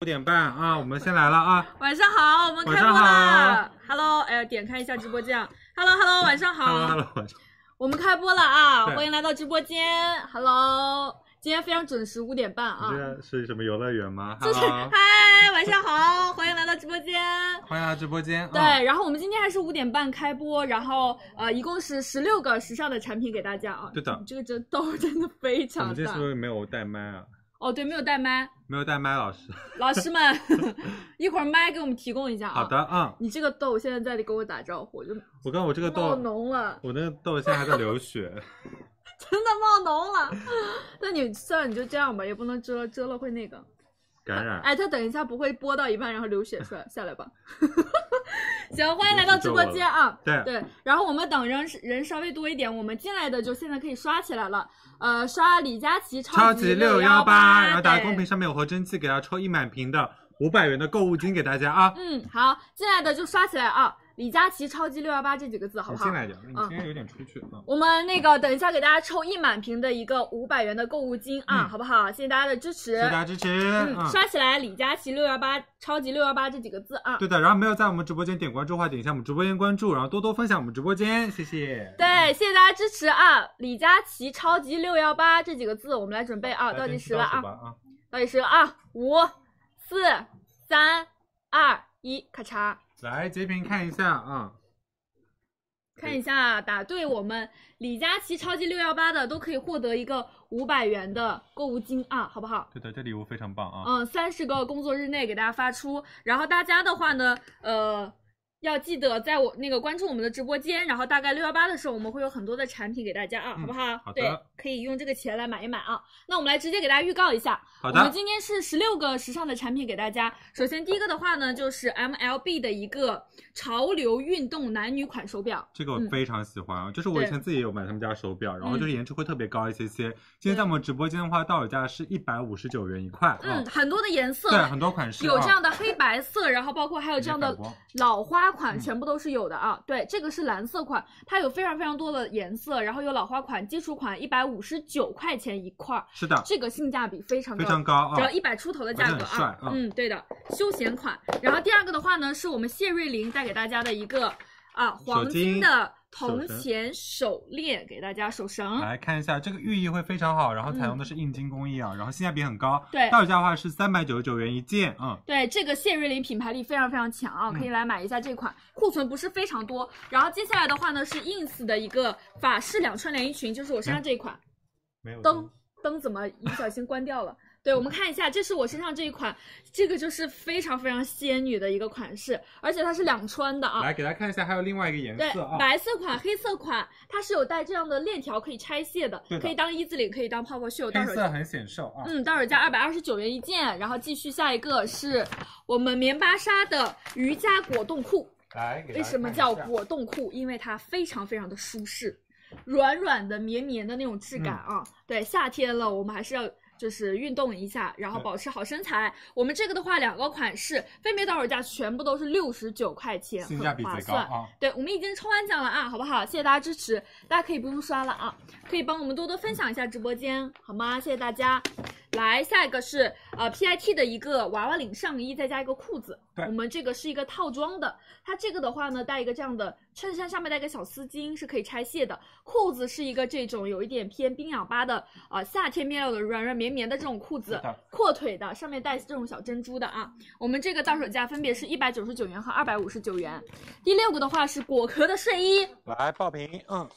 五点半啊，我们先来了啊！晚上好，我们开播晚上啦！Hello，哎呀，点开一下直播间啊！Hello，Hello，晚上 h e l l o 好啊 h e l l o 我们开播了啊！对欢迎来到直播间，Hello，今天非常准时，五点半啊！这是什么游乐园吗 就是？Hello，嗨，晚上好，欢迎来到直播间。欢迎来直播间。对，啊，然后我们今天还是五点半开播，然后呃，一共是十六个时尚的产品给大家啊。对的这个真豆真的非我常们这大是不。是没有带麦啊？哦，对，没有带麦，没有带麦，老师。老师们， 一会儿麦给我们提供一下啊。好的，啊，你这个豆现在在给我打招呼，我就我刚我这个冒豆，脓了， 我那个豆现在还在流血。真的冒脓了。 那你算了，你就这样吧，也不能遮了，遮了会那个。感染。哎，他等一下不会播到一半然后流血出来，下来吧。 行，欢迎来到直播间啊。对，对，然后我们等人人稍微多一点，我们进来的就现在可以刷起来了。呃，刷李佳琦超级级六幺幺八，然后打打开公屏。上面有活蒸汽，给大家抽一满屏的五百元的购物金给大家啊！嗯，好，进来的就刷起来啊。李佳琦超级六幺八这几个字好你不好哎嗯进？来一点，你今天有点出去啊。我们那个等一下给大家抽一满屏的一个五百元的购物金啊，嗯好不好？谢谢大家的支持。谢谢大家支持。嗯，嗯，刷起来，李佳琦六幺八，超级六幺八这几个字啊。对的，然后没有在我们直播间点关注的话，点一下我们直播间关注，然后多多分享我们直播间，谢谢。对，谢谢大家支持啊！李佳琦超级六幺八这几个字，我们来准备啊，来倒计真时是了倒数啊，吧啊！倒计时了啊，五、四、三、二、一，咔嚓！来截屏看一下啊，看一下，答对我们李佳琦超级六幺八的都可以获得一个五百元的购物金啊，好不好？对的，这礼物非常棒啊！嗯，三十个工作日内给大家发出。然后大家的话呢，呃，要记得在我那个关注我们的直播间，然后大概六幺八的时候，我们会有很多的产品给大家啊，嗯好不好？好的对，可以用这个钱来买一买啊。那我们来直接给大家预告一下，好我们的，今天是十六个时尚的产品给大家。首先第一个的话呢，就是 MLB 的一个潮流运动男女款手表。这个我嗯非常喜欢，啊，就是我以对前自己也有买他们家手表，然后嗯就是颜值会特别高一些些。今天在我们直播间的话，到手价是一百五十九元一块啊嗯，，很多的颜色，对，很多款式有啊这样的黑白色，然后包括还有这样也的反光老花款，嗯全部都是有的啊。对，这个是蓝色款，它有非常非常多的颜色，然后有老花款、基础款，一百五十九块钱一块儿，是的，这个性价比非常非高。常高只要啊。一百出头的价而格且很帅啊啊，嗯，对的，休闲款。然后第二个的话呢，是我们谢瑞麟带给大家的一个啊黄金的铜钱手链，给大家手绳。来看一下，这个寓意会非常好，然后采用的是硬金工艺啊，然后性价比很高。对到手价的话是三百九十九元一件，嗯，对，这个谢瑞麟品牌力非常非常强啊，可以来买一下这款，库存不是非常多。然后接下来的话呢是 ins 的一个法式两串连衣裙，就是我身上这一款，没有灯灯怎么一不小心关掉了？对，我们看一下，这是我身上这一款，这个就是非常非常仙女的一个款式，而且它是两穿的啊。来给大家看一下，还有另外一个颜对色，啊，白色款、黑色款，它是有带这样的链条可以拆卸的，对的可以当一字领，可以当泡泡袖，到黑手色很显瘦啊。嗯，到手价二百二十九元一件，然后继续下一个是我们棉巴纱的瑜伽果冻裤。来，给大为家什么看一叫下果冻裤？因为它非常非常的舒适，软软的、绵绵的那种质感嗯啊。对，夏天了，我们还是要。就是运动一下，然后对保持好身材。我们这个的话，两个款式分别到手价全部都是六十九块钱，性价很比划贼高算。啊？对，我们已经抽完奖了啊，好不好？谢谢大家支持，大家可以不用刷了啊，可以帮我们多多分享一下直播间，好吗？谢谢大家。来，下一个是呃 PIT 的一个娃娃领上衣，再加一个裤子。对我们这个是一个套装的，它这个的话呢，带一个这样的衬衫，上面带一个小丝巾，是可以拆卸的。裤子是一个这种有一点偏冰氧吧的，呃，夏天面料的软软绵绵的这种裤是子的，阔腿的，上面带这种小珍珠的啊。我们这个到手价分别是一百九十九元和二百五十九元。第六个的话是果壳的睡衣，来爆屏，嗯，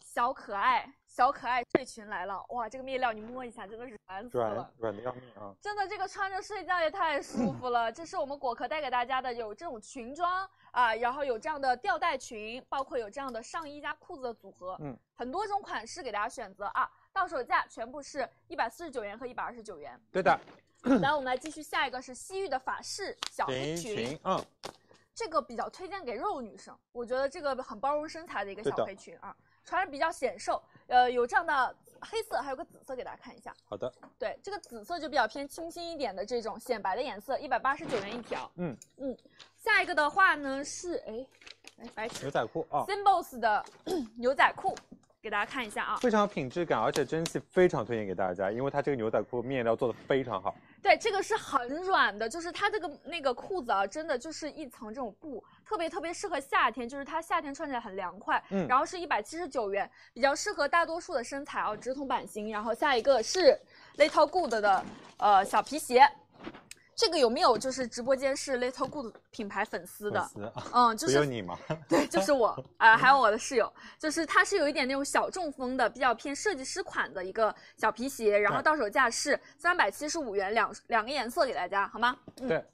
小可爱，小可爱睡裙来了，哇，这个面料你摸一下，真的是软死了。软的要命啊！真的，这个穿着睡觉也太舒服了。这是我们果壳带给大家的，有这种裙装啊，然后有这样的吊带裙，包括有这样的上衣加裤子的组合，嗯，很多种款式给大家选择啊。到手价全部是一百四十九元和一百二十九元。对的，来，我们来继续下一个是西域的法式小黑裙，，嗯，这个比较推荐给肉女生，我觉得这个很包容身材的一个对小的黑裙啊，穿着比较显瘦。呃，有这样的黑色，还有个紫色，给大家看一下。好的，对，这个紫色就比较偏清新一点的这种显白的颜色，一百八十九元一条。嗯嗯，下一个的话呢是哎哎白痴牛仔裤啊， Symbols 的 牛仔裤，给大家看一下啊。非常有品质感，而且蒸汽非常推荐给大家，因为它这个牛仔裤面料做的非常好。对，这个是很软的，就是它这个那个裤子啊，真的就是一层这种布，特别特别适合夏天，就是它夏天穿起来很凉快。嗯然后是一百七十九元，比较适合大多数的身材啊，直筒版型。然后下一个是 Little Good 的呃小皮鞋，这个有没有就是直播间是 Little Good 品牌粉丝的？粉丝啊嗯，就不是有你 吗？对，就是我，呃，还有我的室友，就是它是有一点那种小众风的，比较偏设计师款的一个小皮鞋，然后对到手价是三百七十五元，两两个颜色给大家，好吗？嗯，对，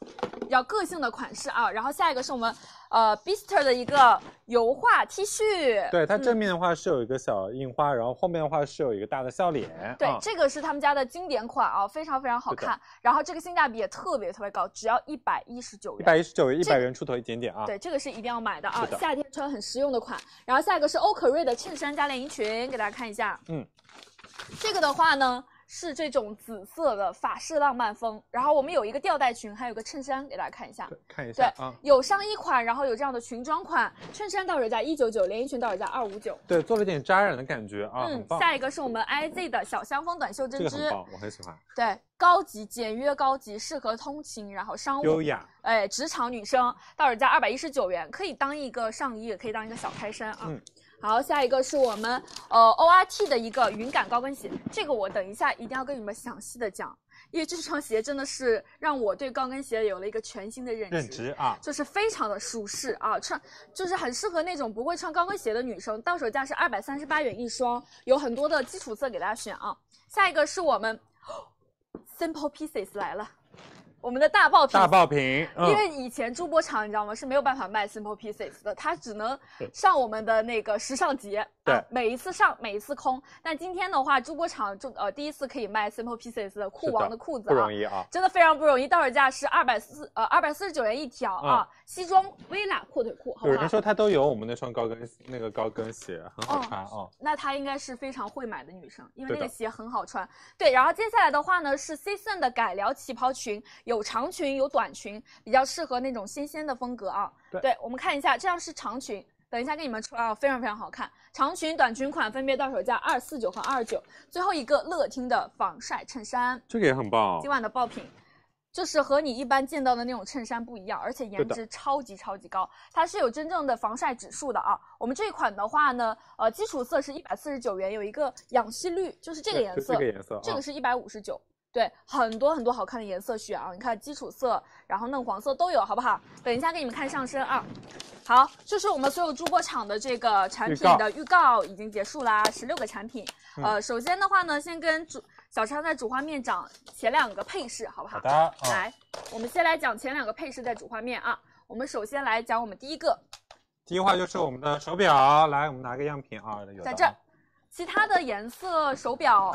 比较个性的款式啊。然后下一个是我们呃 Bister 的一个油画 T 恤，对，它嗯正面的话是有一个小印花，然后后面的话是有一个大的笑脸。对，啊这个是他们家的经典款啊，非常非常好是的看。然后这个性价比也特别特别高，只要一百一十九一元。百一十九元，一这个百元出头一点点啊。对，这个是一定要买的啊，是的夏天穿很实用的款。然后下一个是欧可瑞的衬衫加连衣裙，给大家看一下。嗯，这个的话呢是这种紫色的法式浪漫风，然后我们有一个吊带裙，还有个衬衫，给大家看一下。对，看一下啊。有上衣款，然后有这样的裙装款，衬衫到手价一九九，连衣裙到手价二五九。嗯对，做了点扎染的感觉啊，很棒。下一个是我们 IZ 的小香风短袖针这个织，很棒，我很喜欢，对，高级简约高级，适合通勤，然后商务优雅。哎，职场女生到手价二百一十九元，可以当一个上衣，也可以当一个小开衫啊。嗯好，下一个是我们呃 ORT 的一个云感高跟鞋，这个我等一下一定要跟你们详细的讲，因为这双鞋真的是让我对高跟鞋有了一个全新的认知。认知啊，就是非常的舒适啊，穿就是很适合那种不会穿高跟鞋的女生，到手价是二百三十八元一双，有很多的基础色给大家选啊。下一个是我们 Simple Pieces 来了，我们的大爆品。大爆屏，因嗯，为以前珠播场你知道吗是没有办法卖 Simple Pieces 的，它只能上我们的那个时尚节，对啊，每一次上每一次空。但今天的话，珠播场就呃第一次可以卖 Simple Pieces 的是酷的王的裤子啊，不容易啊。真的非常不容易，到手价是二百四呃二百四十九元一条啊，啊西装微喇阔腿裤，好哦有不好人？说它都有我们那双高跟那个高跟鞋，很好穿啊。那她应该是非常会买的女生，因为对那的个鞋很好穿。对然后接下来的话呢是 Season 的改良旗袍裙，有长裙有短裙，比较适合那种新鲜的风格啊。对我们看一下，这样是长裙。等一下给你们穿啊，非常非常好看。长裙、短裙款分别到手价二四九和二九。最后一个乐听的防晒衬衫，这个也很棒今，晚的爆品，就是和你一般见到的那种衬衫不一样，而且颜对值超级超级高，它是有真正的防晒指数的啊。我们这一款的话呢，呃，基础色是一百四十九元，有一个氧气绿，就是这个对颜就色，这个颜色啊这个是一百五十九。对，很多很多好看的颜色选啊！你看基础色，然后嫩黄色都有，好不好？等一下给你们看上身啊。好，这是我们所有珠播场的这个产品的预告已经结束啦，十六个产品。嗯呃，首先的话呢，先跟主小川在主画面讲前两个配饰，好不好？好的啊，来，我们先来讲前两个配饰在主画面啊。我们首先来讲我们第一个，第一话就是我们的手表，来，我们拿个样品啊，有的在啊这儿，其他的颜色手表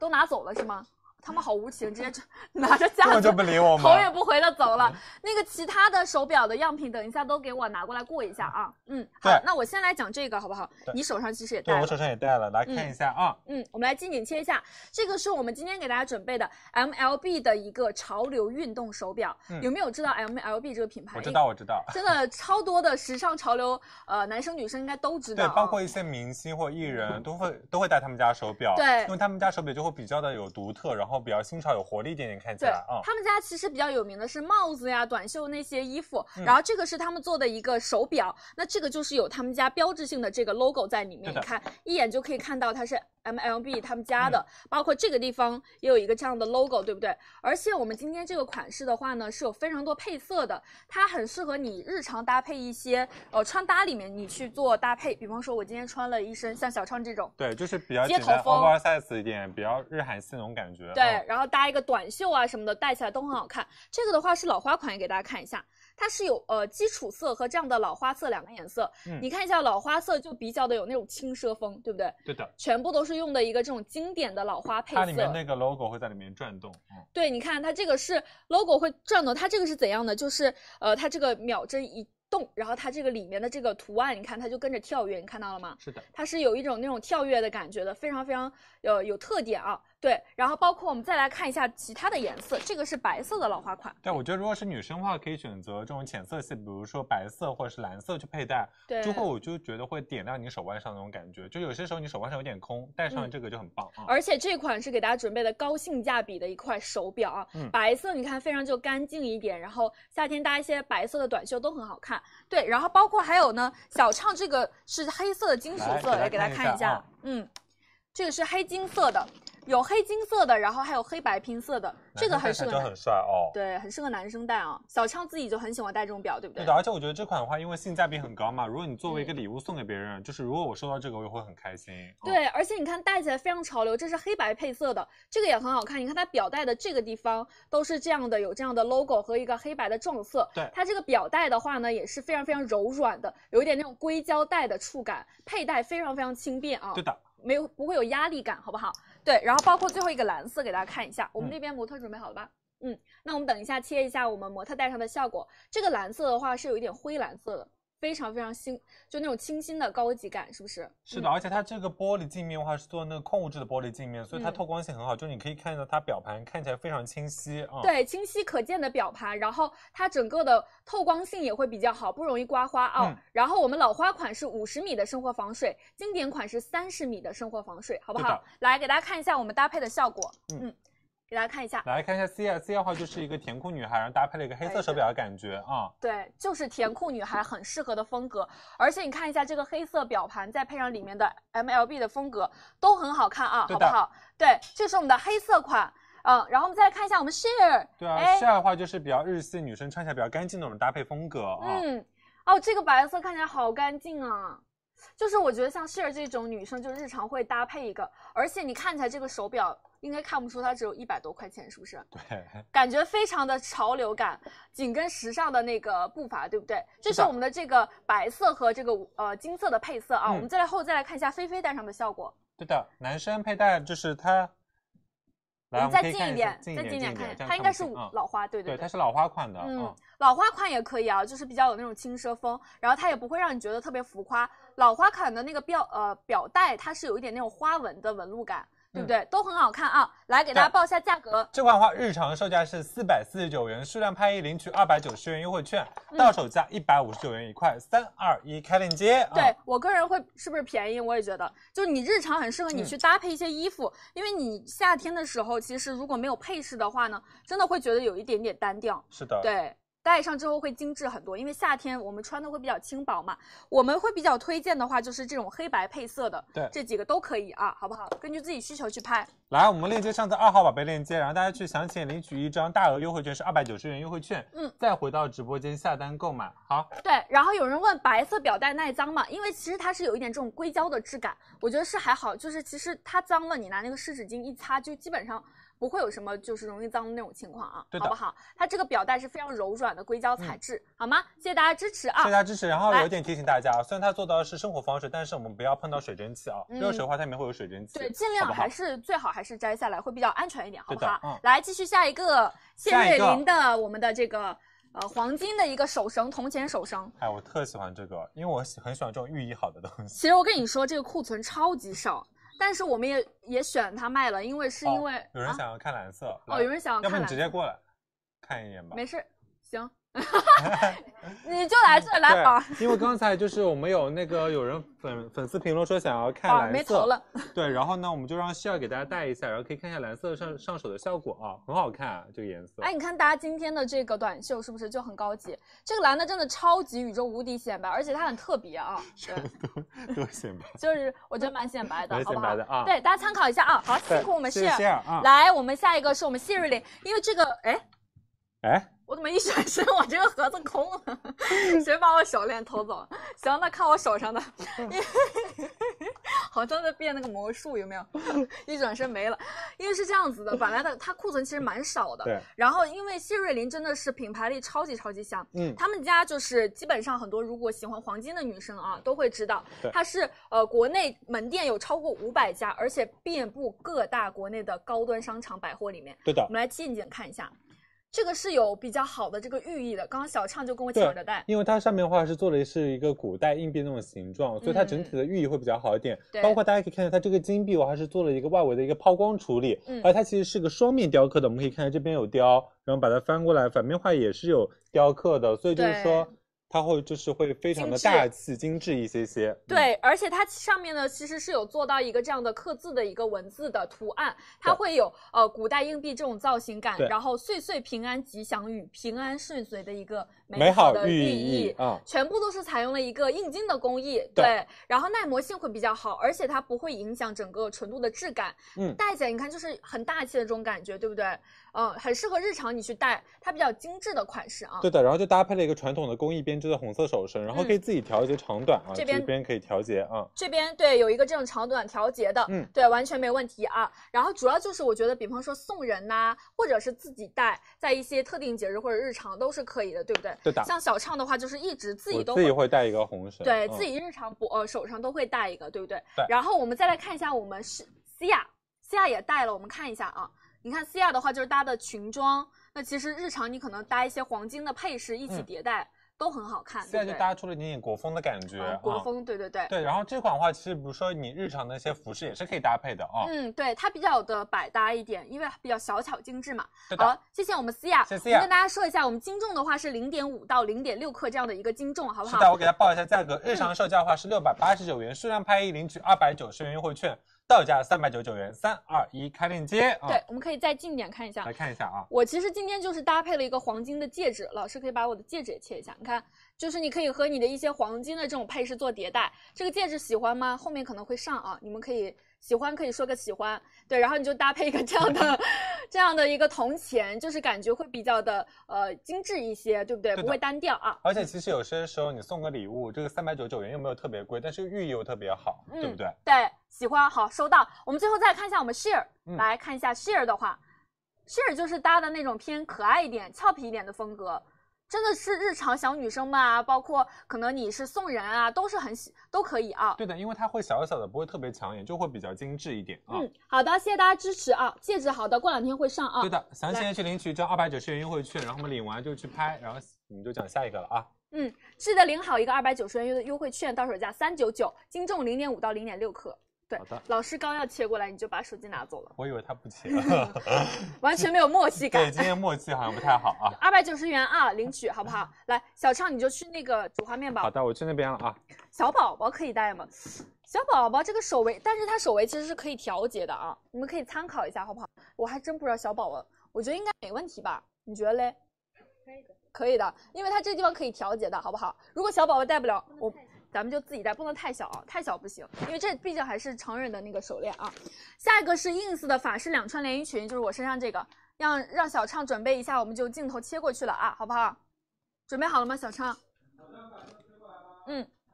都拿走了是吗？他们好无情，直接就 拿 着根架本就子不理我头也们。不回的嗯走了。那个其他的手表的样品，等一下都给我拿过来过一下啊。嗯，好对，那我先来讲这个好不好对？你手上其实也对戴我了。手上也戴了，来看一下啊，嗯，我们来近景切一下，这个是我们今天给大家准备的 MLB 的一个潮流运动手表。嗯有没有知道 MLB 这个品牌？我知道，我知道。真的超多的时尚潮流，呃，男生女生应该都知道对啊、，包括一些明星或艺人都会都会戴他们家手表，嗯对因为他们家手表就会比较的有独特，然后比较新潮、有活力一点点，看起对来啊、他们家其实比较有名的是帽子呀、短袖那些衣服，嗯然后这个是他们做的一个手表，那这个就是有他们家标志性的这个 logo 在里面，是的嗯你看一眼就可以看到它是 MLB 他们家的，包括这个地方也有一个这样的 logo，对不对？而且我们今天这个款式的话呢，是有非常多配色的，它很适合你日常搭配一些呃穿搭里面你去做搭配，比方说我今天穿了一身像小川这种。对，就是比较街简头单风 oversize 一点，比较日韩系那种感觉。对嗯，然后搭一个短袖啊什么的，戴起来都很好看。这个的话是老花款，也给大家看一下，它是有呃基础色和这样的老花色两个颜色。嗯你看一下老花色就比较的有那种轻奢风，对不对？对的，全部都是用的一个这种经典的老花配它里面色。那个 logo 会在里面转动，嗯，对，你看它这个是 logo 会转动，它这个是怎样的？就是呃，它这个秒针一动，然后它这个里面的这个图案，你看它就跟着跳跃，你看到了吗？是的，它是有一种那种跳跃的感觉的，非常非常有有特点啊。对，然后包括我们再来看一下其他的颜色，这个是白色的老花款，但我觉得如果是女生的话，可以选择这种浅色系，比如说白色或者是蓝色去佩戴，对，之后我就觉得会点亮你手腕上的那种感觉。就有些时候你手腕上有点空，戴上嗯这个就很棒啊。而且这款是给大家准备的高性价比的一块手表啊，嗯白色你看非常就干净一点，然后夏天搭一些白色的短袖都很好看。对，然后包括还有呢，小畅这个是黑色的金属色，来来给给大大家家看一看下啊嗯，这个是黑金色的，有黑金色的，然后还有黑白拼色的，这个男很生戴上适合就男很帅哦。对，很适合男生戴啊。小畅自己就很喜欢戴这种表，对不对？对嗯的，而且我觉得这款的话，因为性价比很高嘛，如果你作为一个礼物送给别人，就是如果我收到这个，我也会很开心。啊，对，而且你看戴起来非常潮流，这是黑白配色的，这个也很好看。你看它表带的这个地方都是这样的，有这样的 logo 和一个黑白的撞色。对它这个表带的话呢，也是非常非常柔软的，有一点那种硅胶带的触感，佩戴非常非常轻便啊，对的，没有不会有压力感，好不好？对，然后包括最后一个蓝色给大家看一下，我们嗯这边模特准备好了吧？嗯，那我们等一下切一下我们模特戴上的效果。这个蓝色的话是有一点灰蓝色的，非常非常新，就那种清新的高级感，是不是？是嗯的，而且它这个玻璃镜面的话是做那个矿物质的玻璃镜面，所以它嗯透光性很好，就是你可以看到它表盘看起来非常清晰啊。，对，清晰可见的表盘，然后它整个的透光性也会比较好，不容易刮花啊、嗯然后我们老花款是五十米的生活防水，经典款是三十米的生活防水，好不对的好？来给大家看一下我们搭配的效果，嗯嗯，给大家看一下，来看一下 C I C I 的话就是一个甜酷女孩，然后搭配了一个黑哎色手表的感觉啊。对，就是甜酷女孩很适合的风格，而且你看一下这个黑色表盘，再配上里面的 MLB 的风格，都很好看啊，对好不的好？对，这是我们的黑色款，嗯，然后我们再来看一下我们 Share，对啊哎 s h a 的话就是比较日系，女生穿起来比较干净的那种搭配风格啊。嗯，哦，这个白色看起来好干净啊。就是我觉得像 Share 这种女生，就日常会搭配一个，而且你看起来这个手表应该看不出它只有一百多块钱，是不是？对，感觉非常的潮流感，紧跟时尚的那个步伐，对不对？这是是的我们的这个白色和这个呃金色的配色啊。嗯我们再来后再来看一下菲菲戴上的效果。对的，男生佩戴就是它。来，我我们们嗯再可以近看一下点，近再一近一点，点看一这下，样它应该是不清啊老花，对对，对，它是老花款的，嗯嗯，，老花款也可以啊，就是比较有那种轻奢风，然后它也不会让你觉得特别浮夸。老花款的那个表呃表带，它是有一点那种花纹的纹路感，对嗯不对？都很好看啊。来给大家对报一下价格，这款的话日常售价是四百四十九元，数量拍一领取二百九十元优惠券，嗯到手价一百五十九元一块。三二一，开链接。对、啊，我个人会是不是便宜？我也觉得，就是你日常很适合嗯你去搭配一些衣服，因为你夏天的时候，其实如果没有配饰的话呢，真的会觉得有一点点单调。是的，，对，戴上之后会精致很多，因为夏天我们穿的会比较轻薄嘛。我们会比较推荐的话，就是这种黑白配色的，对这几个都可以啊，好不好？根据自己需求去拍。来，我们链接上在二号宝贝链接，然后大家去详情页领取一张大额优惠券，是二百九十元优惠券，嗯，再回到直播间下单购买。好，对，然后有人问白色表带耐脏吗？因为其实它是有一点这种硅胶的质感，我觉得是还好，就是其实它脏了，你拿那个湿纸巾一擦，就基本上。不会有什么就是容易脏的那种情况啊，对的嗯好不好？它这个表带是非常柔软的硅胶材质，好吗？谢谢大家支持啊！谢谢大家支持。然后来有一点提醒大家啊，虽然它做到的是生活防水，但是我们不要碰到水蒸气啊，嗯热水的话它里面会有水蒸气。对，尽好量不好还是最好还是摘下来，会比较安全一点，好对不的好？嗯来，继续下一个谢下瑞一个麟的我们的这个呃黄金的一个手绳，铜钱手绳。哎，我特喜欢这个，因为我喜很喜欢这种寓意好的东西。其实我跟你说，这个库存超级少，但是我们也也选它卖了，因为是因为、哦有人啊想要看蓝色，哦，来有人想要不要看你蓝直色，接过来看一眼吧。没事， 行，你就来这儿来宝儿对，因为刚才就是我们有那个有人粉粉丝评论说想要看宝儿蓝色，哦没头了。对，然后呢，我们就让希尔给大家戴一下，然后可以看一下蓝色上上手的效果啊，很好看、啊、这个颜色。哎，你看大家今天的这个短袖是不是就很高级？这个蓝的真的超级宇宙无敌显白，而且它很特别 啊，对。多多显白，就是我觉得蛮显白的，蛮好显不好？白的啊对，大家参考一下啊。好，辛苦我们谢是谢。希尔啊。来，我们下一个是我们 Siri 里，因为这个，哎，哎，我怎么一转身，我这个盒子空 了？谁把我手链偷走了？行，那看我 手上的，因为好像在变那个魔术，有没有？一转身没了，因为是这样子的，本来的它库存其实蛮少的，对，然后，因为谢瑞麟真的是品牌力超级超级强，嗯他们家就是基本上很多如果喜欢黄金的女生啊，都会知道对，它是呃国内门店有超过五百家，而且遍布各大国内的高端商场百货里面。对的我，们来近一近看一下，这个是有比较好的这个寓意的。刚刚小畅就跟我对抢着戴，因为它上面的话是做的是一个古代硬币那种形状，所以它整体的寓意会比较好一点。嗯对包括大家可以看到，它这个金币我还是做了一个外围的一个抛光处理，嗯而它其实是个双面雕刻的。我们可以看到这边有雕，然后把它翻过来，反面话也是有雕刻的，所以就是说它会就是会非常的精致大气精致一些些。嗯对，而且它上面呢其实是有做到一个这样的刻字的一个文字的图案，它对会有呃古代硬币这种造型感，对然后岁岁平安、吉祥与平安顺遂的一个美好好的寓意。啊。全部都是采用了一个硬金的工艺，对然后耐磨性会比较好，而且它不会影响整个纯度的质感。嗯戴起来你看就是很大气的这种感觉，对不对？嗯、很适合日常你去戴，它比较精致的款式啊。对的，然后就搭配了一个传统的工艺编织的红色首饰，然后可以自己调节长短啊，嗯这边可以调节啊，这边对有一个这种长短调节的，嗯对，完全没问题啊。然后主要就是我觉得，比方说送人呐、或者是自己戴，在一些特定节日或者日常都是可以的，对不对？对的像小畅的话，就是一直自己我都自己会带一个红绳，对、嗯自己日常不呃手上都会戴一个，对不对？对然后我们再来看一下，我们是西亚，西亚也戴了，我们看一下啊。你看西亚的话就是搭的裙装，那其实日常你可能搭一些黄金的配饰一起嗯叠戴、都很好看，现对在不就对？搭出了一点点国风的感觉，嗯国啊风，对对对。对，然后这款的话，其实比如说你日常的一些服饰也是可以搭配的啊。嗯，对，它比较的百搭一点，因为比较小巧精致嘛。对的，好，谢谢我们思雅，谢谢思我雅们跟大家说一下，我们斤重的话是零点五到零点六克这样的一个斤重，好不是的，好？我给大家报一下价格，日常售价的话是六百八十九元，数量拍一领取二百九十元优惠券，到价三百九十九元。三二一，开链接啊！对，我们可以再近一点看一下来。看一下啊，我其实今天就是搭配了一个黄金的戒指，老师可以把我的戒指也切一下，你看，就是你可以和你的一些黄金的这种配饰做迭代。这个戒指喜欢吗？后面可能会上啊，你们可以喜欢可以说个喜欢，对，然后你就搭配一个这样的这样的一个铜钱，就是感觉会比较的呃精致一些，对不对？的不会单调啊。而且其实有些时候你送个礼物，这个三百九十九元又没有特别贵，但是寓意又特别好，嗯对不对？对，喜欢好收到。我们最后再看一下我们 share，、嗯来看一下 share 的话，share 就是搭的那种偏可爱一点、俏皮一点的风格，真的是日常小女生们啊，包括可能你是送人啊，都是很喜都可以啊。对的，因为它会小小的，不会特别抢眼，就会比较精致一点啊。嗯，好的，谢谢大家支持啊！戒指好的，过两天会上啊。对的，详来情去领取一张二百九十元优惠券，然后我们领完就去拍，然后我们就讲下一个了啊。记得领好一个二百九十元优优惠券，到手价三九九，斤重零点五到零点六克。对好的，老师刚要切过来，你就把手机拿走了，我以为他不 切了，完全没有默契 感对，。今天默契好像不太好 啊。二百九十元啊，领取好 不好？来，小畅你就去那个煮花面吧好。的，我去那边了啊。小宝宝可以戴吗？小宝宝这个手围，但是它手围其实是可以调节的啊，你们可以参考一下，好不好？我还真不知道小宝宝，我觉得应该没问题吧？你觉得嘞？可以的，因为它这地方可以调节的，好不好？如果小宝宝戴不了，我咱们就自己戴，不能太小啊，太小不行，因为这毕竟还是成人的那个手链啊。下一个是 ins 的法式两穿连衣裙，就是我身上这个，让让小畅准备一下，我们就镜头切过去了啊，好不好？准备好了吗，小畅？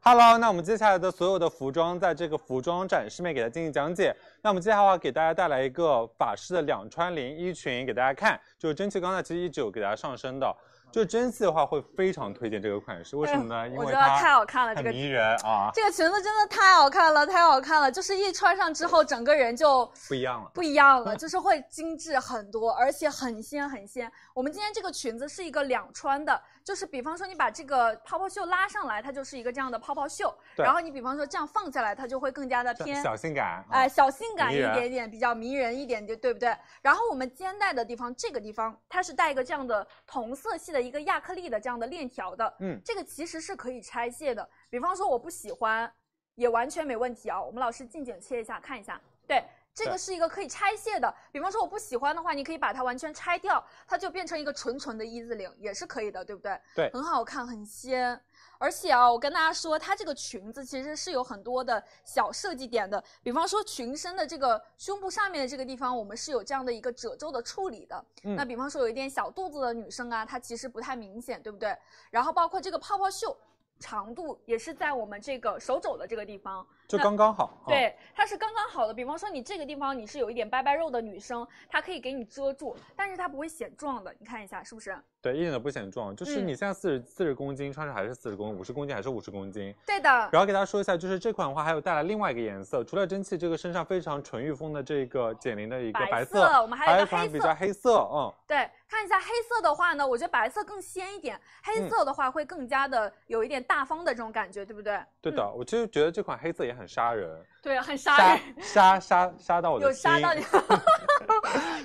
Hello，那我们接下来的所有的服装，在这个服装展示面给大家进行讲解。那我们接下来的话，给大家带来一个法式的两穿连衣裙给大家看，就是蒸汽刚才其实一直有给大家上身的，就是蒸汽的话会非常推荐这个款式，为什么呢？因 我觉为得太它好看了，这很个迷人啊，这个裙子真的太好看了，太好看了！就是一穿上之后，整个人就不一样了。嗯不一样了，就是会精致很多，而且很仙很仙。我们今天这个裙子是一个两穿的，就是比方说你把这个泡泡袖拉上来，它就是一个这样的泡泡袖，对然后你比方说这样放下来，它就会更加的偏小性感，哎，啊，小性感一迷人点点，比较迷人一点点，对不对？然后我们肩带的地方，这个地方它是带一个这样的同色系的一个亚克力的这样的链条的，嗯这个其实是可以拆卸的。比方说我不喜欢，也完全没问题啊。我们老师近景切一下看一下，对。这个对是一个可以拆卸的，比方说我不喜欢的话，你可以把它完全拆掉，它就变成一个纯纯的一字领，也是可以的，对不对？对很好看，很仙。而且啊，我跟大家说，它这个裙子其实是有很多的小设计点的，比方说裙身的这个胸部上面的这个地方，我们是有这样的一个褶皱的处理的。嗯那比方说有一点小肚子的女生啊，它其实不太明显，对不对？然后包括这个泡泡袖长度也是在我们这个手肘的这个地方，就刚刚好。啊，对，它是刚刚好的。比方说你这个地方你是有一点拜拜肉的女生，它可以给你遮住，但是它不会显壮的，你看一下是不是？对，一点都不显壮，就是嗯你现在四十四十公斤穿上还是四十公斤，五十公斤还是五十公斤。对的，然后给大家说一下，就是这款的话还有带来另外一个颜色，除了蒸汽这个身上非常纯欲风的这个减龄的一个白色，色，我们还一有一个黑款色，比较黑色，嗯，对，看一下黑色的话呢，我觉得白色更鲜一点，黑嗯色的话会更加的有一点大方的这种感觉，对不对？对的，嗯我就觉得这款黑色也很杀人，对，很杀人。杀杀杀到我的有杀心 到你，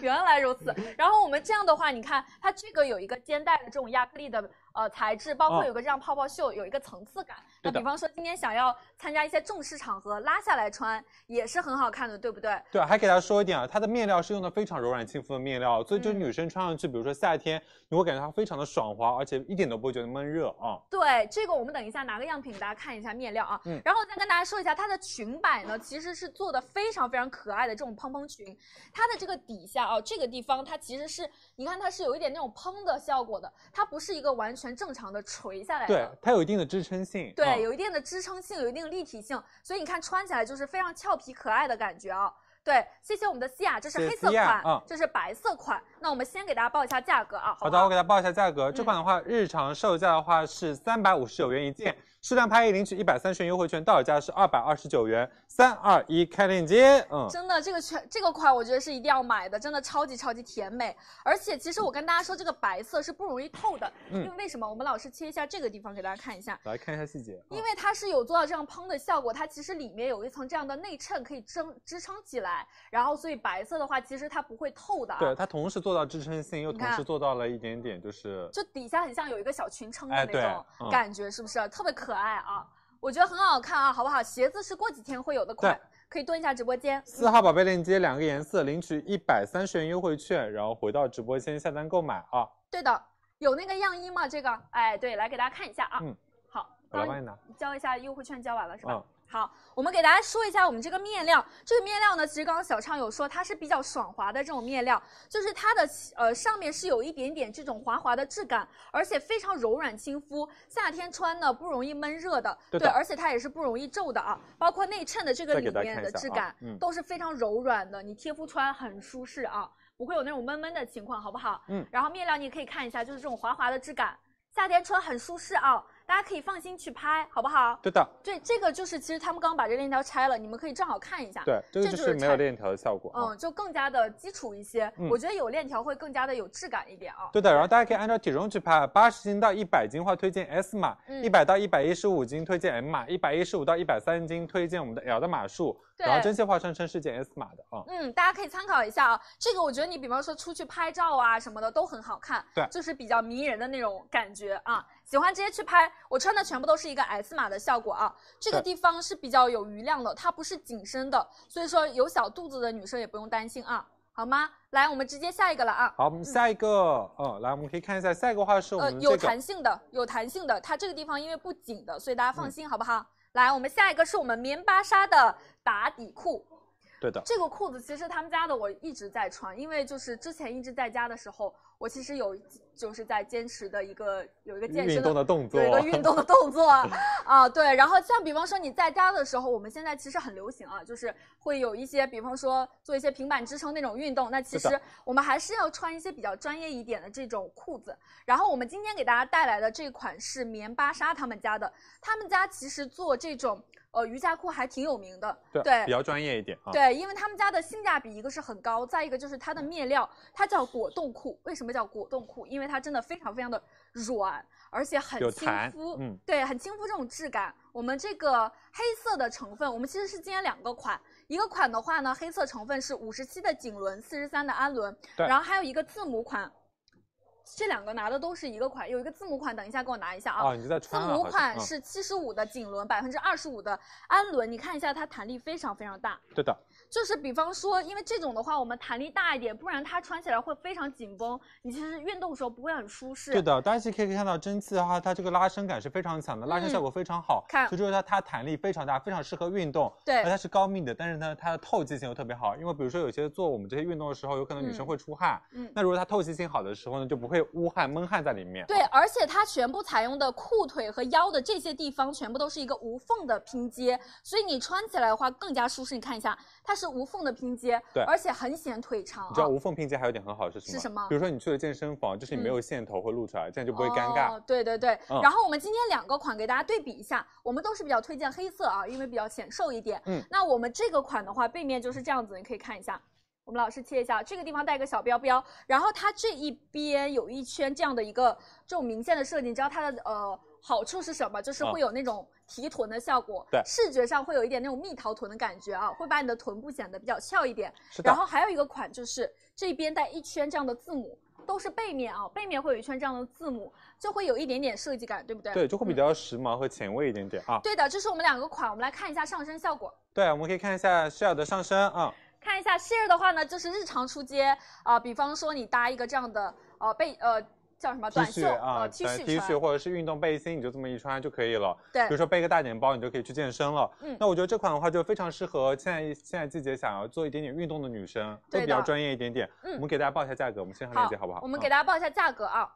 原来如此。然后我们这样的话，你看它这个有一个肩带的这种亚克力的呃材质，包括嗯有个这样泡泡袖，有一个层次感。那对的比方说今天想要参加一些正式场合，拉下来穿也是很好看的，对不对？对，还给大家说一点啊，它的面料是用的非常柔软亲肤的面料，所以就是嗯女生穿上去，比如说夏天，你会感觉它非常的爽滑，而且一点都不会觉得闷热啊。对，这个我们等一下拿个样品给大家看一下面料啊，嗯然后再跟大家说一下它的裙摆呢，其实是做的非常非常可爱的这种蓬蓬裙，它的这个底下啊，这个地方它其实是，你看它是有一点那种蓬的效果的，它不是一个完全正常的垂下来对的。，它有一定的支撑性。对，嗯有一定的支撑性，有一定的立体性，所以你看穿起来就是非常俏皮可爱的感觉啊。对，谢谢我们的西亚，这是谢谢黑色西亚款，嗯这是白色款。那我们先给大家报一下价格啊，好不的，我给大家报一下价格。这嗯款的话，日常售价的话是三百五十九元一件，数量拍一领取一百三十元优惠券，到手价是二百二十九元。三二一，开链接。嗯，真的，这个全这个款我觉得是一定要买的，真的超级超级甜美。而且其实我跟大家说，这个白色是不容易透的，嗯因为为什么？我们老师切一下这个地方给大家看一下，来看一下细节。嗯因为它是有做到这样蓬的效果，它其实里面有一层这样的内衬可以撑支撑起来，然后所以白色的话其实它不会透的啊。对，它同时做到支撑性，又你同看时做到了一点点就是就底下很像有一个小裙撑的哎那对种嗯感觉，是不是？特别可爱啊，我觉得很好看啊，好不好？鞋子是过几天会有的款对，可以蹲一下直播间。四号宝贝链接两个颜色，领取一百三十元优惠券，然后回到直播间下单购买啊。对的，有那个样衣吗？这个，哎，对，来给大家看一下啊。嗯，好，我来刚帮你拿。交一下优惠券，交完哎了是吧？嗯好，我们给大家说一下我们这个面料。这个面料呢，其实刚刚小畅有说它是比较爽滑的这种面料，就是它的呃上面是有一点点这种滑滑的质感，而且非常柔软亲肤，夏天穿呢不容易闷热的。对的而且它也是不容易皱的啊，包括内衬的这个再给里大家面看一的下质啊感、嗯都是非常柔软的，你贴肤穿很舒适啊，不会有那种闷闷的情况，好不好？嗯然后面料你也可以看一下，就是这种滑滑的质感，夏天穿很舒适啊，大家可以放心去拍，好不好？对的，对，这个就是其实他们刚刚把这链条拆了，你们可以正好看一下。，对，这个这就就是是没有拆链条的效果啊。嗯，就更加的基础一些。嗯我觉得有链条会更加的有质感一点啊。对的，然后大家可以按照体重去拍，八十斤到一百斤的话推荐 S 码，嗯一百到一百一十五斤推荐 M 码，一百一十五到一百三斤推荐我们的 L 的码数，对然后蒸汽化上身是件 S 码的啊。嗯，大家可以参考一下啊。这个我觉得你比方说出去拍照啊什么的都很好看，对就是比较迷人的那种感觉啊。喜欢直接去拍，我穿的全部都是一个 S 码的效果啊。这个对地方是比较有余量的，它不是紧身的，所以说有小肚子的女生也不用担心啊，好吗？来，我们直接下一个了啊。好，我们下一个，嗯，来，我们可以看一下，下一个话是我呃，们有这个弹性的，有弹性的，它这个地方因为不紧的，所以大家嗯放心，好不好？来，我们下一个是我们棉巴纱的打底裤，对的，这个裤子其实他们家的我一直在穿，因为就是之前一直在家的时候，我其实有就是在坚持的一个有一个健运身动的动作有一，个运动的 动作啊，对。然后像比方说你在家的时候，我们现在其实很流行啊，就是会有一些比方说做一些平板支撑那种运动。那其是的实我们还是要穿一些比较专业一点的这种裤子。然后我们今天给大家带来的这款是棉巴莎他们家的，他们家其实做这种呃瑜伽裤还挺有名的，比较专业一点啊。对，因为他们家的性价比一个是很高，再一个就是它嗯的面料，它叫果冻裤。为什么叫果冻裤？因为它真的非常非常的软，而且很有亲弹肤，嗯对，很亲肤这种质感。我们这个黑色的成分，我们其实是今天两个款，一个款的话呢，黑色成分是五十七的锦纶，四十三的氨纶，对然后还有一个字母款。这两个拿的都是一个款，有一个字母款，等一下给我拿一下啊。啊，你就在字穿了，母好像款嗯是七十五的锦纶，百分之二十五的氨纶，你看一下它弹力非常非常大。对的，就是比方说，因为这种的话，我们弹力大一点，不然它穿起来会非常紧绷，你其实运动的时候不会很舒适。对的，大家可以看到蒸汽的话，它这个拉伸感是非常强的，拉伸效果非常好。嗯看所以说它它弹力非常大，非常适合运动。对而它是高密的，但是呢，它的透气性又特别好。因为比如说有些做我们这些运动的时候，有可能女生嗯会出汗，嗯那如果它透气性好的时候呢，就不会可以捂汗闷汗在里面。对，而且它全部采用的裤腿和腰的这些地方，全部都是一个无缝的拼接，所以你穿起来的话更加舒适。你看一下，它是无缝的拼接，对而且很显腿长啊。你知道无缝拼接还有一点很好是什么？是什么嗯比如说你去了健身房，就是你没有线头会露出来，这样就不会尴尬。哦、对对对、嗯然后我们今天两个款给大家对比一下，我们都是比较推荐黑色啊，因为比较显瘦一点。嗯那我们这个款的话，背面就是这样子，你可以看一下。我们老师切一下，这个地方带一个小标标，然后它这一边有一圈这样的一个这种明线的设计，你知道它的呃好处是什么？就是嗯会有那种提臀的效果，对视觉上会有一点那种蜜桃臀的感觉啊，会把你的臀部显得比较翘一点。是的然，后还有一个款就是这边带一圈这样的字母，都是背面啊，背面会有一圈这样的字母，就会有一点点设计感，对不对？嗯对，就会比较时髦和前卫一点点啊。对的，这是我们两个款，我们来看一下上身效果。对，我们可以看一下 Shell 的上身啊，看一下 share 的话呢，就是日常出街啊、比方说你搭一个这样的呃背呃叫什么 T 短袖恤啊呃 T 短恤 T 恤穿，或者是运动背心，你就这么一穿就可以了。比如对说背个大点包，你就可以去健身了。嗯那我觉得这款的话就非常适合现在现在季节想要做一点点运动的女生，都对比的较专业一点点。嗯我们给大家报一下价格，我们线上链接好不好？我嗯们给大家报一下价格啊，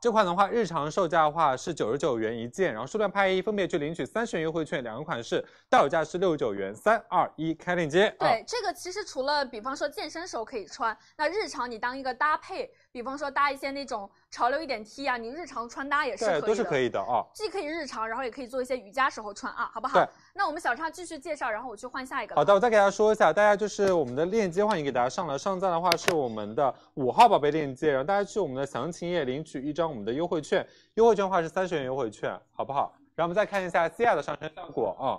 这款的话，日常售价的话是九十九元一件，然后数量拍一，分别去领取三十元优惠券，两个款式到手价是六十九元。三二一，开链接。啊对，这个其实除了比方说健身时候可以穿，那日常你当一个搭配，比方说搭一些那种潮流一点 T 啊，你日常穿搭也是可对，以的，都是可以的啊。既可以日常，然后也可以做一些瑜伽时候穿啊，好不好？对。那我们小畅继续介绍，然后我去换下一个。好。的，我再给大家说一下，大家就是我们的链接的话，已经给大家上了，上赞的话是我们的五号宝贝链接，然后大家去我们的详情页领取一张我们的优惠券，优惠券的话是三十元优惠券，好不好？然后我们再看一下 C R 的上身效果啊、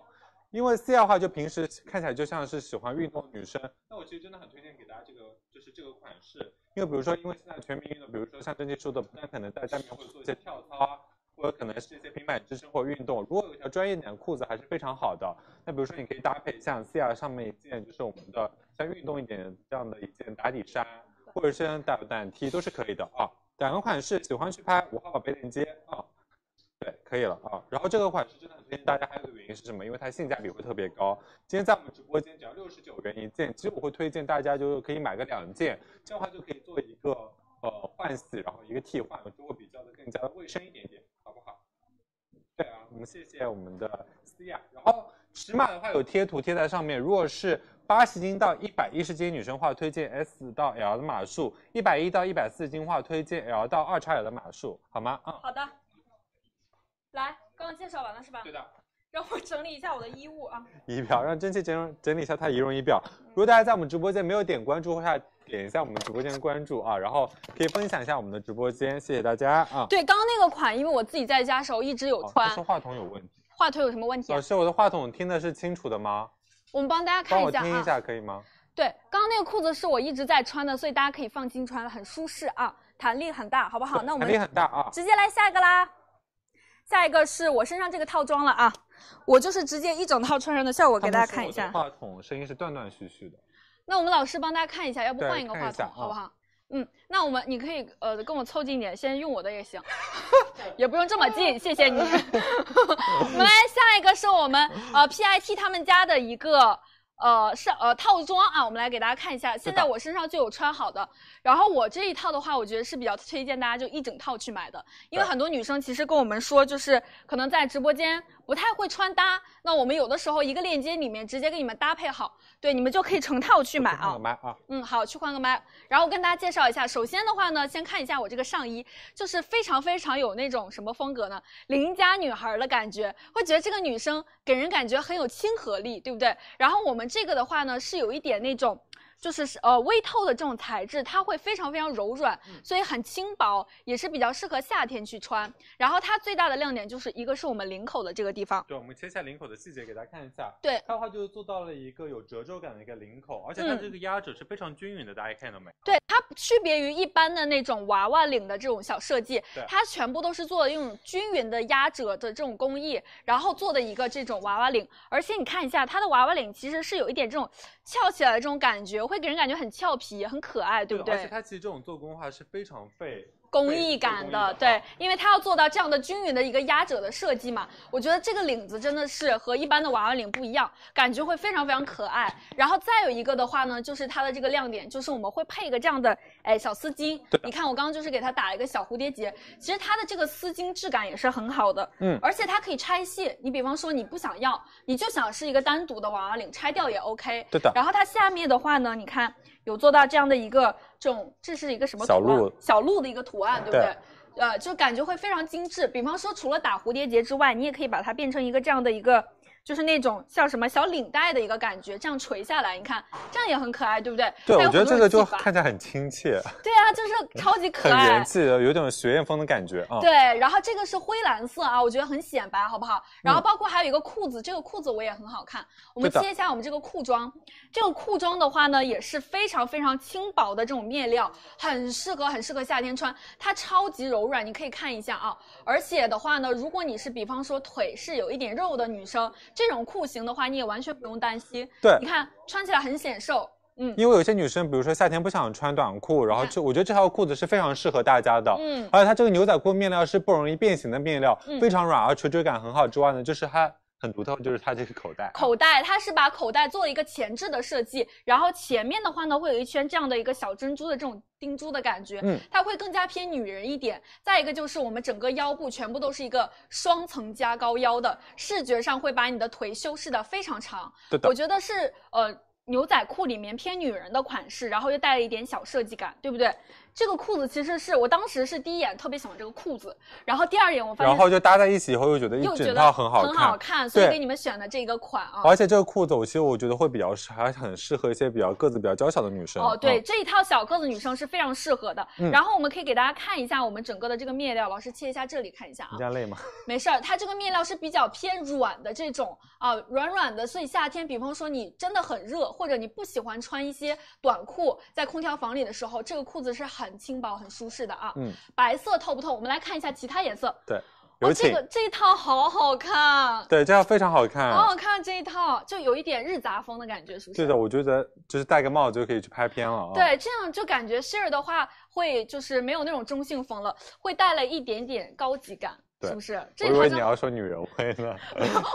因为 C R 的话就平时看起来就像是喜欢运动的女生，那我其实真的很推荐给大家这个，就是这个款式，因为比如说因为现在全民运动，比如说像郑健说的，不但可能在家里面会做一些跳操啊。或者可能是一些平板支撑或运动，如果有一条专业点的裤子还是非常好的。那比如说，你可以搭配像 C R 上面一件，就是我们的像运动一点的这样的一件打底衫，或者是像打短 T 都是可以的啊。两个款式喜欢去拍五号宝贝链接啊，对，可以了啊。然后这个款式真的很推荐大家，还有一个原因是什么？因为它性价比会特别高。今天在我们直播间只要六十九元一件，其实我会推荐大家就是可以买个两件，这样的话就可以做一个呃换洗，然后一个替换，就会比较的更加的卫生一点点，好不好？对啊，我们谢谢我们的思雅。然后尺码的话有贴图贴在上面，如果是八十斤到一百一十斤女生的话，推荐 S 到 L 的码数；一百一到一百四十斤的话，推荐 L 到二 XL 的码数，好吗？嗯，好的。来，刚刚介绍完了是吧？对的。让我整理一下我的衣物啊。嗯仪表，让蒸汽整整理一下它的仪容仪表。如果大家在我们直播间没有点关注，或者点一下我们直播间关注啊，然后可以分享一下我们的直播间，谢谢大家啊。对，刚刚那个款，因为我自己在家的时候一直有哦，穿是。话筒有问题。话腿有什么问题啊老？师，我的话筒听的是清楚的吗？我们帮大家帮看我一下听一啊。下可以吗？对，刚刚那个裤子是我一直在穿的，所以大家可以放心穿，很舒适啊，弹力很大，好不好？那我们弹力很大啊。直接来下一个啦。下一个是我身上这个套装了啊，我就是直接一整套穿上的效果，给大家看一他下啊们。说我的话筒声音是断断续续的。那我们老师帮大家看一下，要不对换一个看话一下筒啊好不好？嗯，那我们你可以呃跟我凑近一点，先用我的也行，也不用这么近，谢谢你。我们来下一个是我们呃 PIT 他们家的一个呃上呃套装啊，我们来给大家看一下。现在我身上就有穿好的，然后我这一套的话，我觉得是比较推荐大家就一整套去买的，因为对很多女生其实跟我们说，就是可能在直播间不太会穿搭，那我们有的时候一个链接里面直接给你们搭配好，对，你们就可以成套去买换啊个。麦啊，嗯，好，去换个麦。然后跟大家介绍一下，首先的话呢，先看一下我这个上衣，就是非常非常有那种什么风格呢？邻家女孩儿的感觉，会觉得这个女生给人感觉很有亲和力，对不对？然后我们这个的话呢，是有一点那种。就是是呃微透的这种材质，它会非常非常柔软，所以很轻薄，也是比较适合夏天去穿。然后它最大的亮点就是一个是我们领口的这个地方，对，我们切下领口的细节给大家看一下。对它的话就是做到了一个有褶皱感的一个领口，而且它嗯这个压褶是非常均匀的，大家看到没？对，它区别于一般的那种娃娃领的这种小设计对，它全部都是做的用均匀的压褶的这种工艺，然后做的一个这种娃娃领。而且你看一下它的娃娃领，其实是有一点这种翘起来的这种感觉，会给人感觉很俏皮、很可爱，对不而且对？它其实这种做工的话是非常费工艺感的，对，因为它要做到这样的均匀的一个压褶的设计嘛。我觉得这个领子真的是和一般的娃娃领不一样，感觉会非常非常可爱。然后再有一个的话呢，就是它的这个亮点，就是我们会配一个这样的哎小丝巾对。你看我刚刚就是给它打了一个小蝴蝶结，其实它的这个丝巾质感也是很好的，嗯而且它可以拆卸。你比方说你不想要，你就想是一个单独的娃娃领，拆掉也 OK。对的然后它下面的话呢，你看有做到这样的一个这种，这是一个什么图小案？鹿小鹿的一个图案，对不对？对呃，就感觉会非常精致。比方说，除了打蝴蝶结之外，你也可以把它变成一个这样的一个，就是那种像什么小领带的一个感觉，这样垂下来，你看这样也很可爱，对不对？对，还我有觉得很多这个就技法看起来很亲切，对啊，就是超级可很爱，元气，有点学院风的感觉啊。对，然后这个是灰蓝色啊，我觉得很显白，好不好？然后包括还有一个裤子，这个裤子我也很好看。我们对的切一下我们这个裤装，这个裤装的话呢，也是非常非常轻薄的这种面料，很适合很适合夏天穿，它超级柔软，你可以看一下啊。而且的话呢，如果你是比方说腿是有一点肉的女生，这种裤型的话，你也完全不用担心。对你看穿起来很显瘦，嗯因为有些女生，比如说夏天不想穿短裤，然后这我觉得这条裤子是非常适合大家的。嗯，而且它这个牛仔裤面料是不容易变形的面料，嗯非常软，而垂直感很好。之外呢，就是它很独特，就是它这个口袋。口袋，它是把口袋做了一个前置的设计，然后前面的话呢，会有一圈这样的一个小珍珠的这种钉珠的感觉，嗯它会更加偏女人一点。再一个就是我们整个腰部全部都是一个双层加高腰的，视觉上会把你的腿修饰的非常长，对的我，觉得是呃牛仔裤里面偏女人的款式，然后又带了一点小设计感，对不对？这个裤子其实是我当时是第一眼特别喜欢这个裤子，然后第二眼我发现然后就搭在一起以后，又觉得一又觉整得套很好很看好。看，所以对给你们选的这个款啊。而且这个裤子，我其实我觉得会比较适，还很适合一些比较个子比较娇小的女生。哦，对，嗯，这一套小个子女生是非常适合的。嗯然后我们可以给大家看一下我们整个的这个面料，老师切一下这里看一下啊你这。样累吗？没事儿，它这个面料是比较偏软的这种啊，软软的，所以夏天，比方说你真的很热，或者你不喜欢穿一些短裤，在空调房里的时候，这个裤子是很轻薄、很舒适的啊。嗯，白色透不透？我们来看一下其他颜色。有哦，请。这个这一套好好看，对，这样非常好看。好好看这一套，就有一点日杂风的感觉，是不是？对的，我觉得就是戴个帽子就可以去拍片了啊。对，这样就感觉 share 的话会就是没有那种中性风了，会带了一点点高级感，对是不是？我这一以套为就你要说女人味呢。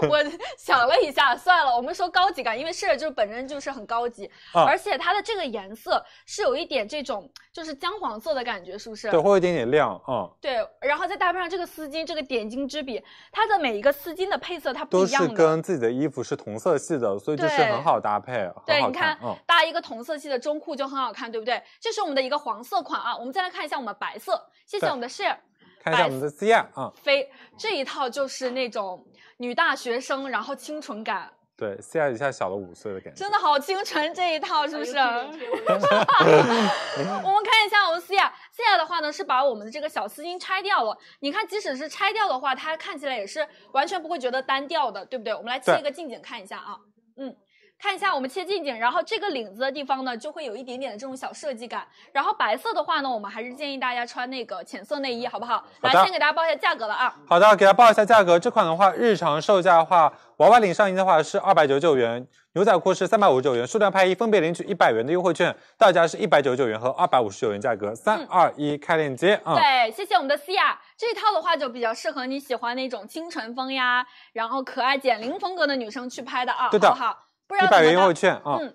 我 想了一下，算了，我们说高级感，因为 share 就是本身就是很高级，啊 而且它的这个颜色是有一点这种就是姜黄色的感觉，是不是？对，会有一点点亮，嗯，对然后再搭配上这个丝巾，这个点睛之笔，它的每一个丝巾的配色它不都一是样的。跟自己的衣服是同色系的，所以就是对很好搭配，很对，好你看嗯，，搭一个同色系的中裤就很好看，对不对？这是我们的一个黄色款啊。我们再来看一下我们白色，谢谢对我们的 share。看一下我们的 C 亚，嗯，非这一套就是那种女大学生，然后清纯感，对，C 亚一下小了五岁的感觉，真的好清纯这一套是不是？ 我们看一下我们思雅，思雅的话呢是把我们的这个小丝巾拆掉了。你看，即使是拆掉的话，它看起来也是完全不会觉得单调的，对不对？我们来切对一个近景看一下啊，嗯。看一下我们切近景，然后这个领子的地方呢，就会有一点点的这种小设计感。然后白色的话呢，我们还是建议大家穿那个浅色内衣，好不好？好来，的先给大家报一下价格了啊。好的，给大家报一下价格，这款的话，日常售价的话，娃娃领上衣的话是二百九九元，牛仔裤是三百五十九元，数量拍一分别领取一百元的优惠券，到家是一百九十九元和二百五十九元价格。三二一，开链接啊！对，谢谢我们的思雅。这套的话就比较适合你喜欢那种清纯风呀，然后可爱减龄风格的女生去拍的啊，对的好不好？不然一百元优惠券啊，嗯，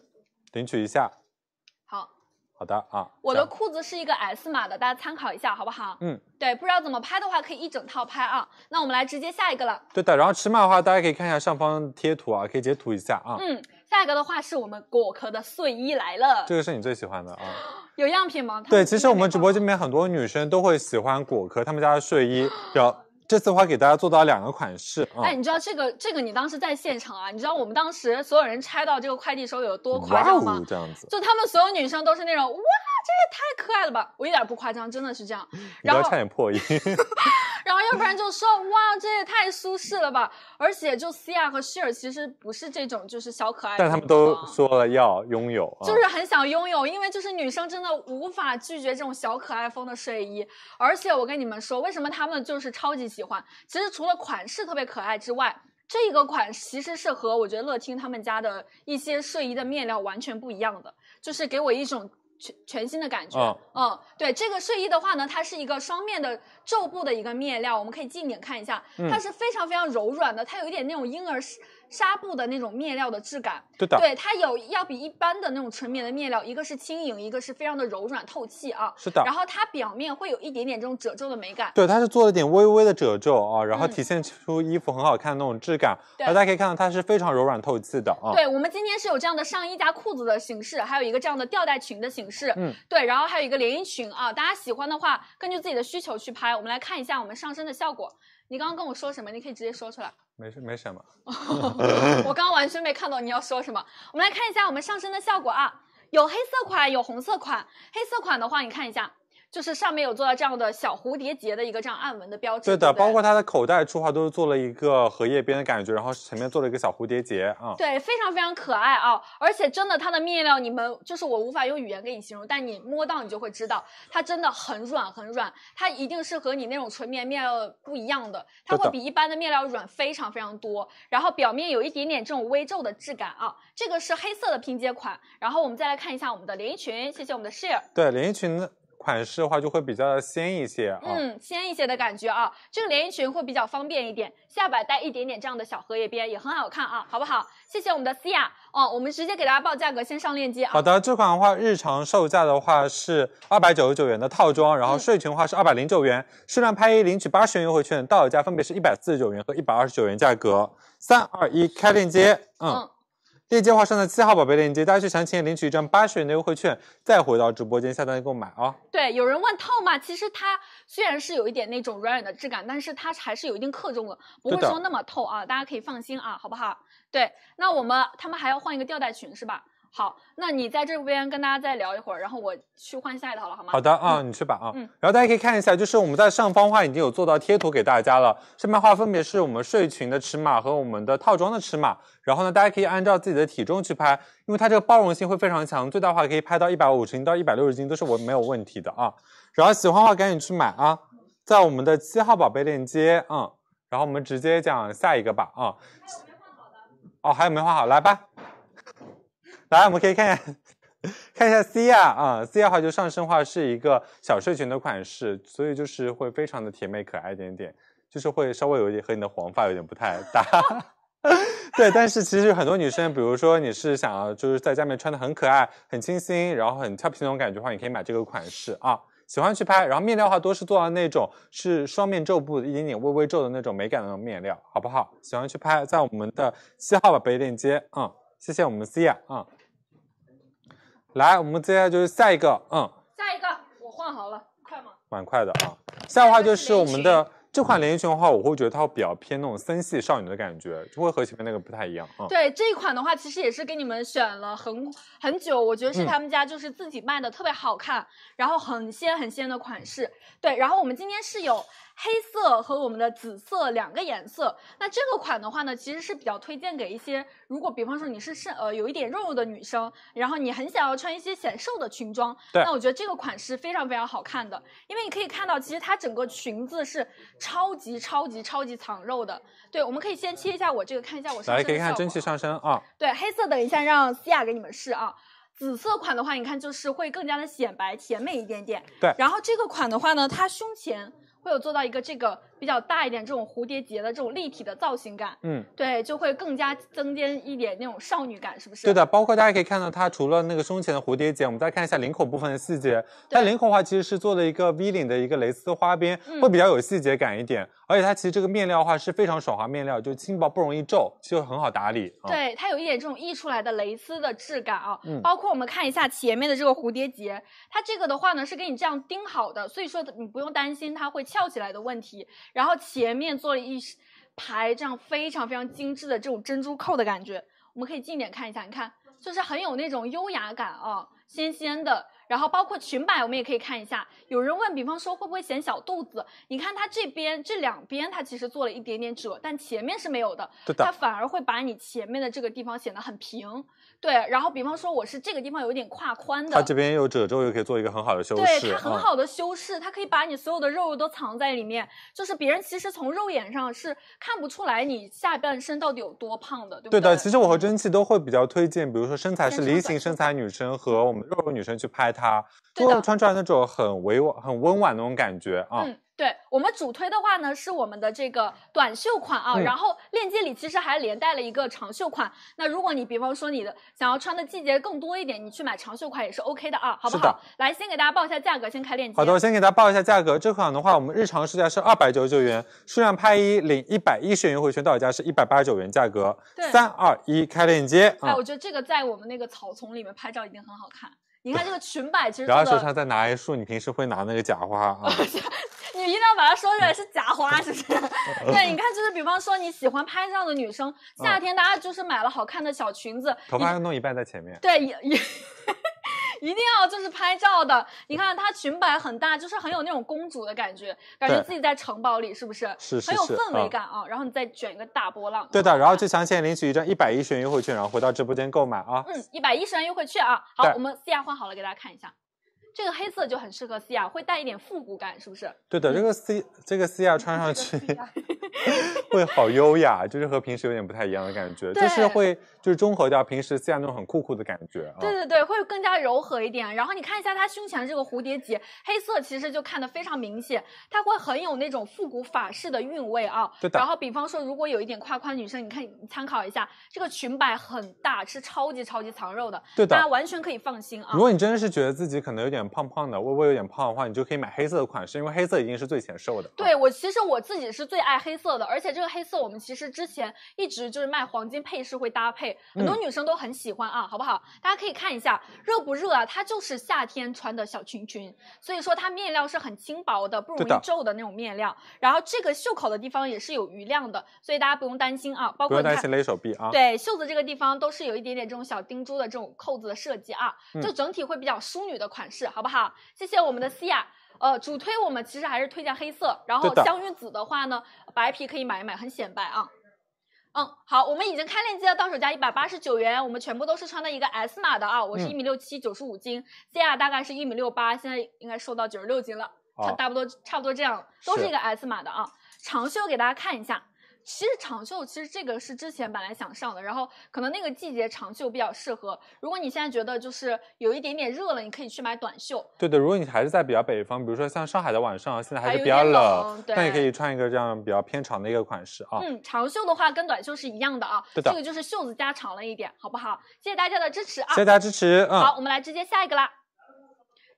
领取一下。好。好的啊，这我的样裤子是一个 S 码的，大家参考一下，好不好？嗯，对，不知道怎么拍的话，可以一整套拍啊。那我们来直接下一个了。对的，然后尺码的话，大家可以看一下上方贴图啊，可以截图一下啊。嗯，下一个的话是我们果壳的睡衣来了，这个是你最喜欢的啊？有样品吗？他们 对，今其实天我没们直播放间里面很多女生都会喜欢果壳他们家的睡 衣，然后这次的话给大家做到两个款式啊。哎，你知道这个这个你当时在现场啊？你知道我们当时所有人拆到这个快递时候有多夸哇张吗哦，？这样子，就她们所有女生都是那种哇，这也太可爱了吧！我一点不夸张，真的是这样。你不然要后差，点破音。然后要不然就说哇，这也太舒适了吧！而且就西亚和希尔其实不是这种就是小可爱的但那种啊，他们都说了要拥有啊，就是很想拥有，因为就是女生真的无法拒绝这种小可爱风的睡衣。而且我跟你们说，为什么她们就是超级喜欢？其实除了款式特别可爱之外，这个款其实是和我觉得乐听他们家的一些睡衣的面料完全不一样的，就是给我一种。全全新的感觉。嗯嗯，对，这个睡衣的话呢，它是一个双面的皱布的一个面料，我们可以近一点看一下，嗯它是非常非常柔软的，它有一点那种婴儿纱纱布的那种面料的质感。对的，对，它有要比一般的那种纯棉的面料，一个是轻盈，一个是非常的柔软透气啊。是的然。后它表面会有一点点这种褶皱的美感。对，它是做了点微微的褶皱啊，然后嗯体现出衣服很好看的那种质感。对然后大家可以看到它是非常柔软透气的啊。对，我们今天是有这样的上衣加裤子的形式，还有一个这样的吊带裙的形式，嗯，对，然后还有一个连衣裙啊，大家喜欢的话，根据自己的需求去拍。我们来看一下我们上身的效果。你刚刚跟我说什么？你可以直接说出来，没事没什么。我刚刚完全没看懂你要说什么。我们来看一下我们上身的效果啊，有黑色款，有红色款。黑色款的话，你看一下，就是上面有做到这样的小蝴蝶结的一个这样暗纹的标志，对的，不包括它的口袋处的话都是做了一个荷叶边的感觉，然后前面做了一个小蝴蝶结啊。对，非常非常可爱啊！而且真的，它的面料你们就是我无法用语言给你形容，但你摸到你就会知道，它真的很软很软，它一定是和你那种纯棉面料不一样的，它对会的比一般的面料软非常非常多，然后表面有一点点这种微皱的质感啊。这个是黑色的拼接款，然后我们再来看一下我们的连衣裙，谢谢我们的 share。对连衣裙的款式的话就会比较鲜一些啊。嗯，鲜一些的感觉啊，这个连衣裙会比较方便一点，下摆带一点点这样的小荷叶边也很好看啊，好不好？谢谢我们的思雅哦，我们直接给大家报价格，先上链接啊好。的，这款的话，日常售价的话是二百九十九元的套装，然后嗯睡裙的话是二百零九元，适量拍一领取八十元优惠券，到手价分别是一百四十九元和一百二十九元价格。三二一，开链接，嗯。嗯链接的话上在七号宝贝链接，大家去详情页领取一张八十元的优惠券，再回到直播间下单购买啊。对，有人问透嘛？其实它虽然是有一点那种软软的质感，但是它还是有一定克重的，不会对的说那么透啊，大家可以放心啊，好不好？对，那我们他们还要换一个吊带裙是吧？好，那你在这边跟大家再聊一会儿，然后我去换下一套了，好吗？好的啊，你去吧啊。嗯然后大家可以看一下，就是我们在上方的话已经有做到贴图给大家了，上面的话分别是我们睡裙的尺码和我们的套装的尺码。然后呢，大家可以按照自己的体重去拍，因为它这个包容性会非常强，最大化可以拍到一百五十斤到一百六十斤都是我没有问题的啊。然后喜欢的话赶紧去买啊，在我们的七号宝贝链接，嗯。然后我们直接讲下一个吧啊。哦，还有没画好，来吧。来，我们可以看一下。看一下 C 亚啊，C 亚话就上身话是一个小睡裙的款式，所以就是会非常的甜美可爱一点点，就是会稍微有一点和你的黄发有点不太搭。 对，但是其实很多女生，比如说你是想要就是在家里面穿的很可爱、很清新，然后很俏皮那种感觉的话，你可以买这个款式啊。喜欢去拍，然后面料的话多是做到那种是双面皱布，一点点微微皱的那种美感的那种面料，好不好？喜欢去拍，在我们的七号宝贝链接，嗯，谢谢我们 C 亚，嗯。来，我们接下来就是下一个，嗯，下一个我换好了，快吗？蛮快的啊。下一个话就是我们的这款连衣裙的话，我会觉得它会比较偏那种森系少女的感觉，就会和前面那个不太一样啊。对这一款的话，其实也是给你们选了很很久，我觉得是嗯他们家就是自己卖的特别好看，然后很鲜很鲜的款式。对，然后我们今天是有黑色和我们的紫色两个颜色。那这个款的话呢，其实是比较推荐给一些，如果比方说你是身呃有一点肉肉的女生，然后你很想要穿一些显瘦的裙装，对那我觉得这个款式非常非常好看的，因为你可以看到，其实它整个裙子是超级超级超级藏肉的。对，我们可以先切一下我这个，看一下我上大身家可以的看效蒸果汽啊上身啊，对，黑色等一下让西亚给你们试啊。紫色款的话，你看就是会更加的显白甜美一点点。对然后这个款的话呢，它胸前会有做到一个这个比较大一点这种蝴蝶结的这种立体的造型感，嗯，对，就会更加增添一点那种少女感，是不是？对的，包括大家可以看到，它除了那个胸前的蝴蝶结，我们再看一下领口部分的细节。它对领口的话其实是做了一个 V 领的一个蕾丝花边，嗯会比较有细节感一点。而且它其实这个面料的话是非常爽滑面料，就轻薄不容易皱，就很好打理。啊、对，它有一点这种溢出来的蕾丝的质感啊。嗯包括我们看一下前面的这个蝴蝶结，它这个的话呢是给你这样钉好的，所以说你不用担心它会翘起来的问题。然后前面做了一排这样非常非常精致的这种珍珠扣的感觉，我们可以近点看一下，你看就是很有那种优雅感啊，仙仙的。然后包括裙摆，我们也可以看一下。有人问，比方说会不会显小肚子？你看它这边这两边，它其实做了一点点褶，但前面是没有的。对它的，反而会把你前面的这个地方显得很平。对，然后比方说我是这个地方有一点胯宽它的，这边有褶皱，又可以做一个很好的修饰。对它很啊好的修饰，它可以把你所有的肉肉都藏在里面，就是别人其实从肉眼上是看不出来你下半身到底有多胖的，对不对对？的，其实我和蒸汽都会比较推荐，比如说身材是身梨材形短身材女生和我们肉肉女生去拍它，对就的会穿出来那种很委婉、很温婉的那种感觉啊。嗯，对我们主推的话呢，是我们的这个短袖款啊，嗯然后链接里其实还连带了一个长袖款。那如果你比方说你的想要穿的季节更多一点，你去买长袖款也是 OK 的啊，好不是的好？来，先给大家报一下价格，先开链接。好的，我先给大家报一下价格。这款的话，我们日常市价是二百九十九元，数量拍一领一百一十元优惠券，到手价是一百八十九元，价格对三二一开链接哎，啊我！觉得这个在我们那个草丛里面拍照一定很好看。你看这个裙摆，其实然后手做上的，再拿一束你平时会拿那个假花 啊，你一定要把它说出嗯来是假花，是不 是？对，你看，就是比方说你喜欢拍照的女生，夏嗯天大家就是买了好看的小裙子，头一发要弄一半在前面。对，也 也一定要就是拍照的。你看她裙摆很大，就是很有那种公主的感觉，感觉对自己在城堡里，是不是？是是很有是氛围嗯感啊。然后你再卷一个大波浪。啊对的， 然后去详情领取一张一百一十元优惠券，然后回到直播间购买啊。嗯，一百一十元优惠券啊。好对，我们西亚换好了，给大家看一下。这个黑色就很适合西亚，会带一点复古感，是不是？对的，这个 C 这个 C 亚穿上去嗯这个啊 会好优雅，就是和平时有点不太一样的感觉，对就是会就是中和掉平时 C 亚那种很酷酷的感觉啊。对对对，会更加柔和一点。然后你看一下她胸前这个蝴蝶结，黑色其实就看得非常明显，它会很有那种复古法式的韵味啊。对的然后比方说，如果有一点胯宽的女生，你看你参考一下，这个裙摆很大，是超级超级藏肉的，对的大家完全可以放心啊如。果你真的是觉得自己可能有点胖胖的，微微有点胖的话，你就可以买黑色的款式，因为黑色一定是最显瘦的。啊对我其实我自己是最爱黑色的，而且这个黑色我们其实之前一直就是卖黄金配饰会搭配，很嗯多女生都很喜欢啊，好不好？大家可以看一下热不热啊？它就是夏天穿的小裙裙，所以说它面料是很轻薄的，不容对的易皱的那种面料。然后这个袖口的地方也是有余量的，所以大家不用担心啊。包不括用你看担心勒手臂啊。对，袖子这个地方都是有一点点这种小钉珠的这种扣子的设计啊，嗯就整体会比较淑女的款式，好不好？谢谢我们的西亚。呃，主推我们其实还是推荐黑色，然后对的香芋紫的话呢，白皮可以买一买，很显白啊。嗯，好，我们已经开链接了，到手价一百八十九元，我们全部都是穿的一个 S 码的啊，我是嗯一米六七，九十五斤西亚大概是一米六八，现在应该瘦到九十六斤了。差啊，差不多差不多这样，都是是一个 S 码的啊。长袖给大家看一下，其实长袖其实这个是之前本来想上的，然后可能那个季节长袖比较适合。如果你现在觉得就是有一点点热了，你可以去买短袖。对的，如果你还是在比较北方，比如说像上海的晚上，现在还还是有比较点冷，冷对那你可以穿一个这样比较偏长的一个款式啊。嗯，长袖的话跟短袖是一样的啊，对的这个就是袖子加长了一点，好不好？谢谢大家的支持啊！谢谢大家支持，好，嗯，我们来直接下一个啦。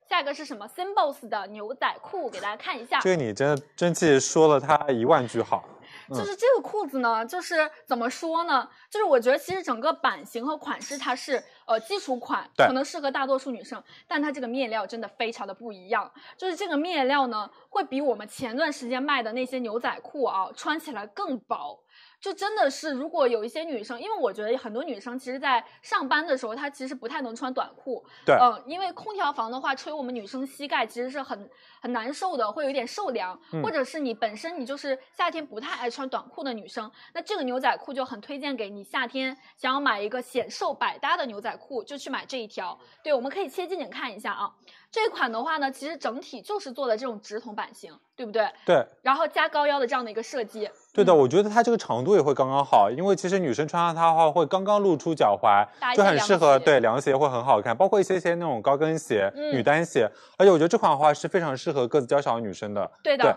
下一个是什么？Symbols 的牛仔裤，给大家看一下。这个你真的真气说了他一万句好，嗯就是这个裤子呢，就是怎么说呢？就是我觉得其实整个版型和款式它是呃基础款，对可能适合大多数女生，但它这个面料真的非常的不一样。就是这个面料呢，会比我们前段时间卖的那些牛仔裤啊，穿起来更薄。就真的是，如果有一些女生，因为我觉得很多女生其实，在上班的时候，她其实不太能穿短裤， 对嗯、因为空调房的话，吹我们女生膝盖其实是很很难受的，会有一点受凉，嗯或者是你本身你就是夏天不太爱穿短裤的女生，那这个牛仔裤就很推荐给你夏天想要买一个显瘦百搭的牛仔裤，就去买这一条。对，我们可以切近点看一下啊，这一款的话呢，其实整体就是做的这种直筒版型，对不对？对。然后加高腰的这样的一个设计，对的，我觉得它这个长度也会刚刚好，因为其实女生穿上它的话会刚刚露出脚踝搭一，就些很适合凉鞋对凉鞋会很好看，包括一些些那种高跟鞋、嗯女单鞋，而且我觉得这款的话是非常适合个子娇小的女生的。对的。对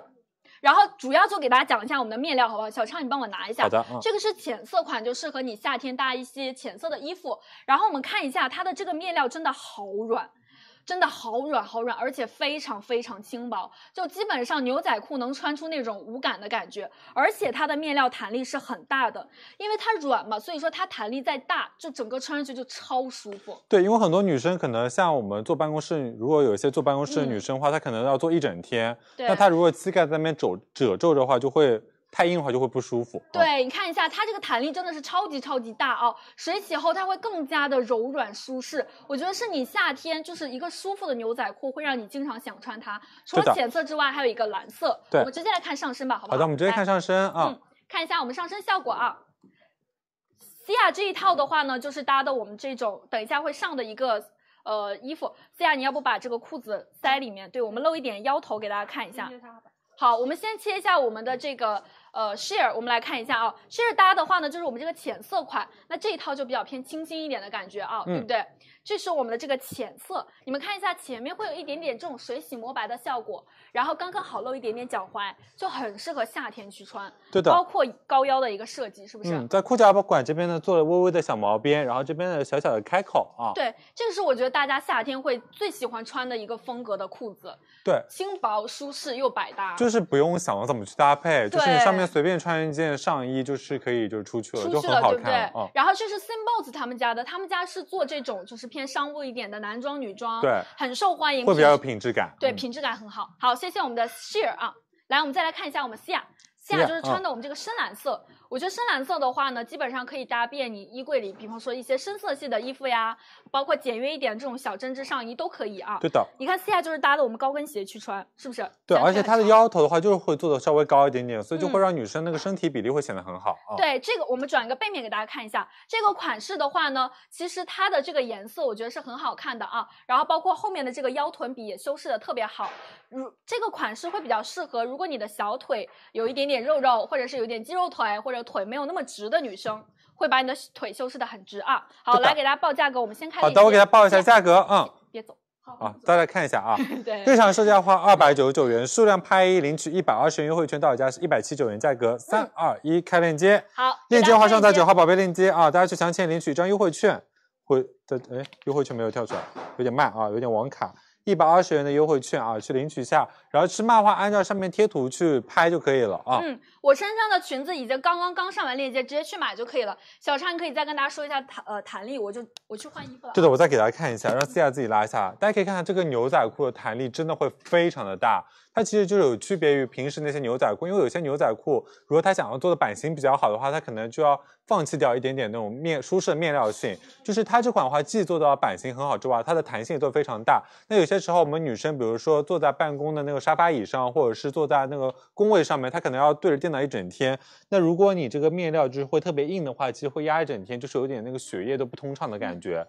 然后主要就给大家讲一下我们的面料，好不好？小畅，你帮我拿一下。好的，嗯，这个是浅色款，就适合你夏天搭一些浅色的衣服。然后我们看一下它的这个面料，真的好软，真的好软好软，而且非常非常轻薄，就基本上牛仔裤能穿出那种无感的感觉。而且它的面料弹力是很大的，因为它软嘛，所以说它弹力再大，就整个穿上去就超舒服。对，因为很多女生可能像我们坐办公室，如果有一些坐办公室的女嗯生的话，她可能要坐一整天，对，那她如果膝盖在那边褶褶皱的话，就会太硬的话就会不舒服。啊，对，你看一下，它这个弹力真的是超级超级大啊！水洗后它会更加的柔软舒适，我觉得是你夏天就是一个舒服的牛仔裤，会让你经常想穿它。除对的了浅色之外，还有一个蓝色。对我们直接来看上身吧，好不好？好的，我们直接来看上身啊嗯，看一下我们上身效果啊。西亚这一套的话呢，就是搭的我们这种等一下会上的一个呃衣服。西亚，你要不把这个裤子塞里面，对我们露一点腰头给大家看一下。好，我们先切一下我们的这个呃 sheer，我们来看一下啊，sheer 搭的话呢，就是我们这个浅色款，那这一套就比较偏清新一点的感觉啊，对嗯不对？这是我们的这个浅色，你们看一下前面会有一点点这种水洗磨白的效果，然后刚刚好露一点点脚踝，就很适合夏天去穿，对的，嗯包括啊高腰的一个设计，是不是？嗯，在裤脚管这边呢做了微微的小毛边，然后这边的小小的开口啊，对，这个是我觉得大家夏天会最喜欢穿的一个风格的裤子，对轻薄舒适又百搭，就是不用想怎么去搭配，就是你上对面随便穿一件上衣，就是可以就出去了，出就去很好对不对看啊、？嗯然后这是 Simbols 他们家的，他们家是做这种就是偏商务一点的男装、女装，，对，很受欢迎，会比较有质品质感。对，嗯品质感很好。好，谢谢我们的 Sheer 啊，来，我们再来看一下我们 Sia。Sia Sia，就是穿的我们这个深蓝色，我觉得深蓝色的话呢，基本上可以搭配你衣柜里，比方说一些深色系的衣服呀，包括简约一点这种小针织上衣都可以啊。对的，你看 Sia 就是搭的我们高跟鞋去穿，是不是？对，这样而且看它的起来腰头的话，就是会做的稍微高一点点，所以就会嗯让女生那个身体比例会显得很好啊。对这个，我们转一个背面给大家看一下。这个款式的话呢，其实它的这个颜色我觉得是很好看的啊，然后包括后面的这个腰臀比也修饰的特别好。如这个款式会比较适合，如果你的小腿有一点点肉肉，或者是有点肌肉腿，或者腿没有那么直的女生，会把你的腿修饰的很直啊。好，对的来给大家报价格，我们先看。好的，我给大家报一下，价格，嗯，别走。好啊，大家看一下啊，对，日常售价花二百九十九元，数量拍一领取一百二十元优惠券，到手价是一百七九元，价格嗯三二一，开链接，好，链接的话上在九号。号宝贝链接啊，大家去详情领取一张优惠券，会的，哎，优惠券没有跳出来，有点慢啊，有点网卡。一百二十元的优惠券啊，去领取一下，然后吃漫画按照上面贴图去拍就可以了啊。嗯，我身上的裙子已经刚刚刚上完链接，直接去买就可以了。小畅，你可以再跟大家说一下弹呃弹力，我就我去换衣服了。对的，我再给大家看一下，让思雅自己拉一下。大家可以看看这个牛仔裤的弹力真的会非常的大，它其实就是有区别于平时那些牛仔裤，因为有些牛仔裤如果它想要做的版型比较好的话，它可能就要放弃掉一点点那种面舒适的面料性。就是它这款的话，既做到版型很好之外，它的弹性也做得非常大。那有些时候我们女生，比如说坐在办公的那个沙发椅上，或者是坐在那个工位上面，她可能要对着电脑一整天。那如果你这个面料就是会特别硬的话，其实会压一整天，就是有点那个血液都不通畅的感觉。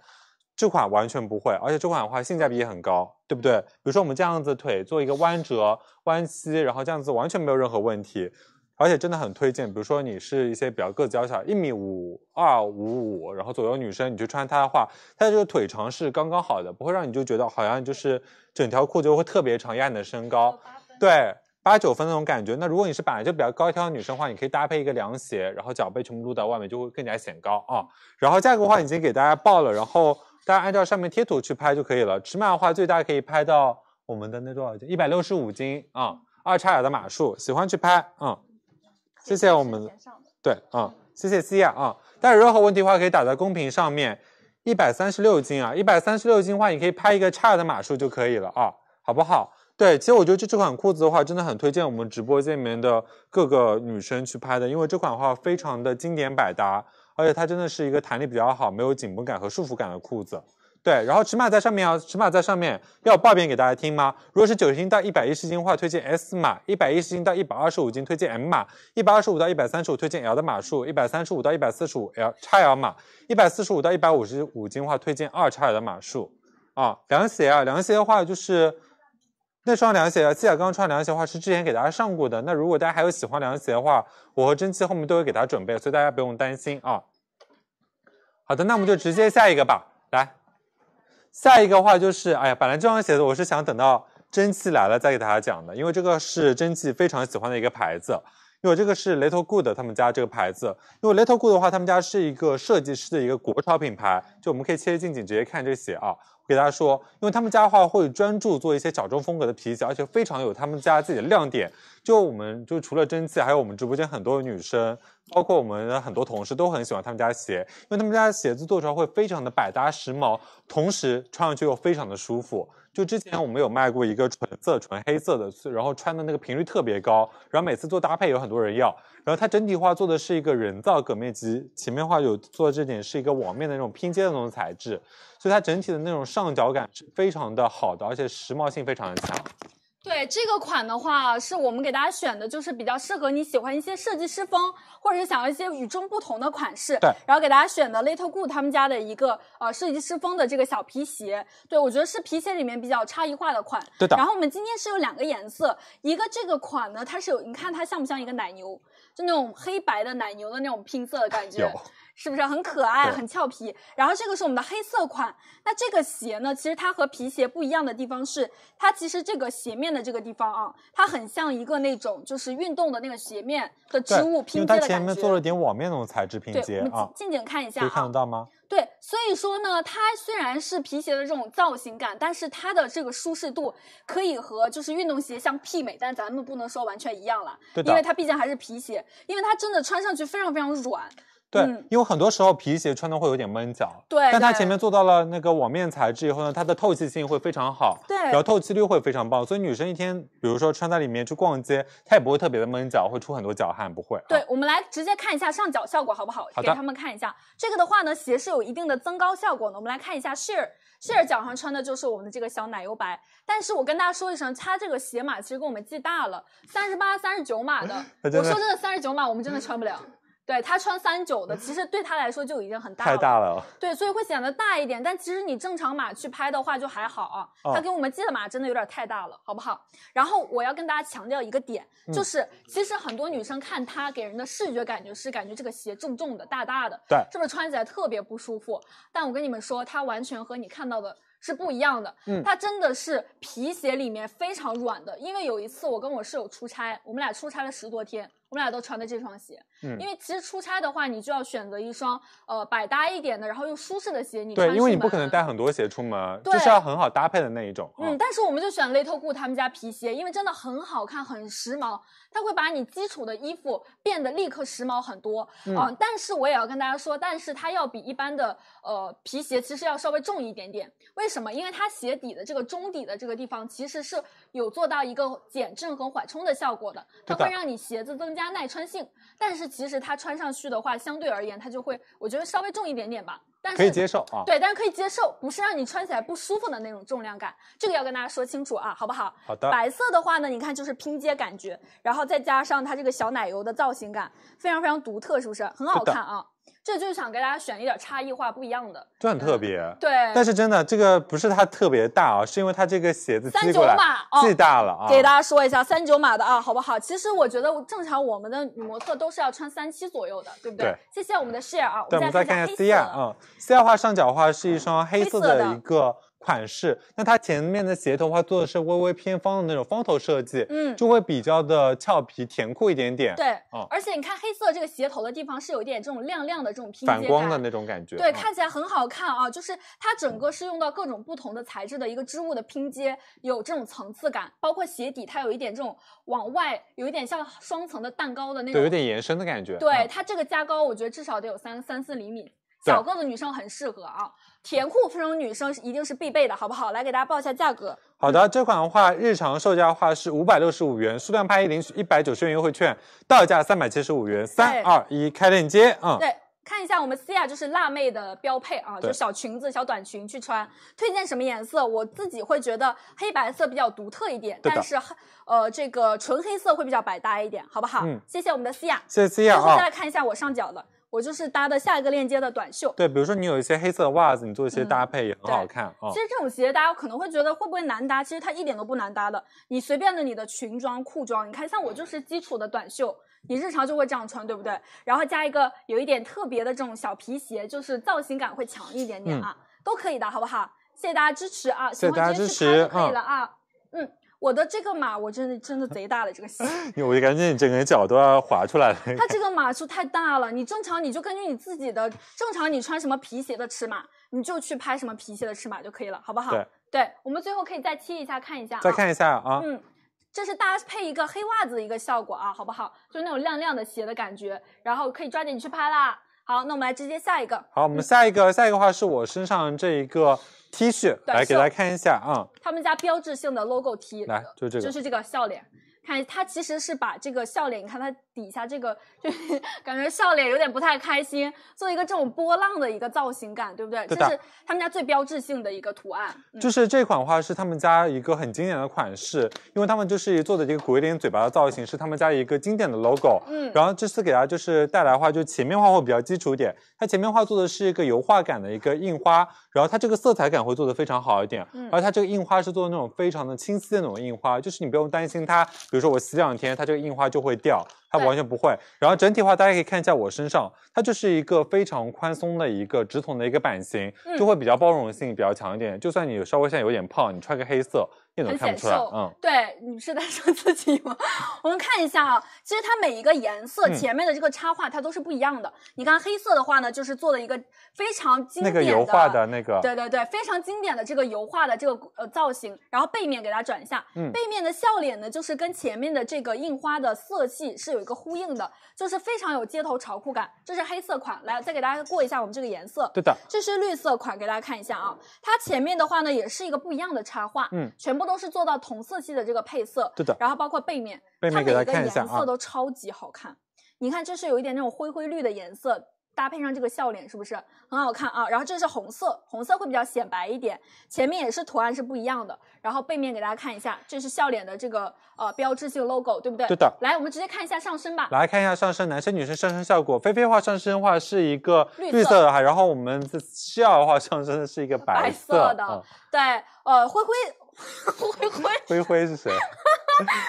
这款完全不会，而且这款的话性价比也很高，对不对？比如说我们这样子腿做一个弯折、弯膝，然后这样子完全没有任何问题，而且真的很推荐。比如说你是一些比较个子较小，一米五二、五五，然后左右女生，你去穿它的话，它的这个腿长是刚刚好的，不会让你就觉得好像就是整条裤子会特别长压你的身高。对，八九分那种感觉。那如果你是本来就比较高挑的女生的话，你可以搭配一个凉鞋，然后脚背全部露到外面，就会更加显高啊。然后价格的话已经给大家报了，然后大家按照上面贴图去拍就可以了。尺码的话最大可以拍到我们的那多少斤？一百六十五斤啊，二叉 L 的码数，喜欢去拍啊、谢谢我们的。对啊、谢谢西亚啊。但有任何问题的话，可以打在公屏上面。一百三十六斤啊，一百三十六斤的话，你可以拍一个差的码数就可以了啊，好不好？对，其实我觉得这这款裤子的话，真的很推荐我们直播间里面的各个女生去拍的，因为这款的话非常的经典百搭，而且它真的是一个弹力比较好、没有紧绷感和束缚感的裤子。对，然后尺码在上面啊，尺码在上面，要我报遍给大家听吗？如果是九十斤到一百一十斤的话，推荐 S 码；一百一十斤到一百二十五斤推荐 M 码；一百二十五到一百三十五推荐 L 的码数；一百三十五到一百四十五 L 叉 L 码；一百四十五到一百五十五斤的话，推荐二叉 L 的码数。啊，凉鞋啊，凉鞋的话就是那双凉鞋啊，季雅刚刚穿凉鞋的话是之前给大家上过的。那如果大家还有喜欢凉鞋的话，我和蒸汽后面都有给大家准备，所以大家不用担心啊。好的，那我们就直接下一个吧，来，下一个的话就是，哎呀，本来这双鞋子我是想等到蒸汽来了再给大家讲的，因为这个是蒸汽非常喜欢的一个牌子。因为这个是 Little Good 他们家这个牌子，因为 Little Good 的话，他们家是一个设计师的一个国潮品牌，就我们可以切近景直接看这个鞋啊。我给大家说，因为他们家的话会专注做一些小众风格的皮鞋，而且非常有他们家自己的亮点。就我们就除了蒸汽，还有我们直播间很多女生，包括我们的很多同事都很喜欢他们家鞋，因为他们家的鞋子做出来会非常的百搭时髦，同时穿上去又非常的舒服。就之前我们有卖过一个纯色、纯黑色的，然后穿的那个频率特别高，然后每次做搭配有很多人要。然后它整体话做的是一个人造革面机，前面话有做这点是一个网面的那种拼接的那种材质，所以它整体的那种上脚感是非常的好的，而且时髦性非常的强。对这个款的话，是我们给大家选的，就是比较适合你喜欢一些设计师风，或者是想要一些与众不同的款式。对然后给大家选的 Little Good 他们家的一个呃设计师风的这个小皮鞋，对我觉得是皮鞋里面比较差异化的款。对的然后我们今天是有两个颜色，一个这个款呢，它是有，你看它像不像一个奶牛？就那种黑白的奶牛的那种拼色的感觉有，是不是很可爱、对很俏皮？然后这个是我们的黑色款，那这个鞋呢，其实它和皮鞋不一样的地方是，它其实这个鞋面的这个地方啊，它很像一个那种就是运动的那个鞋面的织对，物因拼为它接的前感面觉。做了点网面那种材质拼对，接我们啊，近近景看一下可以看啊得。到吗？对，所以说呢，它虽然是皮鞋的这种造型感，但是它的这个舒适度可以和就是运动鞋相媲美，但咱们不能说完全一样了，对的因为它毕竟还是皮鞋，因为它真的穿上去非常非常软。对嗯，因为很多时候皮鞋穿的会有点闷脚，对但它对前面做到了那个网面材质以后呢，它的透气性会非常好，对然后透气率会非常棒，所以女生一天，比如说穿在里面去逛街，它也不会特别的闷脚，会出很多脚汗，不会。对啊，我们来直接看一下上脚效果好不好？好的。给他们看一下。这个的话呢，鞋是有一定的增高效果的。我们来看一下 Sheer。Sheer 脚上穿的就是我们的这个小奶油白，但是我跟大家说一声，它这个鞋码其实跟我们记大了，三十八、三十九码的它我嗯真的嗯说真的，三十九码我们真的穿不了。对他穿三九的，其实对他来说就已经很大了。太大了， 对，所以会显得大一点，但其实你正常码去拍的话就还好啊。哦它给我们寄的码真的有点太大了，好不好？然后我要跟大家强调一个点，嗯就是、其实很多女生看它给人的视觉感觉是感觉这个鞋重重的、大大的，对是不是穿起来特别不舒服？但我跟你们说，它完全和你看到的。是不一样的，嗯它真的是皮鞋里面非常软的。因为有一次我跟我室友出差，我们俩出差了十多天，我们俩都穿的这双鞋，嗯因，为其实出差的话，你就要选择一双呃百搭一点的，然后又舒适的鞋，你穿对，因为你出不可能门带很多鞋出门，对就是要很好搭配的那一种。啊嗯，但是我们就选 Little Good 他们家皮鞋，因为真的很好看，很时髦，它会把你基础的衣服变得立刻时髦很多。嗯啊但是我也要跟大家说，但是它要比一般的呃皮鞋其实要稍微重一点点。为什么？因为它鞋底的这个中底的这个地方其实是有做到一个减震和缓冲的效果的，它对的会让你鞋子增加耐穿性。但是其实它穿上去的话，相对而言它就会，我觉得稍微重一点点吧。但是可以接受啊。对，但是可以接受，不是让你穿起来不舒服的那种重量感，这个要跟大家说清楚啊，好不好？好的，白色的话呢，你看就是拼接感觉，然后再加上它这个小奶油的造型感，非常非常独特，是不是？很好是的看啊！这就是想给大家选一点差异化、不一样的。嗯就很特别。对，但是真的，这个不是它特别大啊，是因为它这个鞋子寄过来39码哦寄大了啊。给大家说一下三九码的啊，好不好？其实我觉得正常我们的女模特都是要穿三七左右的，对不对？对谢谢我们的 share 啊，对，我们们再再看看一一下下 C 黑色二的嗯嗯，C 二的话上脚的话是一双黑色黑色的的一个款式，那它前面的鞋头的话做的是微微偏方的那种方头设计，嗯就会比较的俏皮甜酷一点点，，对，嗯而且你看黑色这个鞋头的地方是有一点这种亮亮的这种拼接感，反光的那种感觉，对，嗯看起来很好看啊，就是它整个是用到各种不同的材质的一个织物的拼接，有这种层次感，包括鞋底它有一点这种往外，有一点像双层的蛋糕的那种，对有点延伸的感觉，对嗯它这个加高，我觉得至少得有三三四厘米。对小个子女生很适合啊，甜酷这种女生是一定是必备的，好不好？来给大家报一下价格，好的，这款的话日常售价的话是五百六十五元，数量拍一领取一百九十元优惠券，到价三百七十五元，三二一开链接，嗯，对，看一下我们 C 亚就是辣妹的标配啊，就对小裙子、小短裙去穿。推荐什么颜色？我自己会觉得黑白色比较独特一点，对的但是黑呃这个纯黑色会比较百搭一点，好不好？嗯谢谢我们的 C 亚。谢谢 C 最二后再来啊。看一下我上脚的，我就是搭的下一个链接的短袖。对，比如说你有一些黑色的袜子，你做一些搭配也很好嗯对看啊。其实这种鞋大家可能会觉得会不会难搭，其实它一点都不难搭的。你随便的你的裙装、裤装，你看像我就是基础的短袖，你日常就会这样穿，对不对？然后加一个有一点特别的这种小皮鞋，就是造型感会强一点点啊，都可以的，好不好？谢谢大家支持啊！嗯谢谢大家支持喜欢直接去拍就可以了啊。嗯，我的这个码我真的真的贼大了，这个鞋。啊我就感觉你整个脚都要滑出来了。它这个码数太大了，你正常你就根据你自己的正常你穿什么皮鞋的尺码，你就去拍什么皮鞋的尺码就可以了，好不好？对，我们最后可以再切一下看一下、啊，再看一下啊，嗯，这是搭配一个黑袜子的一个效果啊，好不好？就那种亮亮的鞋的感觉，然后可以抓紧去拍啦。好，那我们来直接下一个，好，我们下一个，下一个话是我身上这一个 T 恤，短来给袖大家看一下啊、他们家标志性的 logo T，来就这个就是这个笑脸。看，它其实是把这个笑脸，你看它底下这个，就是 感觉笑脸有点不太开心，做一个这种波浪的一个造型感，对不对？对的这是他们家最标志性的一个图案。嗯就是这款话是他们家一个很经典的款式，因为他们就是做的这个鬼脸嘴巴的造型是他们家一个经典的 logo。 嗯，然后这次给大家就是带来的话，就前面画会比较基础一点，它前面画做的是一个油画感的一个印花，然后它这个色彩感会做的非常好一点，嗯而它这个印花是做的那种非常的清晰的那种印花，就是你不用担心它，比如说我洗两天，它这个印花就会掉。它对完全不会。然后整体的话，大家可以看一下我身上，它就是一个非常宽松的一个直筒的一个版型，嗯就会比较包容性比较强一点。就算你稍微现在有点胖，你穿个黑色，你也能很看不显出来瘦。嗯，对，你是在说自己吗？ 我们看一下啊，其实它每一个颜色嗯前面的这个插画它都是不一样的。你看黑色的话呢，就是做了一个非常经那典个油画的那个，对对对，非常经典的这个油画的这个呃造型，然后背面给它转一下，嗯背面的笑脸呢，就是跟前面的这个印花的色系是有一个呼应的，就是非常有街头潮酷感。这是黑色款，来再给大家过一下我们这个颜色，对的，这是绿色款，给大家看一下啊，它前面的话呢也是一个不一样的插画，嗯，全部都是做到同色系的这个配色，对的然后包括背面，背面给大家看一下它每个颜啊色。都超级好看。你看，这是有一点那种灰灰绿的颜色，搭配上这个笑脸，是不是很好看啊？然后这是红色，红色会比较显白一点，前面也是图案是不一样的。然后背面给大家看一下，这是笑脸的这个呃标志性 logo，对不对？对的来，我们直接看一下上身吧。来看一下上身，男生女生上身效果。菲菲画上身的话是一个绿绿色色的哈，然后我们这笑画上身的是一个白色色的对，呃，灰 灰灰灰嗯、灰灰是 谁？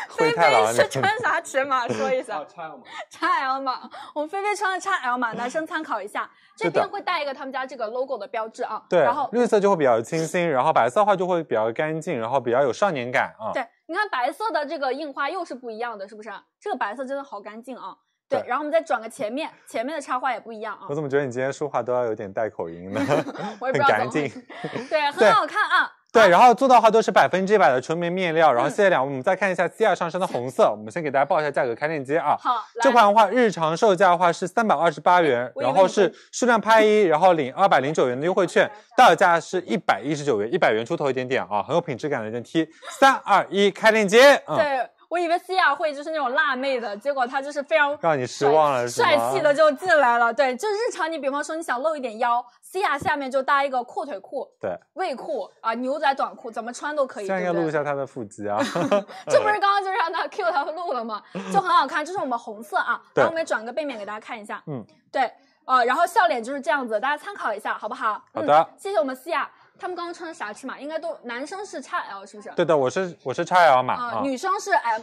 灰菲太狼啊菲是穿啥尺码？说一下，拆了吗？叉 L 码，我们菲菲穿的叉 L 码，男生参考一下。这是的边会带一个他们家这个 logo 的标志啊， 对然后，绿色就会比较清新，然后白色的话就会比较干净，然后比较有少年感啊。对，你看白色的这个印花又是不一样的，是不是？这个白色真的好干净啊。对，对然后我们再转个前面，前面的插画也不一样啊我，怎么觉得你今天说话都要有点带口音呢？ 我也不嗯很知道怎干么回净事。。对，很对好看啊。 对，然后做到的话都是百分之百的纯棉面料。然后嗯谢谢两位，我们再看一下 C 二上身的红色，我们先给大家报一下价格开链接啊。好，来这款的话，日常售价的话是三百二十八元，我以为然后你会是数量拍一，然后领二百零九元的优惠 券，到手价是一百一十九元，一百元出头一点点啊，很有品质感的一件 T。三二一，开链接，嗯，对我以为西亚会就是那种辣妹的，结果她就是非常让你失帅望了是吗？帅气的就进来了。对，就日常你比方说你想露一点腰，西亚下面就搭一个阔腿裤、对，卫裤啊、牛仔短裤，怎么穿都可以。现在应对该不对录一下他的腹肌啊。 这不是刚刚就让他 Q 他录了吗？就很好看，这是我们红色啊，对然后我们也转个背面给大家看一下，嗯，对，呃，然后笑脸就是这样子，大家参考一下，好不好？好的嗯、谢谢我们西亚，他们刚刚穿的啥尺码？应该都男生是 XL 是不是？对的，我是我是 XL 码啊、啊，女生是 M。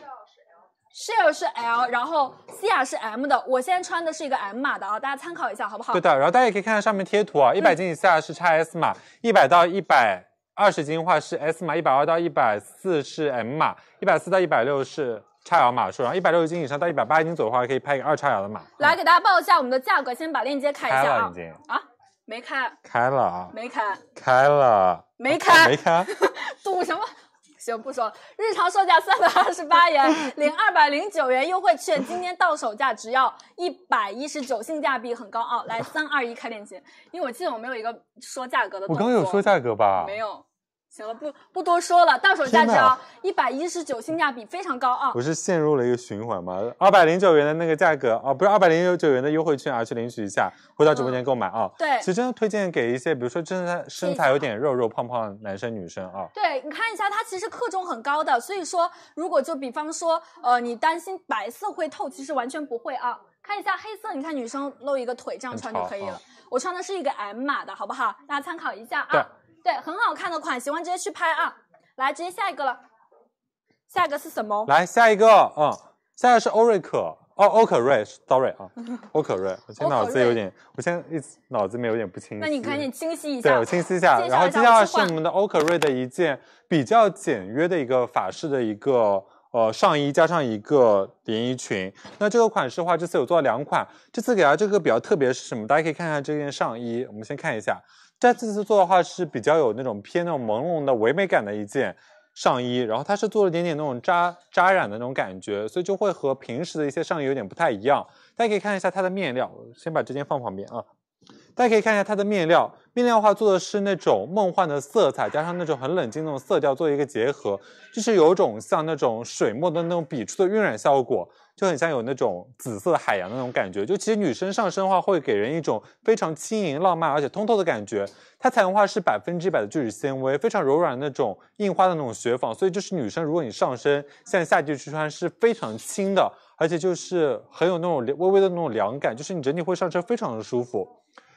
share 是 L，然后西亚是 M 的，我现在穿的是一个 M 码的啊，大家参考一下好不好？嗯对的，然后大家也可以看看上面贴图啊，一百斤以下是 XS 码，一百到一百二十斤的话是 S 码，一百二到一百四是 M 码，一百四到一百六是 XL 码数，然后一百六十斤以上到一百八十斤左右的话可以拍一个二 XL 的码。来给大家报一下我们的价格，先把链接开一开下了啊已，经，没开，开了啊，没开，开了，哦没开，没 开，啊赌什么？行，不说了。日常售价三百二十八元，领二百零九元优惠券，今天到手价只要一百一十九，性价比很高啊！来，三二一，开链接。因为我记得我们有一个说价格的我动作，刚刚有说价格吧？没。有。啊行了，不不多说了，到手价天只哪要一百一十九，性价比非常高啊！不是陷入了一个循环吗？二百零九元的那个价格啊，不是二百零九元的优惠券啊，去领取一下，回到直播间购买啊。嗯对其实真的推荐给一些，比如说真的身材有点肉肉胖胖的男生女生啊。对，你看一下，它其实克重很高的，所以说，如果就比方说，呃，你担心白色会透，其实完全不会啊。看一下黑色，你看女生露一个腿这样很穿就潮可以了。啊我穿的是一个 M 码的，好不好？大家参考一下对啊。对，很好看的款，喜欢直接去拍啊。来，直接下一个了。下一个是什么？来下一个，嗯，下一个是欧瑞可，哦，欧可瑞，sorry 啊，欧可瑞，我现在脑子有点，我现在一直脑子里面有点不清晰。那你赶紧清晰一对，下我。清晰一下。介绍一下然后接下我来去是换我们的欧可瑞的一件比较简约的一个法式的一个呃上衣，加上一个连衣裙。那这个款式的话，这次有做两款，这次给大家这个比较特别是什么？大家可以看看这件上衣，我们先看一下。在这次做的话是比较有那种偏那种朦胧的唯美感的一件上衣，然后它是做了一点点那种扎扎染的那种感觉，所以就会和平时的一些上衣有点不太一样。大家可以看一下它的面料，我先把这件放旁边啊。大家可以看一下它的面料，面料的话做的是那种梦幻的色彩，加上那种很冷静的那种色调做一个结合，就是有种像那种水墨的那种笔触的晕染效果，就很像有那种紫色的海洋的那种感觉。就其实女生上身的话，会给人一种非常轻盈、浪漫而且通透的感觉。它采用的话是百分之百的聚酯纤维，非常柔软的那种印花的那种雪纺，所以就是女生如果你上身，现在夏季去穿是非常轻的，而且就是很有那种微微的那种凉感，就是你整体会上身非常的舒服。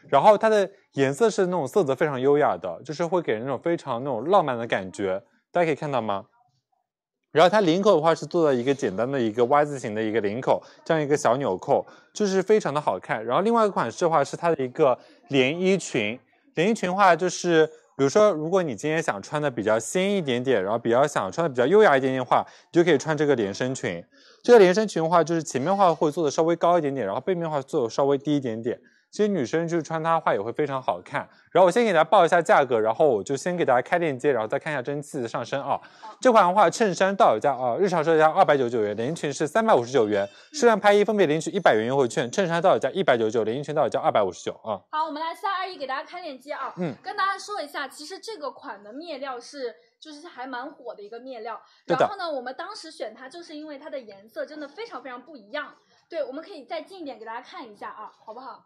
然后它的颜色是那种色泽非常优雅的，就是会给人那种非常那种浪漫的感觉。大家可以看到吗？然后它领口的话是做了一个简单的一个 Y 字形的一个领口，这样一个小纽扣，就是非常的好看。然后另外一个款式的话是它的一个连衣裙，连衣裙的话就是，比如说如果你今天想穿的比较仙一点点，然后比较想穿的比较优雅一点点的话，你就可以穿这个连身裙。这个连身裙的话，就是前面的话会做的稍微高一点点，然后背面的话做的稍微低一点点。其实女生就是穿它的话也会非常好看。然后我先给大家报一下价格，然后我就先给大家开链接，然后再看一下真气的上身啊。这款的话，衬衫到手价啊，日常售价二百九十九元，连衣裙是三百五十九元，数量拍一分别领取一百元优惠券，衬衫到手价一百九十九，连衣裙到手价二百五十九啊。好，我们来三二一给大家开链接啊。嗯，跟大家说一下，其实这个款的面料是就是还蛮火的一个面料。对的然后呢，我们当时选它就是因为它的颜色真的非常非常不一样。对，我们可以再近一点给大家看一下啊，好不好？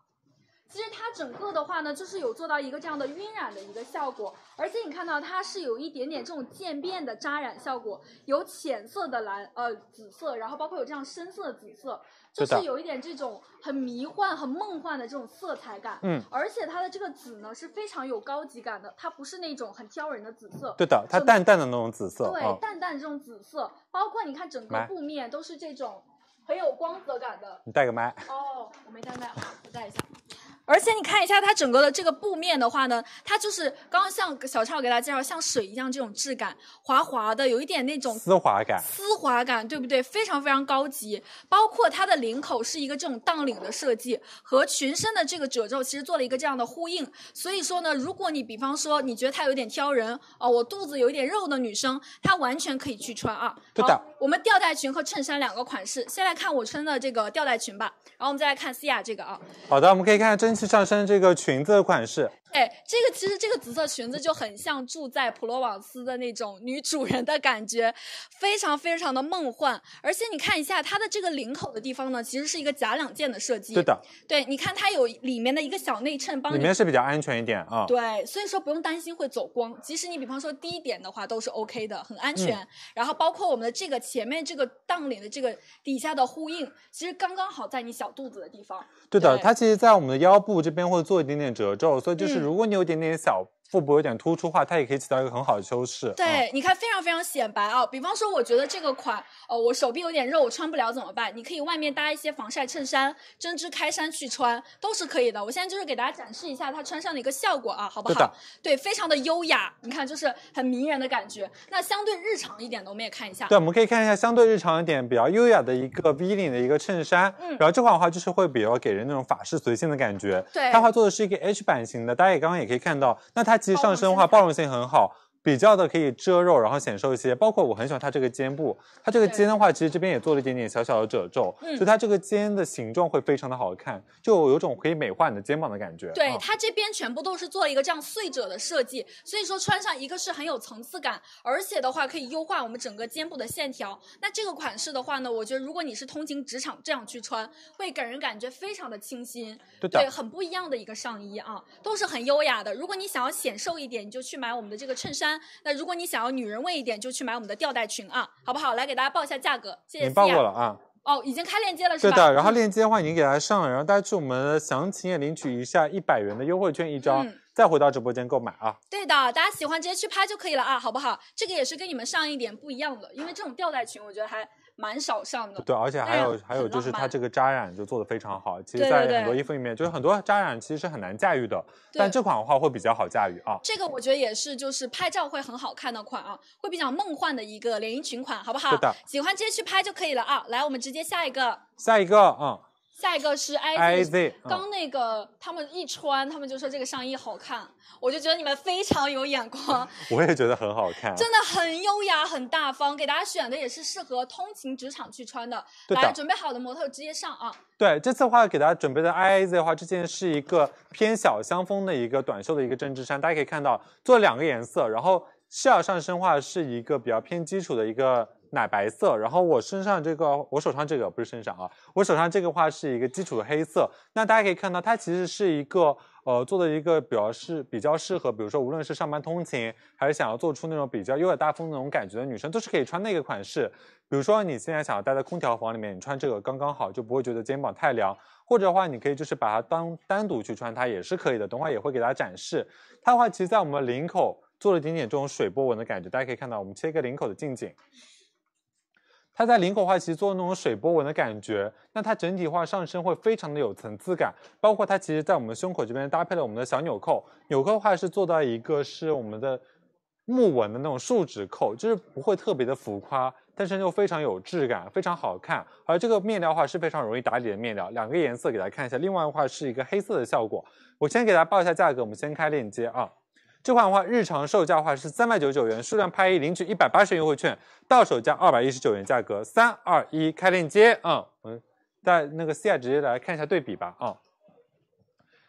其实它整个的话呢，就是有做到一个这样的晕染的一个效果，而且你看到它是有一点点这种渐变的扎染效果，有浅色的蓝呃紫色，然后包括有这样深色的紫色，就对的是有一点这种很迷幻、很梦幻的这种色彩感。嗯，而且它的这个紫呢是非常有高级感的，它不是那种很挑人的紫色。对的，它整淡淡的那种紫色对啊，，淡淡这种紫色，包括你看整个来布面都是这种很有光泽感的。你带个麦。哦，我没带麦，我带一下。而且你看一下它整个的这个布面的话呢，它就是刚刚像小畅给大家介绍，像水一样这种质感，滑滑的，有一点那种丝滑感，丝滑感，对不对？非常非常高级。包括它的领口是一个这种荡领的设计，和裙身的这个褶皱其实做了一个这样的呼应。所以说呢，如果你比方说你觉得它有点挑人哦，我肚子有一点肉的女生，它完全可以去穿啊。对的好，我们吊带裙和衬衫两个款式，先来看我穿的这个吊带裙吧，然后我们再来看思雅这个啊。好的，我们可以看看蒸汽上身这个裙子的款式，哎，这个其实这个紫色裙子就很像住在普罗旺斯的那种女主人的感觉，非常非常的梦幻。而且你看一下它的这个领口的地方呢，其实是一个假两件的设计。对，的，对，你看它有里面的一个小内衬帮里你。面是比较安全一点啊。对，所以说不用担心会走光。即使你比方说低一点的话，都是 OK 的，很安嗯全。然后包括我们的这个前面这个荡领的这个底下的呼应，其实刚刚好在你小肚子的地方。对的，对它其实，在我们的腰部这边会做一点点褶皱，所以就是嗯如果你有一点点小腹部有点突出的话，它也可以起到一个很好的修饰。嗯，对，你看非常非常显白啊。比方说，我觉得这个款，呃，我手臂有点肉，我穿不了怎么办？你可以外面搭一些防晒衬衫、针织开衫去穿，都是可以的。我现在就是给大家展示一下它穿上的一个效果啊，好不对的好？对，非常的优雅，你看就是很迷人的感觉。那相对日常一点的，我们也看一下。对，我们可以看一下相对日常一点、比较优雅的一个 V 领的一个衬衫，嗯然后这款的话就是会比较给人那种法式随性的感觉。对它的话做的是一个 H 版型的，大家也刚刚也可以看到，那它其实包容上身的话性包容性很好。比较的可以遮肉，然后显瘦一些。包括我很喜欢它这个肩部，它这个对肩的话，其实这边也做了一点点小小的褶皱，嗯就它这个肩的形状会非常的好看，就有种可以美化你的肩膀的感觉。对嗯，它这边全部都是做了一个这样碎褶的设计，所以说穿上一个是很有层次感，而且的话可以优化我们整个肩部的线条。那这个款式的话呢，我觉得如果你是通勤职场这样去穿，会给人感觉非常的清新，对的对，很不一样的一个上衣啊，都是很优雅的。如果你想要显瘦一点，你就去买我们的这个衬衫；那如果你想要女人味一点，就去买我们的吊带裙啊，好不好？来给大家报一下价格，谢谢已思雅。经报过了啊。哦，已经开链接了是对吧？嗯的，然后链接的话已经给大家上了，然后大家去我们的详情页领取一下一百元的优惠券一张，嗯再回到直播间购买啊。对的，大家喜欢直接去拍就可以了啊，好不好？这个也是跟你们上一点不一样的，因为这种吊带裙我觉得还蛮少上的。对，而且还哎呀有、还有很就是浪它漫这个扎染就做的非常好，其实对对在对很多衣服里面，就是很多扎染其实是很难驾驭的，对但这款的话会比较好驾驭啊。这个我觉得也是，就是拍照会很好看的款啊，会比较梦幻的一个连衣裙款，好不好？对的喜欢直接去拍就可以了啊。来，我们直接下一个，下一个啊、下一个是嗯、，I I Z。 Z，、嗯、刚那个他们一穿，他们就说这个上衣好看，我就觉得你们非常有眼光，我也觉得很好看。真的很优雅、很大方，给大家选的也是适合通勤职场去穿的。对的来，准备好的模特直接上啊！对，这次的话给大家准备的 I I Z 的话，这件是一个偏小香风的一个短袖的一个针织衫，大家可以看到做两个颜色，然后视角上身的话是一个比较偏基础的一个奶白色，然后我身上这个，我手上这个不是身上啊，我手上这个话是一个基础的黑色，那大家可以看到它其实是一个。呃，做的一个比较适比较适合，比如说无论是上班通勤，还是想要做出那种比较优雅大风那种感觉的女生，都是可以穿那个款式。比如说你现在想要待在空调房里面，你穿这个刚刚好，就不会觉得肩膀太凉。或者的话，你可以就是把它当单独去穿，它也是可以的。等会儿也会给大家展示。它的话，其实在我们领口做了一点点这种水波纹的感觉，大家可以看到，我们切一个领口的近景。它在领口话其实做那种水波纹的感觉，那它整体话上身会非常的有层次感，包括它其实在我们胸口这边搭配了我们的小纽扣，纽扣的话是做到一个是我们的木纹的那种树脂扣，就是不会特别的浮夸，但是又非常有质感，非常好看。而这个面料的话是非常容易打理的面料，两个颜色给大家看一下，另外的话是一个黑色的效果。我先给大家报一下价格，我们先开链接啊。这款的话，日常售价的话是三百九十九元，数量拍一领取一百八十元优惠券，到手价二百一十九元，价格三二一，开链接啊！嗯，在那个 C R 直接来看一下对比吧啊。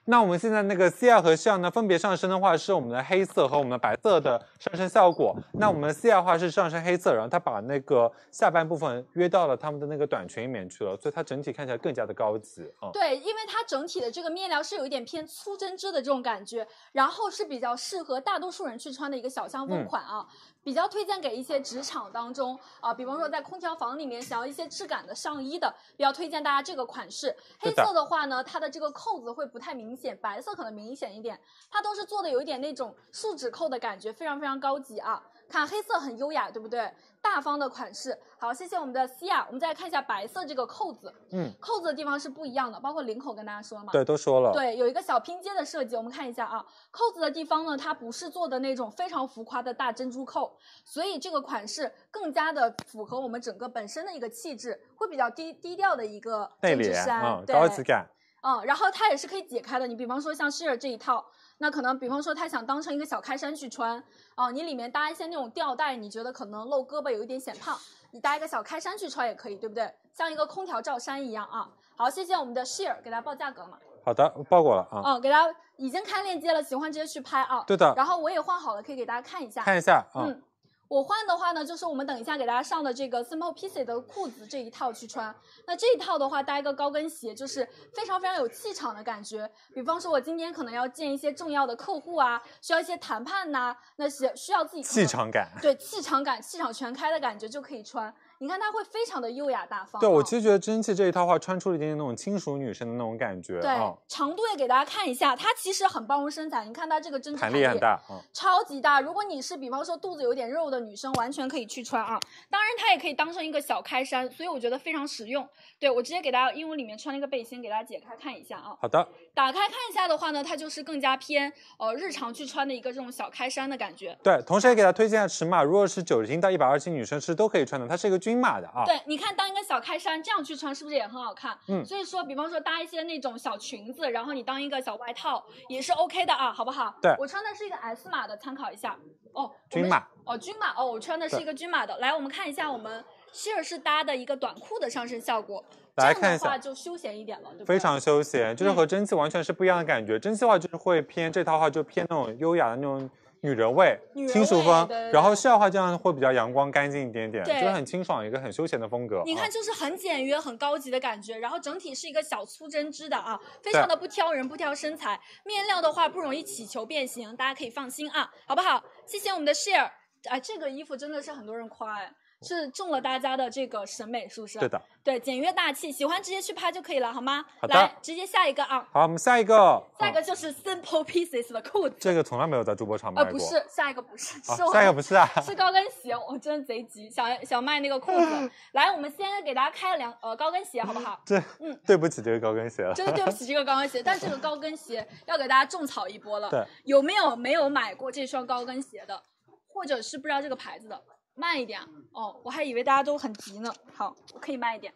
那我们现在那个 C R 和 s h 呢，分别上身的话是我们的黑色和我们的白色的上身效果。那我们 C R 的话是上身黑色，然后它把那个下半部分约到了他们的那个短裙里面去了，所以它整体看起来更加的高级啊。对，因为它整体的这个面料是有一点偏粗针织的这种感觉，然后是比较适合大多数人去穿的一个小香风嗯款啊，比较推荐给一些职场当中啊，比方说在空调房里面想要一些质感的上衣的，比较推荐大家这个款式。黑是的色的话呢，它的这个扣子会不太明显，白色可能明显一点，它都是做的有一点那种树脂扣的感觉，非常非常高级啊。看黑色很优雅，对不对？大方的款式。好，谢谢我们的西亚。我们再来看一下白色这个扣子，嗯，扣子的地方是不一样的，包括领口跟大家说了嘛。对，都说了。对，有一个小拼接的设计，我们看一下啊，扣子的地方呢，它不是做的那种非常浮夸的大珍珠扣，所以这个款式更加的符合我们整个本身的一个气质，会比较低低调的一个内针织敛，衫，嗯，对高级感。嗯，然后它也是可以解开的。你比方说像 s h 这一套，那可能比方说他想当成一个小开衫去穿，哦、你里面搭一些那种吊带，你觉得可能露胳膊有一点显胖，你搭一个小开衫去穿也可以，对不对？像一个空调罩衫一样啊。好，谢谢我们的 s h e 给大家报价格嘛。好的，包裹了啊。嗯，给大家已经开链接了，喜欢直接去拍啊。对的，然后我也换好了，可以给大家看一下。看一下啊，嗯，我换的话呢，就是我们等一下给大家上的这个 Simple PC 的裤子这一套去穿。那这一套的话，搭一个高跟鞋，就是非常非常有气场的感觉。比方说，我今天可能要见一些重要的客户啊，需要一些谈判呐、那些需要自己可气能，场感。对气场感、气场全开的感觉就可以穿。你看它会非常的优雅大方啊。对，我其实觉得蒸汽这一套话穿出了一点点那种轻熟女生的那种感觉对啊，长度也给大家看一下，它其实很包容身材。你看它这个针织弹力很大啊。超级大。如果你是比方说肚子有点肉的女生，完全可以去穿啊。当然，它也可以当成一个小开衫，所以我觉得非常实用。对我直接给大家，因为我里面穿了一个背心，给大家解开看一下啊。好的，打开看一下的话呢，它就是更加偏呃日常去穿的一个这种小开衫的感觉。对，同时也给大家推荐一下尺码，如果是九十斤到一百二十斤女生是都可以穿的，它是一个均码的啊。对，你看当一个小开衫这样去穿，是不是也很好看？嗯所以说，比方说搭一些那种小裙子，然后你当一个小外套也是 OK 的啊，好不好？对我穿的是一个 S 码的，参考一下。哦，我均们码。哦，均码哦，我穿的是一个均码的。来，我们看一下我们 Sheer 是搭的一个短裤的上身效果，来这看样一的话嗯下就休闲一点了，对不对？非常休闲，就是和蒸汽完全是不一样的感觉。蒸汽的话就是会偏这套话就偏那种优雅的那种女人味、女人味轻熟风对对，对然后笑的话这样会比较阳光干净一点点，对就是很清爽一个很休闲的风格。你啊看，就是很简约、很高级的感觉，然后整体是一个小粗针织的啊，非常的不挑人、不挑身材。面料的话不容易起球变形，大家可以放心啊，好不好？谢谢我们的 share 啊，这个衣服真的是很多人夸哎，是中了大家的这个审美，是不是？对的。对，简约大气，喜欢直接去拍就可以了，好吗？好的来，直接下一个啊，好，我们下一个，下一啊个就是 Simple Pieces 的裤子，这个从来没有在主播场卖呃，过。不是，下一个不是，啊是我、下一个不是啊，是高跟鞋，我真的贼急，想想卖那个裤 子。来，我们先给大家开了两呃高跟鞋，好不好？这嗯对不起这个高跟鞋了。真的对不起这个高跟鞋，但这个高跟鞋要给大家种草一波了。对，有没有没有买过这双高跟鞋的，或者是不知道这个牌子的？慢一点啊哦，我还以为大家都很急呢。好，我可以慢一点。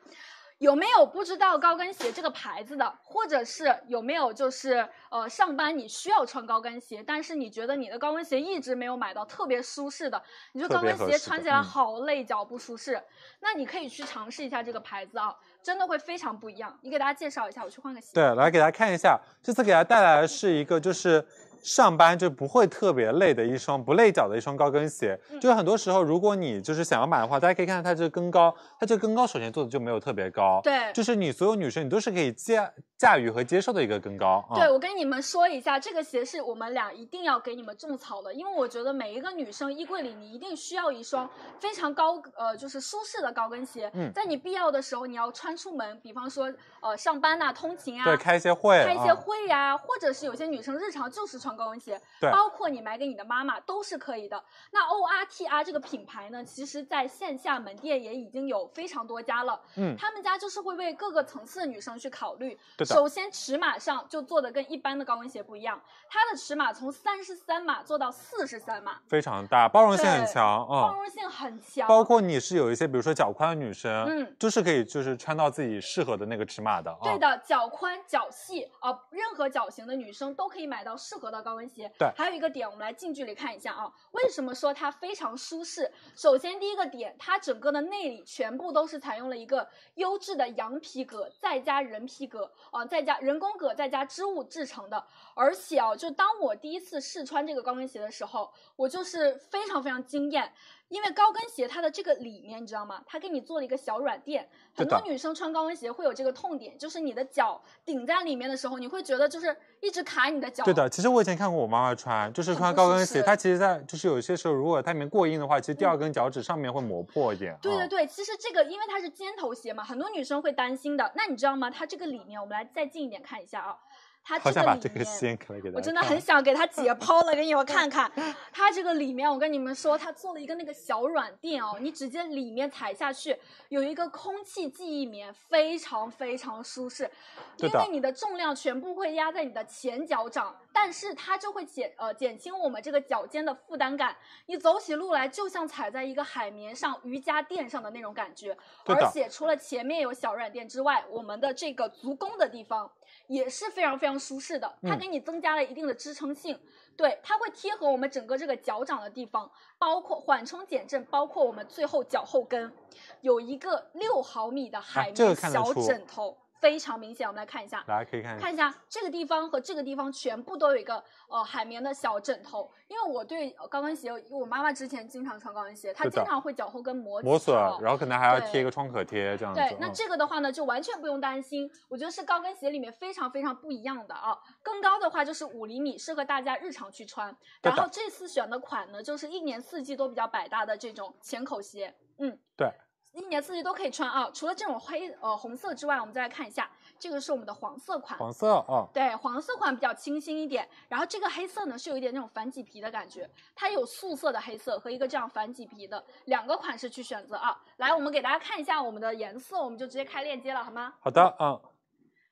有没有不知道高跟鞋这个牌子的，或者是有没有就是呃上班你需要穿高跟鞋，但是你觉得你的高跟鞋一直没有买到特别舒适的，你说特高别跟合鞋适穿的起来嗯好累脚不舒适，那你可以去尝试一下这个牌子啊，真的会非常不一样。你给大家介绍一下，我去换个鞋。对，来给大家看一下，这次给大家带来的是一个就是上班就不会特别累的一双不累脚的一双高跟鞋。嗯就是很多时候，如果你就是想要买的话，大家可以看到它这个跟高，它这个跟高首先做的就没有特别高，，对就是你所有女生你都是可以驾驾驭和接受的一个跟高啊。对，我跟你们说一下，这个鞋是我们俩一定要给你们种草的，因为我觉得每一个女生衣柜里你一定需要一双非常高呃就是舒适的高跟鞋，嗯在你必要的时候你要穿出门，比方说呃上班呐、通勤啊，对，开一些会，开一些啊会呀、或者是有些女生日常就是穿穿高跟鞋，对包括你买给你的妈妈都是可以的。那 O R T R 这个品牌呢，其实在线下门店也已经有非常多家了，嗯，他们家就是会为各个层次的女生去考虑。对的首先尺码上就做的跟一般的高跟鞋不一样，它的尺码从三十三码做到四十三码，非常大，包容性很对强包啊。容性很强。包括你是有一些，比如说脚宽的女生，嗯就是可以就是穿到自己适合的那个尺码的啊。对的，脚宽、脚细啊、呃任何脚型的女生都可以买到适合的高跟鞋。对还有一个点，我们来近距离看一下啊。为什么说它非常舒适？首先第一个点，它整个的内里全部都是采用了一个优质的羊皮革，再加人皮革啊、呃再加人工革，再加织物制成的。而且啊，就当我第一次试穿这个高跟鞋的时候，我就是非常非常惊艳。因为高跟鞋它的这个里面，你知道吗？它给你做了一个小软垫，对很的多女生穿高跟鞋会有这个痛点，就是你的脚顶在里面的时候，你会觉得就是一直卡你的脚。对的，其实我以前看过我妈妈穿，就是很穿不高舒跟鞋，适嗯她其实在就是有些时候，如果它里面过硬的话，其实第二根脚趾上面会磨破一点。对啊对对，其实这个因为它是尖头鞋嘛，很多女生会担心的。那你知道吗？它这个里面，我们来再近一点看一下啊，它好这想个把里这个面，掀开来给大家看。我真的很想给 它解剖了，给你们看看。它这个里面，我跟你们说，它做了一个那个小软垫哦，你直接里面踩下去，有一个空气记忆棉，非常非常舒适。对因的为你的重量全部会压在你的前脚掌，但是它就会减呃减轻我们这个脚尖的负担感。你走起路来就像踩在一个海绵上、瑜伽垫上的那种感觉。对的而且除了前面有小软垫之外，我们的这个足弓的地方也是非常非常舒适的，它嗯给你增加了一定的支撑性。对，它会贴合我们整个这个脚掌的地方，包括缓冲减震，包括我们最后脚后跟，有一个六毫米的海啊这个绵看得小出枕头，非常明显。我们来看一下，大家可以看一下看一下这个地方和这个地方全部都有一个呃海绵的小枕头，因为我对呃高跟鞋，我妈妈之前经常穿高跟鞋，她对的经常会脚后跟磨磨损，哦然后可能还要对贴一个创可贴这样子。对，那嗯这个的话呢，就完全不用担心。我觉得是高跟鞋里面非常非常不一样的啊。更高的话就是五厘米，适合大家日常去穿。对然的后这次选的款呢，就是一年四季都比较百搭的这种浅口鞋。嗯，对。一年四季都可以穿啊，除了这种黑呃红色之外，我们再来看一下，这个是我们的黄色款，黄色哦，对，黄色款比较清新一点，然后这个黑色呢是有一点那种反麂皮的感觉，它有素色的黑色和一个这样反麂皮的两个款式去选择啊。来，我们给大家看一下我们的颜色，我们就直接开链接了，好吗？好的，嗯，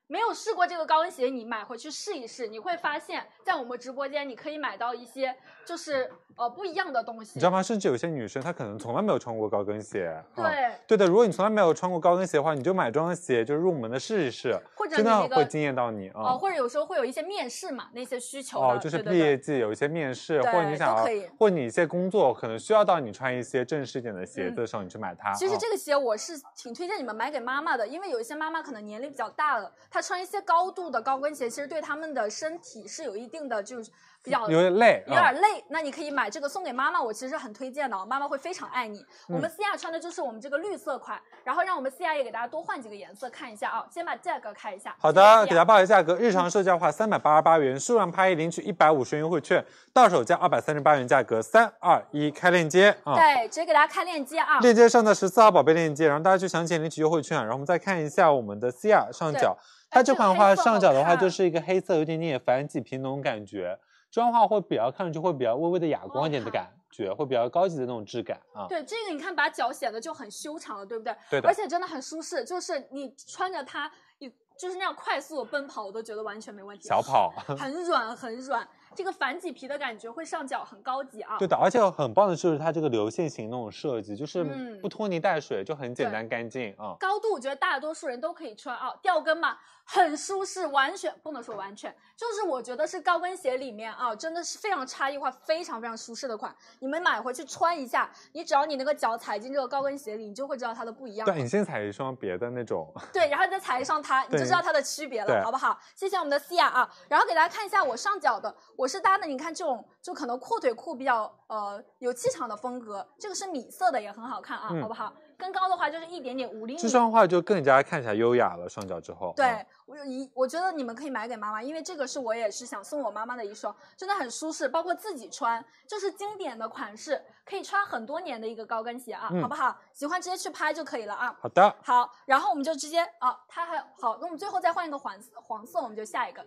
没有试过这个高跟鞋，你买回去试一试，你会发现在我们直播间你可以买到一些就是呃不一样的东西你知。道吗？甚至有些女生她可能从来没有穿过高跟鞋。啊对，对的，如果你从来没有穿过高跟鞋的话，你就买双鞋，就入门的试一试，或者真你的那个会惊艳到你啊。哦，或者有时候会有一些面试嘛，那些需求的，哦，就是对毕对业对，季有一些面试，或者你对想都要可以，或者你一些工作可能需要到你穿一些正式一点的鞋子的时候，你去买它。嗯其实哦这个鞋我是挺推荐你们买给妈妈的，因为有一些妈妈可能年龄比较大了，她穿一些高度的高跟鞋，其实对她们的身体是有一定的就是比较啊有点嗯累，有点累。那你可以买这个送给妈妈，我其实是很推荐的，哦妈妈会非常爱你。我嗯们思雅穿的就是我们这个绿色款，然后让我们思雅也给大家多换几个颜色看一下啊。先把价格看一嗯下。好谢谢的，思雅给大家报一下价格，日常售价的话三百八十八元，数量拍一领取一百五十元优惠券，到手价二百三十八元价格。三二一，开链接啊！对，直接给大家开链接啊。链接上的十四号宝贝链接，然后大家去详情领取优惠券。然后我们再看一下我们的 C R 上角，它这款的话哎这个黑色好上角的话看就是一个黑色，有点点反麂皮那种感觉，这样的话会比较看上去会比较微微的哑光一点的光感觉，会比较高级的那种质感啊。对这个，你看把脚显得就很修长了，对不对？对的而且真的很舒适，就是你穿着它，你就是那样快速奔跑，我都觉得完全没问题。小， 跑，很软很软，这个反麂皮的感觉会上脚，很高级啊。对的，而且很棒的就是它这个流线型那种设计，就是嗯不拖泥带水，就很简对嗯单干净啊。高度我觉得大多数人都可以穿啊，吊跟嘛很舒适，完全不能说完全，就是我觉得是高跟鞋里面啊，真的是非常差异化，非常非常舒适的款。你们买回去穿一下，你只要你那个脚踩进这个高跟鞋里，你就会知道它的不一样了。对你先踩一双别的那种，对，然后你再踩上它，你就对知道它的区别对了，好不好？谢谢我们的思雅啊，然后给大家看一下我上脚的，我是搭的，你看这种就可能阔腿裤比较呃有气场的风格，这个是米色的，也很好看啊，嗯好不好？跟高的话就是一点点五厘米。 这双的话就更加看起来优雅了。上脚之后，嗯对我有一，我觉得你们可以买给妈妈，因为这个是我也是想送我妈妈的一双，真的很舒适，包括自己穿，就是经典的款式，可以穿很多年的一个高跟鞋啊，嗯好不好？喜欢直接去拍就可以了啊。好的，好，然后我们就直接啊，它还好，那我们最后再换一个黄色黄色，我们就下一个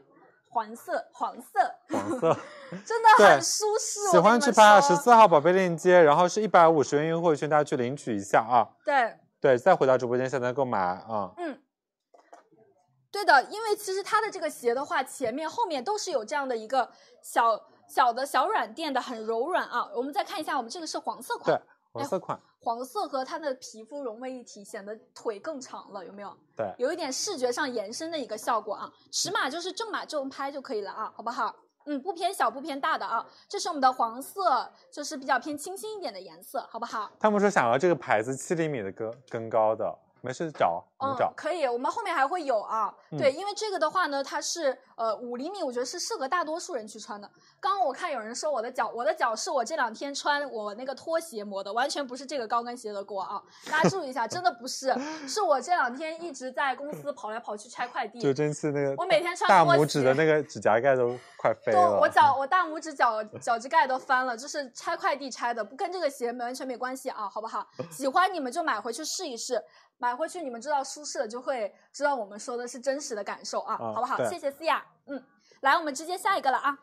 黄色，黄色，黄色。 真的对很舒适。我喜跟欢你去们拍啊，说十四号宝贝链接，然后是一百五十元优惠券，大家去领取一下啊。对，对，再回到直播间下单购买啊。嗯，对的，因为其实它的这个鞋的话，前面后面都是有这样的一个小小的小软垫的，很柔软啊。我们再看一下，我们这个是黄色款对，黄色款，黄色和它的皮肤融为一体，显得腿更长了，有没有？对有一点视觉上延伸的一个效果啊。尺码就是正码正拍就可以了啊，好不好？嗯，不偏小不偏大的啊。这是我们的黄色，就是比较偏清新一点的颜色，好不好？他们说想要这个牌子七厘米的跟跟高的，没事找，我们嗯找，。可以，我们后面还会有啊。嗯对，因为这个的话呢，它是呃五厘米，我觉得是适合大多数人去穿的。刚刚我看有人说我的脚，我的脚是我这两天穿我那个拖鞋磨的，完全不是这个高跟鞋的锅啊！大家注意一下，真的不是，是我这两天一直在公司跑来跑去拆快递，嗯就蒸汽那个，我每天穿大拖拇指的鞋那个指甲盖都快飞对，了。嗯我脚我大拇指脚脚趾盖都翻了，就是拆快递拆的，不跟这个鞋完全没关系啊，好 不好？喜欢你们就买回去试一试，买回去你们知道舒适了，就会知道我们说的是真实的感受啊，啊好不好？对谢谢思雅，嗯，来我们直接下一个了啊。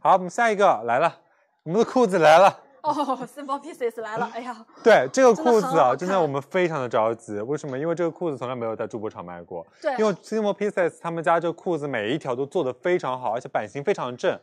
好，我们下一个来了，我们的裤子来了。哦、s i m p l e Pieces 来了，哎呀，对这个真的裤很子啊，好真的看我们非常的着急。为什么？因为这个裤子从来没有在主播场卖过。对，因为 Simo Pieces 他们家这个裤子每一条都做的非常好，而且版型非常正。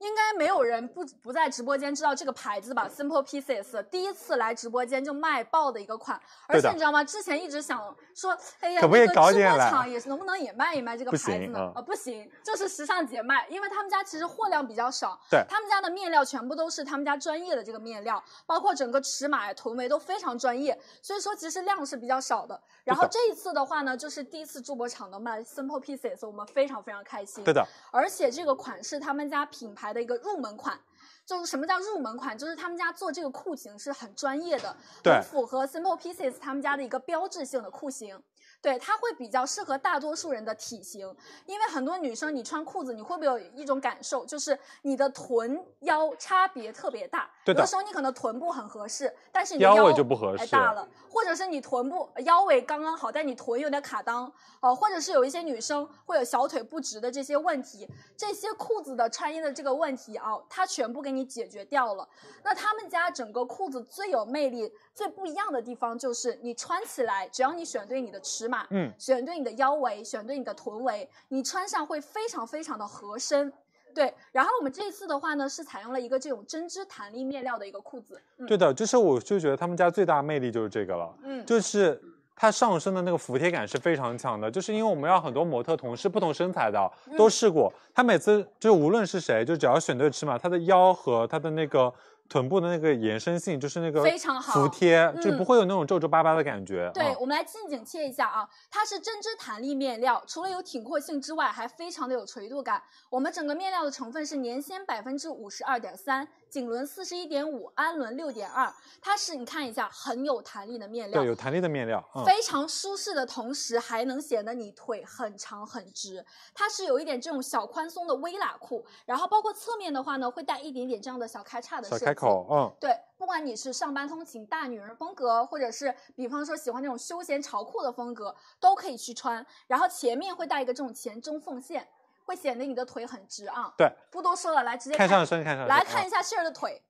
应该没有人不不在直播间知道这个牌子吧？Simple Pieces 第一次来直播间就卖爆的一个款，而对的且你知道吗？之前一直想说，哎呀，可不可以那个搞直点播来场也是能不能也卖一卖这个不牌子行呢？啊啊，不行，就是时尚节卖，因为他们家其实货量比较少，对他们家的面料全部都是他们家专业的这个面料，包括整个尺码呀、臀围都非常专业，所以说其实量是比较少的。然后对的这一次的话呢，就是第一次助播场能卖 Simple Pieces，我们非常非常开心。对的，而且这个款是他们家品牌的一个入门款。就是什么叫入门款？就是他们家做这个裤型是很专业的，对很符合 Simple Pieces 他们家的一个标志性的裤型。对，它会比较适合大多数人的体型，因为很多女生你穿裤子，你会不会有一种感受，就是你的臀腰差别特别大？对的有的时候你可能臀部很合适，但是你腰腰围就不合哎适大了，或者是你臀部呃腰围刚刚好，但你臀有点卡裆，哦、或者是有一些女生会有小腿不直的这些问题，这些裤子的穿衣的这个问题啊，它全部给你解决掉了。那他们家整个裤子最有魅力、最不一样的地方就是，你穿起来，只要你选对你的尺码，嗯，选对你的腰围，选对你的臀围，你穿上会非常非常的合身。对，然后我们这一次的话呢，是采用了一个这种针织弹力面料的一个裤子，嗯，对的，就是我就觉得他们家最大魅力就是这个了，嗯，就是它上身的那个服帖感是非常强的，就是因为我们让很多模特同事不同身材的嗯都试过，她每次就无论是谁，就只要选对尺码，她的腰和她的那个臀部的那个延伸性，就是那个非常好服帖，就嗯不会有那种皱皱巴巴的感觉。对，啊我们来近景切一下啊，它是针织弹力面料，除了有挺阔性之外，还非常的有垂度感。我们整个面料的成分是棉纤百分之五十二点三，锦纶四十一点五，氨纶六点二，它是你看一下很有弹力的面料对，，有弹力的面料，嗯，非常舒适的同时，还能显得你腿很长很直。它是有一点这种小宽松的微喇裤，然后包括侧面的话呢，会带一点点这样的小开叉的小设计。开口，嗯。对，不管你是上班通勤大女人风格，或者是比方说喜欢那种休闲潮酷的风格，都可以去穿。然后前面会带一个这种前中缝线，会显得你的腿很直啊。对，不多说了，来直接看上身，看上身，来啊看一下 s h e r 的腿。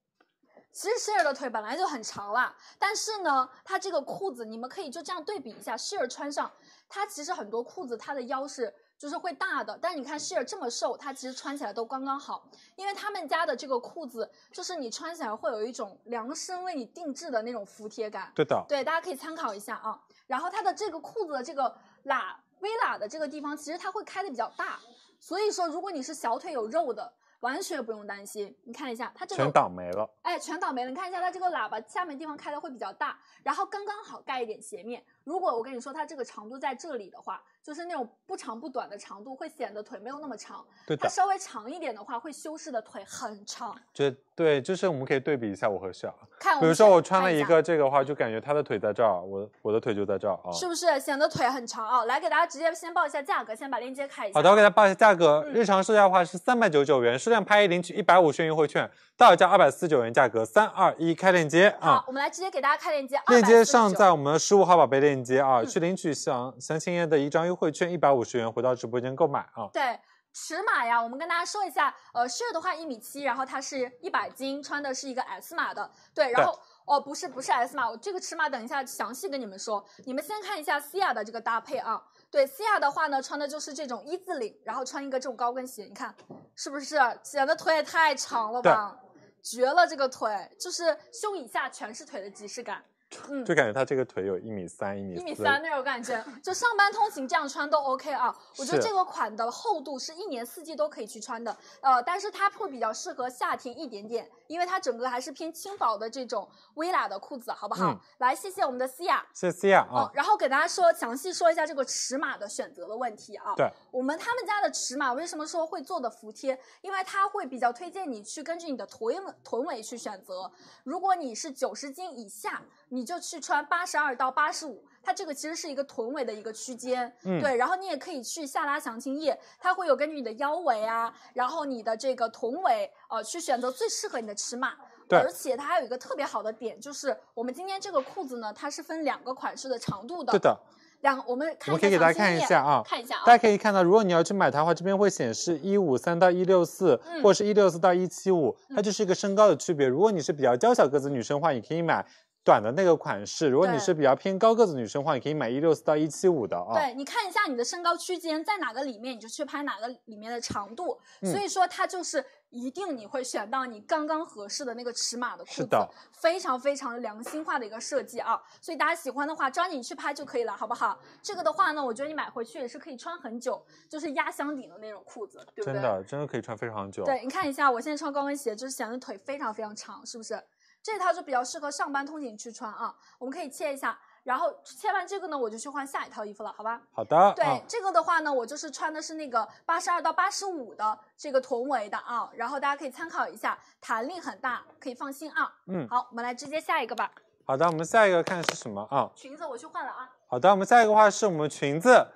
其实 s h e r 的腿本来就很长啦，但是呢，它这个裤子你们可以就这样对比一下 s h e r 穿上，它其实很多裤子它的腰是就是会大的，但是你看 s h e r 这么瘦，它其实穿起来都刚刚好，因为他们家的这个裤子就是你穿起来会有一种量身为你定制的那种服帖感。对的，对，大家可以参考一下啊。然后它的这个裤子的这个喇微喇的这个地方，其实它会开的比较大，所以说如果你是小腿有肉的，完全不用担心。你看一下它这个，全挡没了。哎，全倒霉了。你看一下它这个喇叭下面地方开的会比较大，然后刚刚好盖一点斜面。如果我跟你说它这个长度在这里的话，就是那种不长不短的长度，会显得腿没有那么长。对它的，稍微长一点的话，会修饰的腿很长。就对，就是我们可以对比一下我和小，哦看，比如说我穿了一一下个这个的话，就感觉他的腿在这儿，我我的腿就在这儿啊。是不是显得腿很长啊？来给大家直接先报一下价格，先把链接开一下。好的，我给大家报一下价格，嗯日常售价的话是三百九十九元，数量拍一领取一百五十元优惠券，到手价二百四十九元，价格三二一开链接好，啊。我们来直接给大家开链接。链接上249在我们十五号宝贝链接啊，嗯去领取详详情页的一张优惠券一百五十元，回到直播间购买啊。对。尺码呀，我们跟大家说一下，呃，Sheer 的话一米七，然后它是一百斤，穿的是一个 S 码的，对，然后。哦，不是不是 S 码，我这个尺码等一下详细跟你们说。你们先看一下 Cia 的这个搭配啊，对 Cia 的话呢，穿的就是这种一字领，然后穿一个这种高跟鞋，你看是不是显得腿也太长了吧？绝了，这个腿就是胸以下全是腿的即视感。嗯，就感觉他这个腿有一米三、一米一四。米三那种感觉，就上班通勤这样穿都 OK 啊。我觉得是这个款的厚度是一年四季都可以去穿的，呃，但是它会比较适合夏天一点点，因为它整个还是偏轻薄的这种微喇的裤子，好不好？嗯来，谢谢我们的思雅。谢谢啊哦啊，，然后给大家说详细说一下这个尺码的选择的问题啊。对，我们他们家的尺码为什么说会做的服帖？因为它会比较推荐你去根据你的臀围臀围去选择。如果你是九十斤以下，你就去穿八十二到八十五，它这个其实是一个臀围的一个区间。嗯对，然后你也可以去下拉详情页，它会有根据你的腰围啊，然后你的这个臀围，呃，去选择最适合你的尺码。对而且它还有一个特别好的点，就是我们今天这个裤子呢，它是分两个款式的长度的。对的，两个我们我看们可以给大家看一详情页下啊。看一下大啊。家可以看到，如果你要去买它的话，这边会显示一五三到一六四，嗯或者是一六四到一七五，它嗯就是一个身高的区别。如果你是比较娇小个子女生的话，你可以买短的那个款式；如果你对是比较偏高个子女生的话，你可以买一六四到一七五的啊。对，你看一下你的身高区间在哪个里面，你就去拍哪个里面的长度。嗯所以说，它就是一定你会选到你刚刚合适的那个尺码的裤子，是的，非常非常良心化的一个设计啊。所以大家喜欢的话，抓紧去拍就可以了，好不好？这个的话呢，我觉得你买回去也是可以穿很久，就是压箱底的那种裤子，对不真对？的，真的可以穿非常久。对，你看一下，我现在穿高跟鞋，就是显得腿非常非常长，是不是？这套就比较适合上班通勤去穿啊。我们可以切一下，然后切完这个呢，我就去换下一套衣服了，好吧？好的，对，啊这个的话呢，我就是穿的是那个八十二到八十五的这个臀围的啊，然后大家可以参考一下，弹力很大，可以放心啊。嗯好，我们来直接下一个吧。好的，我们下一个看是什么啊？裙子我去换了啊。好的，我们下一个话是我们裙子，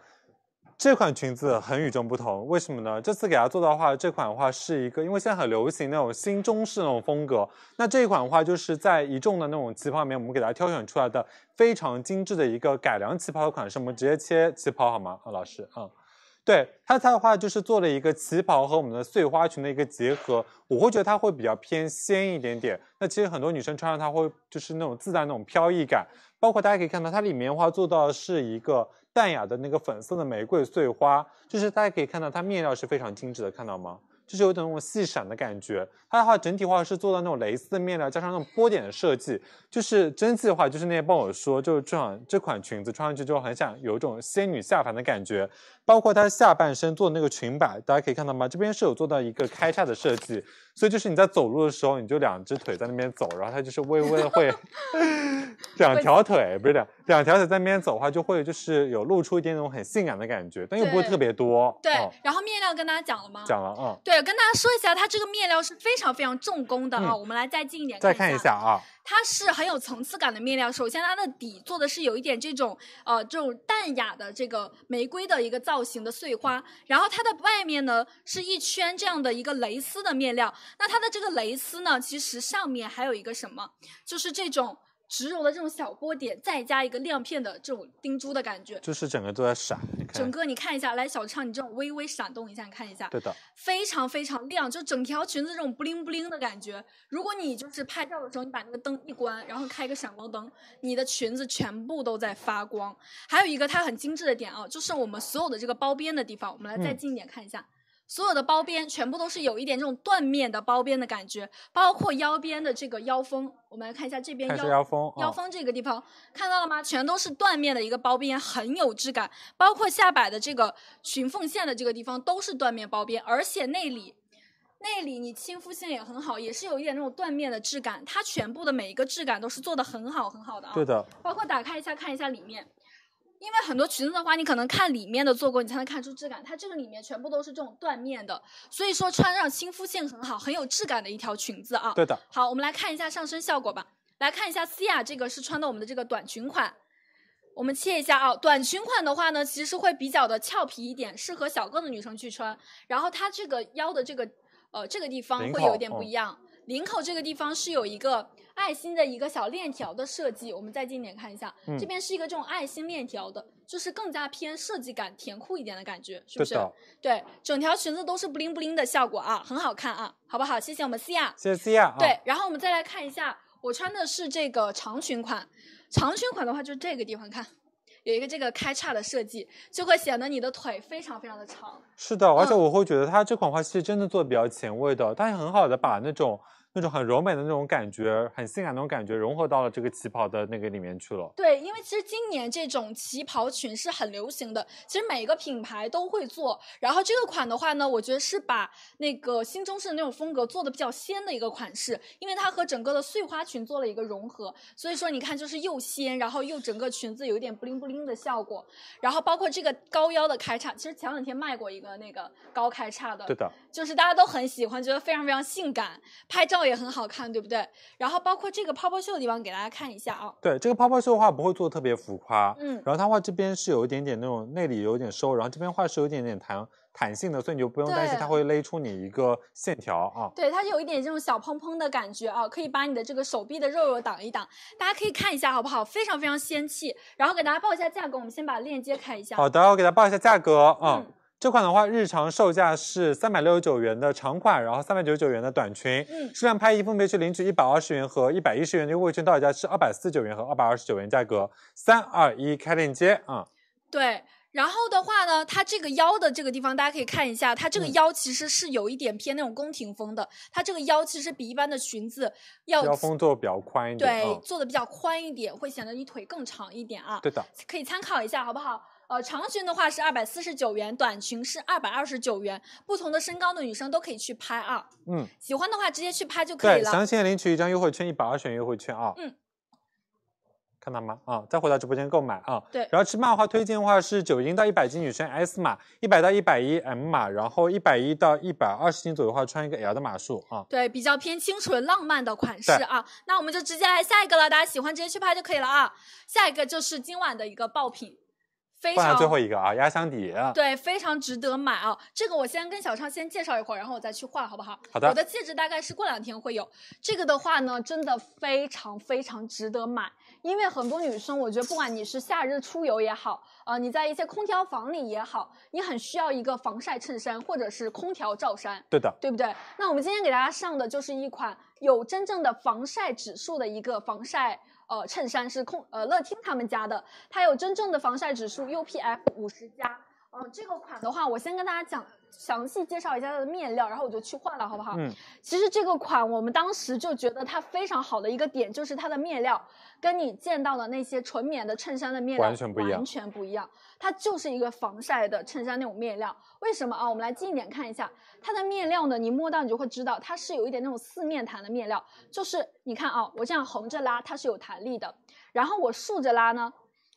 这款裙子很与众不同，为什么呢？这次给大家做到的话，这款的话是一个，因为现在很流行那种新中式那种风格，那这一款的话就是在一众的那种旗袍里面，我们给大家挑选出来的非常精致的一个改良旗袍的款式，我们直接切旗袍好吗？啊，老师，嗯。对它，它的话就是做了一个旗袍和我们的碎花裙的一个结合，我会觉得它会比较偏仙一点点。那其实很多女生穿上它会就是那种自带那种飘逸感，包括大家可以看到它里面的话做到的是一个淡雅的那个粉色的玫瑰碎花，就是大家可以看到它面料是非常精致的，看到吗？就是有点那种细闪的感觉，它的话整体话是做到那种蕾丝的面料，加上那种波点的设计，就是蒸汽的话，就是那天帮我说，就是这款这款裙子穿上去就很想有一种仙女下凡的感觉，包括它下半身做的那个裙摆，大家可以看到吗？这边是有做到一个开叉的设计，所以就是你在走路的时候，你就两只腿在那边走，然后它就是微微的 会两条腿，不是两两条腿在那边走的话，就会就是有露出一点那种很性感的感觉，但又不会对特别多。对，哦然后面料跟大家讲了吗？讲了啊、嗯对，跟大家说一下，它这个面料是非常非常重工的啊。嗯我们来再近一点再看一下啊，它是很有层次感的面料。首先，它的底做的是有一点这种呃这种淡雅的这个玫瑰的一个造型的碎花，然后它的外面呢是一圈这样的一个蕾丝的面料。那它的这个蕾丝呢，其实上面还有一个什么，就是这种植绒的这种小波点，再加一个亮片的这种钉珠的感觉。就是整个都在闪，你看，整个你看一下，来小畅，你这种微微闪动一下，你看一下，对的，非常非常亮，就整条裙子这种布灵布灵的感觉。如果你就是拍照的时候，你把那个灯一关，然后开个闪光灯，你的裙子全部都在发光。还有一个它很精致的点啊，就是我们所有的这个包边的地方，我们来再嗯近一点看一下。所有的包边全部都是有一点这种缎面的包边的感觉，包括腰边的这个腰封，我们来看一下这边看一下腰腰封，腰嗯封这个地方看到了吗？全都是缎面的一个包边，很有质感。包括下摆的这个裙缝线的这个地方都是缎面包边，而且内里内里你亲肤性也很好，也是有一点那种缎面的质感。它全部的每一个质感都是做的很好很好的啊。对的，包括打开一下看一下里面，因为很多裙子的话，你可能看里面的做过，你才能看出质感。它这个里面全部都是这种缎面的，所以说穿上亲肤性很好，很有质感的一条裙子啊。对的，好，我们来看一下上身效果吧。来看一下思雅这个是穿的我们的这个短裙款，我们切一下啊。短裙款的话呢，其实会比较的俏皮一点，适合小个子女生去穿。然后它这个腰的这个呃这个地方领会有口一点不嗯一样，领口这个地方是有一个爱爱心的一个小链条的设计，我们再近点看一下，嗯这边是一个这种爱心链条的，就是更加偏设计感、甜酷一点的感觉，是对不是？的，对，整条裙子都是布灵布灵的效果啊，很好看啊，好不好？谢谢我们西亚。谢谢西亚啊。对，然后我们再来看一下，我穿的是这个长裙款，长裙款的话就是这个地方看，有一个这个开叉的设计，就会显得你的腿非常非常的长。是的，而且嗯我会觉得它这款花系真的做得比较前卫的，它也很好的把那种那种很柔美的那种感觉，很性感的那种感觉融合到了这个旗袍的那个里面去了。对，因为其实今年这种旗袍裙是很流行的，其实每个品牌都会做。然后这个款的话呢，我觉得是把那个新中式的那种风格做的比较仙的一个款式，因为它和整个的碎花裙做了一个融合，所以说你看就是又仙，然后又整个裙子有一点布灵布灵的效果，然后包括这个高腰的开叉，其实前两天卖过一个那个高开叉的，对的，就是大家都很喜欢，觉得非常非常性感，拍照也很好看，对不对？然后包括这个泡泡袖的地方给大家看一下啊，对这个泡泡袖的话不会做得特别浮夸，嗯。然后它话这边是有一点点那种内里有一点收，然后这边话是有一点点弹弹性的，所以你就不用担心对它会勒出你一个线条啊。对，它有一点这种小蓬蓬的感觉啊，可以把你的这个手臂的肉肉挡一挡，大家可以看一下好不好？非常非常仙气。然后给大家报一下价格，我们先把链接开一下。好的，我给大家报一下价格啊。嗯这款的话，日常售价是三百六十九元的长款，然后三百九十九元的短裙。嗯数量拍一分别去领取一百二十元和一百一十元的优惠券，到手价是二百四十九元和二百二十九元价格。三二一，开链接啊！哦对，然后的话呢，它这个腰的这个地方，大家可以看一下，它这个嗯腰其实是有一点偏那种宫廷风的，它这个腰其实比一般的裙子要腰封做得比较宽一点。对、嗯做的比较宽一点，会显得你腿更长一点啊。对的，可以参考一下，好不好？呃，长裙的话是二百四十九元，短裙是二百二十九元，不同的身高的女生都可以去拍啊。嗯，喜欢的话直接去拍就可以对，了。详情领取一张优惠券，一百二十元优惠券啊。嗯。看到吗？啊，再回到直播间购买啊。对然后尺码的话，推荐的话是九斤到一百斤女生 S 码，一百到一百一 M 码，然后一百一到一百二十斤左右的话，穿一个 L 的码数啊。对，比较偏清纯浪漫的款式对啊。那我们就直接来下一个了，大家喜欢直接去拍就可以了啊。下一个就是今晚的一个爆品，非换常上最后一个啊，压箱底。对，非常值得买啊！这个我先跟小畅先介绍一会儿，然后我再去换，好不好？好的我的戒指大概是过两天会有。这个的话呢，真的非常非常值得买，因为很多女生，我觉得不管你是夏日出游也好，呃，你在一些空调房里也好，你很需要一个防晒衬衫或者是空调罩衫。对的，对不对？那我们今天给大家上的就是一款有真正的防晒指数的一个防晒呃衬衫，是空呃乐听他们家的，它有真正的防晒指数 UPF 五十加。呃，这个款的话，我先跟大家讲详细介绍一下它的面料，然后我就去换了，好不好？嗯。其实这个款我们当时就觉得它非常好的一个点，就是它的面料跟你见到的那些纯棉的衬衫的面料完全不一样完全不一样。它就是一个防晒的衬衫那种面料。为什么啊？我们来近一点看一下，它的面料呢，你摸到你就会知道，它是有一点那种四面弹的面料，就是你看啊，我这样横着拉它是有弹力的，然后我竖着拉呢，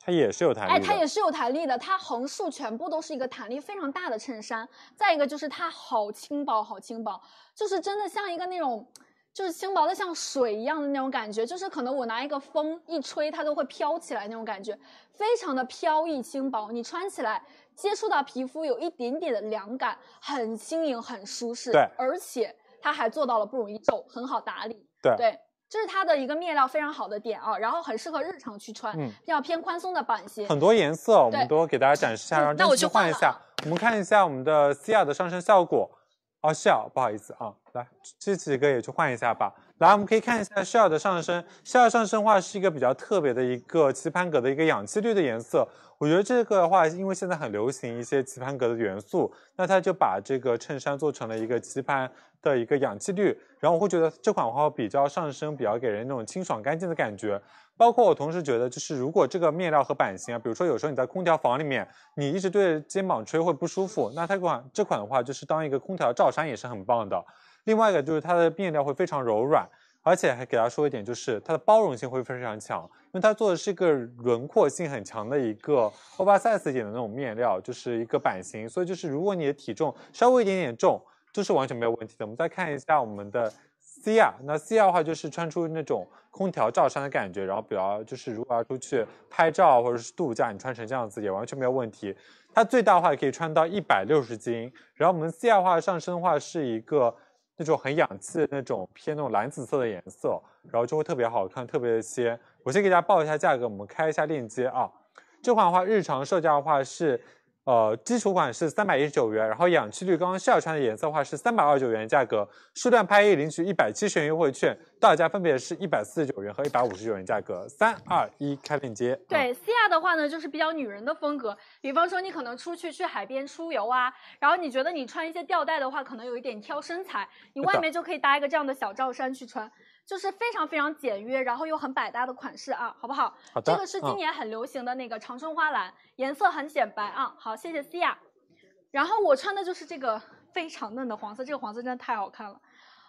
它也是有弹力的。哎，它也是有弹力的，它横竖全部都是一个弹力非常大的衬衫。再一个就是它好轻薄，好轻薄，就是真的像一个那种。就是轻薄的像水一样的那种感觉，就是可能我拿一个风一吹，它都会飘起来那种感觉，非常的飘逸轻薄。你穿起来接触到皮肤有一点点的凉感，很轻盈，很舒适。对而且它还做到了不容易皱，很好打理。对对，这是它的一个面料非常好的点啊，然后很适合日常去穿，嗯比较偏宽松的版型。很多颜色，我对们都给大家展示一下，嗯然后那我去换一换了下。我们看一下我们的 Cia 的上身效果。哦，Shell，不好意思啊，来，这几个也去换一下吧。来，我们可以看一下 Shell 的上身。Shell 上身的话是一个比较特别的一个棋盘格的一个氧气绿的颜色。我觉得这个的话，因为现在很流行一些棋盘格的元素，那它就把这个衬衫做成了一个棋盘的一个氧气绿。然后我会觉得这款的话比较上身，比较给人那种清爽干净的感觉。包括我同时觉得，就是如果这个面料和版型啊，比如说有时候你在空调房里面，你一直对着肩膀吹会不舒服，那它款这款的话，就是当一个空调罩衫也是很棒的。另外一个就是它的面料会非常柔软，而且还给大家说一点，就是它的包容性会非常强，因为它做的是一个轮廓性很强的一个 oversize 一点的那种面料，就是一个版型，所以就是如果你的体重稍微一点点重，就是完全没有问题的。我们再看一下我们的 C R，那 C R 的话就是穿出那种空调罩衫的感觉，然后比较就是如果要出去拍照或者是度假，你穿成这样子也完全没有问题。它最大的话可以穿到一百六十斤，然后我们 C R 的话上身的话是一个那种很洋气的那种偏那种蓝紫色的颜色，然后就会特别好看，特别的仙。我先给大家报一下价格，我们开一下链接啊。这款的话，日常售价的话是，呃，基础款是三百一十九元，然后氧气绿刚刚夏穿的颜色的话是三百二十九元价格，数量拍一领取一百七十元优惠券，到手价分别是一百四十九元和一百五十九元价格。三二一，开链接。啊对，Cia 的话呢，就是比较女人的风格。比方说，你可能出去去海边出游啊，然后你觉得你穿一些吊带的话，可能有一点挑身材，你是外的面就可以搭一个这样的小罩衫去穿，就是非常非常简约，然后又很百搭的款式啊，好不好？好的，这个是今嗯年很流行的那个长春花蓝，颜色很显白啊。好，谢谢 Cia。然后我穿的就是这个非常嫩的黄色，这个黄色真的太好看了，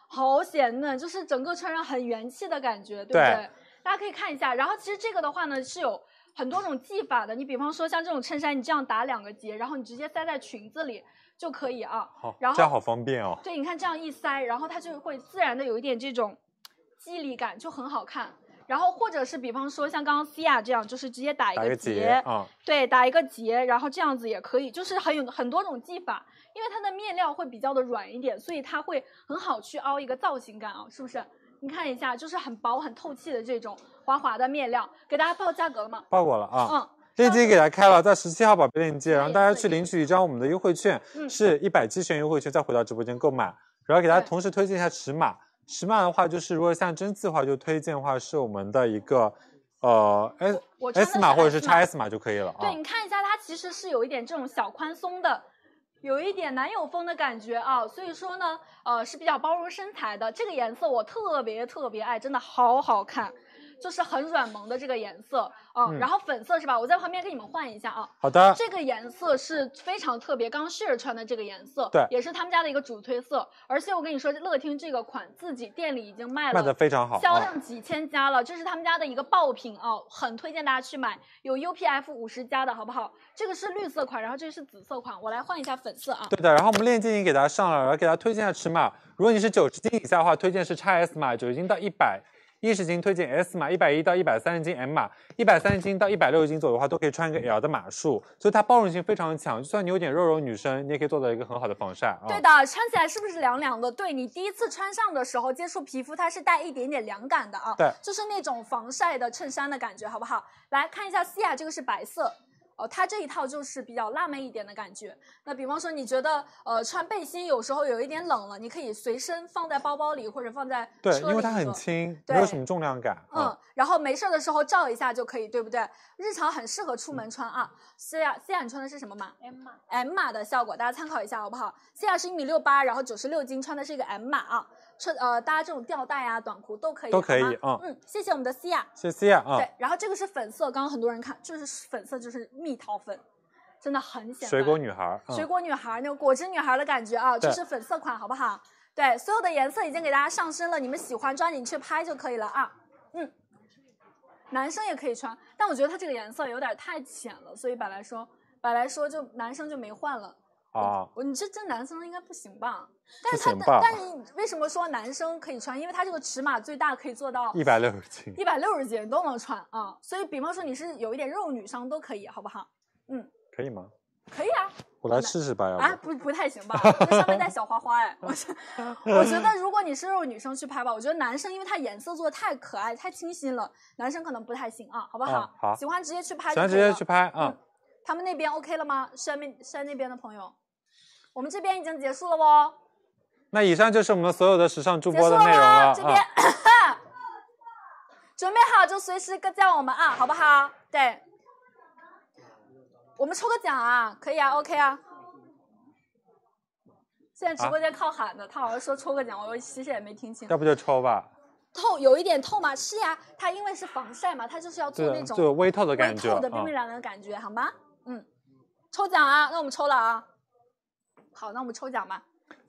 好显嫩，就是整个穿上很元气的感觉，对不对对大家可以看一下。然后其实这个的话呢是有很多种技法的，你比方说像这种衬衫，你这样打两个结，然后你直接塞在裙子里就可以啊。好，然这样后好方便哦。对，你看这样一塞，然后它就会自然的有一点这种肌理感，就很好看。然后或者是比方说像刚刚西亚这样，就是直接打一打个个结，结啊、对，打一个结，然后这样子也可以，就是很有很多种技法，因为它的面料会比较的软一点，所以它会很好去凹一个造型感啊，是不是？你看一下，就是很薄很透气的这种滑滑的面料，给大家报价格了吗？报过了啊。嗯，链接给大家开了，在十七号宝贝链接，然后大家对去领取一张我们的优惠券，嗯是一百七十元优惠券，再回到直播间购买。然后给大家对同时推荐一下尺码，尺码的话就是如果像针刺的话，就推荐的话是我们的一个呃 S 我穿的 S 码或者是 S x 码 S 码就可以了啊对，。你看一下，它其实是有一点这种小宽松的，有一点男友风的感觉啊，所以说呢，呃，是比较包容身材的。这个颜色我特别特别爱，真的好好看，就是很软萌的这个颜色啊。嗯然后粉色是吧？我在旁边给你们换一下啊。好的，这个颜色是非常特别，刚刚 s h 穿的这个颜色，对也是他们家的一个主推色。而且我跟你说，乐听这个款自己店里已经卖了，卖的非常好销啊。量几千家了，这是他们家的一个爆品哦，很推荐大家去买，有 UPF 五十加的好不好？这个是绿色款，然后这个是紫色款，我来换一下粉色啊。对的，然后我们链接已经给大家上了，然后给大家推荐一下尺码。如果你是九十斤以下的话，推荐是 x S 码；九十斤到一百一十斤推荐 S 码；一百一到一百三十斤 M 码；一百三十斤到一百六十斤左右的话，都可以穿一个 L 的码数，所以它包容性非常强。就算你有点肉肉女生，你也可以做到一个很好的防晒啊。对的，穿起来是不是凉凉的？对你第一次穿上的时候接触皮肤，它是带一点点凉感的啊，对就是那种防晒的衬衫的感觉，好不好？来看一下西亚这个是白色。哦，它这一套就是比较辣妹一点的感觉。那比方说，你觉得呃穿背心有时候有一点冷了，你可以随身放在包包里或者放在对，车因为里它很说轻，对没有什么重量感。啊嗯，，然后没事儿的时候照一下就可以，对不对？日常很适合嗯出门穿啊。西亚，西亚你穿的是什么码？M 码，M 码的效果，大家参考一下好不好？西亚是一米六八，然后九十六斤，穿的是一个 M 码啊。穿呃搭这种吊带啊、短裤都可以，都可以好吗嗯，谢谢我们的西亚。谢谢啊。嗯对，然后这个是粉色，刚刚很多人看，就是粉色就是蜜桃粉，真的很显白。水果女孩，嗯水果女孩儿那种果汁女孩儿的感觉啊，这对是粉色款，好不好？对，所有的颜色已经给大家上身了，你们喜欢抓紧去拍就可以了啊。嗯，男生也可以穿，但我觉得它这个颜色有点太浅了，所以本来说本来说就男生就没换了。啊，我你这这男生应该不行吧？但不是他行吧但是你为什么说男生可以穿？因为它这个尺码最大可以做到一百六十斤。一百六十斤都能穿啊，所以比方说你是有一点肉女生都可以，好不好？可以吗？可以啊，我来试试吧，要啊，不？不不太 行吧？这上面带小花花哎，我觉我觉得如果你是肉女生去拍吧，我觉得男生因为他颜色做的太可爱、太清新了，男生可能不太行啊，好不好？嗯好喜欢直接去拍就行，直可以接了。去拍啊嗯。他们那边 OK 了吗？山面山那边的朋友，我们这边已经结束了哦，那以上就是我们所有的时尚主结播束的内容了了哦，这边、 啊。准备好就随时叫我们啊，好不好？对，我们抽个奖啊，可以啊，OK 啊。现在直播间靠喊的，他好像说抽个奖，我其实也没听清。要不就抽吧，透有一点透嘛，是呀，它因为是防晒嘛，它就是要做对那的，种就有微透的微感觉，透的冰嗯冰凉凉的感觉，好吗？嗯，抽奖啊，那我们抽了啊。好，那我们抽奖吧，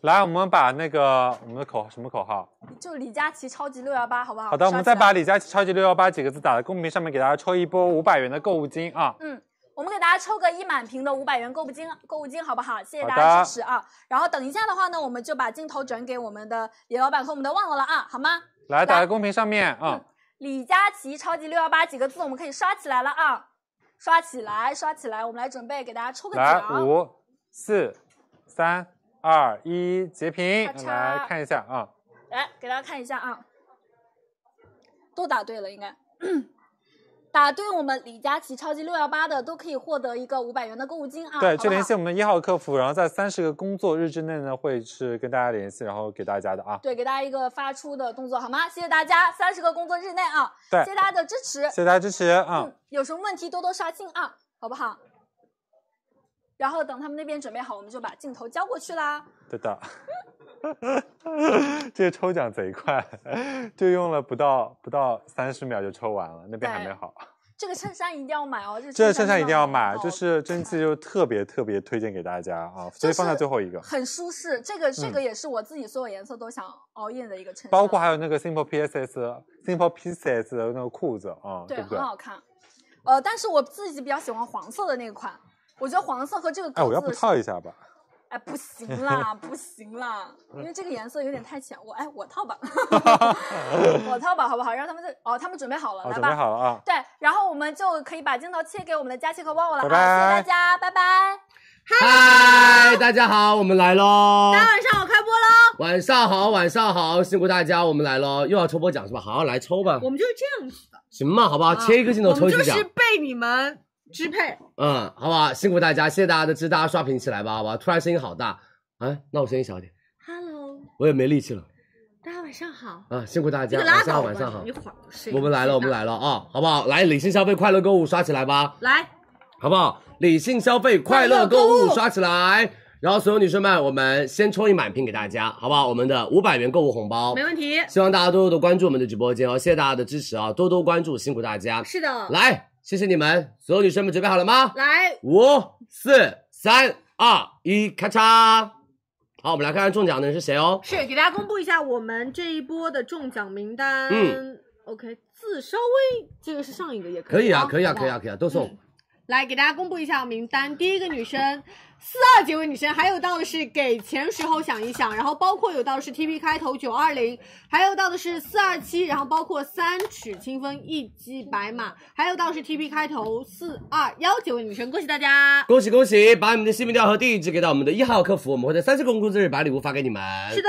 来，我们把那个我们的口什么口号？就李佳琦超级六幺八，好不好？好的，我刷们起再来把“李佳琦超级六幺八”几个字打在公屏上面，给大家抽一波五百元的购物金啊！嗯，我们给大家抽个一满屏的五百元购物金，购物金好不好？谢谢好大家的支持啊！然后等一下的话呢，我们就把镜头转给我们的李老板和我们的旺旺了啊，好吗？来，打在公屏上面啊！嗯李佳琦超级六幺八几个字，我们可以刷起来了啊！刷起来，刷起来，我们来准备给大家抽个来，奖。五、四、三、二一，截屏咔，嚓来看一下啊。来给大家看一下啊，都答对了，应该答对我们李佳琦超级六幺八的都可以获得一个五百元的购物金啊，对，好去不联好系？我们一号客服，然后在三十个工作日之内呢，会是跟大家联系，然后给大家的啊。对，给大家一个发出的动作好吗？谢谢大家，三十个工作日内啊，对谢谢大家的支持，谢谢大家支持啊！嗯，有什么问题多多刷新啊，好不好？然后等他们那边准备好，我们就把镜头交过去啦。对的， 这个抽奖贼快，就用了不到不到三十秒就抽完了，那边还没对好。这个衬衫一定要买哦，这个衬衫一定要买，好啊就是蒸汽就特别特别推荐给大家啊，所以放在最后一个。很舒适。这个这嗯个也是我自己所有颜色都想熬夜的一个衬衫，包括还有那个 Simple Pieces、Simple Pieces 的那个裤子啊，对哦不对很？好看。呃，但是我自己比较喜欢黄色的那个款，我觉得黄色和这个格子哎，我要不是套一下吧？哎，不行啦，不 行啦，嗯因为这个颜色有点太浅，我哎，我套吧，我套吧，好不好？让他们在哦，他们准备好了，好，来准备吧。好了啊！对，然后我们就可以把镜头切给我们的佳琪和旺旺了啊！拜拜谢谢大家，拜拜。嗨，大家好，我们来喽！哦大家晚上好，开播喽！晚上好，晚上好，辛苦大家，我们来喽！又要抽波奖是吧？好，来抽吧我，们就是这样子的行吧，好不好？啊切一个镜头我抽们一就次奖是，被你们支配。嗯，好不好？辛苦大家，谢谢大家的支持，大家刷屏起来吧，好不好？突然声音好大，啊，那我声音小一点， Hello，我也没力气了大家晚上好。啊，辛苦大这家，个拉晚倒上吧，好，晚上好你一，会儿睡我们来了，我们来了啊，好不好？来，理性消费，快乐购物，刷起来吧！来，好不好？理性消费，快乐购物，刷起来！然后所有女生们，我们先抽一满屏给大家，好不好？我们的五百元购物红包没，问题。希望大家多多的关注我们的直播间哦，谢谢大家的支持啊，多多关注，辛苦大家！是的，来，谢谢你们，所有女生们准备好了吗？来，五、四、三、二、一，咔嚓！好，我们来看看中奖的人是谁哦。是给大家公布一下我们这一波的中奖名单。嗯 OK，字稍微这个是上一个也可以啊，啊，可以啊，好不嗯好可以啊，。可以啊，都送。来给大家公布一下名单，第一个女生四二结尾女生，还有到的是给钱时候想一想，然后包括有到的是 T P 开头九二零，还有到的是四二七，然后包括三尺清风一骑白马，还有到的是 T P 开头四二幺结尾女生，恭喜大家！恭喜恭喜！把你们的姓名调和地址给到我们的一号客服，我们会在三十个工作日把礼物发给你们。是的，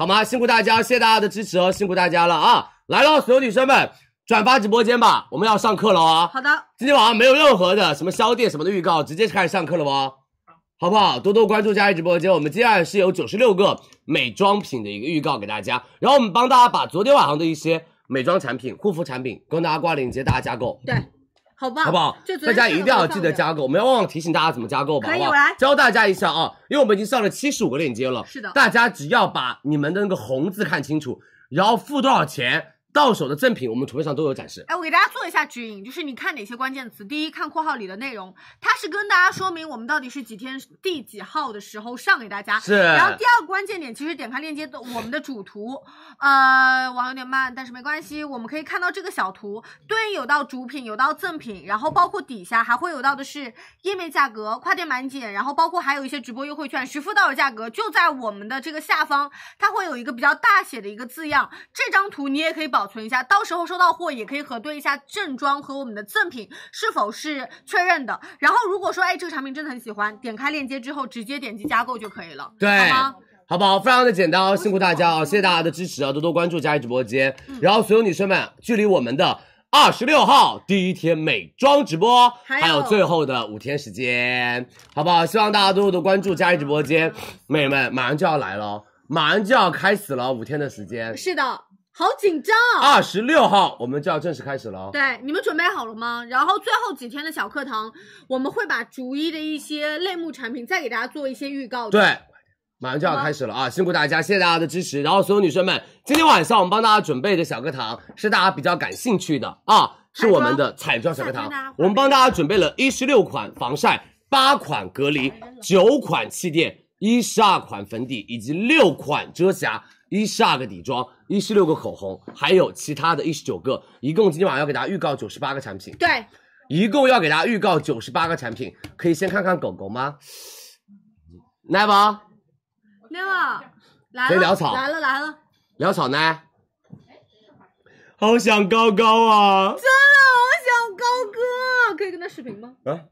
好吗？辛苦大家，谢谢大家的支持哦，辛苦大家了啊！来喽，所有女生们，转发直播间吧，我们要上课了啊！好的，今天晚上没有任何的什么宵店什么的预告，直接开始上课了哦，好不好？多多关注佳怡直播间，我们今天晚上是有九十六个美妆品的一个预告给大家，然后我们帮大家把昨天晚上的一些美妆产品、护肤产品跟大家挂链接，大家加购。对，好棒，好不好啊就？昨大天家一定要记上得的加购，我们要忘了提醒大家怎么加购吧，可以好不我来好？教大家一下啊，因为我们已经上了七十五个链接了，是的大家只要把你们的那个红字看清楚，然后付多少钱，到手的赠品我们图片上都有展示。哎，我给大家做一下指引，就是你看哪些关键词。第一，看括号里的内容，它是跟大家说明我们到底是几天第几号的时候上给大家。是然后第二个关键点，其实点开链接的我们的主图，呃，网有点慢，但是没关系，我们可以看到这个小图对应有到主品，有到赠品，然后包括底下还会有到的是页面价格、跨店满减，然后包括还有一些直播优惠券、实付到手价格，就在我们的这个下方，它会有一个比较大写的一个字样。这张图你也可以保存一下，到时候收到货也可以核对一下正装和我们的赠品是否是确认的。然后如果说哎这个产品真的很喜欢，点开链接之后直接点击加购就可以了，对好吗？好不好？非常的简单哦，辛苦大家哦，谢谢大家的支持啊，多多关注佳怡直播间。嗯然后所有女生们，距离我们的二十六号第一天美妆直播还有还有最后的五天时间，好不好？希望大家多多关注佳怡直播间，美们马上就要来了哦，马上就要开始了，五天的时间，是啊的，好紧张啊！二十六号我们就要正式开始了哦。对，你们准备好了吗？然后最后几天的小课堂，我们会把逐一的一些类目产品再给大家做一些预告的。对，马上就要开始了啊！辛苦大家，谢谢大家的支持。然后所有女生们，今天晚上我们帮大家准备的小课堂是大家比较感兴趣的啊，是我们的彩妆小课堂彩妆啊大家。我们帮大家准备了一十六款防晒、八款隔离、九款气垫、一十二款粉底以及六款遮瑕。一十二个底妆，一十六个口红，还有其他的一十九个，一共今天晚上要给大家预告九十八个产品。对，一共要给大家预告九十八个产品，可以先看看狗狗吗？来吧，那么来谁了，潦草来了来了，潦草呢？好想高高啊！啊真的好想高哥，可以跟他视频吗？啊，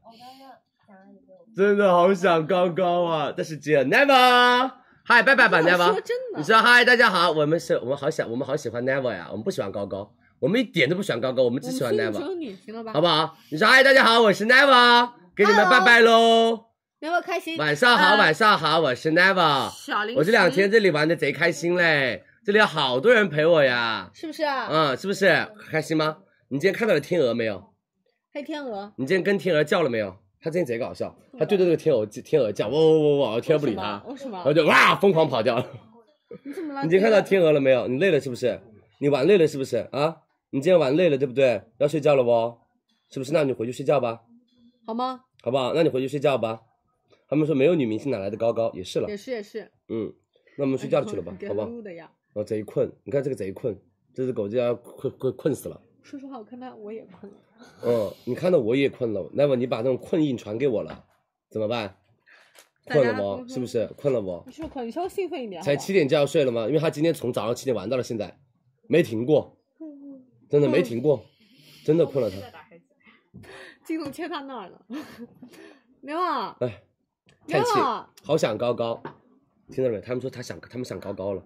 真的好想刚刚啊！但是姐 never，嗨，拜拜吧 never。真你知道，嗨，大家好，我们是我们好想，我们好喜欢 never 呀，我们不喜欢高高，我们一点都不喜欢高高，我们只喜欢 never，女行了吧好不好？你说嗨，大家好，我是 never，给你们 Hello 拜拜喽。没有开心。晚上好，呃晚上好，我是 never，小林，我这两天这里玩的贼开心嘞，这里有好多人陪我呀，是不是啊？嗯，是不是开心吗？你今天看到了天鹅没有？黑天鹅，你今天跟天鹅叫了没有？它最近贼搞笑，它对着这个天鹅天鹅叫，哇哇哇哇，天鹅不理它，为什然么啊后？就哇疯狂跑掉了。你怎么了？你今天看到天鹅了没有？你累了是不是？你玩累了是不是？啊，你今天玩累了对不对？要睡觉了不？是不是？那你回去睡觉吧，好吗？好不好？那你回去睡觉吧。他们说没有女明星哪来的高高，也是了也，是也是，哎嗯，那我们睡觉去了吧，好不好？撸的呀。然后贼困，你看这个贼困，这只狗就要困困困死了。说实话，我看他我也困了。嗯，你看到我也困了，那么你把那种困意传给我了，怎么办？大家困了都不？困是不是困了不你？是不是困？你稍微兴奋一点好才吧。七点就要睡了吗？因为他今天从早上七点玩到了现在，没停过，真的没停过，真的困了他，进度切他那 儿了。牛啊，哎，牛叹气，啊，好想高高，听到没？他们说他想，他们想高高了，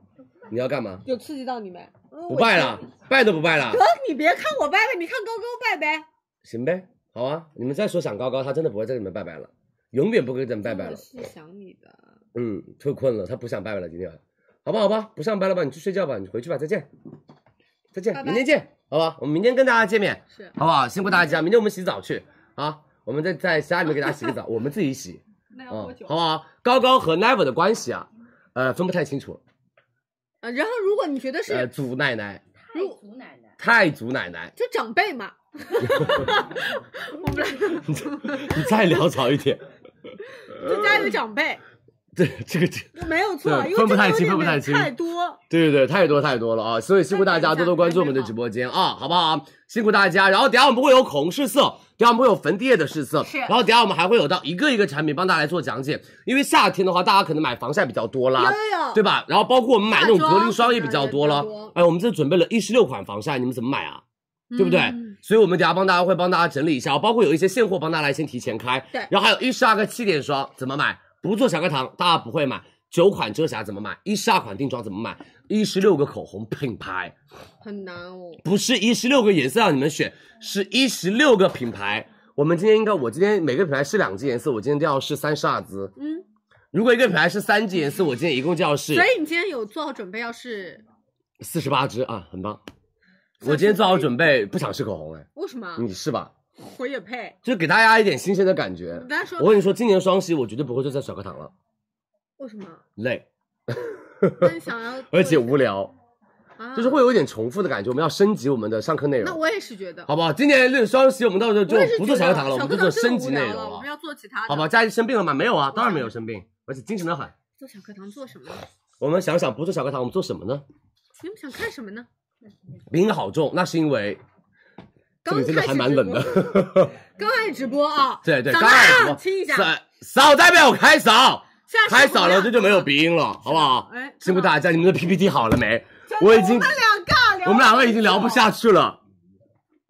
你要干嘛？有刺激到你没？嗯不拜了，啊拜都不拜了哥，，呃你别看我拜拜，你看高高拜呗。行呗，好啊，你们再说想高高，他真的不会在你们拜拜了，永远不会跟你们拜拜我了。是想你的。嗯，特困了，他不想拜拜了，今天晚上，好吧，好吧，不上班了吧，你去睡觉吧，你回去吧，再见，再见，拜拜明天见，好吧，我们明天跟大家见面，是好不好？辛苦大家，明天我们洗澡去啊，我们再在家里面给大家洗个澡，我们自己 洗，那嗯，好不好？高高和 Never 的关系啊，呃，分不太清楚，呃然后如果你觉得呃，是祖奶奶、如祖奶奶，太祖奶奶，就长辈嘛，我们俩你再潦草一点， 就家里的长辈对，这个这。没有错，呃对因为分不这太个有清点分不太清太多。对对对，太多太多了啊！所以辛苦大家多多关注我们的直播间啊，好不好啊？辛苦大家。然后等一下我们会有口红试色，等一下我们会有粉底液的试色，是然后等一下我们还会有到一个一个产品帮大家来做讲解，因为夏天的话，大家可能买防晒比较多啦，有有有啊对吧？然后包括我们买那种格林霜也比较多化了妆品啊也比较多。哎，我们这准备了一十六款防晒，你们怎么买啊？对嗯不对？所以我们等一下帮大家会帮大家整理一下，包括有一些现货帮大家来先提前开。对然后还有一十二个气垫霜怎么买？不做小课堂，大家不会买。九款遮瑕怎么买？一十二款定妆怎么买？一十六个口红品牌，很难哦。不是一十六个颜色让你们选，是一十六个品牌。我们今天应该，我今天每个品牌试两支颜色，我今天就要试三十二支。嗯，如果一个品牌是三支颜色，我今天一共就要试所以你今天有做好准备，要是四十八支啊，很棒。我今天做好准备，不想试口红哎，为什么你试吧，我也配？就给大家一点新鲜的感觉。大家说我跟你说，今年双十一我绝对不会再在小课堂了，为什么？累，，那你想要而且无聊，啊就是会有一点重复的感觉。我们要升级我们的上课内那容，我也是觉得，好不好？今年六双十一我们到时候就我也是不觉做得小课堂了，我小们课就做堂真升的级无内聊容了，我了们，要做其他的。好不好？佳怡生病了吗？没有啊，当然没有生病，而且精神的很。做小课堂做什么？我们想想，不做小课堂，我们做什么呢？你们想看什么呢？病好重，那是因为这刚里真的开还始蛮直冷播的。刚开始直播啊，对对，早刚上开始亲一下，嫂代表我开扫，下次开扫了这就没有不一鼻音了，好不好哎？辛苦大家，你们的 PPT 好了没？样我已经我们俩尬聊，我们两个已经聊不下去了。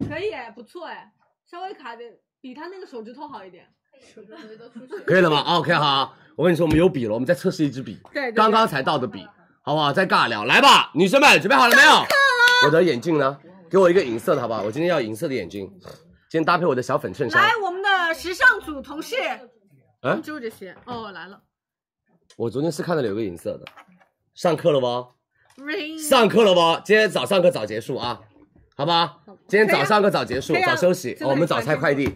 可以，不错哎，稍微卡点，比他那个手指头好一点。可以了吗？OK，好，哦我跟你说，我们有笔了，我们再测试一支笔，对对对刚刚才到的笔，好不好？再尬聊，来吧，女生们准备好了没有？我的眼镜呢？给我一个银色的，好不好？我今天要银色的眼镜，今天搭配我的小粉衬衫来，。我们的时尚组同事，哎只有这些哦，来了我昨天是看到了有个银色的，上课了不？ ，ring，上课了不？今天早上课早结束啊，好吧？今天早上课早结束可以，啊早休息真，的哦我们早拆快递。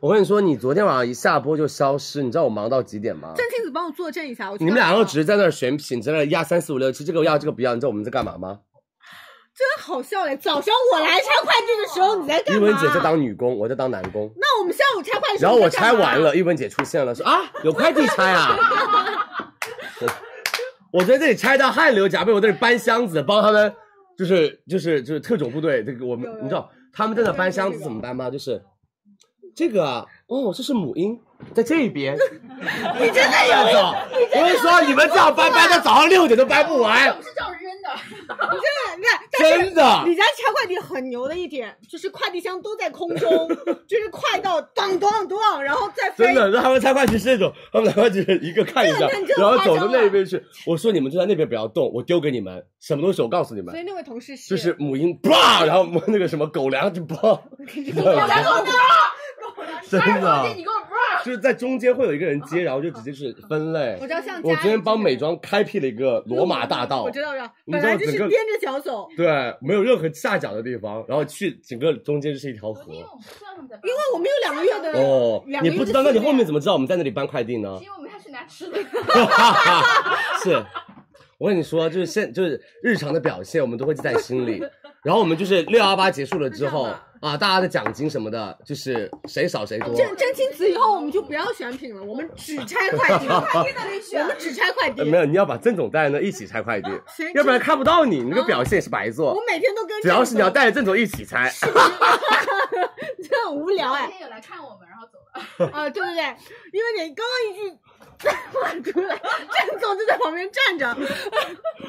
我跟你说，你昨天晚上一下播就消失，你知道我忙到几点吗？郑庆子帮我作证一下，我去 你们俩干嘛又只是在那儿选品，在那儿压三四五六七，这个要这个不要，你知道我们在干嘛吗？真好笑嘞！早上我来拆快递的时候你在干一嘛？文姐在当女工，我在当男工，那我们下午拆快递的时然候后你我在干嘛，拆完了，一文姐出现了， 说啊，有快递拆啊。 我在这里拆到汗流浃背，我在这里搬箱子，帮他们，就是就是就是特种部队这个我们，你知道他们在那搬箱子怎么搬吗？就是这个啊，哦，这是母婴，在这边。 你真的有种！我跟你说，你们这样掰掰到早上六点都掰不完，是照扔的。你看，你看，但是真的。李佳琦快递很牛的一点就是快递箱都在空中，就是快到当当当，然后再飞。真的，让他们拆快递是那种，他们拆快递是一个看一下这个你真，然后走夸到张了那边去。我说你们就在那边不要动，我丢给你们什么东西，我告诉你所以们，那位同事是就是母婴啪，然后母那个什么狗粮 就啪，真的，你给我不 就是在中间会有一个人接，然后就直接是分类哦我。知道像我佳昨天怡帮这美个妆开辟了一个罗马大道我，知道，我知道，你知本道来就是整个踮着脚走，对，没有任何下脚的地方，然后去整个中间就是一条河。我们知道他们在因为我们有两个月的哦，两个你月不知的道，那你训后面练怎么知道我们在那里搬快递呢？因为我们下去拿吃 的。 是，我跟你说，就是现就是日常的表现，我们都会记在心里。然后我们就是六幺八结束了之后啊，大家的奖金什么的，就是谁少谁多。真真亲子以后我们就不要选品了，我们只拆快 递，我们只拆快递呃。没有，你要把郑总带呢一起拆快递，谁要不然看不到你，你那个表现是白我做。每天都跟只要是你要带着嗯郑总一起拆，这很无聊哎今天有来看我们，然后走了。 啊，对对对，因为你刚刚一句话出来，郑总就在旁边站着，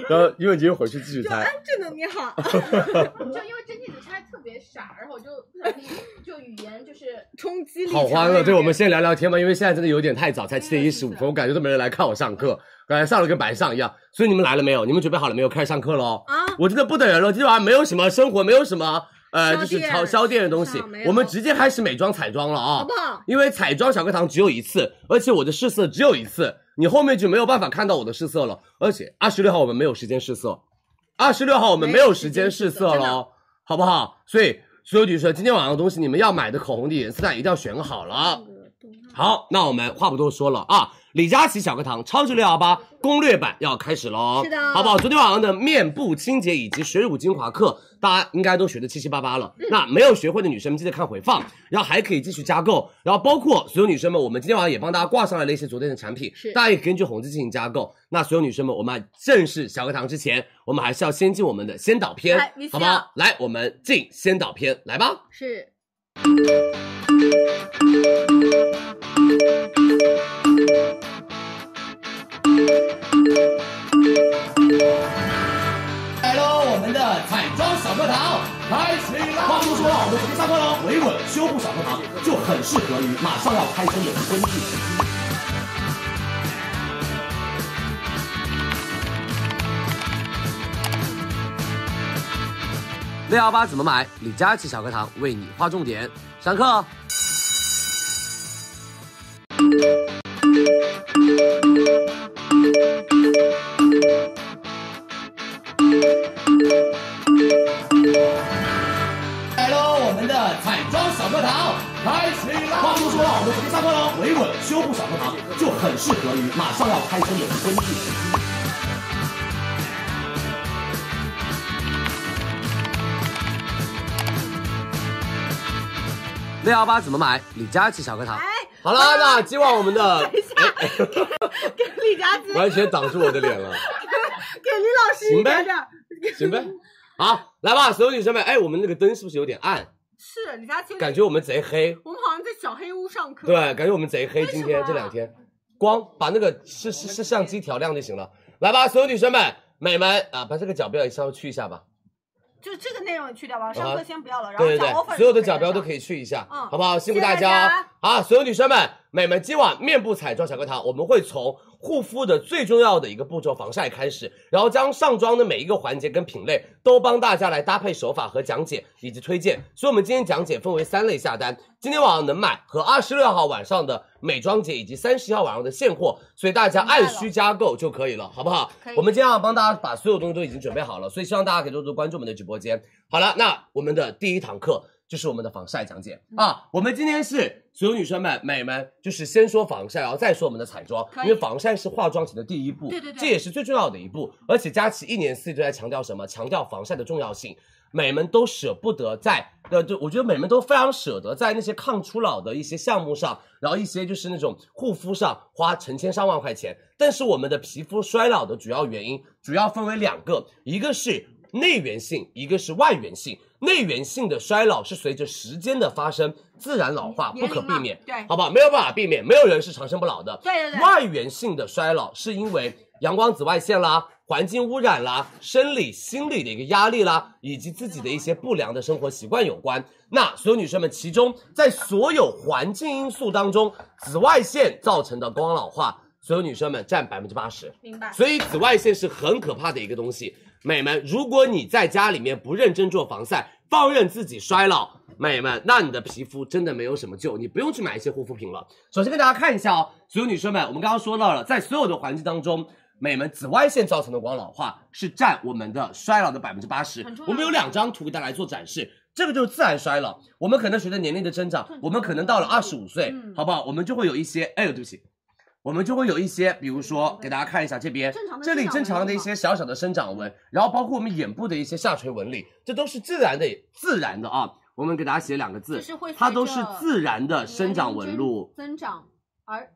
然后因为你又回去继续就拆哎。，郑总你好，就因为真镜子他特别傻，然后我就不小心就语言就是冲击力好欢强乐，烈对，我们先聊聊天吧，因为现在真的有点太早，才七点一十五分，我感觉都没人来看我上课，感觉上了跟白上一样。所以你们来了没有？你们准备好了没有？开始上课喽！啊，我真的不等人了，今天晚上没有什么生活，没有什么呃，消就是店超消店的东时西尚没，有我们直接开始美妆彩妆了啊，好不好？因为彩妆小课堂只有一次，而且我的试色只有一次，你后面就没有办法看到我的试色了。而且二十六号我们没有时间试色，二十六号我们没有时间试色了哦，好不好？所以所有女生，今天晚上的东西你们要买的口红的颜色呢，一定要选好了。嗯好，那我们话不多说了啊，李佳琦小课堂超级六幺八攻略版要开始喽，是的好不好？昨天晚上的面部清洁以及水乳精华课，大家应该都学的七七八八了。嗯那没有学会的女生们记得看回放，然后还可以继续加购，然后包括所有女生们，我们今天晚上也帮大家挂上来了一些昨天的产品是，大家也可以根据红字进行加购。那所有女生们，我们正式小课堂之前，我们还是要先进我们的先导片来，你好先不好？来，我们进先导片，来吧。是。来喽，我们的彩妆小课堂开始啦！话说说了，我们上课喽，维稳修复小课堂就很适合于马上要开春的春季。六幺八怎么买？李佳琦小课堂为你划重点，上课哦。来喽，我们的彩妆小课堂开始啦！话不多说了，我们直接上课喽。维稳修复小课堂就很适合于马上要开春的春季。六幺八怎么买？李佳琦小课哎堂。好了，那今晚我们的哎给李佳琦， 完全挡住我的脸了。给李老师一点点儿。行呗。好，来吧，所有女生们，哎，我们那个灯是不是有点暗？ 是李佳琦，感觉我们贼黑，我们好像在小黑屋上课。对，感觉我们贼黑。今为什天么啊这两天，光把那个摄摄摄像机调亮就行了。来吧，所有女生们，美们啊，把这个角标也稍微去一下吧。就这个内容也去掉吧，上啊课先不要了，然后对对讲 offer 对，所有的角标都以。可以去一下，嗯好不好？辛苦大谢谢大家家哦。好，所有女生们，美们，今晚面部彩妆小课堂，我们会从护肤的最重要的一个步骤防晒开始，然后将上妆的每一个环节跟品类都帮大家来搭配手法和讲解以及推荐。所以，我们今天讲解分为三类下单，今天晚上能买和二十六号晚上的美妆节以及三十号晚上的现货，所以大家按需加购就可以了，好不好？我们今天晚上帮大家把所有东西都已经准备好了，所以希望大家可以多多关注我们的直播间。好了，那我们的第一堂课就是我们的防晒讲解、嗯啊。我们今天是所有女生们、美们，就是先说防晒，然后再说我们的彩妆，因为防晒是化妆前的第一步，对对对这也是最重要的一步。而且佳琦一年四季都在强调什么？强调防晒的重要性。美们都舍不得在，呃，对，我觉得美们都非常舍得在那些抗初老的一些项目上，然后一些就是那种护肤上花成千上万块钱。但是我们的皮肤衰老的主要原因主要分为两个，一个是内源性，一个是外源性。内源性的衰老是随着时间的发生自然老化，不年龄可避嘛免，对好不好？没有办法避免，没有人是长生不老的。对对对外源性的衰老是因为阳光紫外线啦、环境污染啦、生理、心理的一个压力啦，以及自己的一些不良的生活习惯有关。那所有女生们，其中在所有环境因素当中，紫外线造成的光老化，所有女生们占百分之八十。明白。所以紫外线是很可怕的一个东西。美们，如果你在家里面不认真做防晒，放任自己衰老，美们，那你的皮肤真的没有什么救，你不用去买一些护肤品了。首先跟大家看一下哦，所有女生们，我们刚刚说到了，在所有的环境当中。美们，紫外线造成的光老化是占我们的衰老的百分之八十很重。要我们有两张图给大家来做展示，这个就是自然衰老。我们可能随着年龄的增长，嗯我们可能到了二十五岁，好不好？我们就会有一些，哎呦，对不起，我们就会有一些，比如说给大家看一下这边正常，的这里生长正常的纹一些小小的生长纹，然后包括我们眼部的一些下垂纹理，这都是自然的，自然的啊。我们给大家写两个字就是会随，着它都是自然的生长纹路。增长 而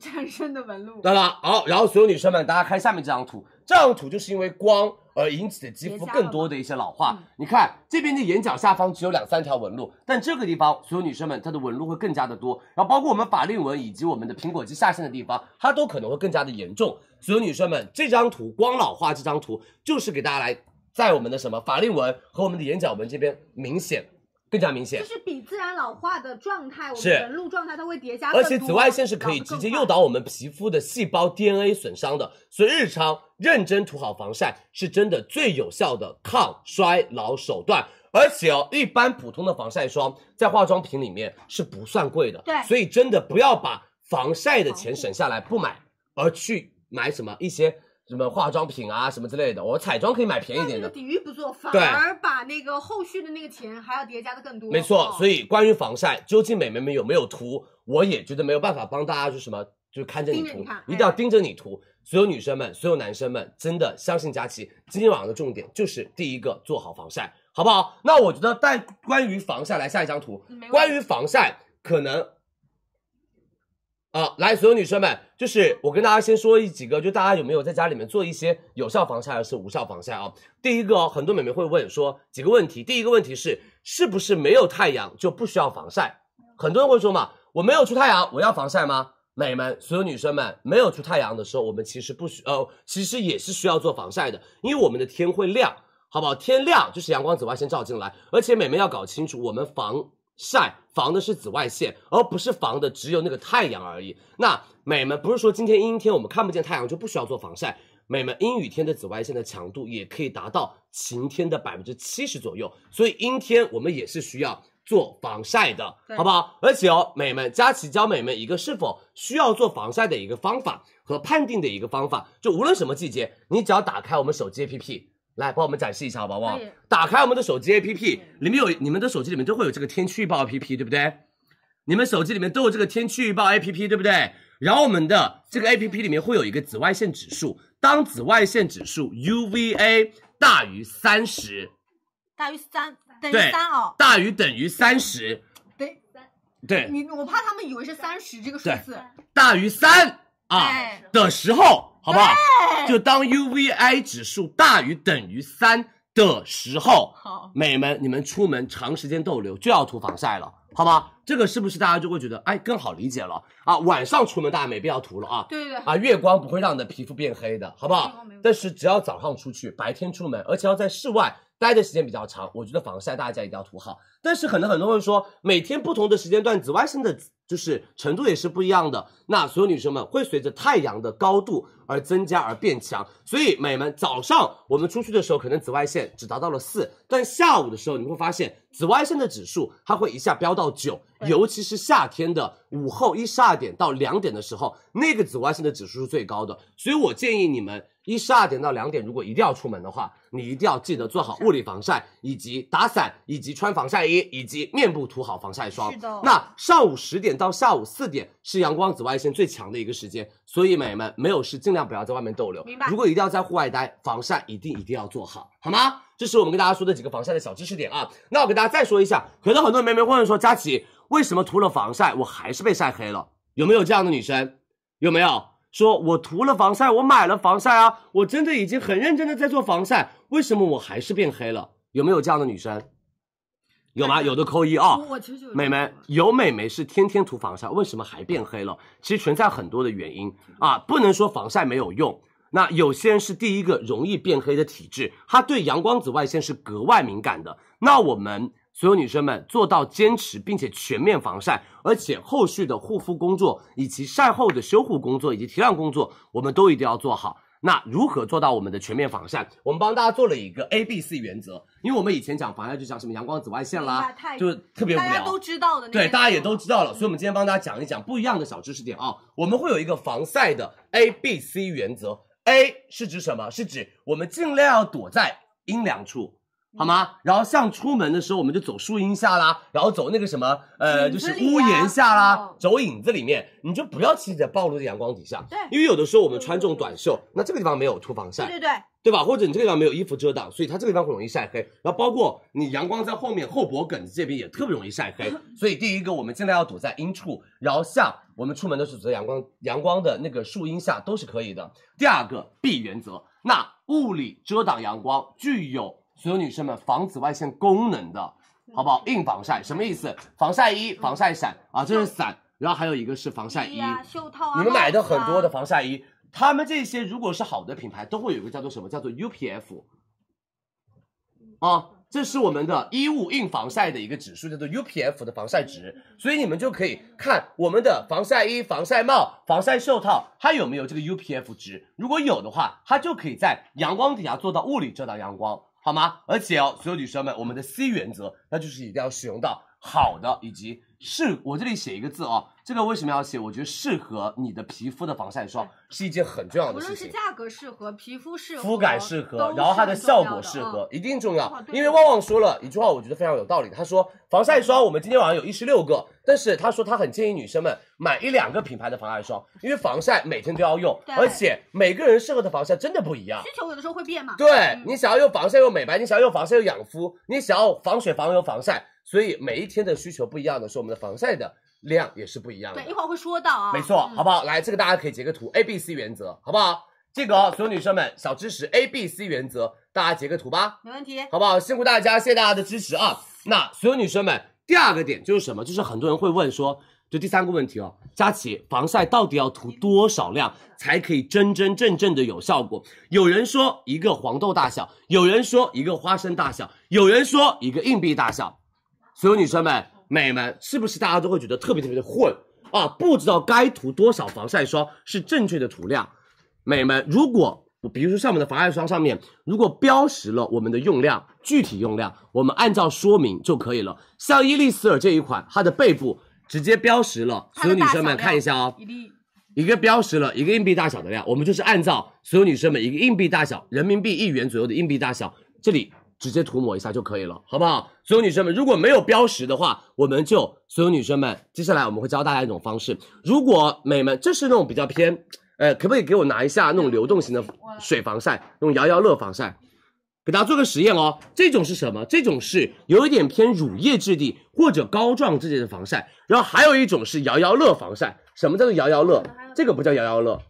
产生的纹路。对了，好，然后所有女生们，大家看下面这张图，这张图就是因为光而引起的肌肤更多的一些老化。你看这边的眼角下方只有两三条纹路，但这个地方所有女生们它的纹路会更加的多，然后包括我们法令纹以及我们的苹果肌下陷的地方，它都可能会更加的严重。所有女生们，这张图光老化这张图就是给大家来在我们的什么法令纹和我们的眼角纹这边明显更加明显就。是比自然老化的状态，我们是纹路状态它会叠加更而多，且紫外线是可老以得直更接快诱导我们皮肤的细胞 DNA 损伤的，所以日常认真涂好防晒是真的最有效的抗衰老手段。而且哦，一般普通的防晒霜在化妆品里面是不算贵的，对所以真的不要把防晒的钱省下来不买，而去买什么一些什么化妆品啊什么之类的。我彩妆可以买便宜一但点这的个，抵御不做，反对而把那个后续的那个钱还要叠加的更多。哦啊没错，所以以关于防晒，究竟美眉们有没有涂，我也觉得没有办法帮大家去什么，就是看着你盯着涂你看，哎一定要盯着你涂。所有女生们，所有男生们，真的相信佳琪，今天晚上的重点就是第一个做好防晒，好不好？那我觉得，但关于防晒，来下一张图没问，题关于防晒可能。啊、来，所有女生们，就是我跟大家先说一几个，就大家有没有在家里面做一些有效防晒还是无效防晒啊？第一个哦，很多美眉会问说几个问题。第一个问题是，是不是没有太阳就不需要防晒？很多人会说嘛，我没有出太阳，我要防晒吗？美们，所有女生们，没有出太阳的时候，我们其实不需呃，其实也是需要做防晒的，因为我们的天会亮，好不好？天亮就是阳光紫外线照进来，而且美们要搞清楚，我们防晒防的是紫外线，而不是防的只有那个太阳而已。那美们不是说今天阴天我们看不见太阳就不需要做防晒，美们阴雨天的紫外线的强度也可以达到晴天的百分之七十左右，所以阴天我们也是需要。做防晒的，好不好？而且哦，美们，佳琪教美们一个是否需要做防晒的一个方法和判定的一个方法。就无论什么季节，你只要打开我们手机 APP，来帮我们展示一下，好不好可以？打开我们的手机 APP，里面有你们的手机里面都会有这个天气预报 APP，对不对？你们手机里面都有这个天气预报 APP，对不对？然后我们的这个 APP 里面会有一个紫外线指数，当紫外线指数 UVA 大于三十，大于三等于对三哦，大于等于三十，对，对，你我怕他们以为是三十这个数对字，大于三啊哎的时候，好不好？就当 UVI 指数大于等于三的时候，好美们，你们出门长时间逗留就要涂防晒了，好吗？这个是不是大家就会觉得哎更好理解了啊？晚上出门大家没必要涂了啊，对对对，啊，月光不会让你的皮肤变黑的，好不好？但是只要早上出去，白天出门，而且要在室外待的时间比较长，我觉得防晒大家一定要涂好。但是可能很多人会说，每天不同的时间段，紫外线的就是程度也是不一样的。那所有女生们会随着太阳的高度而增加而变强，所以美们早上我们出去的时候，可能紫外线只达到了四，但下午的时候你会发现紫外线的指数它会一下飙到九，尤其是夏天的午后一十二点到两点的时候，那个紫外线的指数是最高的。所以我建议你们一十二点到两点，如果一定要出门的话，你一定要记得做好物理防晒，以及打伞，以及穿防晒衣，以及面部涂好防晒霜。是的那上午十点到下午四点是阳光紫外线最强的一个时间，所以美眉们没有事尽量不要在外面逗留。明白如果一定要在户外待，防晒一定一定要做好，好吗？这是我们跟大家说的几个防晒的小知识点啊。那我给大家再说一下，可能很多美眉会问说，佳琪为什么涂了防晒我还是被晒黑了？有没有这样的女生？有没有？说我涂了防晒，我买了防晒啊，我真的已经很认真的在做防晒，为什么我还是变黑了？有没有这样的女生？有呃吗？有的扣一啊。哦我我其实就有美眉有美眉是天天涂防晒，为什么还变黑了？其实存在很多的原因啊，不能说防晒没有用。那有些人是第一个容易变黑的体质，他对阳光紫外线是格外敏感的。那我们所有女生们做到坚持并且全面防晒，而且后续的护肤工作以及晒后的修护工作以及提亮工作，我们都一定要做好。那如何做到我们的全面防晒？我们帮大家做了一个 A B C 原则，因为我们以前讲防晒就讲什么阳光紫外线啦明白太，就是特别无聊，大家都知道的那些内嗯对，容，大家也都知道了，所以我们今天帮大家讲一讲不一样的小知识点啊。我们会有一个防晒的 A B C 原则。A 是指什么？是指我们尽量要躲在阴凉处，嗯好吗？然后像出门的时候，我们就走树荫下啦，然后走那个什么，呃，影就子是里屋呀檐下啦哦，走影子里面，你就不要骑在暴露的阳光底下。对嗯因为有的时候我们穿这种短袖，那这个地方没有涂防晒对，对对，对吧？或者你这个地方没有衣服遮挡，所以它这个地方会容易晒黑。然后包括你阳光在后面后脖梗这边也特别容易晒黑。所以第一个，我们尽量要躲在阴处，然后像我们出门的时候躲在阳光阳光的那个树荫下都是可以的。第二个 B 原则，那物理遮挡阳光具有所有女生们防紫外线功能的，好不好？硬防晒什么意思？防晒衣、防晒伞啊，这是伞，然后还有一个是防晒衣。啊、袖套啊，你们买的帽子很啊多的防晒衣，他们这些如果是好的品牌，都会有一个叫做什么？叫做 UPF。啊，这是我们的衣物硬防晒的一个指数，叫做 UPF 的防晒嗯值。所以你们就可以看我们的防晒衣、防晒帽、防晒袖套，它有没有这个 UPF 值。如果有的话，它就可以在阳光底下做到物理遮挡阳光，好吗？而且哦，所有女生们，我们的 C 原则，那就是一定要使用到好的以及适。我这里写一个字哦，这个为什么要写？我觉得适合你的皮肤的防晒霜是一件很重嗯要无的事论是情。价格适合、皮肤适合、肤感适合都，然后它的是很重效要果的适嗯合，一定重要哦。对因为旺旺说了一句话，我觉得非常有道理。他说防晒霜我们今天晚上有一十六个，但是他说他很建议女生们买一两个品牌的防晒霜，因为防晒每天都要用，对而且每个人适合的防晒真的不一样需。求有的时候会变嘛。嗯对你想要用防晒又美白，你想要用防晒又养肤，你想要防水防油防晒，所以每一天的需求不一样的时候，我们的防晒的量也是不一样的对，一。会儿会说到啊。没错，嗯好不好？来，这个大家可以截个图，A B C 原则，好不好？这个哦，所有女生们小知识 A B C 原则，大家截个图吧，没问题。好不好？辛苦大家，谢谢大家的支持啊！那所有女生们，第二个点就是什么？就是很多人会问说，就第三个问题哦，佳琪，防晒到底要涂多少量才可以真真正正的有效果？有人说一个黄豆大小，有人说一个花生大小，有人说一个硬币大小，所有女生们、美们，是不是大家都会觉得特别特别的混啊？不知道该涂多少防晒霜是正确的涂量。美们，如果比如说像我们的防晒霜上面，如果标识了我们的用量，具体用量，我们按照说明就可以了。像伊丽丝尔这一款，它的背部直接标识了，所有女生们看一下哦，一粒一个标识了一个硬币大小的量，我们就是按照所有女生们一个硬币大小，人民币一元左右的硬币大小，这里直接涂抹一下就可以了，好不好？所有女生们如果没有标识的话，我们就所有女生们，接下来我们会教大家一种方式。如果美们，这是那种比较偏，呃，可不可以给我拿一下那种流动型的水防晒，那种摇摇乐防晒？给大家做个实验哦，这种是什么？这种是有一点偏乳液质地或者膏状质地的防晒，然后还有一种是摇摇乐防晒。什么叫做摇摇乐？这个不叫摇摇乐，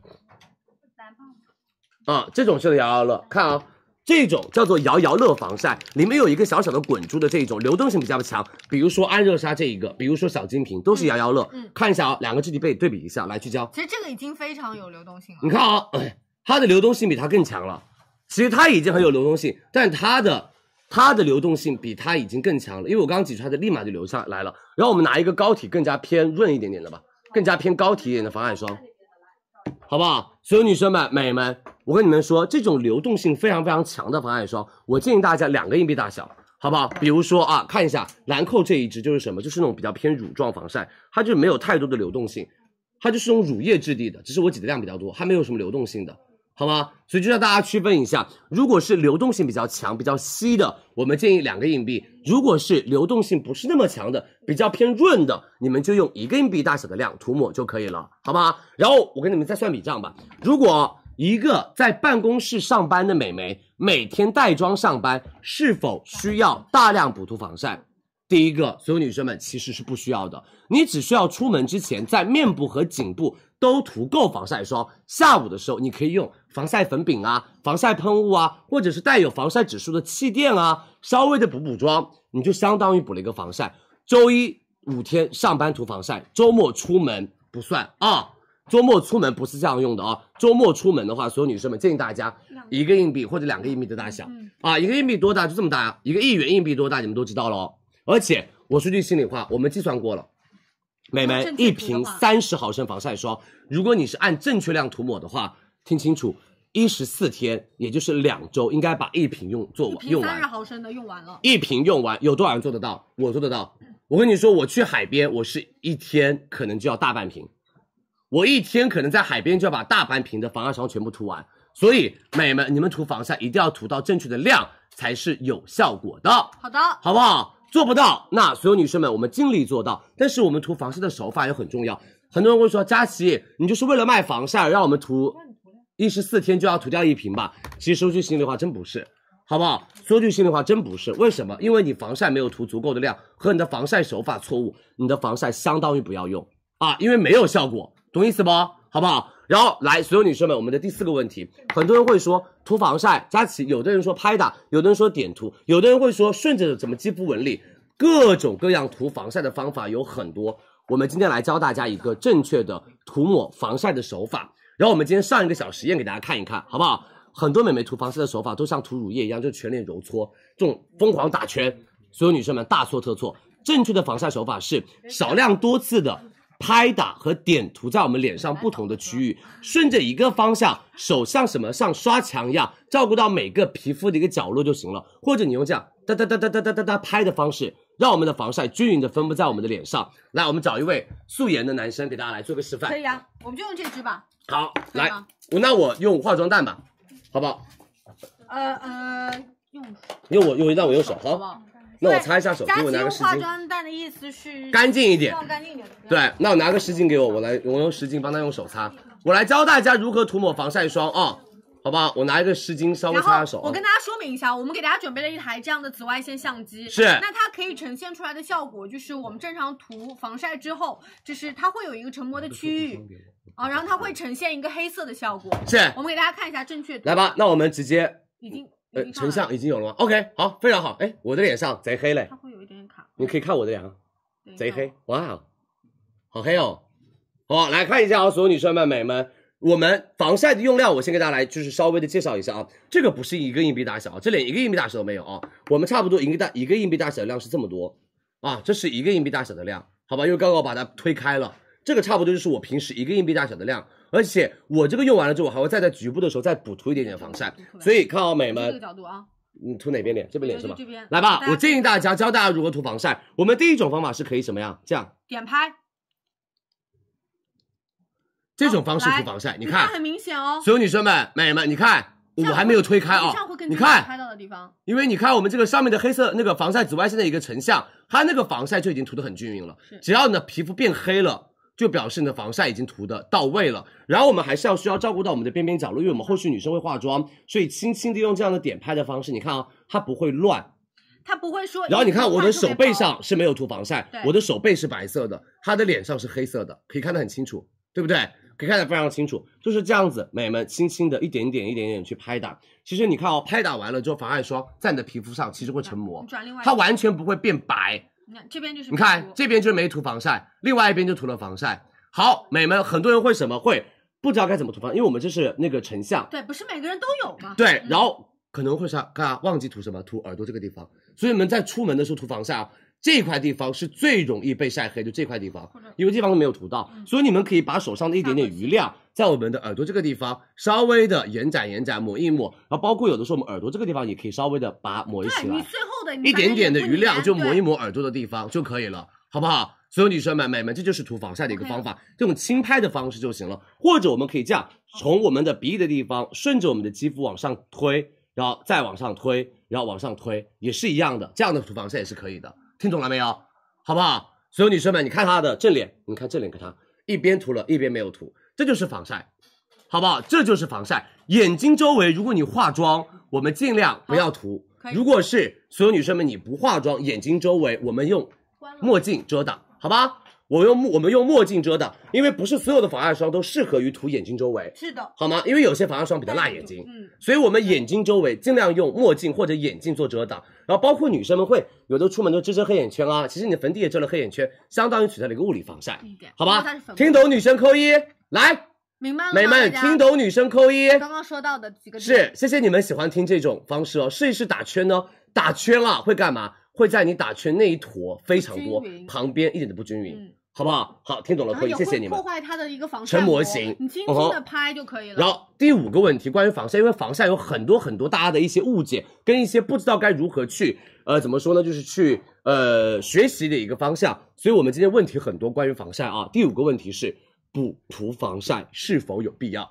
啊，这种是摇摇乐。看啊、这种叫做摇摇乐防晒，里面有一个小小的滚珠的这种流动性比较强，比如说安热沙这一个，比如说小金瓶，都是摇摇乐。嗯嗯看一下啊、两个质地被对比一下，来聚焦。其实这个已经非常有流动性 了你。看啊、它的流动性比它更强了。其实它已经很有流动性，但它的它的流动性比它已经更强了，因为我刚刚挤出来的立马就流下来了。然后我们拿一个膏体更加偏润一点点的吧，更加偏膏体一点的防晒霜，好不好？所有女生们、美们，我跟你们说，这种流动性非常非常强的防晒霜，我建议大家两个硬币大小。好不好？比如说啊，看一下兰蔻这一支就是什么，就是那种比较偏乳状防晒，它就没有太多的流动性，它就是用乳液质地的，只是我挤的量比较多，它没有什么流动性的，好吗？所以就让大家区分一下，如果是流动性比较强、比较稀的，我们建议两个硬币；如果是流动性不是那么强的、比较偏润的，你们就用一个硬币大小的量涂抹就可以了，好吗？然后我跟你们再算笔账吧，如果一个在办公室上班的美眉每天带妆上班，是否需要大量补涂防晒？第一个，所有女生们其实是不需要的，你只需要出门之前在面部和颈部都涂够防晒霜，下午的时候你可以用防晒粉饼啊、防晒喷雾啊，或者是带有防晒指数的气垫啊，稍微的补补妆，你就相当于补了一个防晒。周一五天上班涂防晒，周末出门不算啊。周末出门不是这样用的啊！周末出门的话，所有女生们建议大家一个硬币或者两个硬币的大小、啊，一个硬币多大就这么大呀、一个一元硬币多大你们都知道了哦。而且我说句心里话，我们计算过了，美眉啊正确涂的话一瓶三十毫升防晒霜，如果你是按正确量涂抹的话，听清楚，一十四天，也就是两周，应该把一瓶用做一完瓶用三完十。毫升的用完嗯了，一瓶用完，有多少人做得到？我做得到。我跟你说，我去海边，我是一天可能就要大半瓶，我一天可能在海边就要把大半瓶的防晒霜全部涂完。所以，美们，你们涂防晒一定要涂到正确的量，才是有效果的，好的，好不好？做不到，那所有女生们，我们尽力做到。但是我们涂防晒的手法也很重要。很多人会说，佳琪，你就是为了卖防晒，让我们涂一十四天就要涂掉一瓶吧？其实说句心里话，真不是。好不好？说句心里话，真不是。为什么？因为你防晒没有涂足够的量，和你的防晒手法错误，你的防晒相当于不要用啊，因为没有效果，懂意思不？好不好？然后来，所有女生们，我们的第四个问题，很多人会说涂防晒，佳琪，有的人说拍打，有的人说点涂，有的人会说顺着怎么肌肤纹理，各种各样涂防晒的方法有很多。我们今天来教大家一个正确的涂抹防晒的手法。然后我们今天上一个小实验给大家看一看，好不好？很多美眉涂防晒的手法都像涂乳液一样，就全脸揉搓，这种疯狂打圈。所有女生们大错特错，正确的防晒手法是少量多次的拍打和点涂在我们脸上不同的区域，顺着一个方向，手像什么像刷墙一样，照顾到每个皮肤的一个角落就行了。或者你用这样哒哒哒哒哒哒哒哒拍的方式，让我们的防晒均匀的分布在我们的脸上。来，我们找一位素颜的男生给大家来做个示范可。以啊，我们就用这支吧。好，可以来吗，我那我用化妆蛋吧，好不好？呃呃，用因为我用让我用手，好不好，好？那我擦一下手，佳给我琪拿用个湿化巾，妆蛋的意思是干净一点要。干净一点。不要对，那我拿个湿巾给我，我来，我用湿巾帮他用手擦。我来教大家如何涂抹防晒霜啊、好不好？我拿一个湿巾稍微然擦后下手啊、我跟大家说明一下，我们给大家准备了一台这样的紫外线相机，是那它可以呈现出来的效果就是我们正常涂防晒之后，就是它会有一个成膜的区域啊，然后它会呈现一个黑色的效果。是我，们给大家看一下正确图，来吧，那我们直接已经已呃经上成来了，像已经有了吗？OK，好，非常好。哎，我的脸上贼黑嘞它，会有一点点卡，你可以看我的脸啊，等一下贼黑，哇，哦好黑哦！好，来看一下啊、所有女生们、美们，我们防晒的用量，我先给大家来就是稍微的介绍一下啊。这个不是一个硬币大小，啊这脸一个硬币大小都没有啊。我们差不多一个大一个硬币大小的量是这么多啊，这是一个硬币大小的量，好吧？因为刚刚我把它推开了，这个差不多就是我平时一个硬币大小的量。而且我这个用完了之后，我还会再在局部的时候再补涂一点点防晒。所以看好、美这个们，角度啊，你涂哪边脸？这边脸是吧就？这边来吧，我这建议大家教大家如何涂防晒。我们第一种方法是可以什么样？这样点拍，这种方式好来涂防晒，你你看很明显哦，所有女生们、美眉们，你看我这样还没有推开会啊这样会，更你清楚看，拍到的地方，因为你看我们这个上面的黑色那个防晒紫外线的一个成像，它那个防晒就已经涂得很均匀了是。只要你的皮肤变黑了。就表示你的防晒已经涂的到位了，然后我们还是要需要照顾到我们的边边角落，因为我们后续女生会化妆，所以轻轻的用这样的点拍的方式，你看啊、它不会乱，它不会说一然后你看块我特别的手背薄上是没有涂防晒对，我的手背是白色的，她的脸上是黑色的，可以看得很清楚，对不对？可以看得非常清楚，就是这样子，美们轻轻的一点点一点点去拍打。其实你看哦，拍打完了之后，防晒霜在你的皮肤上其实会成膜你，转另外一它边完全不会变白。你看这边就是你看皮肤这边就没涂防晒，另外一边就涂了防晒。好，美们，很多人会什么会不知道该怎么涂防因为我们这是那个成像，对，不是每个人都有嘛，对，然后可能会啥干啥忘记涂什么，涂耳朵这个地方。所以你们在出门的时候涂防晒啊，这块地方是最容易被晒黑，就这块地方或者，因为这地方都没有涂到，嗯所以你们可以把手上的一点点余量，在我们的耳朵这个地方稍微的延展延展，抹一抹，然后包括有的时候我们耳朵这个地方也可以稍微的把它抹一对起你来，最后的你啊啊一点点的余量就抹一抹。抹耳朵的地方就可以了，好不好？所有女生们、美们，这就是涂防晒的一个 OK 方法，这种轻拍的方式就行了。或者我们可以这样，从我们的鼻翼的地方，顺着我们的肌肤往上推，然后再往上推，然后往上推，也是一样的。这样的涂防晒也是可以的，听懂了没有？好不好？所有女生们，你看她的正脸，你看正脸，看她一边涂了，一边没有涂，这就是防晒，好不好？这就是防晒。眼睛周围，如果你化妆，我们尽量不要涂，可以如果是所有女生们你不化妆，眼睛周围我们用墨镜遮挡，好吧？我用墨我们用墨镜遮挡，因为不是所有的防晒霜都适合于涂眼睛周围，是的，好吗？因为有些防晒霜比较辣眼睛，嗯，所以我们眼睛周围尽量用墨镜或者眼镜做遮挡，然后包括女生们会有的出门都遮遮黑眼圈啊，其实你的粉底也遮了黑眼圈，相当于取代了一个物理防晒，一点，好因为它吧是嗯粉？听懂女生扣一，来，明白了吗？美们大家听懂女生扣一，刚刚说到的几个点是，谢谢你们喜欢听这种方式哦。试一试打圈呢，打圈啊会干嘛？会在你打圈那一坨非常多不均，匀旁边一点都不均匀，嗯好不好？好，听懂了然可后以，也谢谢你会们破。坏它的一个防晒成模膜型你轻哦轻吼的拍就可以了。然后第五个问题，关于防晒，因为防晒有很多很多大家的一些误解，跟一些不知道该如何去，呃，怎么说呢，就是去呃学习的一个方向。所以我们今天问题很多关于防晒啊。第五个问题是补涂防晒是否有必要，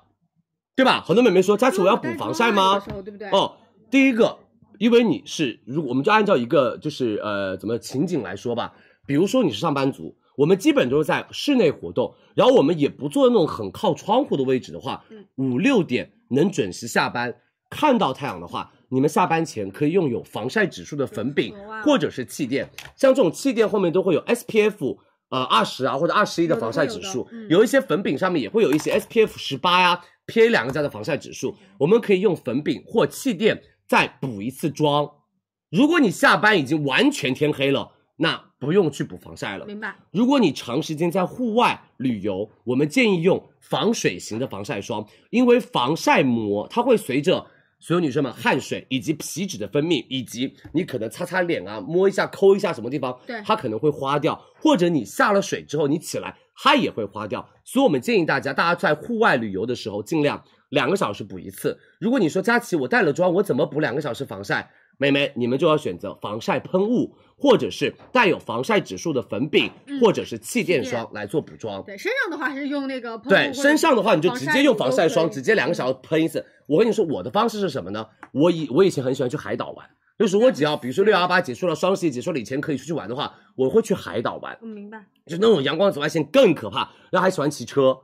对吧？很多美眉说，佳琪我要补防晒吗？时候对不对？哦，第一个，因为你是，如果我们就按照一个就是呃怎么情景来说吧，比如说你是上班族，我们基本都是在室内活动，然后我们也不坐那种很靠窗户的位置的话，嗯五六点能准时下班，看到太阳的话。你们下班前可以用有防晒指数的粉饼哦或者是气垫，像这种气垫后面都会有 SPF 呃二十啊或者二十一的有的防会晒有指的数，嗯有一些粉饼上面也会有一些 SPF 十八呀、PA 两个加的防晒指数，我们可以用粉饼或气垫再补一次妆。如果你下班已经完全天黑了，那不用去补防晒了。明白。如果你长时间在户外旅游，我们建议用防水型的防晒霜，因为防晒膜它会随着所有女生们汗水以及皮脂的分泌，以及你可能擦擦脸啊、摸一下、抠一下什么地方，对它可能会花掉，或者你下了水之后你起来，它也会花掉。所以我们建议大家，大家在户外旅游的时候尽量两个小时补一次。如果你说佳琪，我带了妆，我怎么补两个小时防晒？妹妹，你们就要选择防晒喷雾，或者是带有防晒指数的粉饼，或者是嗯气垫霜来做补妆。对，身上的话是用那个喷雾或对，者身上的话你就防直晒接用乳防都晒可霜，以直接两个小时喷一次。我跟你说，我的方式是什么呢？我以我以前很喜欢去海岛玩，就是我只要比如说六幺八结束了，双十一结束了，以前可以出去玩的话，我会去海岛玩。嗯，明白。就那种阳光紫外线更可怕，然后还喜欢骑车，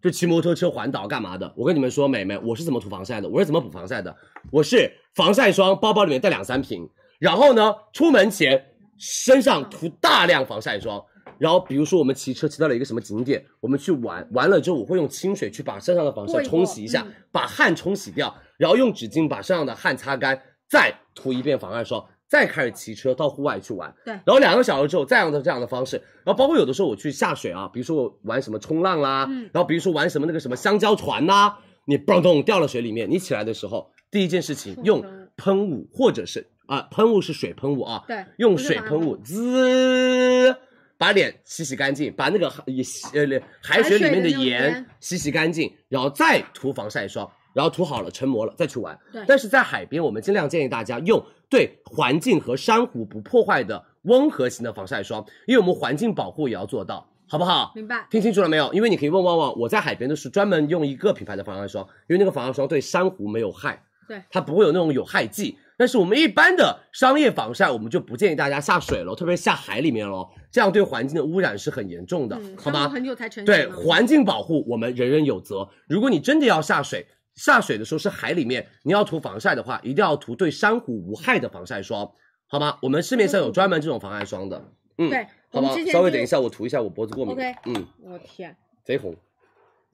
就骑摩托车环岛干嘛的。我跟你们说，美眉，我是怎么涂防晒的，我是怎么补防晒的，我是防晒霜包包里面带两三瓶，然后呢，出门前身上涂大量防晒霜。然后，比如说我们骑车骑到了一个什么景点，我们去玩，玩了之后我会用清水去把身上的防晒过一冲过洗一下，嗯把汗冲洗掉，然后用纸巾把身上的汗擦干，再涂一遍防晒霜，再开始骑车到户外去玩。对然后两个小时之后再用这样的方式，然后包括有的时候我去下水啊，比如说我玩什么冲浪啦，嗯然后比如说玩什么那个什么香蕉船呐、你嘣咚掉了水里面，你起来的时候第一件事情冲用喷雾喷雾或者是啊、喷雾是水喷雾啊，对，用不是水防晒喷雾滋，把脸洗洗干净，把那个也洗呃海水里面海水的的那种盐盐洗洗干净，然后再涂防晒霜，然后涂好了成膜了再去玩对。但是在海边，我们尽量建议大家用对环境和珊瑚不破坏的温和型的防晒霜，因为我们环境保护也要做到，好不好？明白。听清楚了没有？因为你可以问旺旺，我在海边都是专门用一个品牌的防晒霜，因为那个防晒霜对珊瑚没有害，对它不会有那种有害剂。但是我们一般的商业防晒，我们就不建议大家下水了，特别是下海里面了，这样对环境的污染是很严重的，嗯，好他们吗？很久才成对型呢环境保护，我们人人有责。如果你真的要下水，下水的时候是海里面，你要涂防晒的话，一定要涂对珊瑚无害的防晒霜，好吗？我们市面上有专门这种防晒霜的，嗯，对，好嗯我吗们之？前稍微就等一，下，我涂一下，我脖子过敏。 OK 嗯，我天。贼红。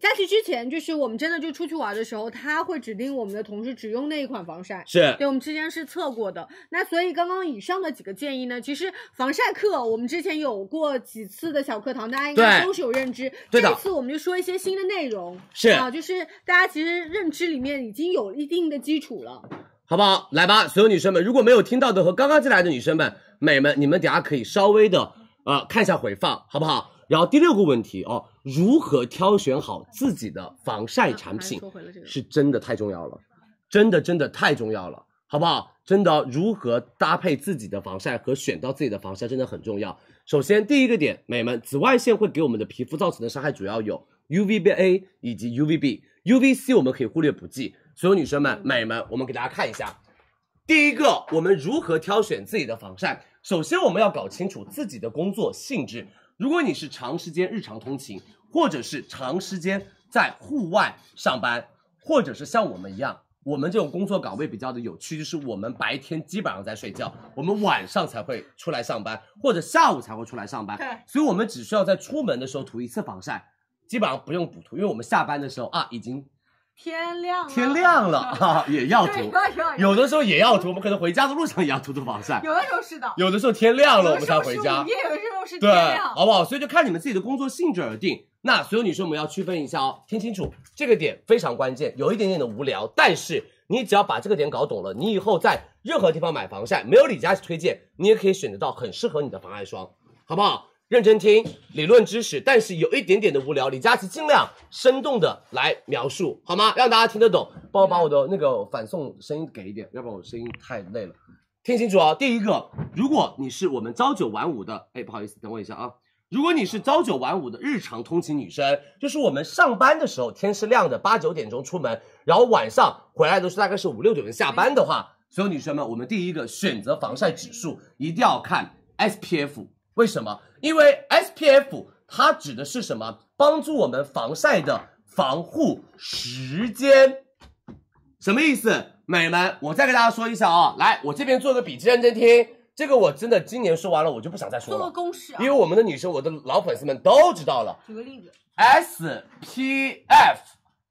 佳琪之前就是我们真的就出去玩的时候，他会指定我们的同事只用那一款防晒。是对，我们之前是测过的。那所以刚刚以上的几个建议呢，其实防晒课我们之前有过几次的小课堂，大家应该对都是有认知。对的这次我们就说一些新的内容，是啊，就是大家其实认知里面已经有一定的基础了。好不好？来吧，所有女生们，如果没有听到的和刚刚进来的女生们、美们，你们等下可以稍微的呃看一下回放，好不好？然后第六个问题哦，如何挑选好自己的防晒产还是品，说回了这个，是真的太重要了，真的真的太重要了，好不好？真的哦如何搭配自己的防晒和选到自己的防晒真的很重要。首先第一个点，美们，紫外线会给我们的皮肤造成的伤害主要有 UVA 以及 UVB、UVC，我们可以忽略不计。所有女生们、美们，我们给大家看一下，第一个，我们如何挑选自己的防晒？首先，我们要搞清楚自己的工作性质。如果你是长时间日常通勤，或者是长时间在户外上班，或者是像我们一样我们这种工作岗位比较的有趣，就是我们白天基本上在睡觉，我们晚上才会出来上班，或者下午才会出来上班。对所以我们只需要在出门的时候涂一次防晒，基本上不用补涂，因为我们下班的时候啊已经天亮了，天亮了，哈、啊，也嗯要对，涂，要要有的时候也要涂，我们可能回家的路上也要涂涂防晒，有的时候是的，有的时候天亮了我有们的时才候回是家午。夜，有的时候是对哦天，亮。好不好？所以就看你们自己的工作性质而定。那所有女生，我们要区分一下哦，听清楚，这个点非常关键，有一点点的无聊，但是你只要把这个点搞懂了，你以后在任何地方买防晒，没有李佳琦推荐，你也可以选择到很适合你的防晒霜，好不好？认真听理论知识，但是有一点点的无聊，李佳琦尽量生动的来描述，好吗？让大家听得懂。帮我把我的那个反送声音给一点，要不然我声音太累了。听清楚啊！第一个，如果你是我们朝九晚五的，哎，不好意思，等我一下啊。如果你是朝九晚五的日常通勤女生，就是我们上班的时候天是亮的，八九点钟出门，然后晚上回来的时候大概是五六点钟下班的话，所有女生们，我们第一个选择防晒指数一定要看 SPF，为什么？因为 SPF 它指的是什么？帮助我们防晒的防护时间。什么意思？美们，我再跟大家说一下啊，来，我这边做个笔记，认真听。这个我真的今年说完了，我就不想再说做个了，公式啊因为，我们的女生，我的老粉丝们都知道了。举个例子， SPF，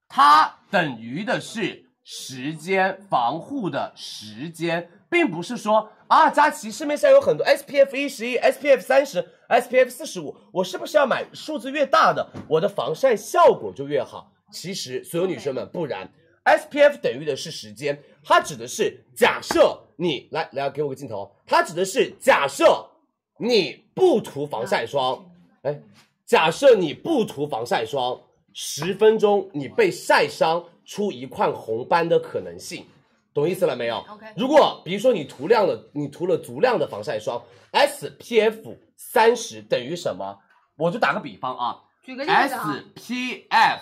它等于的是时间防护的时间，并不是说啊，佳琪市面上有很多 SPF 一十一、SPF 三十、SPF 四十五，我是不是要买数字越大的，我的防晒效果就越好？其实，所有女生们，不然 SPF 等于的是时间，它指的是假设你来来给我个镜头，它指的是假设你不涂防晒霜，哎，假设你不涂防晒霜，十分钟你被晒伤出一块红斑的可能性，懂意思了没有 OK 如果比如说你涂量了，你涂了足量的防晒霜，SPF 三十等于什么？我就打个比方啊举个例子啊， ，SPF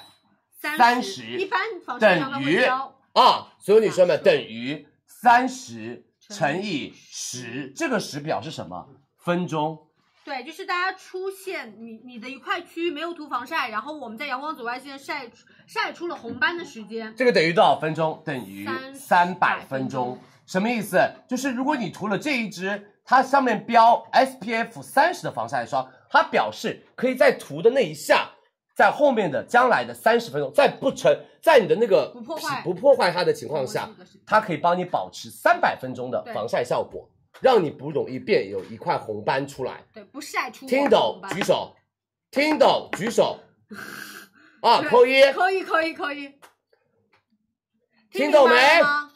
三30一般防晒霜等它会于标啊，所有女生们等于三十乘以十，这个十表示什么？分钟。对，就是大家出现你你的一块区域没有涂防晒，然后我们在阳光紫外线晒出晒出了红斑的时间，这个等于多少分钟？等于三300百分分钟钟。什么意思？就是如果你涂了这一支，它上面标 SPF 三十的防晒霜，它表示可以在涂的那一下，在后面的将来的三十分钟，在不成在你的那个不破坏不破坏它的情况下我记得是，它可以帮你保持三百分钟的对防晒效果，让你不容易变有一块红斑出来。对，不晒出听红懂斑举手，听懂举手。啊， 对扣一，可以可以可以，听懂明白没了？吗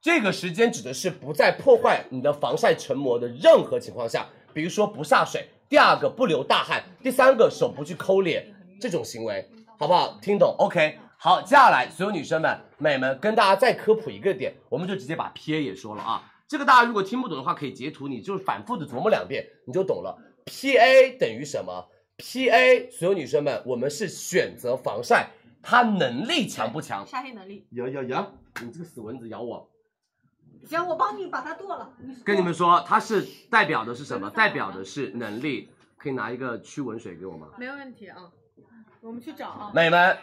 这个时间指的是不在破坏你的防晒成膜的任何情况下，比如说不下水，第二个不流大汗，第三个手不去抠脸这种行为，好不好？听懂？OK。好，接下来所有女生们、美们，跟大家再科普一个点，我们就直接把 PA 也说了啊。这个大家如果听不懂的话，可以截图，你就反复的琢磨两遍，你就懂了。PA 等于什么？PA，所有女生们，我们是选择防晒，它能力强不强？晒黑能力，有有有，你这个死蚊子咬我！行，我帮你把它剁了。跟你们说，它是代表的是什么？代表的是能力。可以拿一个驱蚊水给我吗？没问题啊，我们去找啊。美们，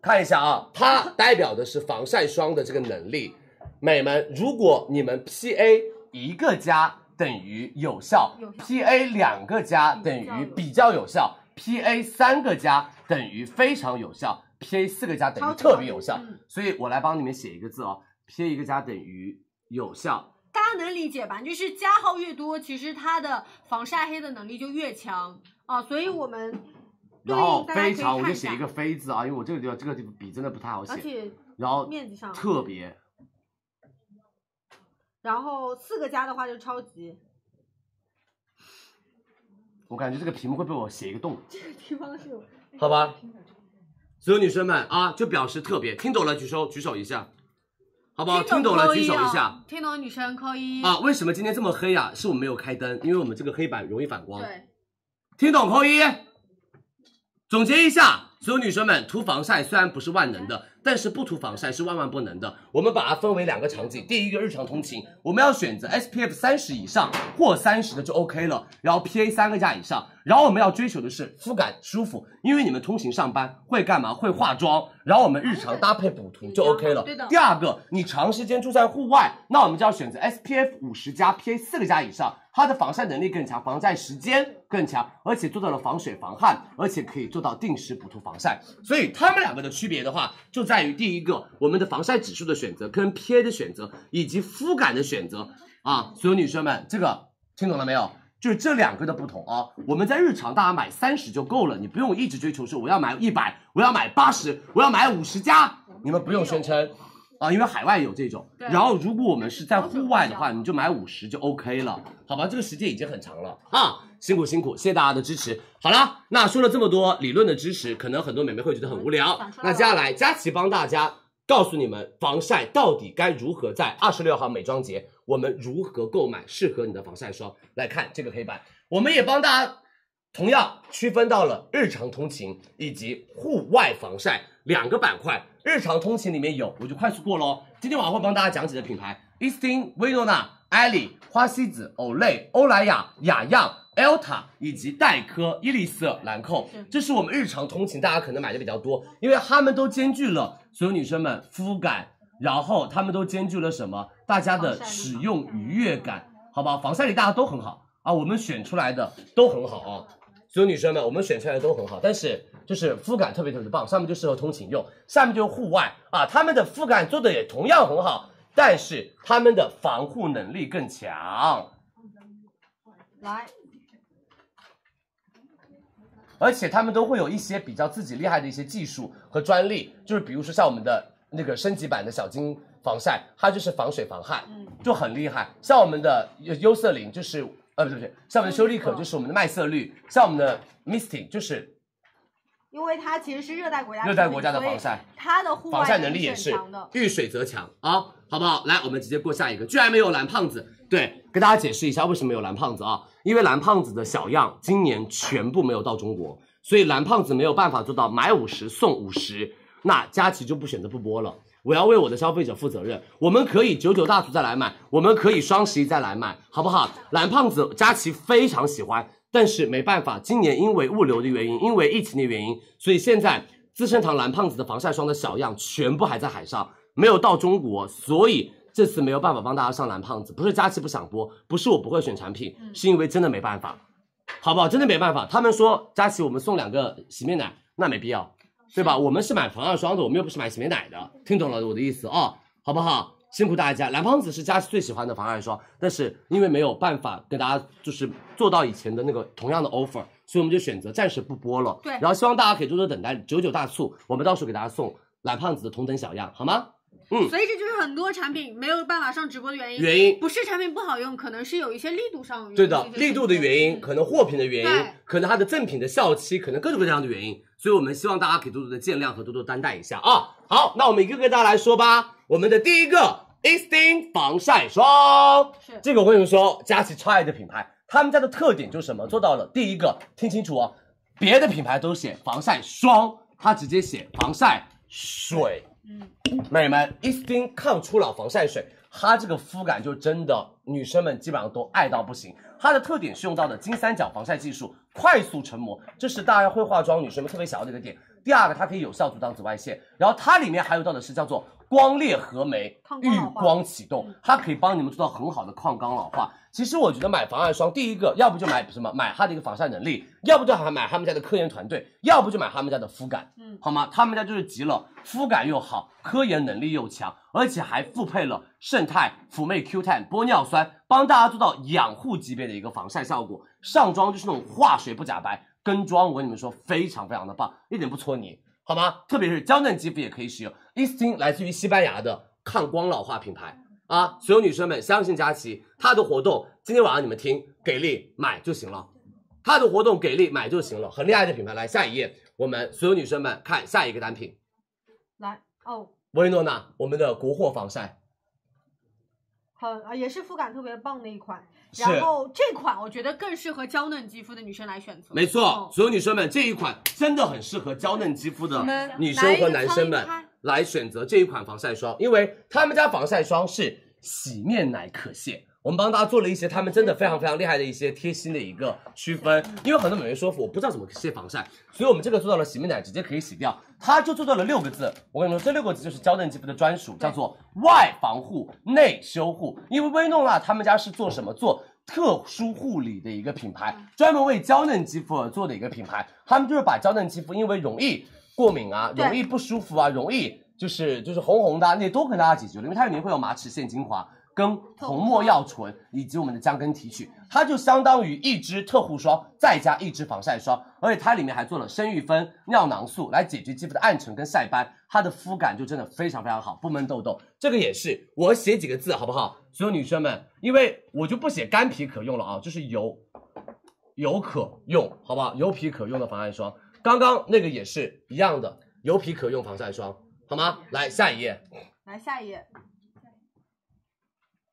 看一下啊，它代表的是防晒霜的这个能力。美们，如果你们 PA 一个加等于有效有效，PA 两个加等于比较有效，PA 三个加等于非常有效，PA 四个加等于特别有效。嗯嗯所以我来帮你们写一个字哦，PA 一个加等于有效，大家能理解吧？就是加号越多，其实它的防晒黑的能力就越强啊，所以我们对然后大家可非以常，我看就一写下一个非字啊，因为我这个地方这个地方笔真的不太好而写。且然后面积上，特别然后四个加的话就超级，我感觉这个屏幕会被我写一个洞，地方是哎有 好吧？所有女生们啊，就表示特别，听懂了举手举手一下，好不好？哦听懂了扣举一手啊一下。听懂女生扣一，啊！为什么今天这么黑啊？是我们没有开灯，因为我们这个黑板容易反光。对，听懂扣一，总结一下，所有女生们，涂防晒虽然不是万能的，但是不涂防晒是万万不能的。我们把它分为两个场景，第一个日常通勤，我们要选择 SPF 三十以上或三十的就 OK 了，然后 PA 三个加以上，然后我们要追求的是肤感舒服，因为你们通勤上班会干嘛？会化妆，然后我们日常搭配补涂就 OK 了。对的第二个，你长时间住在户外，那我们就要选择 SPF 五十加 PA 四个加以上，它的防晒能力更强，防晒时间更强，而且做到了防水防汗，而且可以做到定时补涂防晒。所以它们两个的区别的话，就在于第一个，我们的防晒指数的选择跟 PA 的选择以及肤感的选择啊，所有女生们，这个听懂了没有？就是这两个的不同啊，我们在日常大家买三十就够了，你不用一直追求说我要买一百，我要买八十，我要买五十加，你们不用宣称啊，因为海外有这种。然后如果我们是在户外的话，你就买五十就 OK 了，好吧？这个时间已经很长了啊，辛苦辛苦，谢谢大家的支持。好了，那说了这么多理论的知识，可能很多美眉会觉得很无聊。那接下来佳琪帮大家告诉你们防晒到底该如何在二十六号美妆节，我们如何购买适合你的防晒霜。来看这个黑板，我们也帮大家同样区分到了日常通勤以及户外防晒两个板块。日常通勤里面有，我就快速过喽。今天晚上会帮大家讲解的品牌：伊斯汀、薇诺娜、艾莉、花西子、欧莱、欧莱雅、雅漾。Elta 以及黛珂、伊丽丝、兰蔻，这是我们日常通勤大家可能买的比较多，因为它们都兼具了所有女生们肤感，然后它们都兼具了什么？大家的使用愉悦感，好不好？防晒力大家都很好啊，我们选出来的都很好啊。所有女生们，我们选出来的都很好，但是就是肤感特别特别的棒，上面就适合通勤用，下面就是户外啊，他们的肤感做的也同样很好，但是他们的防护能力更强。来，而且他们都会有一些比较自己厉害的一些技术和专利，就是比如说像我们的那个升级版的小金防晒，它就是防水防汗，就很厉害。像我们的优优色林就是呃不对不对，像我们的修丽可就是我们的麦色绿，像我们的 Misting 就是因为它其实是热带国家热带国家的防晒，它的户外防晒能力也是是很强的。遇水则强啊，好不好？来，我们直接过下一个，居然没有蓝胖子。对，跟大家解释一下为什么有蓝胖子啊？因为蓝胖子的小样今年全部没有到中国，所以蓝胖子没有办法做到买五十送五十。那佳琪就不选择不播了，我要为我的消费者负责任。我们可以九九大促再来买，我们可以双十一再来买，好不好？蓝胖子佳琪非常喜欢，但是没办法，今年因为物流的原因，因为疫情的原因，所以现在资生堂蓝胖子的防晒霜的小样全部还在海上，没有到中国，所以这次没有办法帮大家上蓝胖子。不是佳琪不想播，不是我不会选产品，是因为真的没办法，好不好？真的没办法。他们说佳琪，我们送两个洗面奶，那没必要，对吧？我们是买防晒霜的，我们又不是买洗面奶的，听懂了我的意思啊、好不好？辛苦大家，蓝胖子是佳琪最喜欢的防晒霜，但是因为没有办法跟大家就是做到以前的那个同样的 offer，所以我们就选择暂时不播了。对然后希望大家可以多多等待九九大促，我们到时候给大家送蓝胖子的同等小样，好吗？所以这就是很多产品没有办法上直播的原因。原因不是产品不好用，可能是有一些力度上有对的，一些力度的原因，嗯可能货品的原因对，可能它的赠品的效期，可能各种各样的原因，所以我们希望大家可以多多的见谅和多多担待一下啊。好，那我们一个个大家来说吧。我们的第一个 e s t i n 防晒霜，是这个我跟你们说，佳琦超爱的品牌，他们家的特点就是什么？做到了第一个，听清楚哦，别的品牌都写防晒霜，它直接写防晒水。美人们，一汀抗初老防晒水，它这个肤感就真的女生们基本上都爱到不行。它的特点是用到的金三角防晒技术，快速成膜，这是大家会化妆女生们特别想要的一个点。第二个，它可以有效阻挡紫外线，然后它里面还有到的是叫做光裂合酶抗光遇老化嗯光启动，它可以帮你们做到很好的抗光老化。其实我觉得买防晒霜，第一个要不就买什么买它的一个防晒能力，要不就还买他们家的科研团队，要不就买他们家的肤感。好吗？他们家就是集了肤感又好，科研能力又强，而且还复配了胜肽、辅酶 Q 肽、玻尿酸，帮大家做到养护级别的一个防晒效果。上妆就是那种化学不假白，跟妆我跟你们说非常非常的棒，一点不搓泥，好吗？特别是娇嫩肌肤也可以使用。e s t i n 来自于西班牙的抗光老化品牌。啊，所有女生们相信佳琪，啊她的活动今天晚上你们听，给力买就行了。它的活动给力买就行了，很厉害的品牌。来下一页，我们所有女生们看下一个单品，来哦，薇诺娜，我们的国货防晒，很呃也是肤感特别棒的一款。是然后这款我觉得更适合娇嫩肌肤的女生来选择。没错嗯，所有女生们，这一款真的很适合娇嫩肌肤的们嗯女生和来一男个生们苍蝇拍来选择这一款防晒霜，因为他们家防晒霜是洗面奶可卸。我们帮大家做了一些他们真的非常非常厉害的一些贴心的一个区分，因为很多美眉说我不知道怎么卸防晒，所以我们这个做到了洗面奶直接可以洗掉，它就做到了六个字。我跟你们说，这六个字就是娇嫩肌肤的专属，叫做外防护、内修护。因为薇诺娜他们家是做什么？做特殊护理的一个品牌，专门为娇嫩肌肤而做的一个品牌。他们就是把娇嫩肌肤因为容易过敏啊，对容易不舒服啊，容易就是就是红红的、啊、那些都给大家解决了，因为它里面会有马齿苋精华。跟红没药醇以及我们的姜根提取，它就相当于一支特护霜再加一支防晒霜，而且它里面还做了生育酚、尿囊素来解决肌肤的暗沉跟晒斑，它的肤感就真的非常非常好，不闷痘痘。这个也是我写几个字好不好？所有女生们，因为我就不写干皮可用了啊，就是油油可用，好不好？油皮可用的防晒霜，刚刚那个也是一样的，油皮可用防晒霜，好吗？来下一页，来下一页。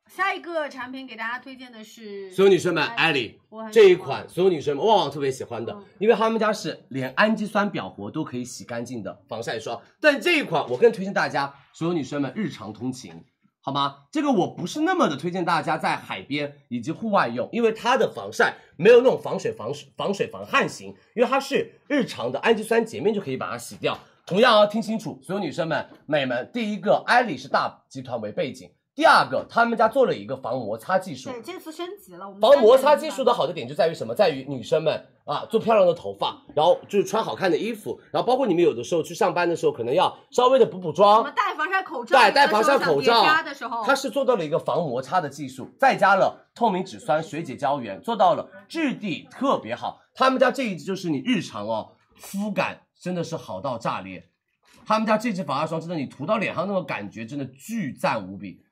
下一个产品给大家推荐的是，所有女生们，艾艾莉莉。我很这一喜欢款所有女生们旺旺特别喜欢的嗯，因为他们家是连氨基酸表活都可以洗干净的防晒霜。但这一款我更推荐大家，所有女生们日常通勤，好吗？这个我不是那么的推荐大家在海边以及户外用，因为它的防晒没有那种防水、防水、防水、防汗型，因为它是日常的氨基酸洁面就可以把它洗掉。同样啊，听清楚，所有女生们、美们，第一个，艾丽是大集团为背景。第二个，他们家做了一个防摩擦技术，对这次升级了，我们防三摩个擦人技吧术的好的点就在于什么？在于女生们啊，做漂亮的头发，然后就是穿好看的衣服，然后包括你们有的时候去上班的时候，可能要稍微的补补什么妆。戴防晒口罩，戴有的戴时防候晒想口叠罩加的时候，它是做到了一个防摩擦的技术，再加了透明质酸、水解胶原，做到了质地特别好。他们家这一支就是你日常哦，肤感真的是好到炸裂。他们家这支防晒霜真的，你涂到脸上那种感觉真的巨赞无比，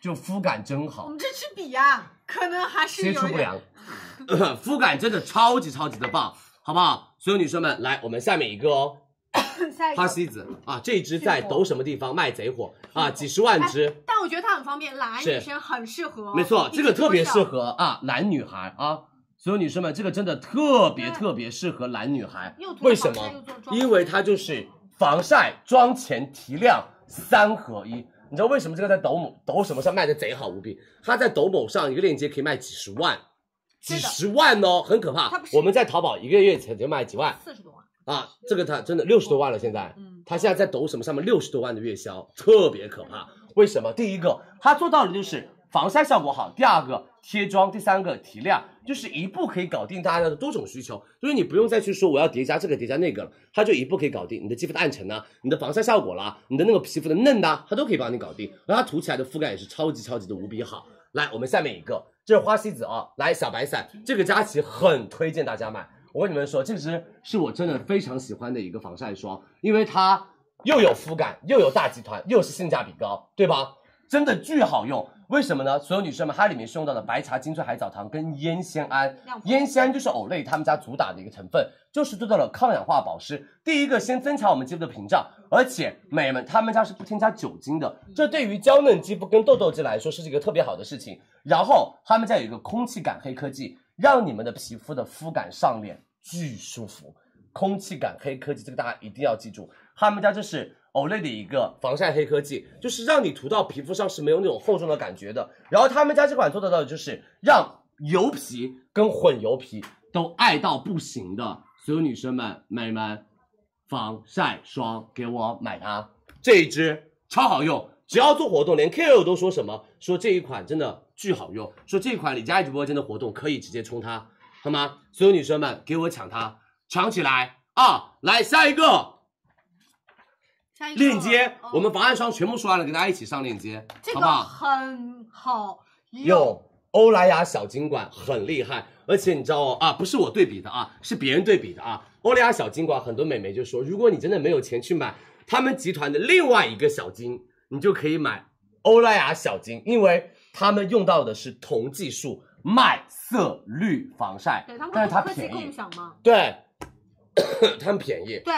就肤感真好。我们这支笔呀，可能还是接有触一不点良， 肤感真的超级超级的棒，好不好？所有女生们，来，我们下面一个哦，下一花个。西子啊，这一支在抖什么地方卖贼火哎啊，几十万支。但我觉得它很方便，懒癌是女生很适合。没错，一这个直特别敷适上。合啊男女孩啊，所有女生们，这个真的特别对特别适合男女孩又。涂为什防晒么又做？妆因为它就是防晒、妆前、提亮三合一。你知道为什么这个在抖某抖什么上卖的贼好无比？它在抖某上一个链接可以卖几十万，几是的十万哦，很可怕它不。是我们在淘宝一个月前就卖几万四十多万，啊，这个它真的六十多万了现在。嗯，它现在在抖什么上面六十多万的月销，特别可怕。为什么？第一个，它做到的就是防晒效果好；第二个，贴妆；第三个，提亮，就是一步可以搞定大家的多种需求，就是你不用再去说我要叠加这个叠加那个了，它就一步可以搞定你的肌肤的暗沉呐、你的防晒效果啦、你的那个皮肤的嫩呐、它都可以帮你搞定。然后它涂起来的肤感也是超级超级的无比好。来，我们下面一个，这是花西子啊，来小白伞，这个佳琦很推荐大家买。我跟你们说，这支是我真的非常喜欢的一个防晒霜，因为它又有肤感，又有大集团，又是性价比高，对吧？真的巨好用，为什么呢？所有女生们，它里面是用到的白茶、精粹海藻糖跟烟酰胺亮，肤烟酰胺就是欧蕾他们家主打的一个成分，就是做到了抗氧化保湿。第一个，先增强我们肌肤的屏障，而且美们他们家是不添加酒精的，这对于娇嫩肌肤跟痘痘肌来说是一个特别好的事情。然后他们家有一个空气感黑科技，让你们的皮肤的肤感上脸巨舒服。空气感黑科技，这个大家一定要记住，他们家这是 Olay 的一个防晒黑科技，就是让你涂到皮肤上是没有那种厚重的感觉的。然后他们家这款做得到的就是让油皮跟混油皮都爱到不行的所有女生们、美们，防晒霜给我买它，这一支超好用。只要做活动，连 KOL 都说什么说这一款真的巨好用，说这一款李佳琦直播间的活动可以直接冲它，好吗？所有女生们给我抢它，抢起来啊！来下一个下一个链接嗯，我哦们防晒霜全部说完了，跟大家一起上链接，这好个不好？很好用，用欧莱雅小金管很厉害，而且你知道哦啊，不是我对比的啊，是别人对比的啊。欧莱雅小金管很多美眉就说，如果你真的没有钱去买他们集团的另外一个小金，你就可以买欧莱雅小金，因为他们用到的是同技术麦色绿防晒对他，们但是它科技便共宜，享嘛， 对，他们便宜，对，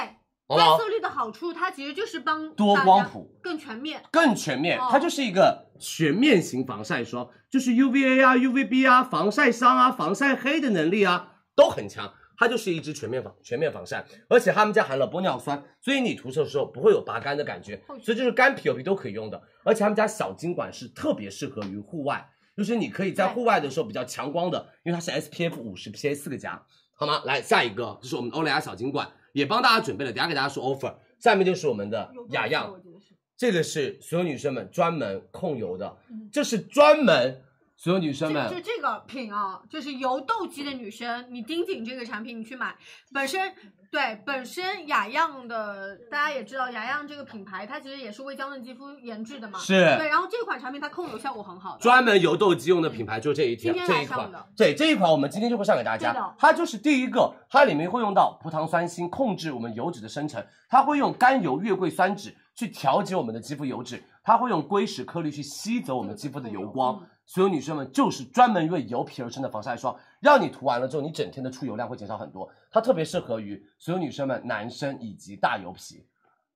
好不好观？色绿的好处，它其实就是帮多大家光谱更全面。更全面哦，它就是一个全面型防晒霜，就是 UVA 啊、UVB 啊、防晒伤啊、防晒黑的能力啊都很强，它就是一支全面防全面防晒，而且他们家含了玻尿酸，所以你涂的时候不会有拔干的感觉，所以就是干皮油皮都可以用的，而且他们家小金管是特别适合于户外，就是你可以在户外的时候比较强光的，因为它是 SPF 五十 PA 四个加，好吗？来下一个就是我们的欧莱雅小金管，也帮大家准备了，等一下给大家说 offer。下面就是我们的雅漾，这个是所有女生们专门控油的，这是专门所有女生这就们这个品啊，就是油痘肌的女生，你盯紧这个产品，你去买。本身对本身雅漾的，大家也知道，雅漾这个品牌，它其实也是为娇嫩肌肤研制的嘛。对，是然后这款产品它控油效果很好的。嗯专门油痘肌用的品牌，就这一条今天这一来上款的，对这一款我们今天就会上给大对的家。它就是第一个，它里面会用到葡糖酸锌控制我们油脂的生成，它会用甘油月桂酸酯去调节我们的肌肤油脂，它会用硅石颗粒去吸走我们肌肤的油光。嗯所有女生们就是专门为油皮而生的防晒霜，让你涂完了之后，你整天的出油量会减少很多。它特别适合于所有女生们、男生以及大油皮。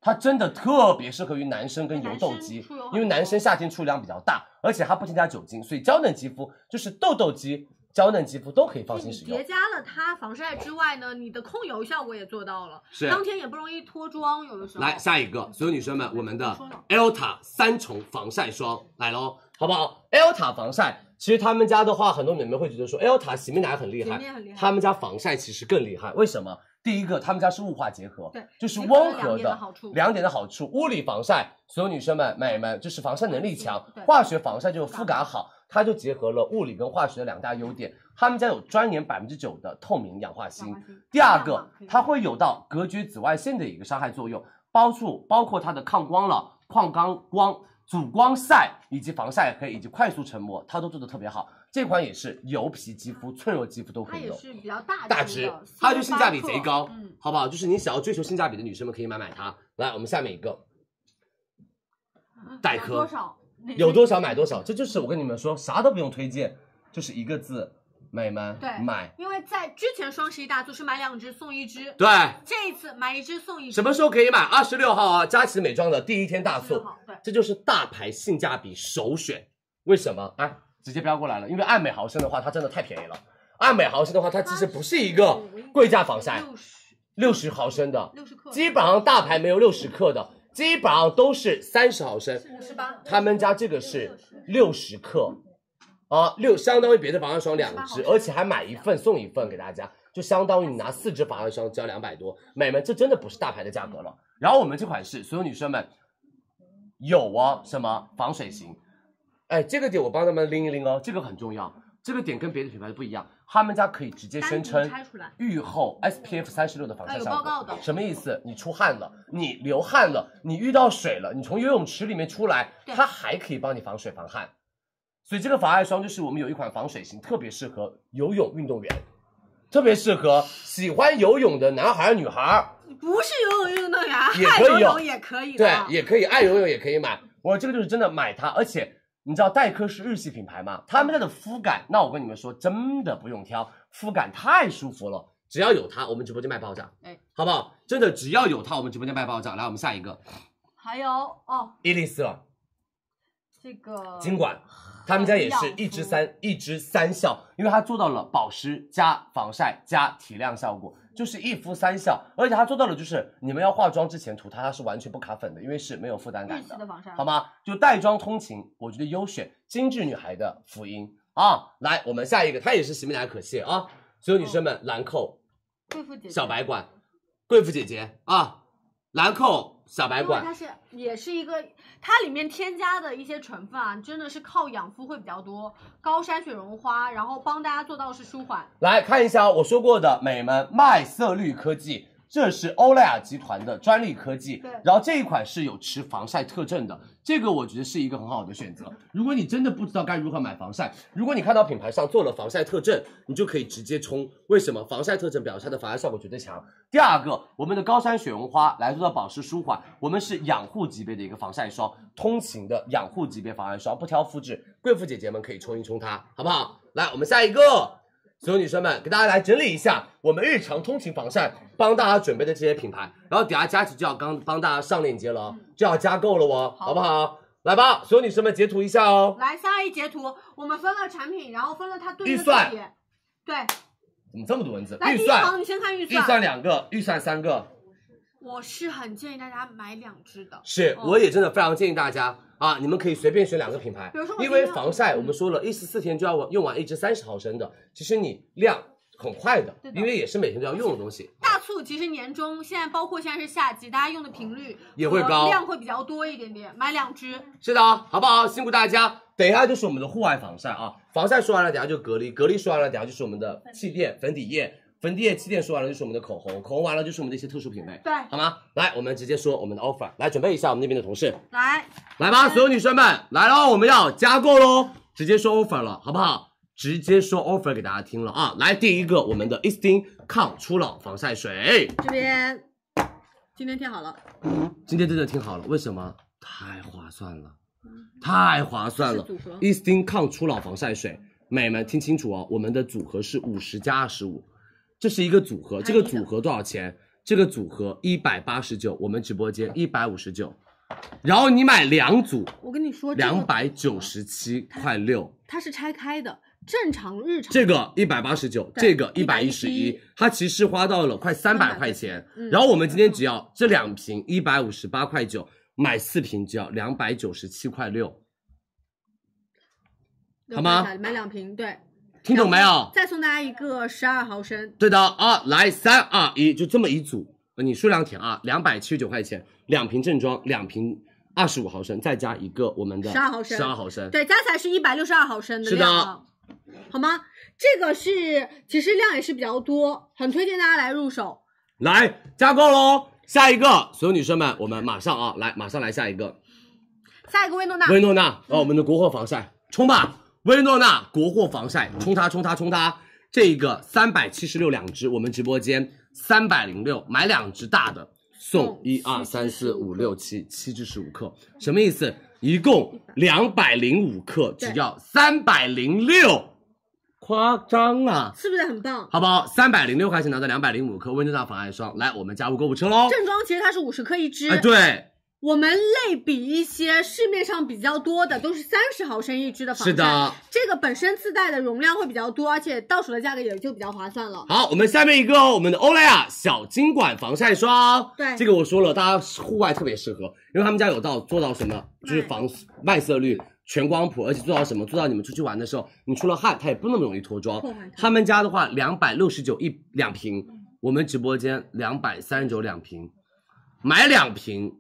它真的特别适合于男生跟油痘肌男生出油很，多因为男生夏天出油量比较大，而且它不添加酒精，所以娇嫩肌肤就是痘痘肌、娇嫩肌肤都可以放就心你使用叠。加了它防晒之外呢，你的控油效果也做到了，是当天也不容易脱妆，有的时候。来下一个，所有女生们，我们的 Elta 三重防晒霜来喽，好不好？Elta 防晒，其实他们家的话，很多美眉会觉得说 Elta 洗面奶很厉洁害，面很厉害他们家防晒其实更厉害，为什么？第一个，他们家是雾化结合，对就是结合温了和两点的好处两点的好处，物理防晒，所有女生们、美们就是防晒能力强对，化学防晒就是肤感好，它就结合了物理跟化学的两大优点。他们家有专研百分之九的透明氧化锌氧化锌，第二这个样嘛可以它会有到隔绝紫外线的一个伤害作用，包括包括它的抗光了、抗光光、阻光晒以及防晒黑以及快速成膜，它都做的特别好。这款也是油皮肌肤、脆弱肌肤都可它以也用。是比较大大支值的，它就性价比贼高，嗯，好不好？就是你想要追求性价比的女生们可以买买它。来，我们下面一个，黛珂嗯多少？哪有多少买多嗯少，这就是我跟你们说，啥都不用推荐，就是一个字，美们，对买，因为在之前双十一大促是买两支送一支，对，这一次买一支送一支，什么时候可以买？二十六号啊，佳琦美妆的第一天大就促，好？对，这就是大牌性价比首选。为什么？哎，直接标过来了，因为爱美毫升的话，它真的太便宜了。爱美毫升的话，它其实不是一个贵价防晒，六十六十毫升的，六十克，基本上大牌没有六十克的，基本上都是三十毫升。五十八，他们家这个是六十克，啊，六相当于别的防晒霜两支，而且还买一份送一份给大家，就相当于你拿四支防晒霜只要两百多，美们，这真的不是大牌的价格了。嗯然后我们这款是所有女生们有哦，什么防水型，哎，这个点我帮他们拎一拎哦，这个很重要，这个点跟别的品牌不一样，他们家可以直接单宣独称拆出来。预后 SPF 三十六的防啊晒有效果，报告的什么意思？你出汗了，你流汗了，你遇到水了，你从游泳池里面出来，对它还可以帮你防水防汗。所以这个防晒霜就是我们有一款防水型，特别适合游泳运动员，特别适合喜欢游泳的男孩儿女孩儿，不是游泳运动员，也爱可以用游泳也可以对的，，啊也可以爱游泳也可以买。我这个就是真的买它，而且你知道黛珂是日系品牌嘛，他们嗯家的肤感，那我跟你们说，真的不用挑，肤感太舒服了。只要有它，我们直播间卖爆炸，哎好不好？真的，只要有它，我们直播间卖爆炸。来，我们下一个，还有哦，伊丽丝尔这个金管，他们家也是呃养肤一支三一支三效，因为它做到了保湿加防晒加提亮效果，就是一肤三效，而且它做到了就是你们要化妆之前涂它，它是完全不卡粉的，因为是没有负担日感系的防晒，好吗？就带妆通勤，我觉得优选精致女孩的福音啊！来，我们下一个，它也是洗面奶可卸啊，所有女生们，兰蔻贵妇姐姐小白管，贵妇姐姐啊，兰蔻小白因为管它，是也是一个，它里面添加的一些成分啊，真的是靠养肤会比较多，高山雪绒花，然后帮大家做到是舒缓。来看一下啊我说过的美们麦色绿科技，这是欧莱雅集团的专利科技对。然后这一款是有持防晒特征的，这个我觉得是一个很好的选择。如果你真的不知道该如何买防晒，如果你看到品牌上做了防晒特征，你就可以直接冲。为什么？防晒特征表示它的防晒效果绝对强。第二个，我们的高山雪绒花来做到保湿舒缓，我们是养护级别的一个防晒霜，通勤的养护级别防晒霜，不挑肤质，贵妇姐姐们可以冲一冲它，好不好？来，我们下一个。所有女生们，给大家来整理一下我们日常通勤防晒帮大家准备的这些品牌，然后底下佳琪就要刚帮大家上链接了哦，就要加购了哦，好不好？来吧，所有女生们截图一下哦。来下一截图，我们分了产品，然后分了它对应预的算个体。对，怎么这么多文字？来预第一行算你，先看预预算。算两个，预算三个，我是很建议大家买两支的。是，我也真的非常建议大家啊，你们可以随便选两个品牌比如说，我因为今天嗯防晒我们说了，一十四天就要完用完一支三十毫升的，其实你量很快的，对的因为也是每天都要用的东西。大促其实年终现在包括现在是夏季，大家用的频率也会高和量会比较多一点点，买两支。是的啊，好不好？辛苦大家。等一下就是我们的户外防晒啊，防晒说完了，等一下就隔离，隔离说完了，等一下就是我们的气垫、粉底液，粉底液、气垫说完了就是我们的口红，口红完了就是我们的一些特殊品类，对好吗？来，我们直接说我们的 offer，来准备一下我们那边的同事，来，来吧，所有女生们，来喽，我们要加购喽，直接说 offer 了，好不好？直接说 offer 给大家听了啊！来，第一个，我们的 e s t i n 抗初老防晒水，这边今天贴好了，今天真的听好了，为什么？太划算了，太划算了是组合！ e s t i n 抗初老防晒水，美们听清楚哦，我们的组合是五十加二十五，这是一个组合，这个组合多少钱？这个组合一百八十九，我们直播间一百五十九，然后你买两组，我跟你说，这两个百九十七块六，它是拆开的，正常日常这个一百八十九，这个一百一十一111，它其实花到了快三百块钱。嗯嗯然后我们今天只要这两瓶一百五十八块九，买四瓶只要两百九十七块六，好吗？买两瓶，对，听懂没有？再送大家一个十二毫升，对的啊，来三二一，就这么一组，呃你数量填啊，两百七十九块钱，两瓶正装，两瓶二十五毫升，再加一个我们的12毫升十二毫升。对，加起来是一百六十二毫升的是的量啊，好吗？这个是其实量也是比较多，很推荐大家来入手。来加购喽，下一个，所有女生们，我们马上啊，来马上来下一个。下一个薇诺娜，薇诺娜哦，我们的国货防晒，冲吧！薇诺娜国货防晒，冲它冲它冲它！这个三百七十六两支，我们直播间三百零六，买两支大的送一二三四五六七七至十五克，什么意思？一共两百零五克，只要三百零六，夸张啊！是不是很棒？好不好？三百零六块钱拿到两百零五克薇诺娜防晒霜，来我们加入购物车喽！正装其实它是五十克一支，哎，对，我们类比一些市面上比较多的，都是三十毫升一支的防晒。是的，这个本身自带的容量会比较多，而且到手的价格也就比较划算了。好，我们下面一个哦，我们的欧莱雅小金管防晒霜。对这个我说了，大家户外特别适合，因为他们家有到做到什么，就是防麦色绿、全光谱，而且做到什么，做到你们出去玩的时候，你出了汗，它也不那么容易脱妆破坏。它他们家的话，两百六十九一两瓶，我们直播间两百三十九两瓶，买两瓶，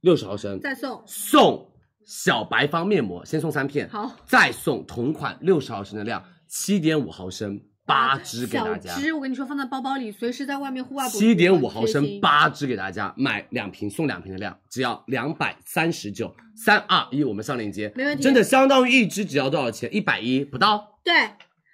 六十毫升，再送送小白方面膜，先送三片，好，再送同款六十毫升的量，七点五毫升八支给大家啊小，支，我跟你说，放在包包里，随时在外面户外补七点五毫很升贴心八支给大家，买两瓶送两瓶的量，只要两百三十九，三二一，我们上链接，没问题真的相当于一支只要多少钱？一百一不到，对，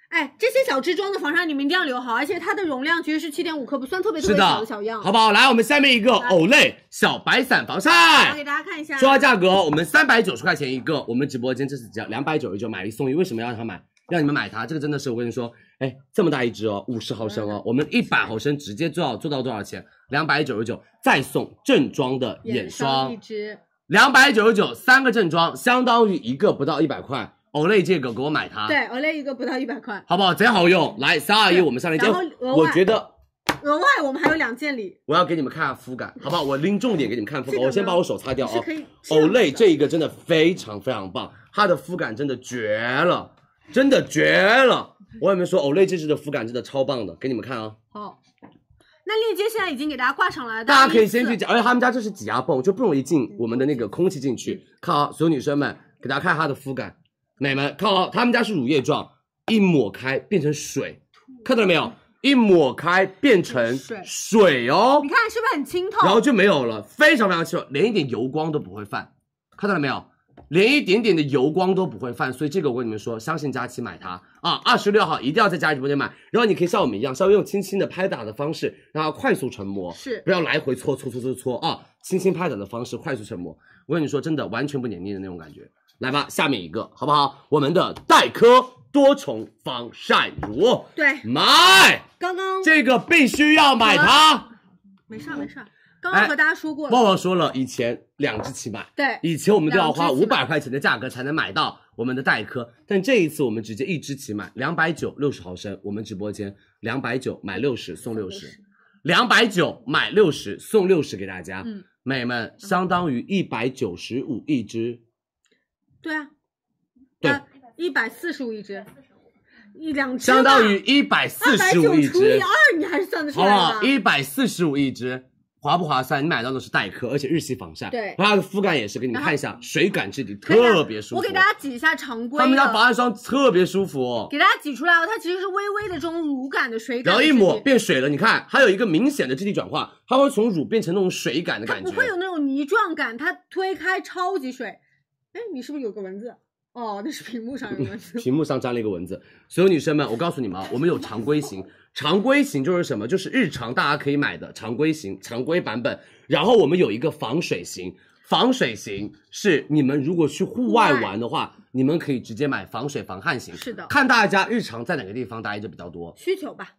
哎，这些小支装的防晒你们一定要留好，而且它的容量其实是七点五克，不算特别特是别小的的小样。，好不好？来，我们下面一个来欧蕾小白伞防我给晒。大家看一下，说到价格，我们三百九十块钱一个，我们直播间这次只要两百九十九买一送一。为什么要让他买？让你们买它，这个真的是我跟你说，哎，这么大一支哦，五十毫嗯升哦，我们一百毫升直接做到做到多少钱？两百九十九，再送正装的眼霜一，支，两百九十九三个正装，相当于一个不到一百块。Olay 这个给我买它，对，o l a y 一个不到一百块。好不好？贼好用。来，三二一，对我们上链接然后。额外我觉得额外我们还有两件礼，我要给你们看下肤感，好不好？我拎重点给你们看肤这感，个呢我先把我手擦掉啊、是可以这样子的 Olay 这一个真的非常非常棒，它的肤感真的绝了，真的绝了！我跟你们说，Olay 这支的肤感真的超棒的，给你们看啊、好。那链接现在已经给大家挂上来了，大家可以依次先去讲，而且他们家这是挤压泵，就不容易进我们的那个空气进去。看啊，所有女生们，给大家看它的肤感，美们看啊，他们家是乳液状，一抹开变成水，看到了没有？一抹开变成水水哦你，看是不是很清透？然后就没有了，非常非常清爽，连一点油光都不会泛，看到了没有？连一点点的油光都不会泛，所以这个我跟你们说，相信佳琪买它啊！二十六号一定要在佳琪直播间买，然后你可以像我们一样，稍微用轻轻的拍打的方式，让它快速成膜，是不要来回搓搓搓搓搓啊，轻轻拍打的方式快速成膜。我跟你说，真的完全不黏腻的那种感觉。来吧，下面一个好不好？我们的黛珂多重防晒乳，对，买刚刚这个必须要买它。没事儿没事儿，刚刚哎和大家说过了，旺旺说了，以前两支起买，对，以前我们都要花两五支起百块钱的价格才能买到我们的黛珂，但这一次我们直接一支起买，两百九六十毫升，我们直播间两百九买六十送六十，两百九买六十送六十给大家，嗯美们相当于一百九十五一支，对啊，呃对，一百四十五一只，一两只相当于一百四二百十五九一除以支，二，你还是算得出好来不的好？吧。一百四十五一支。划不划算？你买到的是黛珂，而且日系防晒，对然后它的肤感也是，给你们然后看一下，水感质地可以啊特别舒服。我给大家挤一下常规的，他们家防晒霜特别舒服哦，给大家挤出来哦，它其实是微微的这种乳感的水感然的后质地，一抹变水了，你看它有一个明显的质地转化，它会从乳变成那种水感的它感觉。不会有那种泥状感，它推开超级水。哎，你是不是有个蚊子？哦，那是屏幕上有 蚊子。屏幕上粘了一个蚊子。所有女生们，我告诉你们啊，我们有常规型，常规型就是什么？就是日常大家可以买的常规型、常规版本。然后我们有一个防水型，防水型是你们如果去户外玩的话，你们可以直接买防水防汗型。是的看大家日常在哪个地方待着比较多需求吧，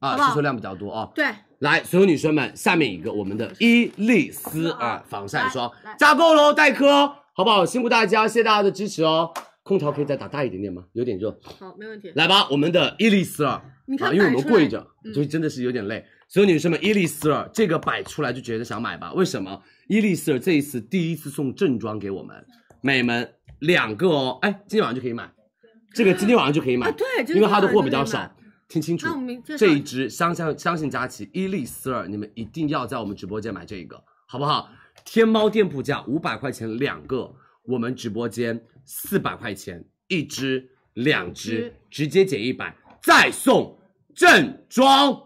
好不啊，好需求量比较多啊。对，来，所有女生们，下面一个我们的伊丽丝啊防晒霜来来加购喽，黛珂，好不好？辛苦大家，谢谢大家的支持哦。空调可以再打大一点点吗？有点热。好，没问题。来吧，我们的伊丽丝尔，你看啊，因为我们摆出来嗯跪着，所以真的是有点累。所有女生们，伊丽丝尔这个摆出来就觉得想买吧？为什么？伊丽丝尔这一次第一次送正装给我们，美们两个哦，哎，今天晚上就可以买，这个今天晚上就可以买，啊对今天因为它的货比晚上就可以较买少。听清楚那我们明，天这上一支相相相信佳琪伊丽丝尔，你们一定要在我们直播间买这个，好不好？天猫店铺价五百块钱两个，我们直播间四百块钱一支，两支直接减一百，再送正装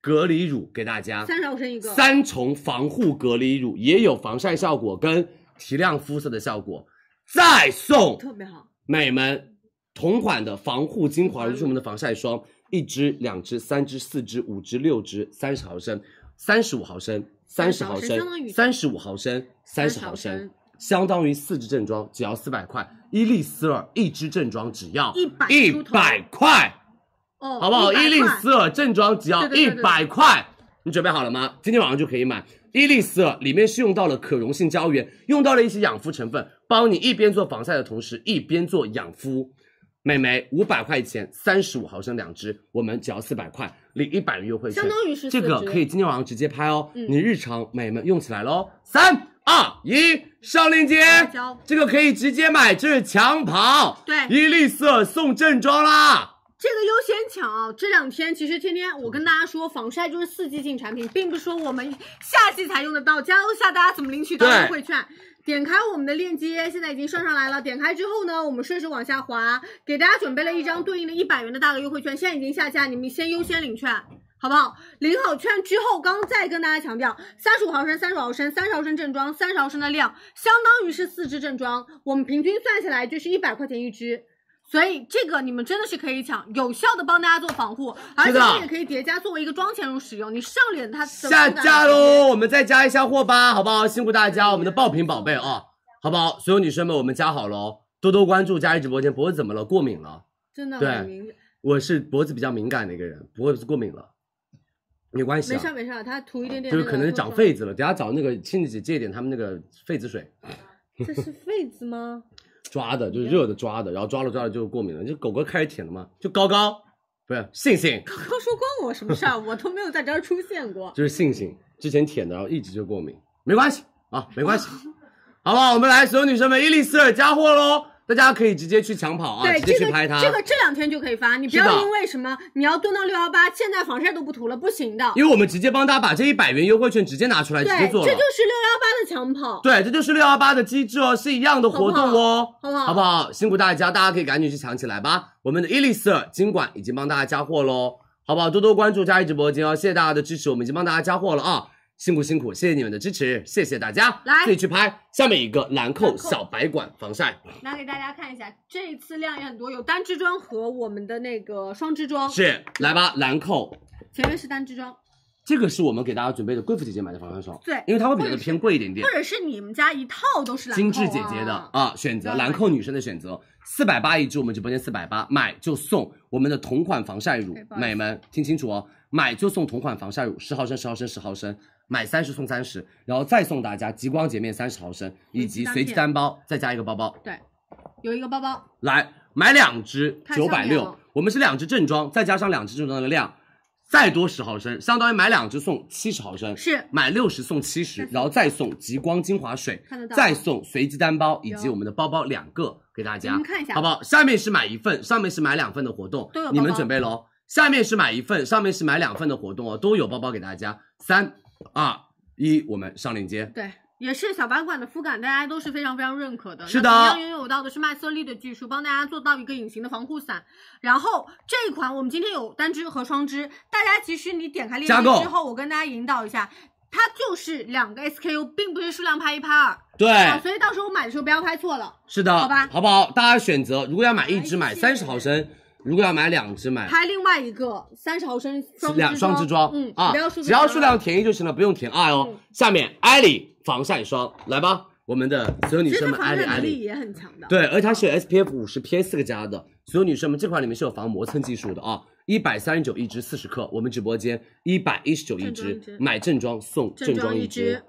隔离乳给大家，三十毫升一个，三重防护隔离乳也有防晒效果跟提亮肤色的效果，再送特别好。美们同款的防护精华，就是我们的防晒霜，一支、两支、三支、四支、五支、六支，三十毫升，三十五毫升，三十毫升相当于，三十五毫升，三十毫30毫升升，相当于四支正装，只要四百块。伊丽丝尔一支正装只要100一出头百块，哦，好不好？伊100丽块丝尔正装只要对一对对对百块，你准备好了吗？今天晚上就可以买。伊丽丝尔里面是用到了可溶性胶原，用到了一些养肤成分，帮你一边做防晒的同时，一边做养肤。美眉五百块钱，三十五毫升两支，我们只要四百块，领一百元优惠券，相当于是这个四支可以今天晚上直接拍哦，嗯你日常美们用起来喽。三二一，上链接交，这个可以直接买，这是抢跑，对伊丽丝尔送正装啦。这个优先抢啊！这两天其实天天我跟大家说，防晒就是四季性产品，并不是说我们夏季才用得到。教一下大家怎么领取到对优惠券。点开我们的链接，现在已经上上来了。点开之后呢，我们顺势往下滑，给大家准备了一张对应的一百元的大额优惠券，现在已经下架，你们先优先领券，好不好？领好券之后，刚刚再跟大家强调，三十五毫升、三十毫升、三十毫升正装，三十毫升的量，相当于是四支正装，我们平均算下来就是一百块钱一支。所以这个你们真的是可以抢，有效的帮大家做防护，而是且的它也可以叠加作为一个妆前乳使用。你上脸它的下肤感架喽，我们再加一下货吧，好不好？辛苦大家，我们的爆品宝贝啊，好不好？所有女生们，我们加好喽，多多关注佳怡直播间。脖子怎么了？过敏了？真的对很明显。我是脖子比较敏感的一个人，不会是过敏了，没关系没事啊儿，没事儿，它涂一点点就是那可个能是脱长妆，痱子了，等下找那个亲戚姐借一点他们那个痱子水这是痱子吗？ 抓的，就是热的抓的，然后抓了抓了就过敏了。就狗狗开始舔了嘛，就高高，不是信信，刚刚说关我什么事儿？我都没有在这儿出现过。就是信信之前舔的，然后一直就过敏，没关系啊，没关系，好不好？我们来，所有女生们，伊丽丝尔加货喽，大家可以直接去抢跑啊，对，直接这去个拍它。这个这两天就可以发，你不是的要因为什么你要蹲到六幺八，现在防晒都不涂了，不行的。因为我们直接帮大家把这一百元优惠券直接拿出来，对直接，做这了就。是六幺八的抢跑。对，这就是六幺八的机制哦，是一样的活动哦，好不好好不好？辛苦大家，大家可以赶紧去抢起来吧。我们的伊丽丝尔金管已经帮大家加货喽，好不好？多多关注佳怡直播间哦，谢谢大家的支持，我们已经帮大家加货了啊，辛苦辛苦，谢谢你们的支持，谢谢大家，来自己去拍。下面一个兰蔻小白管防晒，拿给大家看一下，这一次量也很多，有单支装和我们的那个双支装，是来吧，兰蔻。前面是单支装，这个是我们给大家准备的贵妇姐姐买的防晒霜，对因为它会比较偏贵一点点或，者是你们家一套都是兰蔻精啊致姐姐的啊，选择兰蔻女生的选择。四百八一支，我们直播间四百八，买就送我们的同款防晒乳对哎不，好意思美们听清楚哦，买就送同款防晒乳，十毫升、十毫升、十毫升，买三十送三十，然后再送大家极光洁面三十毫升以及随随机机单单片包，再加一个包包，有一个包包，来买两支太九上百面六了，我们是两支正装，再加上两支正装的量，再多十毫升，相当于买两支送七十毫升，是买六十送七十，然后再送极光精华水看得，到啊再送随机单包以及有我们的包包两个给大家你们，看一下，好不好？下面是买一份，上面是买两份的活动都有，包包你们准备喽。下面是买一份，上面是买两份的活动哦，都有包包给大家。三二一，我们上链接。对，也是小白管的肤感，大家都是非常非常认可的。是那的同样拥有到的是麦瑟丽的技术，帮大家做到一个隐形的防护伞。然后这一款我们今天有单支和双支，大家其实你点开链加购接之后，我跟大家引导一下。它就是两个 SKU，并不是数量拍一拍二对，啊，所以到时候买的时候不要拍错了，是的，好吧哎不好？大家选择，如果要买一支买三十毫升，如果要买两支买拍另外一个三十毫升双哎两双支装，嗯啊不要数，嗯只要数量填一就行了，不用填二哦。下面艾莉防晒霜来吧，我们的所有女其实生它们，艾防晒莉艾能力莉。也很强的，对，而且它是有 SPF 五十 PA 四个加的，所有女生们，这款里面是有防磨蹭技术的啊，一百三十九一支，四十克，我们直播间一百一十九一正装一支支，买正装送正装装一一支，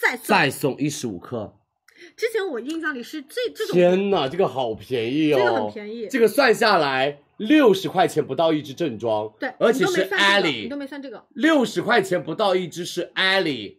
再送。再送一十五克，之前我印象里是这这种天呐，这个好便宜哦！这个很便宜这个算下来六十块钱不到一支正装，对，而且你都没是算这个你 Ali，都没算这个，六十块钱不到一支是 Ali，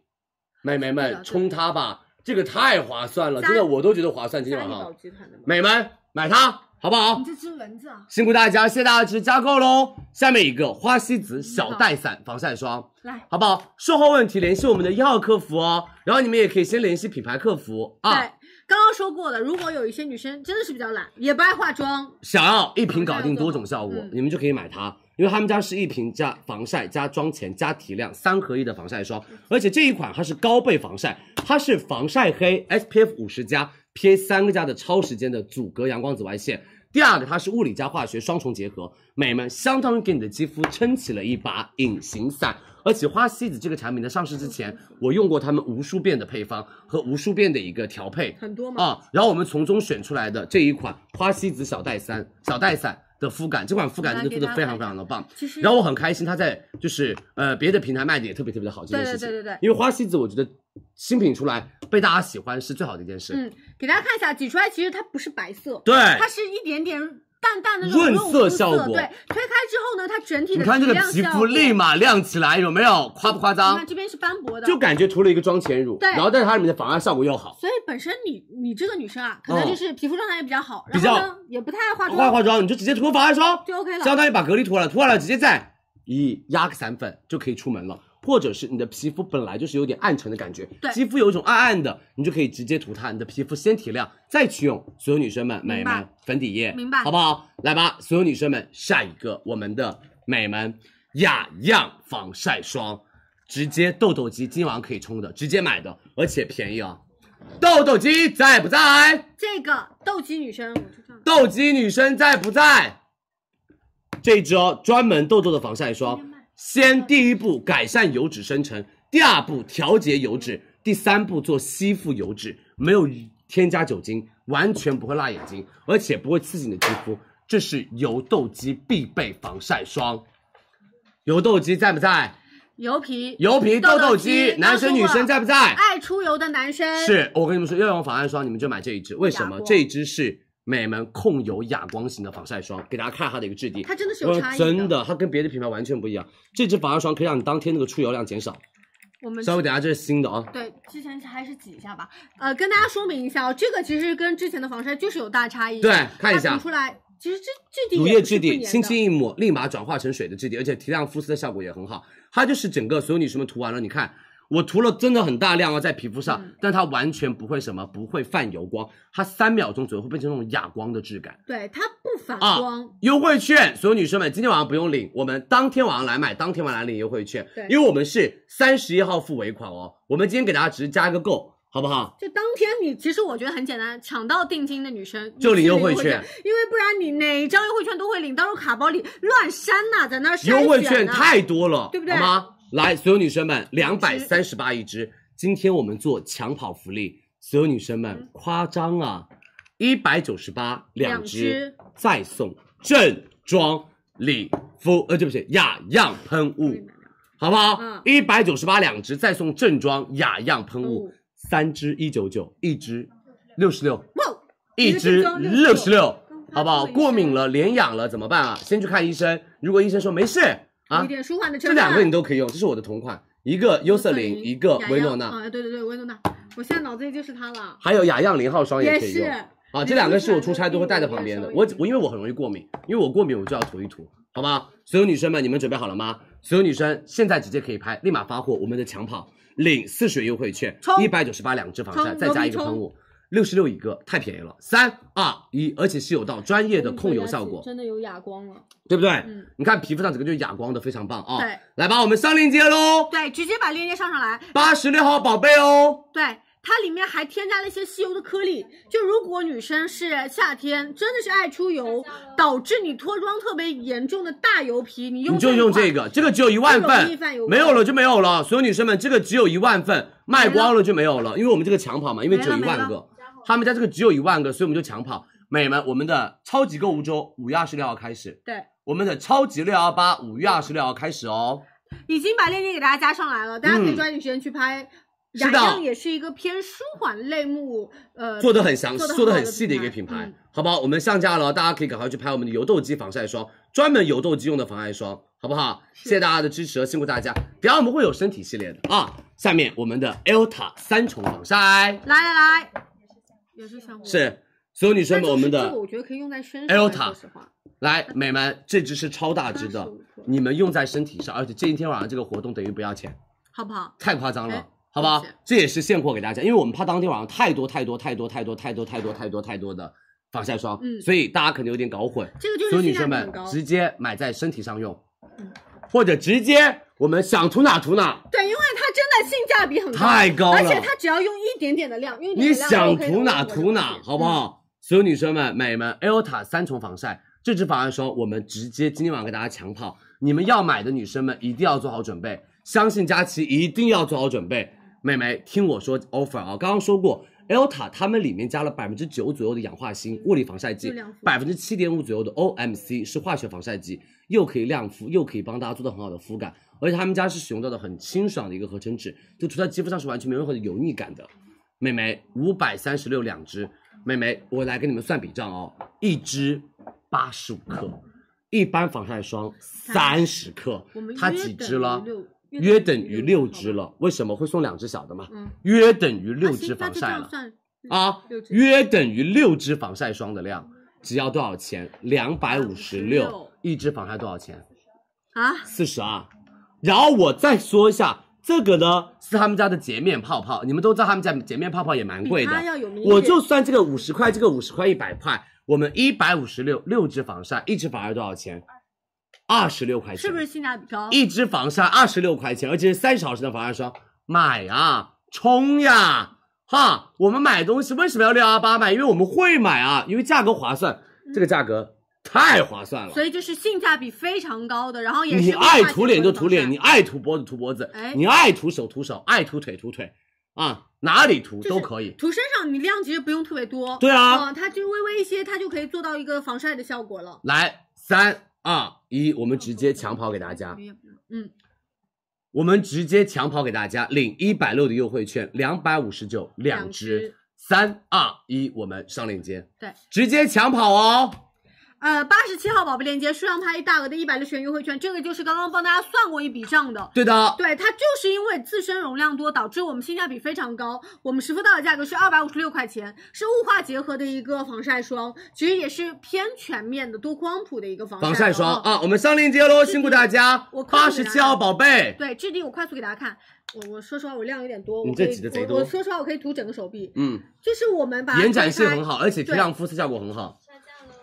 美眉对的们对的冲它吧，这个太划算了，加真的我都觉得划算。今天加晚一保上，值款的吗？美们买它好不好你？这只蚊子啊，辛苦大家，谢谢大家支持加购喽！下面一个花西子小黛伞防晒霜，来，好不好？售后问题联系我们的一号客服哦，然后你们也可以先联系品牌客服啊。对，刚刚说过了，如果有一些女生真的是比较懒，也不爱化妆，想要一瓶搞定多种效果，嗯你们就可以买它，因为他们家是一瓶加防晒加妆前加提亮三合一的防晒霜，而且这一款它是高倍防晒，它是防晒黑 SPF 五十加 PA 三个加的超时间的阻隔阳光紫外线。第二个，它是物理加化学双重结合，美们相当于给你的肌肤撑起了一把隐形伞。而且花西子这个产品在上市之前，我用过他们无数遍的配方和无数遍的一个调配，很多嘛。啊，然后我们从中选出来的这一款花西子小黛伞小黛伞的肤感，这款肤感真的做的非常非常的棒。其实然后我很开心，它在就是呃别的平台卖的也特别特别的好，这件对对事情。对对对，因为花西子，我觉得新品出来被大家喜欢是最好的一件事。嗯，给大家看一下，挤出来其实它不是白色，对，它是一点点淡淡的那种润润色肤效果对，推开之后呢，它整体你的看这个提亮皮效肤果立马亮起来，有没有？夸不夸你张看？这边是斑驳的，就感觉涂了一个妆前乳，对然后但是它里面的防晒效果又好。所以本身你你这个女生啊，可能嗯就是皮肤状态也比较好，比然后呢也不太爱化化妆，化妆你就直接涂防晒霜，就 OK 了相当于把隔离涂完了，涂完了直接再一压个散粉就可以出门了。或者是你的皮肤本来就是有点暗沉的感觉，对肌肤有一种暗暗的，你就可以直接涂它，你的皮肤先提亮，再去用。所有女生们、美明白们粉底液，明白好不好？来吧，所有女生们，下一个我们的美们雅漾防晒霜，直接痘痘肌，今晚上可以冲的，直接买的，而且便宜啊！痘痘肌在不在？这个痘肌女生我就这样。痘肌女生在不在？这支哦，专门痘痘的防晒霜，先第一步改善油脂生成，第二步调节油脂，第三步做吸附油脂，没有添加酒精，完全不会辣眼睛，而且不会刺激你的肌肤。这是油痘肌必备防晒霜。油痘肌在不在？油皮，油皮痘痘肌，男生女生在不在？ 爱出油的男生，是我跟你们说，要用防晒霜，你们就买这一支。为什么？光这一支是美们控油哑光型的防晒霜，给大家看它的一个质地。它真的是有我差异真，的，它跟别的品牌完全不一样。这支防晒霜可以让你当天那个出油量减少。我们稍微等一下，这是新的啊。对之前还是挤一下吧。呃，跟大家说明一下哦，这个其实跟之前的防晒就是有大差异。对，看一它下涂出来，其实这质地乳也液不是质不地，粘轻的轻一抹，立马转化成水的质地，而且提亮肤色的效果也很好。它就是整个所有女生们涂完了，你看我涂了真的很大量哦，在皮肤上，嗯但它完全不会什么，不会泛油光，它三秒钟左右会变成那种哑光的质感。对，它不反啊光。优惠券，所有女生们今天晚上不用领，我们当天晚上来买，当天晚上来领优惠券，对因为我们是三十一号付尾款哦。我们今天给大家只是加个购，好不好？就当天你其实我觉得很简单，抢到定金的女生就领你是优惠惠券，因为不然你哪一张优惠券都会领，到时候卡包里乱删呐、在那儿筛选优惠券呐太多了，对不对好吗？来，所有女生们，两百三十八一支，今天我们做抢跑福利，所有女生们夸张啊！一百九十八嗯两两支支，再送正装礼肤，呃，对不起，雅漾喷雾，好不好嗯？一百九十八两支，再送正装雅漾喷雾嗯三支，一九九，一支六十六，哇，一支六十六，好不好？嗯过敏了、脸痒了怎么办啊？先去看医生，如果医生说没事啊，有一点舒缓的成这分。两个你都可以用，这是我的同款，一个优色雅林，漾一个雅漾薇诺娜，啊，对对对，薇诺娜，我现在脑子里就是它了。还有雅漾零号霜也也可以用是。啊，你这两个就是我懒出得差都会避带在免旁的边的稍。微我避我因为我很容易过敏，因为我过敏我就要涂一涂，好吗？所有女生们，你们准备好了吗？所有女生现在直接可以拍，立马发货，我们的抢跑领四十元优惠券，冲一百九十八两支防晒，冲再加一个牛逼冲喷雾，六十六一个，太便宜了。三二一，而且是有到专业的控油效果，真的有哑光了。对不对嗯？你看皮肤上整个就是哑光的，非常棒啊！对，来吧，我们上链接喽，对，直接把链接上上来。八十六号宝贝哦。对，它里面还添加了一些吸油的颗粒。就如果女生是夏天真的是爱出油，导致你脱妆特别严重的大油皮，你用你就用这个，这个只有一万更容易份犯油，没有了就没有了。所有女生们，这个只有一万份，卖光了就没有了，因为我们这个抢跑嘛，因为只有一没了万个，他们家这个只有一万个，所以我们就抢跑。美们，我们的超级购物周五月二十六号开始，对，我们的超级六幺八五月二十六号开始哦。已经把链接给大家加上来了，大家可以嗯抓紧时间去拍。是雅的漾也是一个偏舒缓类目，呃，做的很详做细，得很做的好很的细的一品个牌品牌，嗯好不好？我们上架了，大家可以赶快去拍我们的油痘肌防晒霜，专门油痘肌用的防晒霜，好不好？谢谢大家的支持，辛苦大家。等一下我们会有身体系列的啊。下面我们的 Elta 三重防晒来来来，也是香菇。是所有女生但们是我们这的个我觉得可以用在身上。 Elta 说实话，来美们，这支是超大支的85克，你们用在身体上，而且这一天晚上这个活动等于不要钱，好不好？太夸张了哎。好不好谢谢？这也是现货给大家，因为我们怕当天晚上太多太多太多太多太多太多太多太多的防晒霜，嗯所以大家可能有点搞混。这个就是所有女性价生比们很高嗯直接买在身体上用，或者直接我们想涂哪涂哪，对，因为它真的性价比很高，太高了而且它只要用一点点的量，用一点你点的量想 OK 的涂哪我就嗯涂哪，好不好？所有女生们、美们，Elta 三重防晒这支防晒霜，我们直接今天晚上给大家抢跑。你们要买的女生们一定要做好准备，相信佳琪一定要做好准备。美眉，听我说 offer 啊，刚刚说过，Elta 他们里面加了百分之九左右的氧化锌物理防晒剂就亮肤，百分之七点五左右的 OMC 是化学防晒剂，又可以亮肤，又可以帮大家做到很好的肤感，而且他们家是使用到的很清爽的一个合成酯，就涂在肌肤上是完全没有任何的油腻感的。美眉五百三十六两支，美眉我来给你们算笔账哦，一支八十五克，一般防晒霜三十克我们，它约几等支于了？六约约等等于于六六支了，为什么会送两支小的嘛？嗯约等于六那支行防晒了那就这样算嗯啊六，支约等于六支防晒霜的量，只要多少钱？两百五十六256，一支防晒多少钱？啊，四十二。然后我再说一下，这个呢是他们家的洁面泡泡，你们都知道他们家洁面泡泡也蛮贵的比它，要有明显我就算这个五十块，这个五十块一百块，我们一百五十六六支防晒，一支防晒多少钱？二十六块钱，是不是性价比高？一支防晒二十六块钱，而且是三十毫升的防晒霜，买啊，冲呀！哈，我们买东西为什么要六幺八买？因为我们会买啊，因为价格划算，这个价格太划算了。嗯所以就是性价比非常高的，然后也是你为大爱家涂脸就做涂脸，防晒你爱涂脖子涂脖子哎，你爱涂手涂手，爱涂腿涂腿，啊，哪里涂就是都可以。涂身上你量其实不用特别多，对啊嗯它就微微一些，它就可以做到一个防晒的效果了。来，三二一，我们直接抢跑给大家。嗯，我们直接抢跑给大家，领一百六的优惠券，两百五十九两两支支。三二一，我们上链接，对，直接抢跑哦。呃，八十七号宝贝链接数量拍一大额的一百六十元优惠券，这个就是刚刚帮大家算过一笔账的。对的，对，它就是因为自身容量多，导致我们性价比非常高。我们实肤到的价格是二百五十六块钱，是雾化结合的一个防晒霜，其实也是偏全面的、多光谱的一个防防晒霜霜。啊，我们上链接喽，辛苦大家我。啊八快速十给大七家号宝贝，对，质地我快速给大家看，我我说实话，我量有点多，你我这可以挤得贼我。多我说实话，我可以涂整个手臂。嗯，就是我们把它延展推性开很。好，而且提对亮肤色效果很好，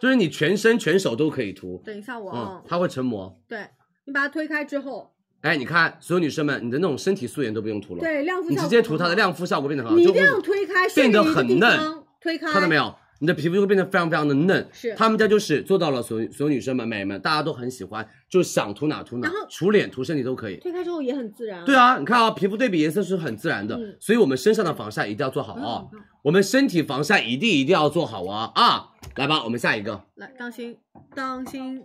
就是你全身全手都可以涂。等一下我啊嗯，、它会成膜。对你把它推开之后，哎，你看，所有女生们，你的那种身体素颜都不用涂了，对亮肤你效直果接涂很它的好亮肤效果变得很好，你一就定会要推开，变顺着得一个很地嫩方推开，看到没有？你的皮肤就会变得非常非常的嫩。是他们家就是做到了所有所有女生们、美们，大家都很喜欢，就想涂哪涂哪然后，涂脸、涂身体都可以。推开之后也很自然。对啊，你看啊，皮肤对比颜色是很自然的，嗯所以我们身上的防晒一定要做好哦，我们身体防晒一定一定要做好啊啊！来吧，我们下一个，来，当心，当心。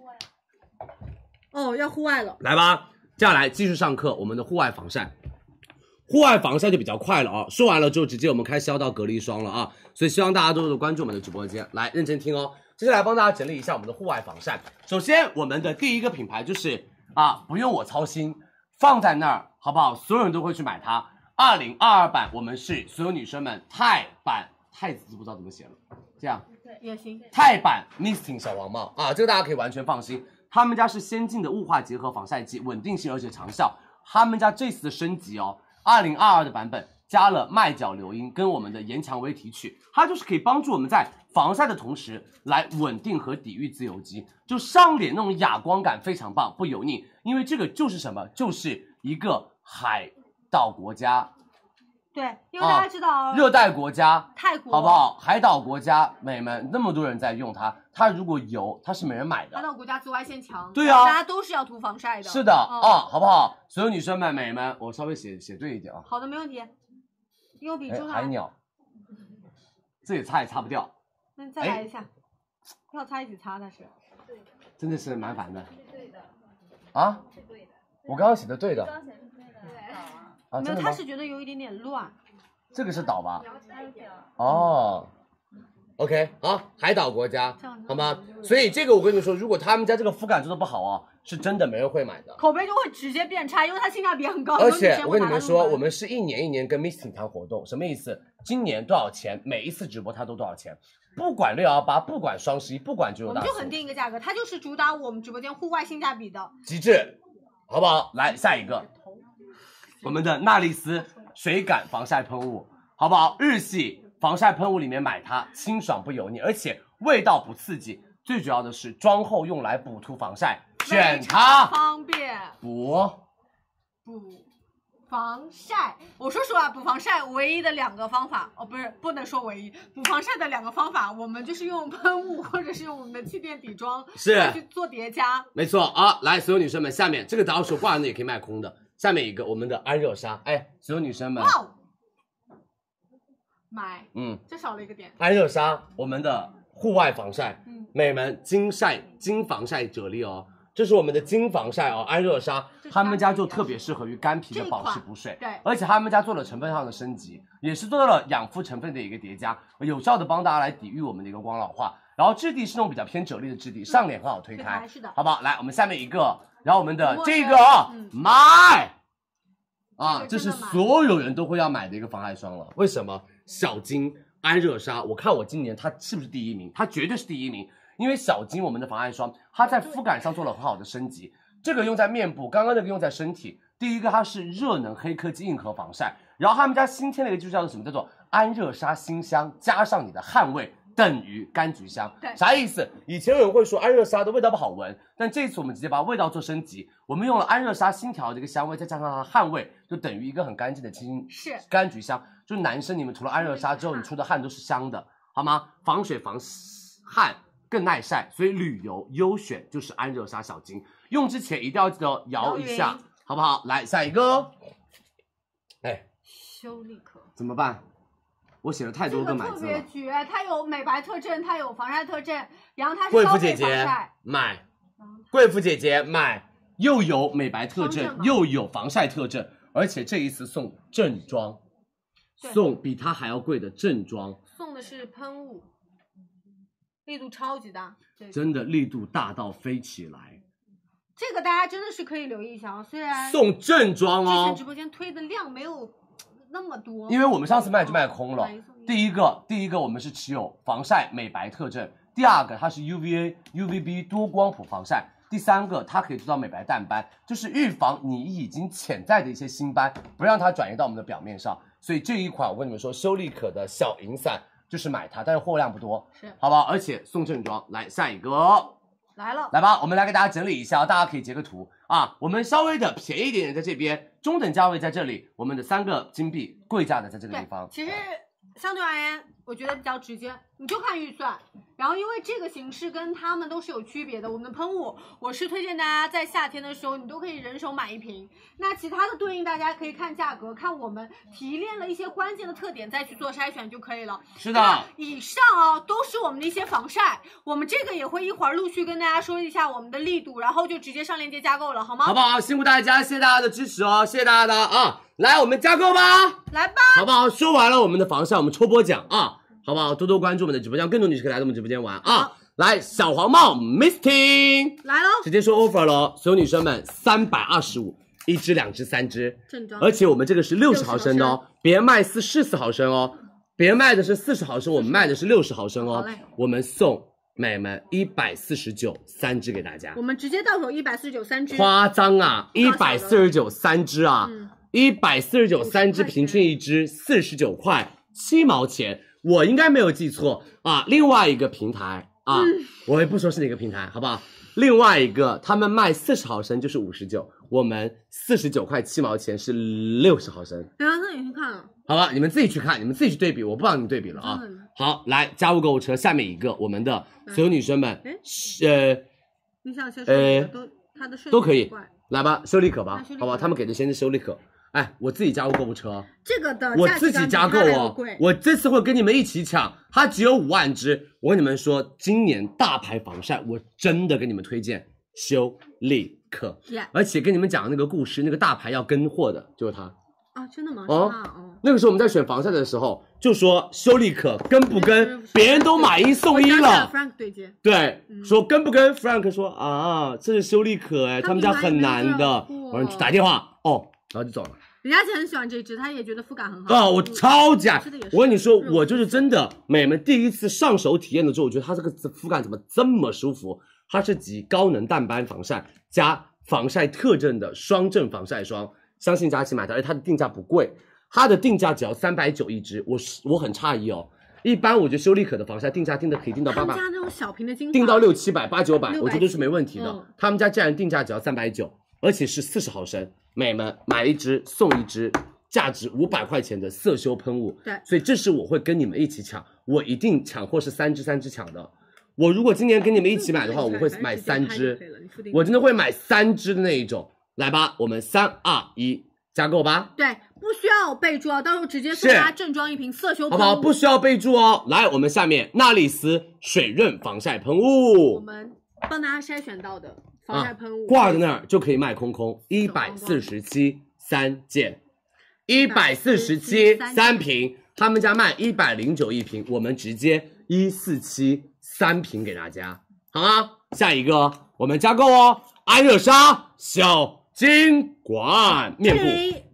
哦，要户外了。来吧，接下来继续上课我们的户外防晒。户外防晒就比较快了啊，说完了之后直接我们开销到隔离霜了啊，所以希望大家多多关注我们的直播间，来认真听哦。接下来帮大家整理一下我们的户外防晒。首先，我们的第一个品牌就是啊，不用我操心，放在那儿好不好？所有人都会去买它。二零二二版我们是所有女生们泰版泰字不知道怎么写了，这样也行，泰版 Misting 小王帽啊，这个大家可以完全放心。他们家是先进的雾化结合防晒剂，稳定性而且长效。他们家这次的升级哦，二零二二的版本加了麦角硫因跟我们的岩蔷薇提取，它就是可以帮助我们在防晒的同时来稳定和抵御自由基，就上脸那种哑光感非常棒，不油腻。因为这个就是什么，就是一个海岛国家、对，因为大家知道啊热带国家泰国好不？好？海岛国家，美们，那么多人在用它，它如果油，它是没人买发的。到国家紫外线强，对啊大家都是要涂防晒的。是的啊、嗯好不好？所有女生们、美们，我稍微写写对一点啊。好的，没问题。右笔哎出，海来，鸟，这也擦也擦不掉，那你再哎来一下，要擦一起擦那是。啊真的是蛮烦的。啊？我刚刚写的对的。啊，没真的有，他吗？是觉得有一点点乱。这个是岛吧？哦。OK，好，海岛国家这样，子好吗？所以这个我跟你们说，如果他们家这个肤感做的不好哦，是真的没人会买的。口碑就会直接变差，因为它性价比很高。而且很我跟你多哦女生会拿它们入说，门我们是一年一年跟 Misting 谈活动，什么意思？今年多少钱？每一次直播它都多少钱？不管六幺八，不管双十一，不管九我九们大就促很定一个价格，它就是主打我们直播间户外性价比的。极致，好不好？来下一个，我们的娜丽丝水感防晒喷雾，好不好？日系防晒喷雾里面买它，清爽不油腻，而且味道不刺激，最主要的是妆后用来补涂防晒，选非常它方便补。补防晒。我说实话，补防晒唯一的两个方法，哦，不是不能说唯一，补防晒的两个方法，我们就是用喷雾或者是用我们的气垫底妆是再去做叠加。没错啊，来，所有女生们，下面这个打到手挂着的也可以卖空的。下面一个我们的安热纱，哎，所有女生们哇，哦，买，嗯，这少了一个点。安热纱，我们的户外防晒，嗯美们金晒金防晒啫喱哦，这是我们的金防晒哦，安热纱这，是他们家就特别适合于干皮的这一保湿款补水，对而且他们家做了成分上的升级，也是做到了养肤成分的一个叠加，有效的帮大家来抵御我们的一个光老化。然后质地是那种比较偏啫喱的质地，上脸很好推推开，开是的好不好？来，我们下面一个，然后我们的陌生这个啊嗯买。啊，这这个真是的买所有人都会要买的一个防晒霜了。为什么？小金安热纱，我看我今年它是不是第一名？它绝对是第一名，因为小金我们的防晒霜，它在肤感上做了很好的升级。这个用在面部，刚刚那个用在身体。第一个它是热能黑科技硬核防晒，然后他们家新添了一个就叫做什么？叫做安热纱新香，加上你的汗味。等于柑橘香，对啥意思？以前有人会说安热纱的味道不好闻，但这次我们直接把味道做升级，我们用了安热纱新调这个香味，再加上它的汗味，就等于一个很干净的清是柑橘香。就男生你们涂了安热纱之后，你出的汗都是香的，好吗？防水防汗更耐晒，所以旅游优选就是安热纱小金。用之前一定要记得摇一摇下，好不好？来下一个哦，哎，修丽可，怎么办？我写了太这多个个买特字别了。绝，它有美白特证，它有防晒特证，然后它是贵妇消姐费防姐晒，买，嗯贵妇姐姐买，又有美白特防晒证吗，又有防晒特证，而且这一次送正装，对送比它还要贵的正装，送的是喷雾，力度超级大。对，真的力度大到飞起来。这个大家真的是可以留意一下啊，虽然送正装之哦前直，播间推的量没有那么多，哦因为我们上次卖就卖空了买一送一。第一个，第一个我们是持有防晒美白特证；第二个，它是 UVA、UVB 多光谱防晒；第三个，它可以做到美白淡斑，就是预防你已经潜在的一些新斑，不让它转移到我们的表面上。所以这一款我跟你们说，修丽可的小银伞就是买它，但是货量不多，是好不好？而且送正装。来下一个哦，来了，来吧，我们来给大家整理一下，大家可以截个图啊。我们稍微的便宜一点点在这边，中等价位在这里，我们的三个金币贵价的在这个地对方，。哎其实相对而言，我觉得比较直接，你就看预算。然后因为这个形式跟他们都是有区别的，我们的喷雾我是推荐大家在夏天的时候，你都可以人手买一瓶。那其他的对应，大家可以看价格，看我们提炼了一些关键的特点，再去做筛选就可以了。是是的，以上啊都是我们的一些防晒，我们这个也会一会儿陆续跟大家说一下我们的力度，然后就直接上链接加购了，好吗？好不好？辛苦大家，谢谢大家的支持哦，谢谢大家的啊！来，我们加购吧。来吧。好不好？说完了我们的防晒，我们抽波奖啊，好不好？多多关注我们的直播间，更多女士可以来到我们直播间玩啊！来，小黄帽 Misting 来喽，直接说 offer 喽，所有女生们三百二十五，一支、两支、三支，正装而且我们这个是六十毫升的哦，别卖四四十毫升哦，别卖的是四十毫升，我们卖的是六十毫升好哦嘞，我们送美们一百四十九三支给大家我，们直接到手一百四十九三支，夸张啊，一不百搞四笑十九三支啊嗯，一百四十九三支，块钱平均一支四十九块七毛钱，我应该没有记错啊。另外一个平台啊，我也不说是哪个平台，好不好？另外一个他们卖四十毫升就是五十九，我们四十九块七毛钱是六十毫升，等下那你去看啊了，好吧？你们自己去看，你们自己去对比，我不帮你们对比了啊。嗯好，来加入购物车，下面一个我们的所有女生们哎，是呃。你想先说哪呃个都它的顺序都可以很怪来吧，修丽可吧那修，丽可好吧，他们给的先是修丽可。哎，我自己加入购物车，这个的我价自值己感加比购它还要哦贵。我这次会跟你们一起抢，它只有五万支。我跟你们说，今年大牌防晒，我真的给你们推荐修丽可 Yeah，而且跟你们讲那个故事，那个大牌要跟货的就是它。啊，真的吗？哦是吗哦，那个时候我们在选防晒的时候，就说修丽可跟不跟嗯，别人都买一送一我想起来了。 Frank 对接，对，嗯说跟不跟 Frank 说啊，这是修丽可哎，他他们们家家很难的。没有我说你去打电话哦，然后就走了。人家就很喜欢这支，他也觉得肤感很好。嗯啊，我超级爱吃的也！是我跟你说，肉我就是真的，美们第一次上手体验了之后，我觉得它这个肤感怎么这么舒服？它是集高能淡斑防晒加防晒特征的双证防晒霜，相信佳琪买它，而且它的定价不贵，它的定价只要三百九一支，我是我很诧异哦。一般我觉得修丽可的防晒定价定的可以定到八他们百家，那种小瓶的精 华，定到六七百、八九百，我觉得600是没问题的。嗯他们家竟然定价只要三百九，而且是四十毫升，美们买一支送一支，价值五百块钱的色修喷雾。对所以这是我会跟你们一起抢，我一定抢货是三支三支抢的。我如果今年跟你们一起买的 话，我会买三支，我真的会买三支的那一种。来吧，我们三二一，加购吧，对，不需要备注啊，到时候直接送是大家正装一瓶色修好喷不雾。好？不需要备注哦。来，我们下面娜丽丝水润防晒喷雾，我们帮大家筛选到的防晒喷雾，啊挂在那儿就可以卖空空，一百四十七三件，一百四十七三瓶，他们家卖一百零九一瓶，我们直接一四七三瓶给大家，好吗？下一个我们加购哦，安热沙小金管面部，嘿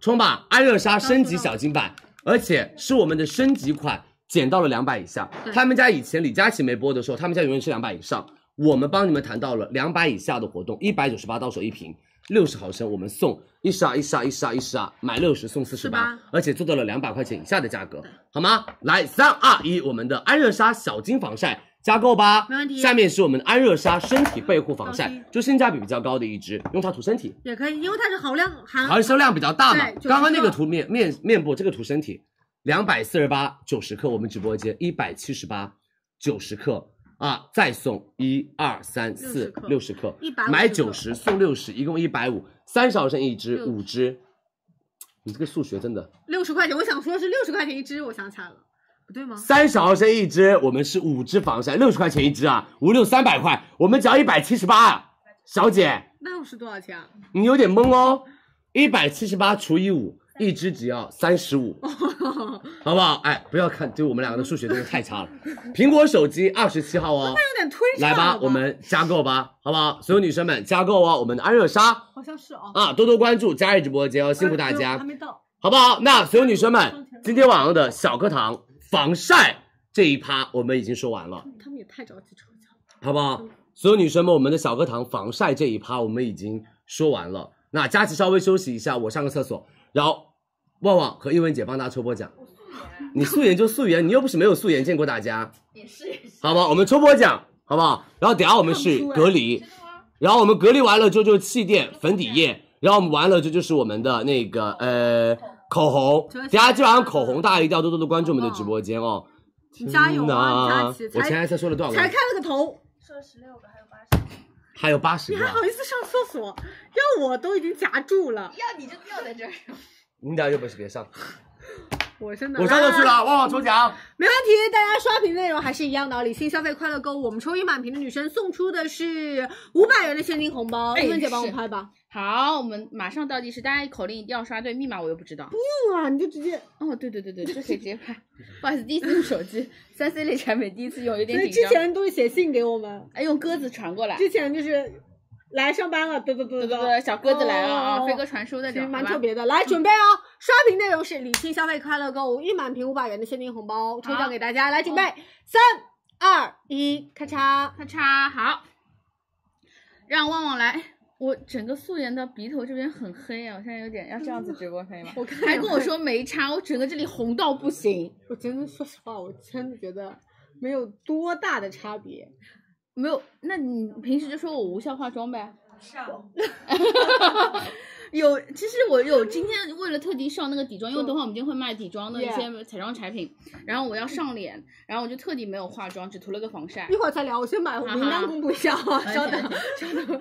冲吧！安热嗯沙升级小金版，而且是我们的升级款，减到了两百以下。他们家以前李佳琦没播的时候，他们家永远是两百以上，我们帮你们谈到了两百以下的活动，一百九十八到手一瓶，六十毫升，我们送一十二、一十二、一十二、一十二，买六十送四十八48，而且做到了两百块钱以下的价格，好吗？来，三二一，我们的安热沙小金防晒加购吧，没问题下面是我们的安热沙身体倍护防晒放心，就性价比比较高的一支，用它涂身体。也可以，因为它是含量含含销量比较大嘛对90。克刚刚那个涂面面面部，这个涂身体，两百四十八九十克，我们直播间一百七十八九十克啊，再送一二三四克六十克， 150买克九十送六十，一共一百五，三十毫升一支，六五支。你这个数学真的，六十块钱，我想说是六十块钱一支，我想起来了，不对吗？三十毫升一支，我们是五支防晒，六十块钱一支啊，五六三百块，我们只要一百七十八，小姐，那又是多少钱啊？ 你有点懵哦，一百七十八除以五，一支只要三十五，好不好？哎，不要看，就我们两个的数学真的太差了。 苹果手机二十七号哦，有点推来上吧了，我们加购吧，好不好？所有女生们加购哦，我们的安热沙好像是啊，啊，多多关注佳瑞直播间哦， 辛苦大哎还家，没到。好不好？那所有女生们，今天晚上的小课堂防晒这一趴我们已经说完了。他们也太着急抽奖了。好不嗯好？所有女生们，我们的小课堂防晒这一趴我们已经说完了。那佳琪稍微休息一下，我上个厕所，然后旺旺和英文姐帮大家抽波奖。你素颜就素颜，你又不是没有素颜见过大 家。也是。好吧，我们抽波奖，好不好？然后等下我们是隔 离，然后我们隔离完了之后就是气垫、粉底液，然后我们完了这就是我们的那个呃口红遮瑕，大家基本上口红大家一定要多多的关注我们的直播间哦。你加油啊天哪你佳琪才我前才说了多少个？才开了个头，还有八十你个还啊，好意思上厕所？要我都已经夹住了，要你就掉在这儿。你俩有本事别上，我真的。我上就去来了，旺旺抽奖。没问题，大家刷屏内容还是一样的，哦理性消费，快乐购物。我们抽一满屏的女生送出的是五百元的现金红包，哎英文姐帮我是拍吧。好，我们马上倒计时，大家口令一定要刷对，密码我又不知 道。哇，啊你就直接，哦，对对对对，这可以直接 拍。不好意思，第一次用手机，三 C 类产品第一次用，有所点以之紧张。前都是写信给我们，哎，用鸽子传过 来。之前就是来上班了，嘚嘚嘚对对嘚对，小鸽子来了哦哦啊，哦飞鸽传书那其实种，蛮好吧嗯特别的。来，准备哦！刷屏内容是理性消费，快乐购物，一满屏五百元的现金红包抽奖给大家。来，准备嗯三二一，咔嚓！咔嚓，好，让旺旺来。我整个素颜的鼻头这边很黑啊，我现在有点要这样子直播可以吗？我看还跟 我，说没差，我整个这里红到不行，我真的说实话，我真的觉得没有多大的差别。没有。 那你平时就说我无效化妆呗。有， 其实我有今天为了特地上那个底妆，因为等会儿我们今天会卖底妆的一些彩妆产品，然后我要上脸，然后我就特地没有化妆，只涂了个防 晒一，会儿再聊，我先把名单公布一下啊，哈 稍等，稍等。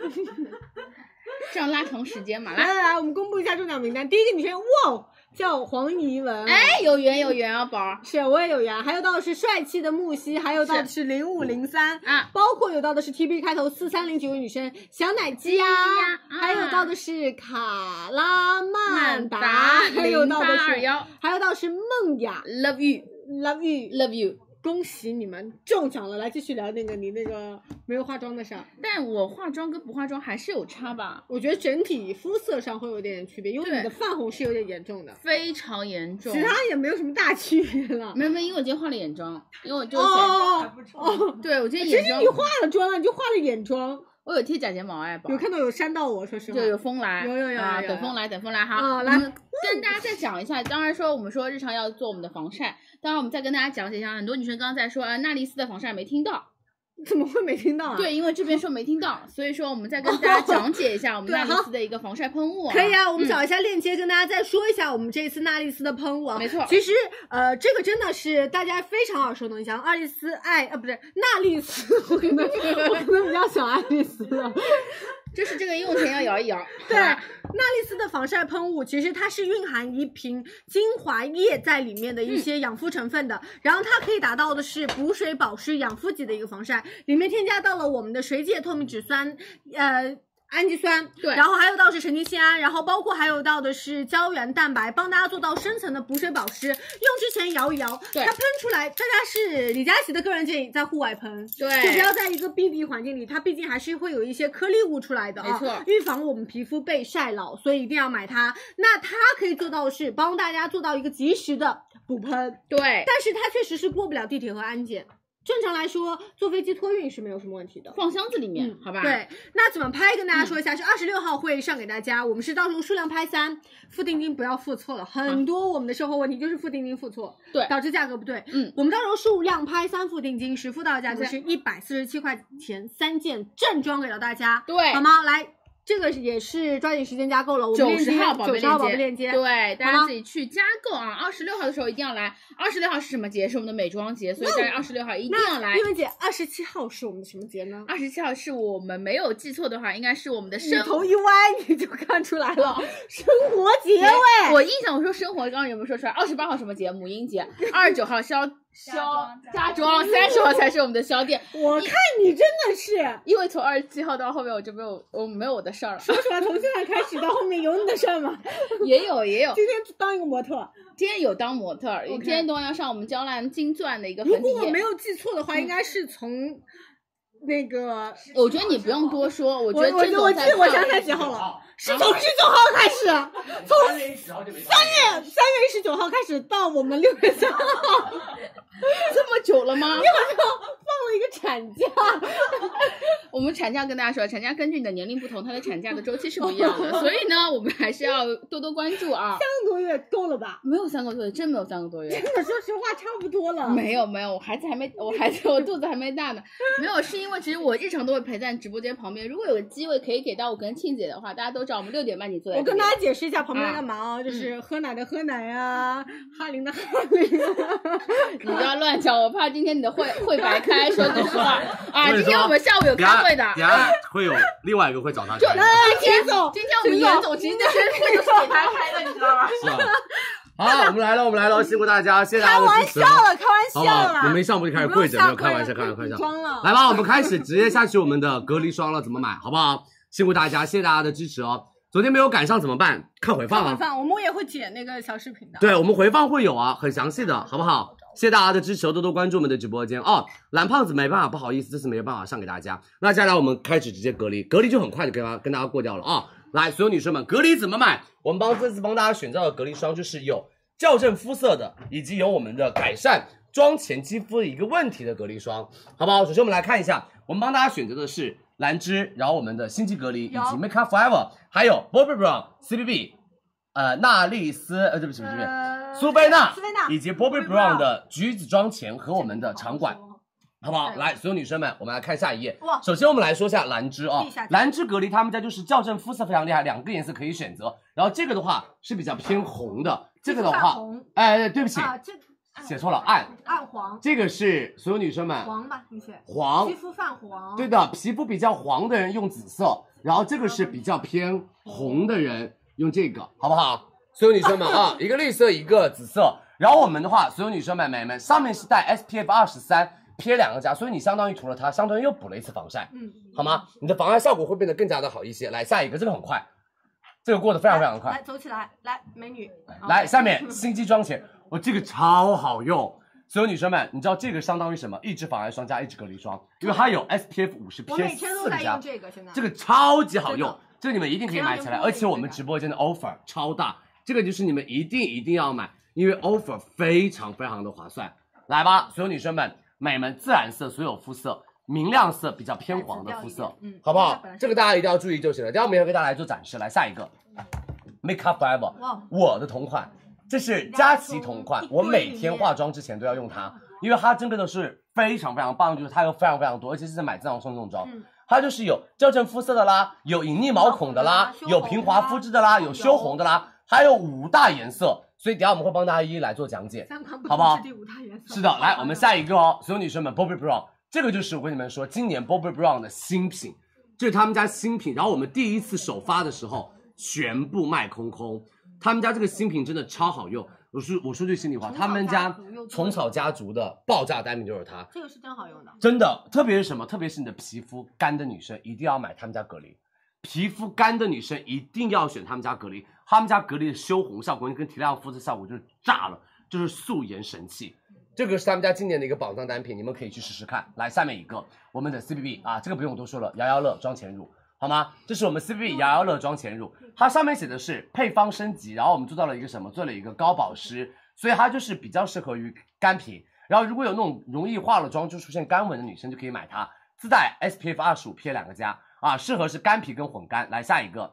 这样拉长时间嘛。 来来，来来，我们公布一下中奖名单。第一个女生，哇，哦叫黄怡文。哎，有缘有缘啊，宝儿是，我也有缘。还有到的是帅气的木西，还有到的是零五零三啊包括有到的是 T B 开头四三零九的女生小奶鸡呀、呀啊还有到的是卡拉曼达， 还有零到八的二是，幺还有到的是梦雅，love you Love You。 love you。恭喜你们中奖了！来继续聊那个你那个没有化妆的事儿。但我化妆跟不化妆还是有差吧，我觉得整体肤色上会有点区别，因为对你的泛红是有点严重的，非常严重。其他也没有什么大区别了。没有没有，因为我今天化了眼妆，因为我就 哦是想、哦哦，对我今天其眼实妆你化了妆了，你就化了眼妆。我有贴假睫毛哎，宝有看到有扇到我，说实话，就有风来，有有有有啊，有等风来，等风来哈。啊我来们跟大家再讲一下，当然说我们说日常要做我们的防晒，当然我们再跟大家讲解一下，很多女生刚刚在说啊，娜丽丝的防晒没听到， 怎么会没听到啊？，对，因为这边说没听到，所以说我 们再跟大家讲解一下我们对娜丽好丝的一个防晒喷雾、可以啊，我们嗯找一下链接跟大家再说一下我们这一次娜丽丝的喷雾啊。没错其实呃，这个真的是大家非常耳熟能详，爱丽丝爱啊，不对，娜丽丝， 我可能我可能比较想爱丽丝了。就是这个用前要摇一摇，对，好吧娜丽丝的防晒喷雾其实它是蕴含一瓶精华液在里面的嗯一些养肤成分的，然后它可以达到的是补水保湿、养肤级的一个防晒，里面添加到了我们的水解透明质酸，呃。氨基酸，对然后还有到是神经酰胺，然后包括还有到的是胶原蛋白，帮大家做到深层的补水保湿。用之前摇一摇，对它喷出来，大家是李佳琦的个人建议，在户外喷，对就不要在一个密闭环境里，它毕竟还是会有一些颗粒物出来的啊，没错预防我们皮肤被晒老，所以一定要买它。那它可以做到的是帮大家做到一个及时的补喷，对，但是它确实是过不了地铁和安检。正常来说，坐飞机托运是没有什么问题的。放箱子里面，嗯好吧？，嗯对，那怎么拍？跟大家说一下，是二十六号会上给大家，我们是到时候数量拍三，付定金不要付错了，很多我们的售后问题就是付定金付错，对导致价格不对。嗯，我们到时候数量拍三付定金，实付到的价格是一百四十七块钱三件正装给到大家，对好吗？来。这个也是抓紧时间加购了，我们九链十接号宝贝九十号宝贝链接，对，好大吗家自己去加购啊！二十六号的时候一定要来，二十六号是什么节？是我们的美妆节，所以大家二十六号一定要来哦那。英文姐，二十七号是我们的什么节呢？二十七号是我们没有记错的话，应该是我们的哦你生头一歪你就看出来了，生活节节喂，我印象我说生活刚刚有没有说出来？二十八号什么节？母婴 节。二十九号消消家装，三十号才是我们的消店。我看你真的是。因为从二十七号到后面我就没有我没有我的 事儿了，说出来，从现在开始到后面有你的事儿吗？也有也有。今天当一个模特，今天有当模特儿，今天同样上我们娇兰金钻的一个粉如底液。果我没有记错的嗯话，应该是从那个，我觉得你不用多说，我觉我得我郑我总记在得我看想起来几号了，是从十九号开始，从三月三月十九号开始到我们六月三号， 这么久了吗？放了一个产假，我们产假跟大家说，产假根据你的年龄不同，它的产假的周期是不一样的，所以呢，我们还是要多多关注啊。三个多月够了吧？ 没有三个多月，真没有三个多月真。的，说实话，差不多了。没有没有，我孩子还没，我孩子我肚子还没大呢。没有，是因为其实我日常都会陪在直播间旁边。如果有个机会可以给到我跟庆姐的话，大家都知道我们六点半你坐在我这跟里大家解释一下旁边干嘛啊，嗯就是喝奶的喝奶啊，哈林的哈林啊。 你不要乱讲，我怕今天你的会会白开。说实 话啊，所以今天说我们下午有等下开会的等下啊。会有另外一个会找他 开的，那田总，今天我们袁总其实就是会就是给他开的，你知道吗？是吧？好，我们来了，我们来了，辛苦大家，谢谢大家的支持。笑了，开玩好笑不好？我了。们一上播就开始跪着，没有开玩笑，开玩笑，开玩笑。来吧，我们开始直接下去我们的隔离霜了，怎么买？好不好？辛苦大家，谢谢大家的支持哦。昨天没有赶上怎么办？看回放放啊。放，我们也会剪那个小视频的。对，我们回放会有啊，很详细的，好不好？谢谢大家的支持，多多关注我们的直播间哦。蓝胖子没办法，不好意思，这次没有办法上给大家。那接下来我们开始直接隔离，隔离就很快就跟大家跟大家过掉了啊、来，所有女生们，隔离怎么买？我们帮这次帮大家选到的隔离霜就是有校正肤色的，以及有我们的改善妆前肌肤的一个问题的隔离霜，好不好？首先我们来看一下，我们帮大家选择的是兰芝，然后我们的星际隔离以及 Make Up Forever，还有 Bobbi Brown CBB，呃，娜丽丝，呃，对不起，对不起。苏菲娜、苏菲娜以及 Bobbi Brown 的橘子妆前和我们的场馆，好不好？来，所有女生们，我们来看下一页。哇首先我们来说一下兰芝啊、地哦下兰芝隔离他们家就是校正肤色非常厉害，两个颜色可以选择。然后这个的话是比较偏红的，这个的泛话，红哎，对不起，啊，这写错了，暗。暗黄这个是所有女生们黄吧，你写黄肌，肤泛黄，对的，皮肤比较黄的人用紫色，然后这个是比较偏红的人用这个，好不好？所有女生们 啊，一个绿色，一个紫色。然后我们的话，所有女生们、美眉们，上面是带 SPF 二十三，P 两个加，所以你相当于涂了它，相当于又补了一次防晒，嗯，好吗？你的防晒效果会变得更加的好一些。来，下一个，这个很快，这个过得非常非常快。来走起来，来美女，来，下面 心机妆前，我这个超好用。所有女生们，你知道这个相当于什么？一支防晒霜加一支隔离霜，因为它有 SPF 五十我 PA 每天都四在加用，这个，现在这个超级好真用的，这个你们一定可以买起来。而且我们直播间的 offer 超大，这个就是你们一定一定要买，因为 offer 非常非常的划算。来吧，所有女生们，美们自然色所有肤色。明亮色比较偏黄的肤色，嗯，好不好？这个大家一定要注意就行了。等一下我们也会给大家来做展示。来下一个，Make Up Forever，我的同款，这是佳琦同款，我每天化妆之前都要用它，因为它真的都是非常非常棒，就是它有非常非常多，而且是在买赠装送赠装。它就是有校正肤色的啦，有隐匿毛孔的啦，有平滑肤质的啦，有修红的啦，还有五大颜色。所以等一下我们会帮大家一一来做讲解，三观不好不好同是第五大颜色。是 的，来，我们下一个哦，所有女生们，Bobbi Brown，这个就是我跟你们说，今年 Bobbi Brown 的新品，这是他们家新品。然后我们第一次首发的时候，全部卖空空。他们家这个新品真的超好用，我说我说句心里话，他们家虫草家族的爆炸单品就是它，这个是真好用的，真的，特别是什么？特别是你的皮肤干的女生，一定要买他们家隔离。皮肤干的女生一定要选他们家隔离，他们家隔离的修红效果跟提亮肤色效果就是炸了，就是素颜神器。这个是他们家今年的一个宝藏单品，你们可以去试试看。来，下面一个我们的 CBB 啊，这个不用多说了，瑶瑶乐妆前乳，好吗？这是我们 CBB 瑶瑶乐妆前乳，它上面写的是配方升级，然后我们做到了一个什么？做了一个高保湿，所以它就是比较适合于干皮。然后如果有那种容易化了妆就出现干纹的女生，就可以买它，自带 SPF 二十五 PA 两个加啊，适合是干皮跟混干。来下一个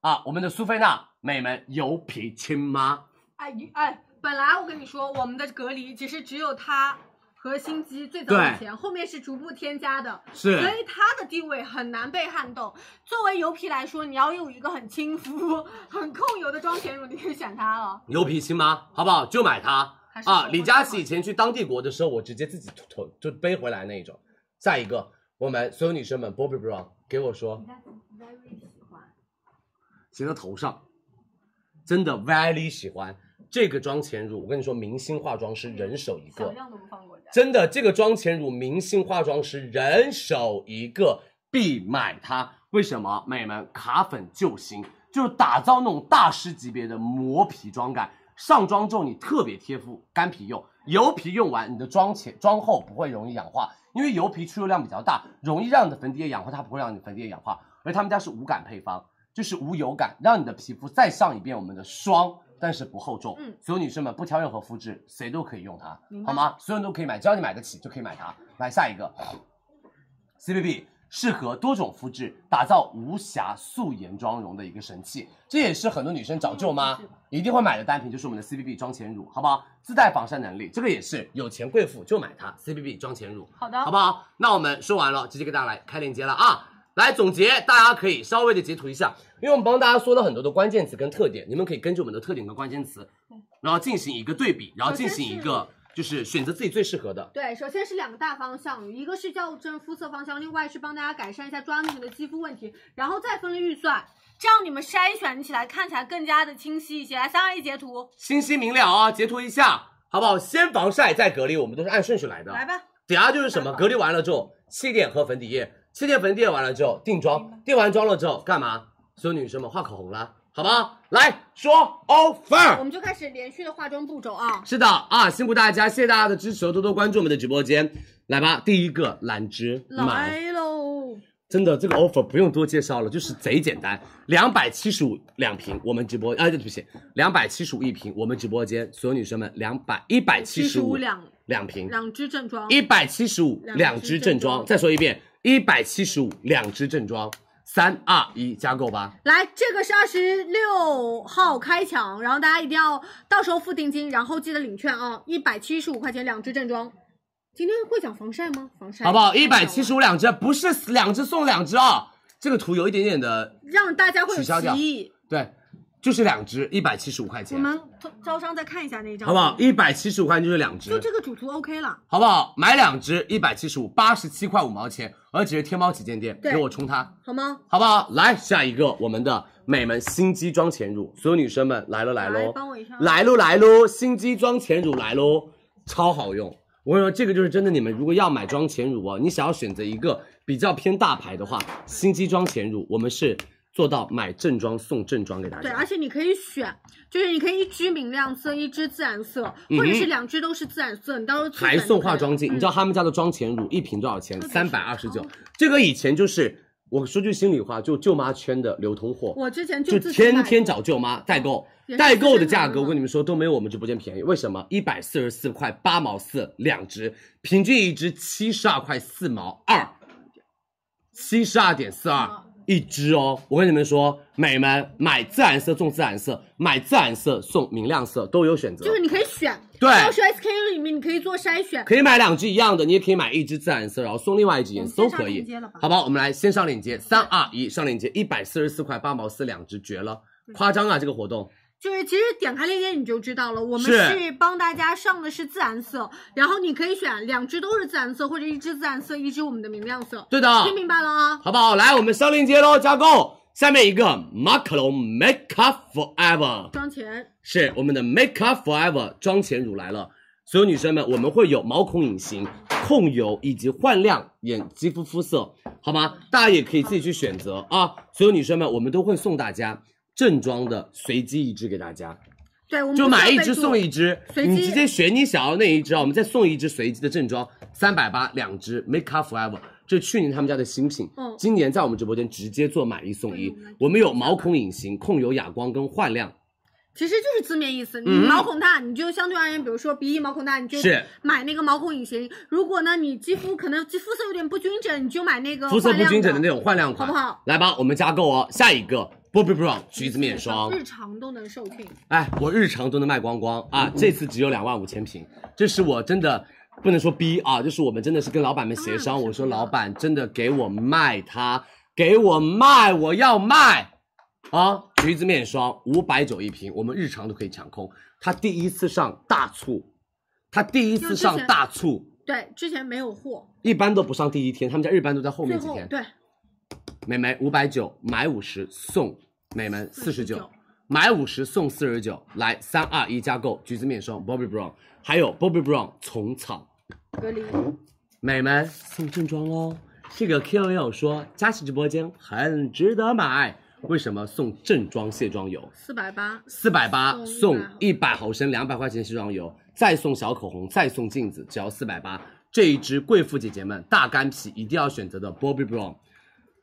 啊，我们的苏菲娜美们油皮亲妈，哎哎，本来我跟你说，我们的隔离其实只有它和心机最早以对前，后面是逐步添加的，是所以它的地位很难被撼动。作为油皮来说，你要用一个很亲肤、很控油的妆前乳，你可以选它了。牛皮亲妈，好不好？就买它还是手啊！工李的佳好琦以前去当帝国的时候，我直接自己囤就背回来那一种。下一个，我们所有女生们，Bobbi Brown，给我说，写在头上，真的 very 喜欢这个妆前乳。我跟你说，明星化妆师人手一个，小样都不放过的。真的，这个妆前乳明星化妆师人手一个，必买它。为什么？美们，卡粉救星，就是打造那种大师级别的磨皮妆感。上妆之后你特别贴肤，干皮用，油皮用完，你的妆前妆后不会容易氧化，因为油皮出油量比较大，容易让你的粉底液氧化，它不会让你粉底液氧化。而他们家是无感配方，就是无油感，让你的皮肤再上一遍我们的霜，但是不厚重。嗯所有女生们不挑任何肤质，谁都可以用它，好吗？所有人都可以买，只要你买得起就可以买它。来下一个，CBB 适合多种肤质，打造无瑕素颜妆容的一个神器。这也是很多女生找舅妈嗯一定会买的单品，就是我们的 CBB 妆前乳，好不好？自带防晒能力，这个也是有钱贵妇就买它 CBB 妆前乳。好的好不好？那我们说完了，直接给大家来开链接了啊！来总结，大家可以稍微的截图一下，因为我们帮大家说了很多的关键词跟特点，你们可以根据我们的特点跟关键词，嗯然后进行一个对比，然后进行一个就是选择自己最适合的。对，首先是两个大方向，一个是校正肤色方向，另外是帮大家改善一下妆前的肌肤问题，然后再分了预算，这样你们筛选起来看起来更加的清晰一些。来，三二一，截图，清晰明了啊，截图一下好不好？先防晒再隔离，我们都是按顺序来的。来吧。底下就是什么？隔离完了之后，气垫和粉底液，气垫粉底液完了之后定妆，定完妆了之后干嘛？所有女生们画口红啦，好吗？来说 offer 我。们就开始连续的化妆步骤啊。是的啊，辛苦大家，谢谢大家的支持哦，多多关注我们的直播间。来吧，第一个兰芝买，喽，真的这个 offer 不用多介绍了，就是贼简单，两百七十五两瓶，我们直播，哎，对不起，两百七十五一瓶，我们直播间所有女生们两百一百七十五两两瓶，两支正装，一百七十五两支正装，再说一遍，一百七十五两支正装，三二一，加购吧。来，这个是二十六号开抢，然后大家一定要到时候付定金，然后记得领券啊，一百七十五块钱两支正装。今天会讲防晒吗？防晒好不好？一百七十五两支，不是两支送两支啊！这个图有一点点的，让大家会有取消掉歧义。对，就是两支，一百七十五块我钱，们招商再看一下那一张，好不好？？一百七十五块钱就是两就支，这个主图 OK 了，好不好？买两支一百七十五，八十七块五毛钱，而且是天猫旗舰店，对给我冲它，好吗？好不好？来下一个，我们的美们心机妆前乳，所有女生们来了来来喽，帮我一下，来喽来喽，心机妆前乳来喽，超好用。我跟你说，这个就是真的。你们如果要买妆前乳哦，你想要选择一个比较偏大牌的话，心机妆前乳我们是做到买正装送正装给大家。对，而且你可以选，就是你可以一支明亮色，一支自然色，嗯哼或者是两支都是自然色，你到时候自还选就送可以化了嗯妆镜，你知道他们家的妆前乳一瓶多少钱？三百二十九。这个以前就是我说句心里话，就舅妈圈的流通货，我之前就自己买天过天找舅妈代购也，是代购的私生价的格嘛我跟你们说都没有我们直播间便宜。为什么？一百四十四块八毛四两支，平均一支七十二块四毛二，七十二点四二一支哦。我跟你们说，美们买自然色送自然色，买自然色送明亮色都有选择。就是你可以选，对到时候 SKU 里面你可以做筛选。可以买两支一样的，你也可以买一支自然色，然后送另外一支颜色我都们先上可以链接了吧，好不好？我们来先上链接，三二一，上链接，一百四十四块八毛四两支，绝了，夸张啊这个活动！就是其实点开链接你就知道了，我们是是帮大家上的是自然色，然后你可以选两支都是自然色，或者一支自然色，一支我们的明亮色。对的，听明白了啊？好不好？来，我们上链接喽，加购。下面一个马卡龙 Make Up Forever 妆前是我们的 Make Up Forever 妆前乳来了，所有女生们，我们会有毛孔隐形、控油以及焕亮眼肌肤肤色，好吗？大家也可以自己去选择啊。所有女生们，我们都会送大家正装的随机一支给大家，对，我们就不需要买一备支注送一支，随机你直接选你想要那一支啊，我们再送一支随机的正装，三百八两支 Make Up Forever，这是去年他们家的新品，嗯今年在我们直播间直接做买一送一，我们有毛孔隐形、控油、哑光跟焕亮，其实就是字面意思，你嗯毛孔大，你就相对而言，比如说鼻翼毛孔大，你就是买那个毛孔隐形；如果呢，你肌肤可能肌肤色有点不均整，你就买那个肤色焕不呃亮均整的那种焕亮款，好不好？来吧，我们加购哦。下一个 Bobbi Brown 橘子面霜，日常都能售罄。哎，我日常都能卖光光啊，这次只有两万五千瓶，这是我真的不能说逼啊，就是我们真的是跟老板们协啊商，我说老板真的给我卖它，给我卖，我要卖啊！橘子面霜五百九一瓶，我们日常都可以抢空，它第一次上大促，它第一次上大促，对，之前没有货，一般都不上第一天，他们家日班都在后最面几后天。对美眉五百九买五十送美们四十九，买五十送四十九，来三二一加购橘子面霜 Bobbi Brown，还有 Bobbi Brown 虫草隔离。美们送正装哦。这个 KOL 说佳琦直播间很值得买，为什么送正装卸妆油？四百八，四百八送送100一百毫升两百块钱卸妆油，再送小口红，再送镜子，只要四百八。这一支贵妇姐姐们大干皮一定要选择的 Bobbi Brown，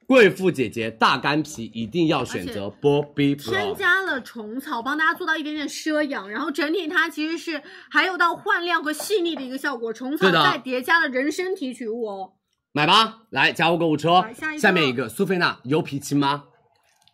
贵妇姐姐大干皮一定要选择 Bobbi 添 Brown。加了虫草，帮大家做到一点点遮阳，然后整体它其实是还有到焕亮和细腻的一个效果。虫草对的再叠加了人参提取物哦，买吧，来加入购物车好下一。个下面一个苏菲娜油皮亲妈，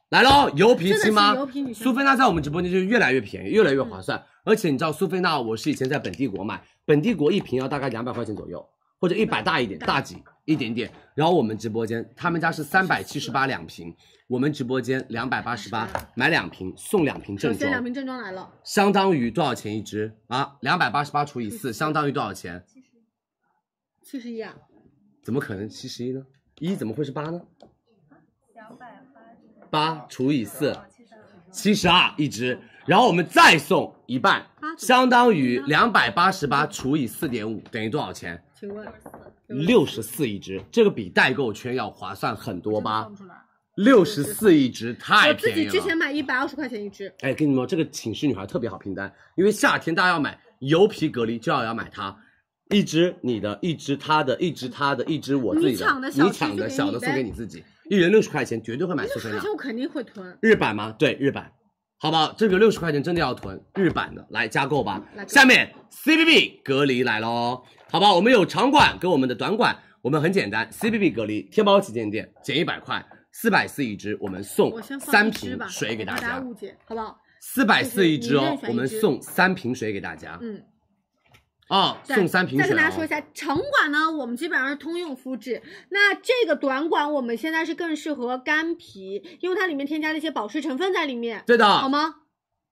来喽，油皮亲真的妈是油皮女，生苏菲娜在我们直播间就越来越便宜，越来越划算。而且你知道苏菲娜，我是以前在本地国买，本地国一瓶要大概两百块钱左右，或者一百大一点，大几一点点。然后我们直播间，他们家是三百七十八两瓶，我们直播间两百八十八，买两瓶送两瓶首正先装两。瓶正装来了，相当于多少钱一支啊？两百八十八除以嗯四，相当于多少钱？七十一啊，怎么可能七十一呢？一怎么会是八呢？八除以四，七十二一支，然后我们再送一半，相当于两百八十八除以四点五等于多少钱？请问六十四一支，这个比代购圈要划算很多吧？六十四一支太我自便宜己了。之前买一百二十块钱一支，哎，跟你们说，这个寝室女孩特别好拼单，因为夏天大家要买油皮隔离，就要要买它，一支你的，一支她的，一支她的，一支我自己的，你抢的小你支抢的就给小你的呗送给你自己，一人六十块钱绝对会买苏菲六十块娜钱，我肯定会囤。日版吗？对，日版，好不好？这个六十块钱真的要囤日版的，来加购吧嗯来。下面 CBB 隔离来喽，好吧？我们有长管跟我们的短管，我们很简单，CBB 隔离天猫旗舰店减一百块，四百四一支，我们送我先放三一支瓶吧水给怕大大家。误解，好不好？四百四一支就哦是你任选一，支我们送三瓶水给大家。嗯，哦，对送三瓶再水、哦。跟大家说一下，长管呢，我们基本上是通用肤质，那这个短管我们现在是更适合干皮，因为它里面添加了一些保湿成分在里面，对的，好吗？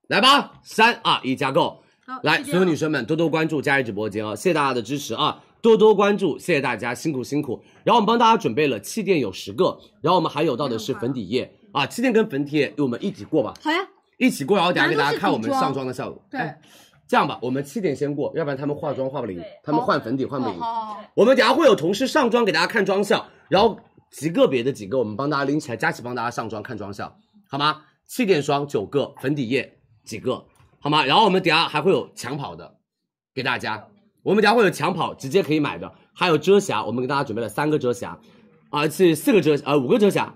来吧，三二一，加购。好，啊来，就这所有样女生们多多关注佳怡直播间哦，谢谢大家的支持啊，多多关注，谢谢大家，辛苦辛苦。然后我们帮大家准备了气垫有十个，然后我们还有到的是粉底液啊，气垫跟粉底液我们一起过吧，好呀，一起过，然后等下给大反家正都是看我们底妆上妆的效果。对哎，这样吧，我们气垫先过，要不然他们化妆化不灵，他们换粉底换不好灵。好好，我们等下会有同事上妆给大家看妆效，然后极个别的几个我们帮大家拎起来，佳琪帮大家上妆看妆效，好吗？气垫霜九个，粉底液几个，好吗？然后我们等下还会有抢跑的给大家，我们等下会有抢跑直接可以买的，还有遮瑕，我们给大家准备了三个遮瑕，啊是四个遮呃五个遮瑕，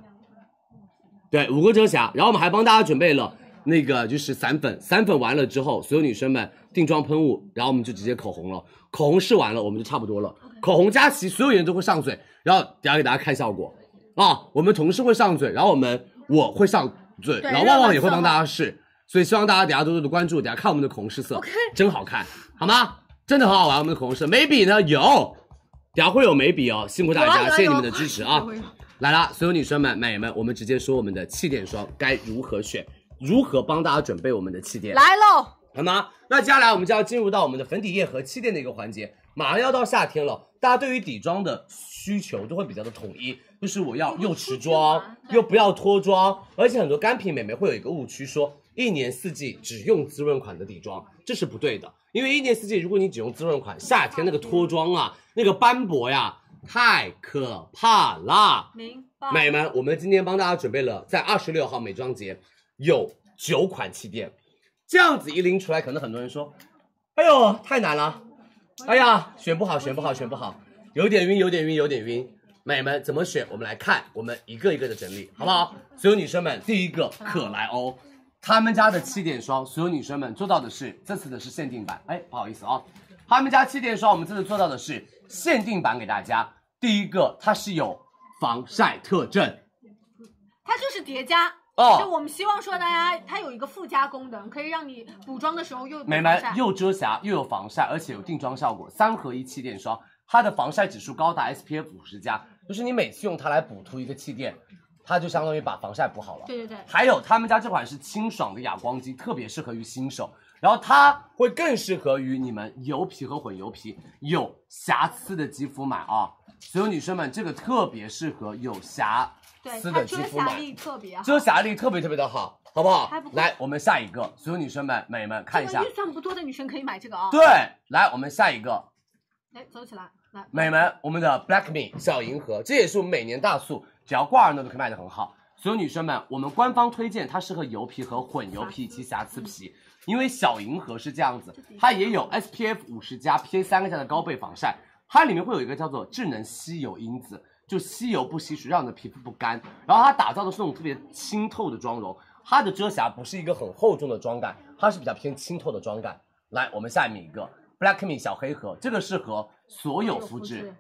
对，五个遮瑕，然后我们还帮大家准备了那个就是散粉，散粉完了之后，所有女生们定妆喷雾，然后我们就直接口红了，口红试完了我们就差不多了，口红佳琦所有人都会上嘴，然后等下给大家看效果啊，我们同事会上嘴，然后我们我会上嘴，对然后旺旺也会帮大家试，所以希望大家等下多多的关注，等下看我们的口红试色 OK 真好看，好吗？真的很好玩，我们的口红试眉笔呢有，等下会有眉笔哦，辛苦大有啊有家，啊谢谢有你啊们的支持啊。来啦，所有女生们、美眉们，我们直接说我们的气垫霜该如何选，如何帮大家准备我们的气垫，来喽，好吗？那接下来我们就要进入到我们的粉底液和气垫的一个环节。马上要到夏天了，大家对于底妆的需求都会比较的统一，就是我要又持哦妆又不要脱妆，而且很多干皮美眉会有一个误区说，一年四季只用滋润款的底妆，这是不对的，因为一年四季如果你只用滋润款，夏天那个脱妆啊，那个斑驳呀，太可怕啦。明白美们，我们今天帮大家准备了，在二十六号美妆节有九款气垫，这样子一拎出来，可能很多人说，哎呦太难了，哎呀选不好选不好选不好，有点晕有点晕有点晕。美们怎么选？我们来看，我们一个一个的整理，好不好？所有女生们，第一个可莱欧，他们家的气垫霜，所有女生们做到的是这次的是限定版，哎，不好意思啊、他们家气垫霜我们这次做到的是限定版给大家，第一个它是有防晒特征它就是叠加。就哦，我们希望说大家它有一个附加功能，可以让你补妆的时候又美防们晒又遮瑕又有防晒，而且有定妆效果，三合一气垫霜，它的防晒指数高达 SPF 五十加，就是你每次用它来补涂一个气垫，它就相当于把防晒补好了。对对对，还有他们家这款是清爽的哑光肌，特别适合于新手，然后它会更适合于你们油皮和混油皮有瑕疵的肌肤买啊。所有女生们，这个特别适合有瑕对疵它的肌遮肤瑕买，力特别好。啊遮瑕力特别特别的好，好不好还不？错来，我们下一个，所有女生们、美们看一下这个预。算不多的女生可以买这个啊、对，来，我们下一个，来走起来，来，美们，我们的 Black Me 小银河，这也是我们每年大促，只要挂上的都可以卖的很好。所有女生们，我们官方推荐它适合油皮和混油皮以及瑕疵皮，因为小银河是这样子，它也有 SPF 五十加 PA 三个加的高倍防晒，它里面会有一个叫做智能吸油因子，就吸油不吸水，让你的皮肤不干。然后它打造的是那种特别清透的妆容，它的遮瑕不是一个很厚重的妆感，它是比较偏清透的妆感。来，我们下面一个 Black Me 小黑盒，这个适合所有肤质，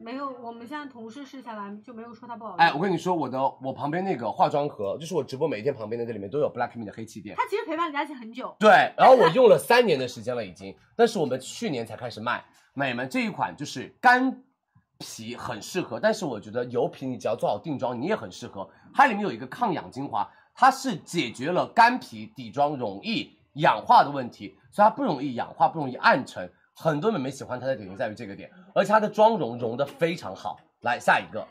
没有，我们现在同事试下来就没有说它不好用。哎，我跟你说，我的我旁边那个化妆盒，就是我直播每一天旁边的这里面都有 Blackme 的黑气垫。它其实陪伴李佳琦很久，对，然后我用了三年的时间了已经，但是我们去年才开始卖。美们这一款就是干皮很适合，但是我觉得油皮你只要做好定妆，你也很适合。它里面有一个抗氧精华，它是解决了干皮底妆容易氧化的问题，所以它不容易氧化，不容易暗沉。很多美眉喜欢它的点就在于这个点，而且它的妆容融的非常好。来下一个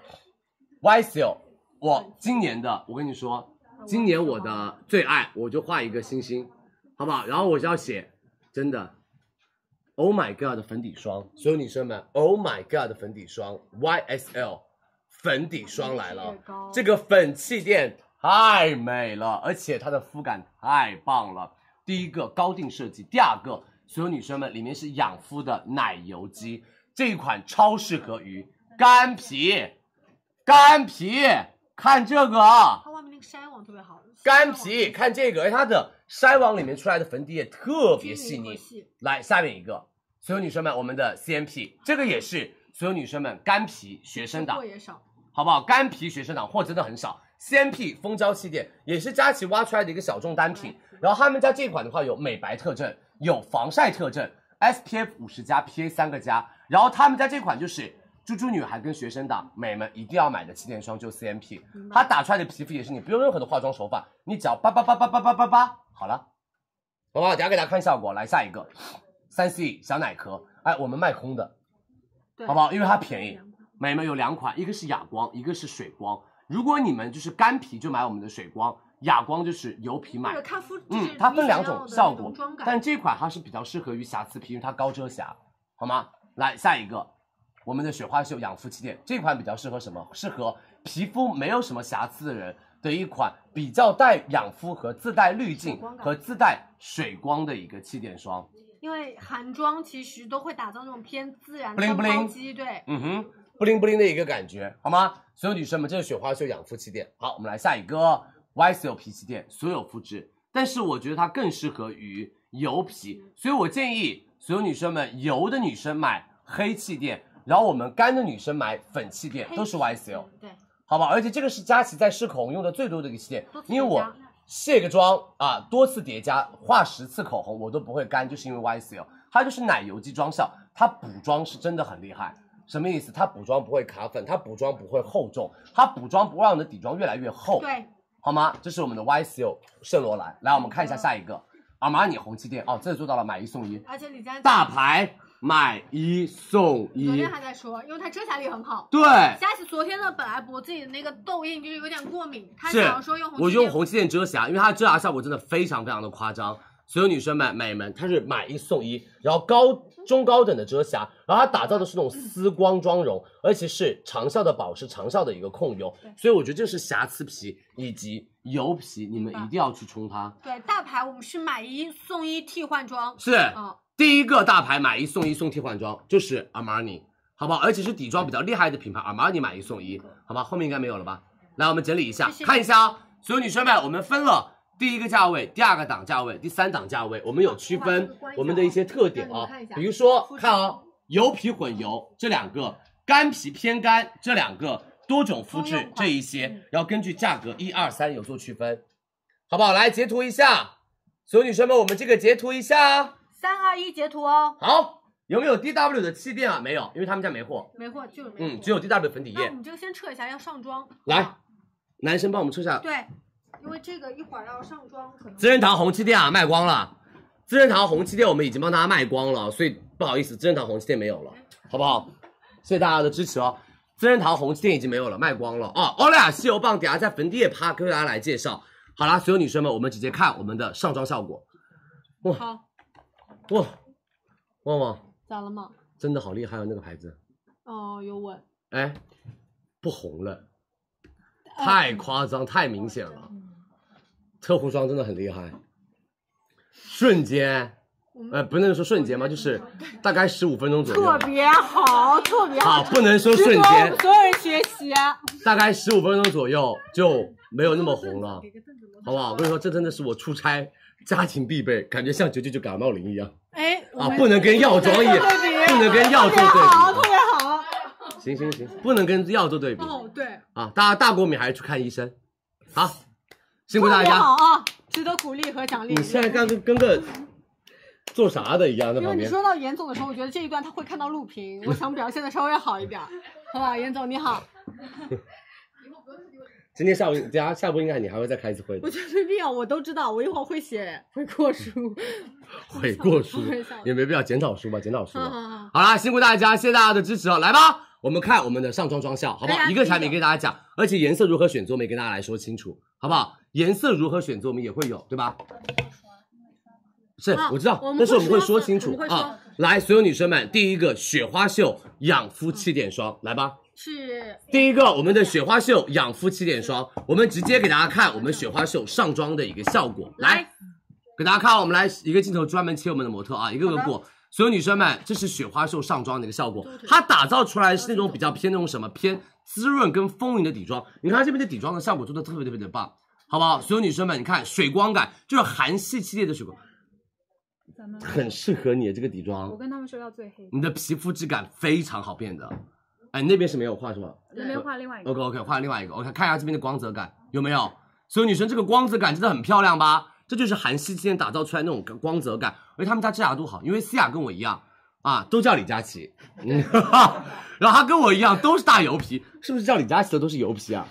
，YSL，我今年的，我跟你说，今年我的最爱，我就画一个星星，好不好？然后我就要写，真的，Oh my god 的粉底霜，所有女生们，Oh my god 的粉底霜，YSL 粉底霜来了，这个粉气垫太美了，而且它的肤感太棒了。第一个高定设计，第二个，所有女生们，里面是养肤的奶油肌，这一款超适合于干皮，干皮，看这个啊。它外面那个筛网特别好。干皮，看这个，哎，它的筛网里面出来的粉底也特别细腻。来，下面一个，所有女生们，我们的 CMP 这个也是所有女生们干皮学生党货，也少，好不好？干皮学生党货真的很少。CMP 蜂胶气垫也是佳琦挖出来的一个小众单品，然后他们家这款的话有美白特征，有防晒特征，SPF 五十加 PA 三个加，然后他们家这款就是猪猪女孩跟学生党美们一定要买的气垫霜，就是 CMP，它打出来的皮肤也是你不用任何的化妆手法，你只要叭叭叭叭叭叭叭叭，好了，好不好？等一下给大家看效果，来下一个，三 C 小奶壳，哎，我们卖空的，好不好？因为它便宜。美们有两款，一个是哑光，一个是水光。如果你们就是干皮，就买我们的水光；哑光就是油皮或买者。看肤，就是嗯，它分你想两要种的效那果种妆，感但这款它是比较适合于瑕疵皮，因为它高遮瑕，好吗？来下一个，我们的雪花秀养肤气垫，这款比较适合什么？适合皮肤没有什么瑕疵的人的一款比较带养肤和自带滤镜光感和自带水光的一个气垫霜。因为韩妆其实都会打造那种偏自然、 bling 光 bling 抛肌，对，嗯哼，布灵布灵的一个感觉，好吗？所有女生们，这是雪花秀养肤气垫。好，我们来下一个 YSL 皮气垫，所有肤质，但是我觉得它更适合于油皮，所以我建议所有女生们，油的女生买黑气垫，然后我们干的女生买粉气垫，都是 YSL。对，好吧，而且这个是佳琦在适口红用的最多的一个系列多，次叠加因为我卸个妆啊，多次叠加画十次口红我都不会干，就是因为 YSL，它就是奶油肌妆效，它补妆是真的很厉害。什么意思？它补妆不会卡粉，它补妆不会厚重，它补妆不会让你的底妆越来越厚，对，好吗？这是我们的 YSL 圣罗兰，来我们看嗯一下下一个，阿玛尼红气垫哦，这做到了买一送一，而且李佳琦大牌买一送昨一天，还在说，因为它遮瑕力很好。对，佳琦昨天呢，本来脖子里的那个痘印就是有点过敏，他是想要说用红，我用，红气垫遮瑕，因为它遮瑕效果真的非常非常的夸张。所有女生们、美们，它是买一送一，然后高中高等的遮瑕，然后它打造的是那种丝光妆容，而且是长效的保湿、长效的一个控油，所以我觉得这是瑕疵皮以及油皮，你们一定要去冲它。对，大牌我们是买一送一替换装，是哦，第一个大牌买一送一送替换装，就是 Armani，好不好？而且是底妆比较厉害的品牌，Armani 买一送一，好吧？后面应该没有了吧？来，我们整理一下，看一下啊、所有女生们，我们分了第一个价位、第二个档价位、第三档价位，我们有区分我们的一些特点啊，比如说看啊、油皮混油这两个，干皮偏干这两个，多种肤质这一些，然后根据价格一二三有做区分，好不好？来截图一下，所有女生们，我们这个截图一下啊。三二一截图哦，好，有没有 D W 的气垫啊？没有，因为他们家没货。没货就是没货。嗯，只有 D W 粉底那我液。们这个先撤一下，要上妆。来，男生帮我们测一下，对，因为这个一会儿要上妆，可能资生堂红气垫啊卖光了，资生堂红气垫我们已经帮大家卖光了，所以不好意思，资生堂红气垫没有了，好不好？谢谢大家的支持哦。资生堂红气垫已经没有了，卖光了啊！欧莱雅吸油棒底下在粉底液趴，跟大家来介绍。好啦，所有女生们，我们直接看我们的上妆效果。哇，好哇，旺旺咋了嘛？真的好厉害哦，那个牌子。哦，有吻。哎，不红了，太嗯夸张，太明显了。特护霜真的很厉害，瞬间，呃，不能说瞬间吧，就是大概十五分钟左特右。别好，特别好啊，，不能说值瞬得我间们，所有人学习。大概十五分钟左右就没有那么红了，好不好？我跟你说，这真的是我出差家庭必备，感觉像九九九感冒灵一样哎，我啊，们不能跟药妆一，对比不能跟药特别妆对啊好，特比。别好。行行行，不能跟药做对比哦，对，啊！大家大过敏还是去看医生。好，辛苦大特别好家。啊，值得鼓励和奖励。你现在干跟跟个做啥的一样，在因旁为你边。说到严总的时候，我觉得这一段他会看到录屏，我想表现的稍微好一点，好吧？严总你好，今天下午，等下下播应该你还会再开一次会我的，觉得没必要，我都知道，我一会儿会写悔过书。悔过书我想也没必要检讨书吧，检讨书吧。啊 好好啊好好啦，辛苦大家，谢谢大家的支持哦，来吧，我们看我们的上妆妆效，好不大好？啊家一个产品给大家讲，而且颜色如何选择，我们也跟大家来说清楚，好不嗯好？颜色如何选择，我们也会有，对吧？是啊，我知道我，们但是会我们会说说清我楚们会说啊。来，所有女生们，第一个雪花秀养肤气垫霜，来吧。是第一个，我们的雪花秀养肤气垫霜，我们直接给大家看我们雪花秀上妆的一个效果。来，给大家看，我们来一个镜头专门切我们的模特啊，一个个过。所有女生们，这是雪花秀上妆的一个效果，它打造出来是那种比较偏那种什么偏滋润跟丰盈的底妆。你看它这边的底妆的效果做的特别特别的棒，好不好？所有女生们，你看水光感就是韩系系列的水光，很适合你这个底妆。我跟他们说要最黑，你的皮肤质感非常好变的。哎，你那边是没有画是吧？那边画另外一个。 OK OK，换另外一个，OK，看一下这边的光泽感有没有？所有女生这个光泽感真的很漂亮吧？这就是韩系今天打造出来那种光泽感，而且他们家遮瑕度好，因为思雅跟我一样啊，都叫李佳琦， 嗯然后她跟我一样都是大油皮，是不是叫李佳琦的都是油皮啊？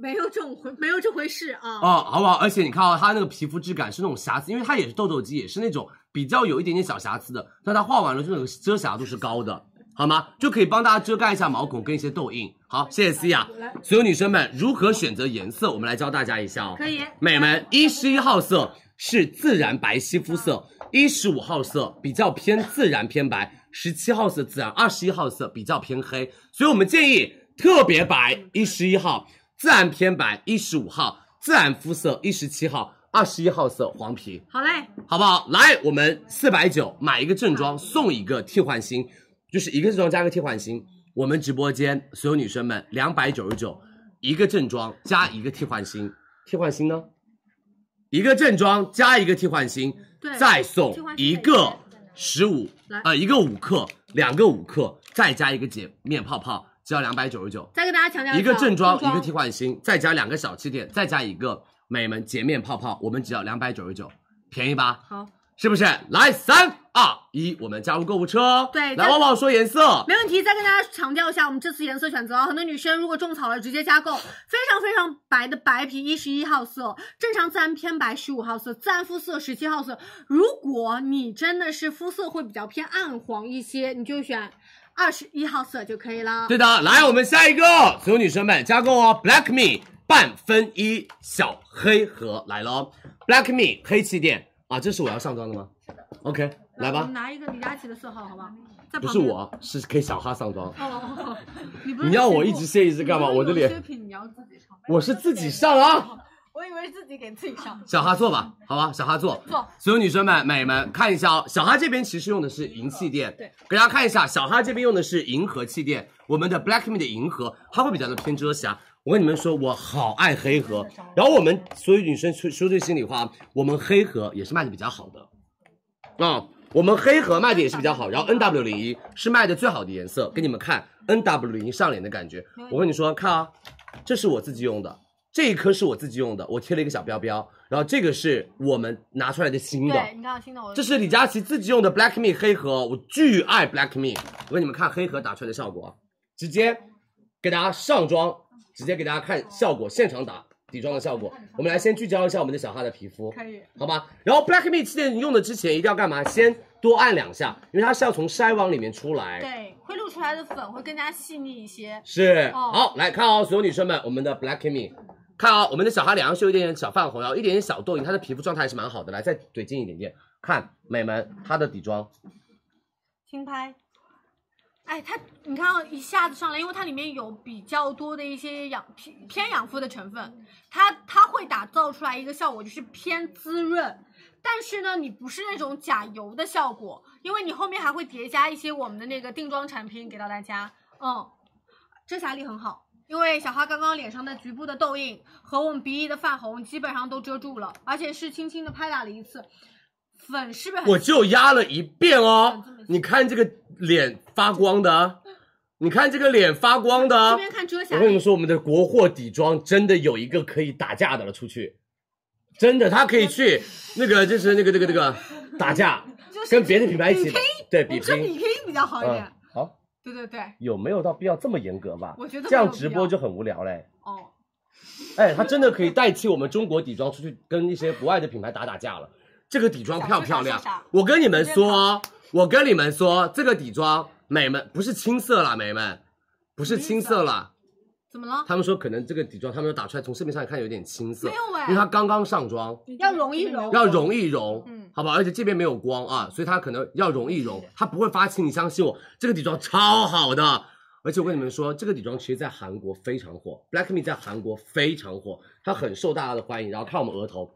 没有这种回没有这回事啊。哦，好不好？而且你看啊、它那个皮肤质感是那种瑕疵，因为它也是痘痘肌，也是那种比较有一点点小瑕疵的，但它画完了之后遮瑕度是高的，好吗？就可以帮大家遮盖一下毛孔跟一些痘印。好，谢谢思雅。所有女生们如何选择颜色，我们来教大家一下哦。可以美们，一十一号色是自然白皙肤色，一十五号色比较偏自然偏白，十七号色自然，二十一号色比较偏黑。所以我们建议特别白一十一号，自然偏白一十五号，自然肤色一十七号，二十一号色黄皮。好嘞，好不好？来，我们四百九买一个正装送一个替换芯，就是一个正装加一个替换芯。我们直播间所有女生们，两百九十九，一个正装加一个替换芯，替换芯呢？一个正装加一个替换芯，再送一个十五，呃，一个五克，两个五克，再加一个洁面泡泡，只要两百九十九。再跟大家强调一下个正装，正一个替换芯，再加两个小气垫，再加一个美门洁面泡泡，我们只要两百九十九，便宜吧？好，是不是？来，三二一，我们加入购物车哦。对来，加旺旺说颜色，没问题，再跟大家强调一下，我们这次颜色选择啊，很多女生如果种草了，直接加购，非常非常白的白皮一十一号色，正常自然偏白十五号色，自然肤色十七号色。如果你真的是肤色会比较偏暗黄一些，你就选二十一号色就可以了。对的，来，我们下一个，所有女生们加购哦，Black Me 半分一小黑盒来了哦，Black Me 黑气垫啊，这是我要上妆的吗？是的。OK，来我吧们，拿一个李佳琦的色号，好不好？在不嗯旁是边。我，是给小哈上妆。 哦，你不是你要我一直卸一直干嘛你不是我的脸有些品你要自己上，我是自己上啊。我以为是自己给自己上。小哈做吧，好吧，小哈做。做所有女生们、美们看一下哦，小哈这边其实用的是银气垫，对，给大家看一下，小哈这边用的是银河气垫，我们的 Black Me 的银河，它会比较的偏遮瑕。我跟你们说，我好爱黑盒，然后我们所有女生说说句心里话，我们黑盒也是卖的比较好的，啊、我们黑盒卖的也是比较好，然后 N W 零一是卖的最好的颜色，给你们看 N W 零一上脸的感觉。我跟你说，看啊，这是我自己用的，这一颗是我自己用的，我贴了一个小标标，然后这个是我们拿出来的新的，对，你看新的我这是李佳琦自己用的 Black Me 黑盒，我巨爱 Black Me，我给你们看黑盒打出来的效果啊，直接给大家上妆，直接给大家看效果，现场打底妆的效果。我们来先聚焦一下我们的小哈的皮肤，可以。好吧？然后 Black Me 气垫用的之前一定要干嘛？先多按两下，因为它是要从筛网里面出来。对，会露出来的粉会更加细腻一些。是，哦好，来看哦，所有女生们，我们的 Black Me，看哦，我们的小哈脸上是有一点点小泛红，然后哦一点点小痘印，她的皮肤状态还是蛮好的。来，再怼近一点点，看美们她的底妆，嗯轻拍。哎，它你看哦，一下子上来，因为它里面有比较多的一些养偏偏养肤的成分，它它会打造出来一个效果，就是偏滋润。但是呢，你不是那种假油的效果，因为你后面还会叠加一些我们的那个定妆产品给到大家。嗯，遮瑕力很好，因为小哈刚刚脸上的局部的痘印和我们鼻翼的泛红基本上都遮住了，而且是轻轻的拍打了一次，粉是不是很嗯我就压了一遍哦，你看这个脸发光的，你看这个脸发光的啊，这边看遮瑕我跟你力们，说，我们的国货底妆真的有一个可以打架的了，出去，真的，它可以去那个就是那个那个那个打架，跟别的品牌一起比拼对我比们说比拼，拼比较好一点嗯。，好，对对对，有没有到必要这么严格吧？我觉得这样没有直必播要就很无聊嘞。哦，哎，它真的可以代替我们中国底妆出去跟一些国外的品牌打打架了。这个底妆漂不漂亮想说啥说啥？我跟你们说，我跟你们说，这个底妆美们不是青涩啦，美们不是青涩啦。怎么了？他们说可能这个底妆，他们说打出来从市面上看有点青涩，没有哎因为它刚刚上妆，要容易揉，要融一融，嗯好不好？而且这边没有光啊，所以它可能要融一融，它不会发青。你相信我，这个底妆超好的。而且我跟你们说，这个底妆其实在韩国非常火，Black Me 在韩国非常火，它很受大家的欢迎。然后看我们额头，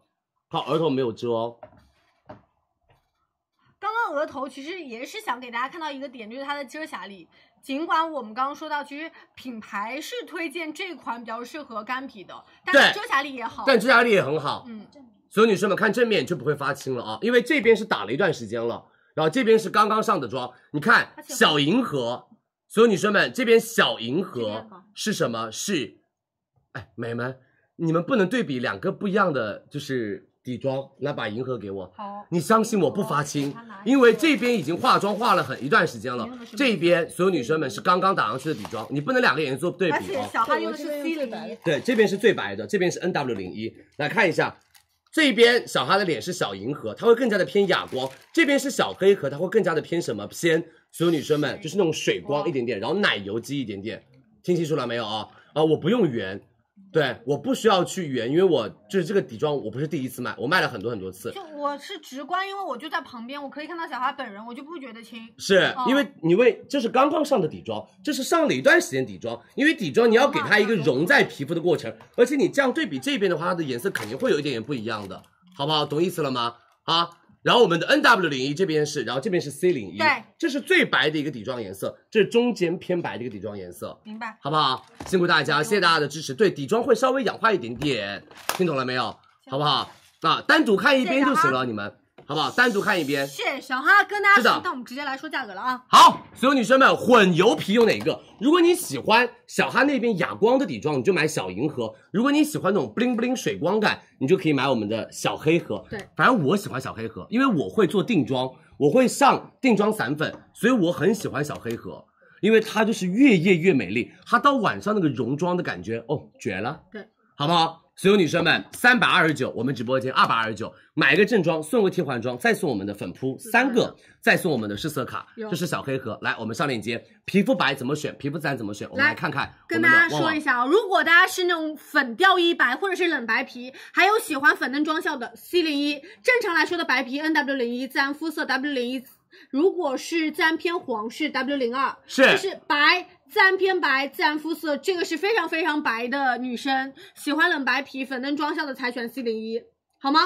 看额头没有遮哦，刚刚额头其实也是想给大家看到一个点，就是它的遮瑕力。尽管我们刚刚说到，其实品牌是推荐这款比较适合干皮的，但是对遮瑕力也好。但遮瑕力也很好。嗯，所有女生们看正面就不会发青了啊，因为这边是打了一段时间了，然后这边是刚刚上的妆。你看小银河，所有女生们这边小银河是什么？是，哎，美们，你们不能对比两个不一样的就是底妆，来把银河给我。好，你相信我不发青，因为这边已经化妆化了很一段时间了，这边所有女生们是刚刚打上去的底妆，你不能两个颜色做对而比且哦。小汉用的是 C 零一，对，这边是最白的，这边是 N W 零一。来看一下，这边小哈的脸是小银河，它会更加的偏哑光；这边是小黑盒，它会更加的偏什么偏？所有女生们就是那种水光一点点，然后奶油肌一点点，听清楚了没有啊？啊，我不用圆，对，我不需要去圆，因为我就是这个底妆，我不是第一次卖，我卖了很多很多次。就我是直观，因为我就在旁边，我可以看到小花本人，我就不觉得轻。是因为你为这是刚刚上的底妆，这是上了一段时间底妆，因为底妆你要给它一个融在皮肤的过程，而且你这样对比这边的话，它的颜色肯定会有一点点不一样的，好不好？懂意思了吗？啊，然后我们的 N W 零一这边是，然后这边是 C 零一，对，这是最白的一个底妆颜色，这是中间偏白的一个底妆颜色，明白？好不好？辛苦大家，谢谢大家的支持。对，底妆会稍微氧化一点点，听懂了没有？好不好？啊，单独看一边就行了，你们好不好？单独看一边。是小哈跟大家是的说，那我们直接来说价格了啊。好，所有女生们，混油皮用哪个？如果你喜欢小哈那边哑光的底妆，你就买小银河；如果你喜欢那种 bling bling 水光感，你就可以买我们的小黑盒。对，反正我喜欢小黑盒，因为我会做定妆，我会上定妆散粉，所以我很喜欢小黑盒，因为它就是越夜越美丽，它到晚上那个溶妆的感觉，哦，绝了。对，好不好？所有女生们，三百二十九，我们直播间二百二十九，买一个正装送个替换装，再送我们的粉扑三个，再送我们的试色卡，这是小黑盒。来，我们上链接，皮肤白怎么选，皮肤自然怎么选，我们来看看我跟们的大旺旺。家说一下啊，如果大家是那种粉调一白或者是冷白皮，还有喜欢粉嫩妆效的 C 零一，正常来说的白皮 N W 零一，自然肤色 W 零一，如果是自然偏黄是 W 零二，是就是白。自然偏白、自然肤色，这个是非常非常白的女生，喜欢冷白皮、粉嫩妆效的才选 C 零一，好吗？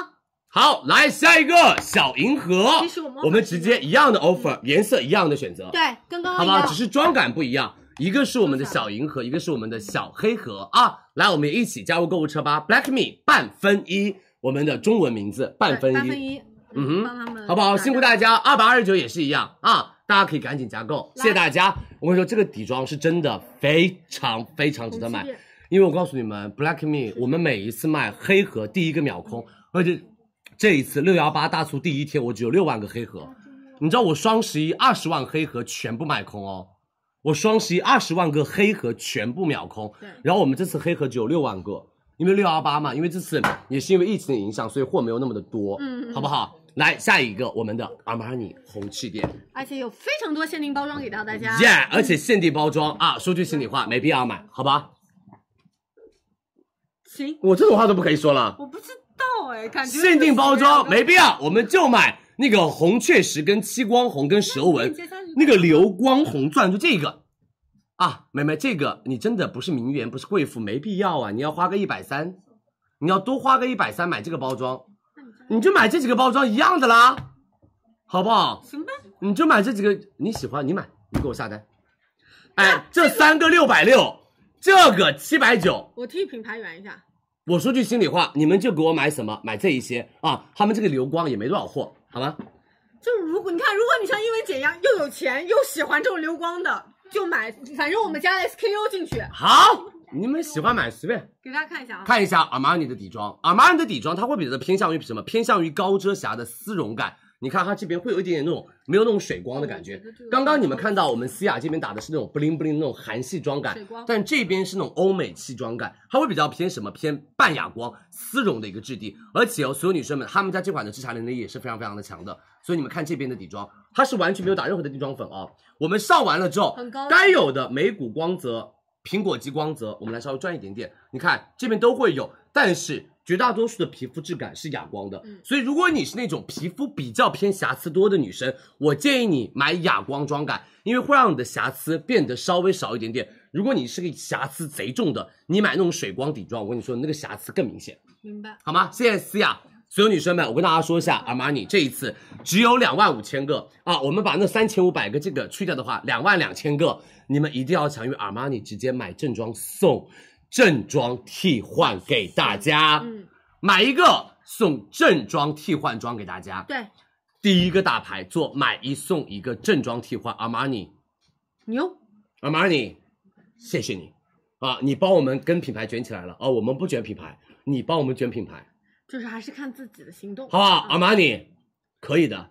好，来下一个小银河其实我们，哦我们直接一样的 offer，颜色一样的选择。对，跟刚好刚一不好？样只。是妆感不一样，一个是我们的小银河，一个是我们的小黑盒啊。来，我们也一起加入购物车吧，Black Me 半分一，我们的中文名字半分对八分一，一，嗯帮他哼，们好不好？打辛苦掉大家，二百二十九也是一样啊，大家可以赶紧加购，谢谢大家。我跟你说，这个底妆是真的非常非常值得买红旗叶，因为我告诉你们，Black Me 我们每一次卖黑盒第一个秒空，而且这一次六幺八大促第一天，我只有六万个黑盒。你知道我双十一二十万黑盒全部卖空哦，我双十一二十万个黑盒全部秒空，然后我们这次黑盒只有六万个，因为六幺八嘛，因为这次也是因为疫情的影响，所以货没有那么的多，嗯嗯好不好？来下一个，我们的阿玛尼红气垫，而且有非常多限定包装给到大家。耶、而且限定包装啊！说句心里话，没必要买，好吧？行，我这种话都不可以说了。我不知道哎，感觉限定包装没必要，我们就买那个红雀石跟七光红跟蛇纹，那个流光红钻就这个啊，妹妹，这个你真的不是名媛，不是贵妇，没必要啊！你要花个一百三，你要多花个一百三买这个包装，你就买这几个包装一样的啦，好不好？行吧，你就买这几个你喜欢，你买，你给我下单。哎，这三个六百六，这个七百九，我替品牌圆一下，我说句心里话，你们就给我买什么，买这一些啊。他们这个流光也没多少货，好吗？就如果你看，如果你像因为姐一样又有钱又喜欢这种流光的，就买，反正我们加了 SKU 进去，好，你们喜欢买随便。给大家看一下啊。看一下阿玛尼的底妆，阿玛尼的底妆它会比较偏向于什么？偏向于高遮瑕的丝绒感。你看它这边会有一点点那种没有那种水光的感哦觉。刚刚你们看到我们思雅这边打的是那种 bling bling 那种韩系妆感水光，但这边是那种欧美气妆感，它会比较偏什么？偏半哑光丝绒的一个质地。而且哦，所有女生们，她们家这款的遮瑕能力也是非常非常的强的。所以你们看这边的底妆，它是完全没有打任何的定妆粉哦。我们上完了之后很高，该有的眉骨光泽、苹果肌光泽，我们来稍微转一点点，你看这边都会有，但是绝大多数的皮肤质感是哑光的，嗯所以如果你是那种皮肤比较偏瑕疵多的女生，我建议你买哑光妆感，因为会让你的瑕疵变得稍微少一点点。如果你是个瑕疵贼重的，你买那种水光底妆，我跟你说，那个瑕疵更明显。明白。好吗？谢谢思雅。啊所有女生们，我跟大家说一下，阿玛尼这一次只有两万五千个啊！我们把那三千五百个这个去掉的话，两万两千个，你们一定要强于阿玛尼直接买正装送正装替换给大家，嗯，买一个送正装替换装给大家，对，第一个大牌做买一送一个正装替换，阿玛尼，牛，阿玛尼，谢谢你啊！你帮我们跟品牌卷起来了啊！我们不卷品牌，你帮我们卷品牌。就是还是看自己的行动。好不好？阿玛尼，可以的，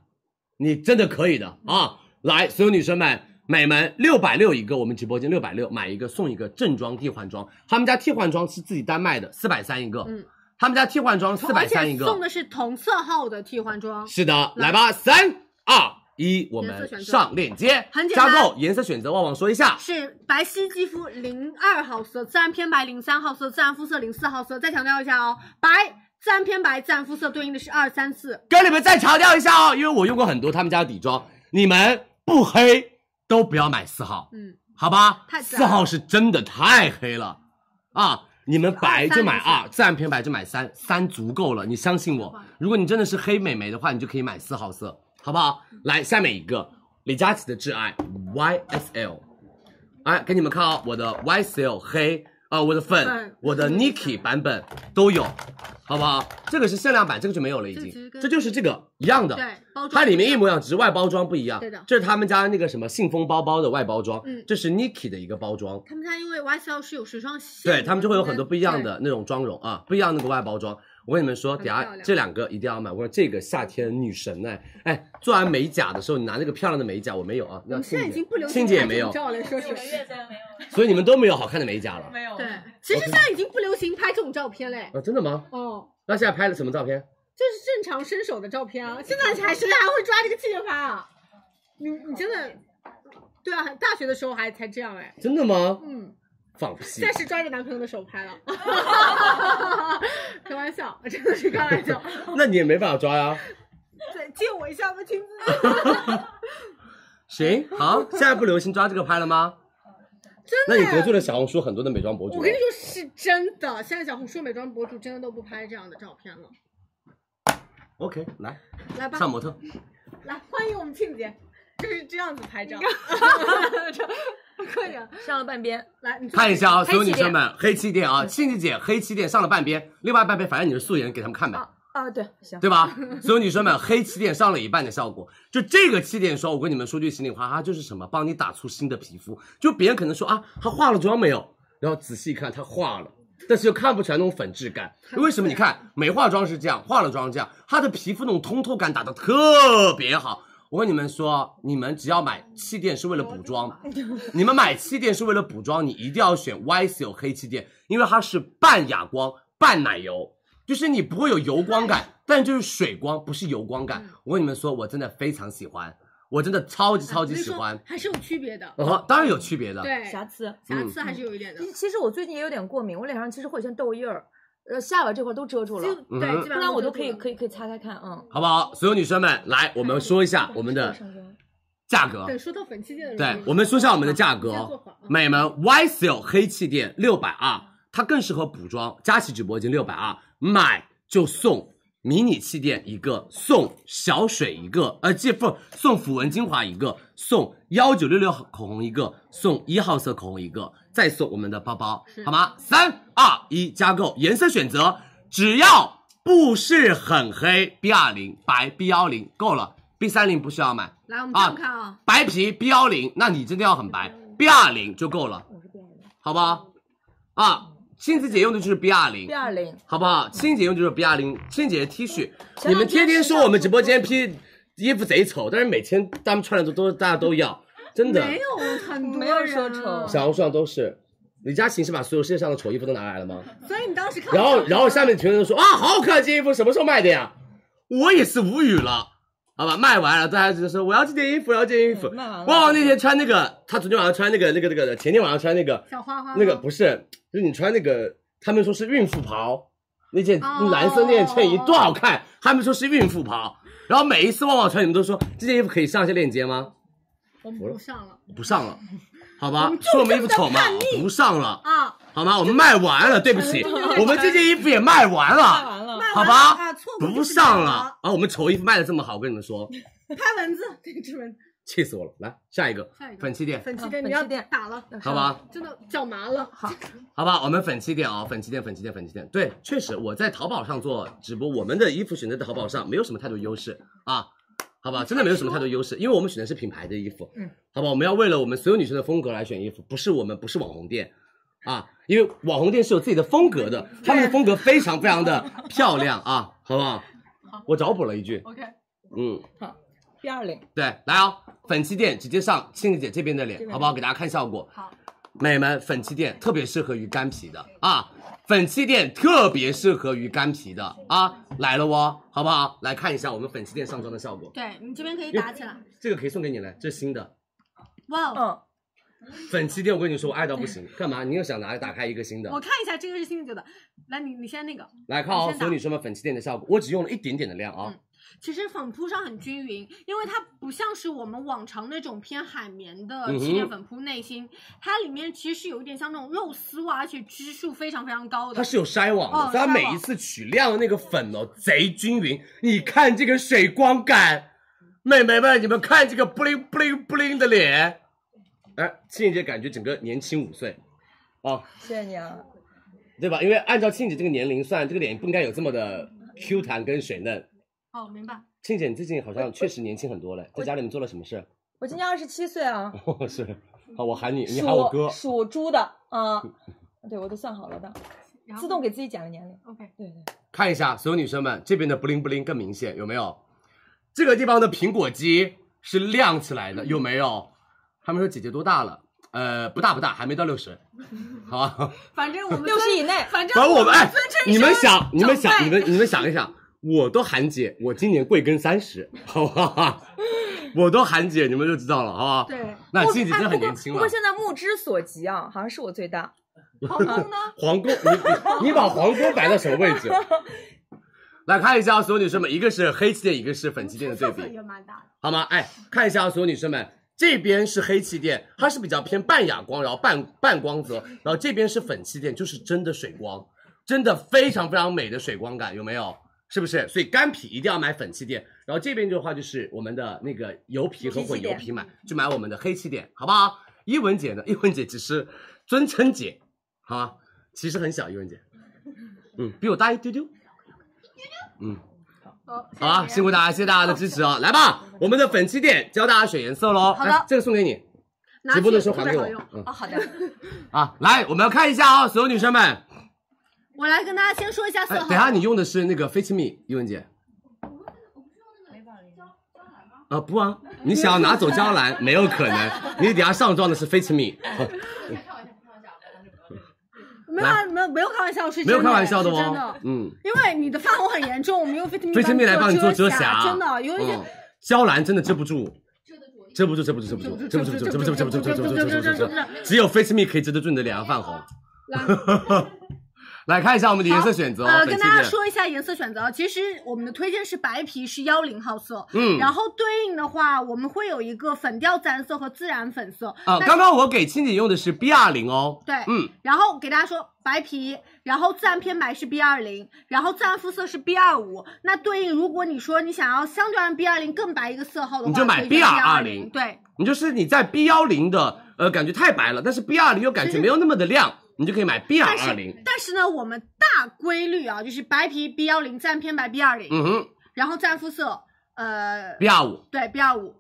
你真的可以的啊！来，所有女生们，美们六百六一个，我们直播间六百六买一个送一个正装替换装，他们家替换装是自己单卖的，四百三一个，嗯，他们家替换装四百三一而且送个，的是同色号的替换装，是的，来吧，三二一，我颜色选们择上链接，很简单加购颜色选择，旺旺说一下，是白皙肌肤零二号色，自然偏白零三号色，自然肤色零四号色。再强调一下哦，白自然偏白，自然肤色对应的是二三四。跟你们再强调一下哦，因为我用过很多他们家的底妆，你们不黑都不要买四号，嗯，好吧太，自然四了号是真的太黑了啊！你们白就买二，自然偏白就买三，三足够了，你相信我。如果你真的是黑美眉的话，你就可以买四号色，好不好？嗯来，下面一个李佳琦的挚爱 YSL，哎，给你们看啊、我的 YSL 黑啊、我的粉粉，我的 Niki 版本都有，好不好？这个是限量版，这个就没有了，已这个其经实，跟这就是这个一样的，对，包装它里面一模一样，只是外包装不一样。对的这是他们家那个什么信封包包的外包装，嗯这是 Niki 的一个包装，他们家因为 YSL 是有时装系列的，对他们就会有很多不一样的对。那种妆容啊，不一样的那个外包装。我跟你们说，等漂下亮这两个一定要买。我说这个夏天女神哎哎，做完美甲的时候，你拿那个漂亮的美甲，我没有啊，我那们现在庆已姐经不流行庆姐也拍没有这，种照了，说实话。所以你们都没有好看的美甲了对，其实现在已经不流行拍这种照片嘞。啊？真的吗？哦，那现在拍了什么照片？就是正常伸手的照片啊。现在还谁还会抓这个气发啊？你你真的，对啊，大学的时候还才这样哎。真的吗？嗯。放屁现！在是抓着男朋友的手拍了， 开玩笑，真的是开玩 笑。那你也没办法抓呀、对，借我一下吧，亲子。 行，好，现在不流行抓这个拍了吗？真那的你得罪了小红书很多的美妆博主 了我跟你说是真的，现在小红书美妆博主真的都不拍这样的照片了。 OK，来来吧，上模特，来欢迎我们庆姐，就是这样子拍照。 可以啊，上了半边，来你坐看一下啊，黑所有女气垫嗯生们，黑气垫啊，庆姐姐黑气垫上了半边，另外半边反正你是素颜，给他们看呗，哦啊，对，对吧？所有女生们，黑气垫上了一半的效果，就这个气垫霜，我跟你们说句心里话，它就是什么，帮你打出新的皮肤。就别人可能说啊，她化了妆没有？然后仔细一看，她化了。但是又看不出来那种粉质 感，为什么？你看没化妆是这样，化了妆这样，她的皮肤那种通透感打得特别好。我跟你们说，你们只要买气垫是为了补妆，你们买气垫是为了补妆，你一定要选 YSL 黑气垫，因为它是半哑光半奶油，就是你不会有油光感，但就是水光，不是油光感。我跟你们说，我真的非常喜欢，我真的超级超级喜欢。嗯还是有区别的。哦，当然有区别的，嗯对，瑕疵。瑕疵还是有一点的哎其。实其实我最近也有点过敏，我脸上其实会有一些痘印儿，呃，下巴这块都遮住就了，嗯对，基不本然上我都可以遮住了可以可以擦开看，嗯。好不好？所有女生们，来，我们说一下我们的价格。对，说到粉气垫的嗯对时，候我们说一下我们的价你先坐格会儿啊，美们 YSL 黑气垫六百二，它更适合补妆。佳琦直播间六百二，买就送迷你气垫一个，送小水一个，呃，这不送抚纹精华一个，送幺九六六口红一个，送一号色口红一个，再送我们的包包，好吗？三二一，加购颜色选择，只要不是很黑，B 二零白 B 幺零够了，B 三零不需要买。来，我们啊看看啊，白皮 B 幺零，那你真的要很白。 ，B 二零就够了，好不好？啊，杏子姐用的就是 B 二零，B 二零，好不好？欣姐用就是 B 二零，欣姐的 T 恤，前两天你们天天说我们直播间 P 衣服贼丑，但是每天他们穿的都都大家都要，真的，没有很多啊没有说丑小红书上都是。李佳琦是把所有世界上的丑衣服都拿来了吗？所以你当时看，然后然后下面评论说啊，好好看，这衣服什么时候卖的呀？我也是无语了，好吧，卖完了，大家就说我要这件衣服，我要这件衣服。卖完了旺旺那天穿那个，他昨天晚上穿那个那个那个，前天晚上穿那个小花花那个不是，就是你穿那个，他们说是孕妇袍，那件蓝色那件衬衣多好看，他们说是孕妇袍。然后每一次旺旺穿，你们都说这件衣服可以上一下链接吗？我们不上了不上了，好吧们？就说我们衣服这么丑吗叛？不上了，啊，好吗？我们卖完了，对不起，我们这件衣服也卖完看了，完了，卖好完了吧啊，错过就不是卖上了，了啊！我们丑衣服卖的这么好，我跟你们说，拍蚊子，这个这蚊子气死我了。来下一个下一个粉气店，粉气啊店你粉要气店打了，好吧？真的脚麻了。好，好吧，我们粉气店啊、粉气店，粉气店，粉气店。对，确实我在淘宝上做直播，我们的衣服选择在淘宝上没有什么太多优势啊，好吧，真的没有什么太多优势，因为我们选的是品牌的衣服，嗯，好吧，我们要为了我们所有女生的风格来选衣服，不是我们不是网红店啊，因为网红店是有自己的风格的，他们的风格非常非常的漂亮啊，好不好？我找补了一句， OK，嗯， ，B 二零，对，来哦，粉气店直接上庆子姐这边的这脸，边好不好？给大家看效果。好，美们，粉气店特别适合于干皮的啊，粉气店特别适合于干皮的啊，来了哦，好不好？来看一下我们粉气店上妆的效果，对你这边可以打起来。这个可以送给你了，这是新的。哇哦，嗯，粉气店，我跟你说，我爱到不行，干嘛？你又想拿打开一个新的我？看一下这个是星九的，来你你先那个。来看哦你，先打嗯所有女生们，粉气店的效果，我只用了一点点的量啊，其实粉扑上很均匀，因为它不像是我们往常那种偏海绵的嗯哼气垫粉扑内心，它里面其实是有一点像那种肉丝袜，而且支数非常非常高的。它是有筛网哦的，所以它筛每网一次取量的那个粉哦，贼均匀。你看这个水光感，妹妹们，你们看这个布灵布灵布灵的脸，哎，庆姐感觉整个年轻五岁，哦，谢谢你啊，对吧？因为按照庆姐这个年龄算，这个脸不应该有这么的 Q 弹跟水嫩。哦，明白。庆姐，你最近好像确实年轻很多了，在家里面做了什么事？ 我今年二十七岁啊，是，好，我喊你，你属喊我哥。属猪的啊，对我都算好了的，然后自动给自己减了年龄。 OK，对对，看一下所有女生们这边的 bling bling 更明显，有没有？这个地方的苹果肌是亮起来的，有没有？他们说姐姐多大了？呃，不大不大，还没到六十，好吧？反正我们六十以内，反正反正我们哎尊称，你们想，你们长想，辈你们你们想一想，我都韩姐，我今年贵庚三十，好不好？我都韩姐，你们就知道了，好不好？对，那不静姐哎真的很不过年轻不了过。现在目之所及啊，好像是我最大。 皇宫，你你你把皇宫摆到什么位置？ 来看一下所有女生们，一个是黑气垫，一个是粉气垫的对特比色。也蛮大的。好吗？哎，看一下啊，所有女生们，这边是黑气垫，它是比较偏半哑光，然后半半光泽，然后这边是粉气垫，就是真的水光，真的非常非常美的水光感，有没有？是不是？所以干皮一定要买粉气垫，然后这边的话就是我们的那个油皮和混油皮买，就买我们的黑气垫，好不好？一文姐呢？一文姐只是尊称姐，好吗？其实很小，一文 姐，嗯，比我大一丢丢，嗯。哦，好啊，辛苦大家，谢谢大家的支持啊！来吧，我们的粉气垫教大家选颜色喽。好的来这个送给你拿直播的起时候还给我特别好用嗯哦，好的，啊！来，我们要看一下啊、所有女生们，我来跟大家先说一下色哎，号。等一下你用的是那个飞气蜜，一文姐。啊不啊，你想要拿走娇兰没有可能，你底下上妆的是飞气蜜，没有啊，没有没有开玩笑，是真没的有开玩笑是的真的哦。。嗯，因为你的发红很严重，我们用飞天蜜飞气蜜来帮你做遮瑕，真的有一些嗯娇兰真的遮不住，遮不住，遮不住，遮不住，遮不住，遮不住，遮不住，遮不住，遮不住，遮不住，遮不住，只有 Face Me 可以遮得住你的脸上泛红。来看一下我们的颜色选择，呃，粉跟气大家垫，说一下颜色选择。啊其实我们的推荐是白皮，是幺零号色。嗯然后对应的话，我们会有一个粉调自然色和自然粉色。啊，那刚刚我给青姐用的是 B 二零哦，对，嗯，然后给大家说，白皮，然后自然偏白是 B 二零，然后自然肤色是 B 二五。那对应，如果你说你想要相对按 B 二零更白一个色号的话，你就买 B 220对，你就是你在 B 幺零的，呃，感觉太白了，但是 B 二零又感觉没有那么的亮，你就可以买 B 但二二是零，但是呢，我们大规律啊，就是白皮 B 幺零，自然偏白 B 二零、嗯哼然后自然肤色，呃， ，B 二五，对 B 二五。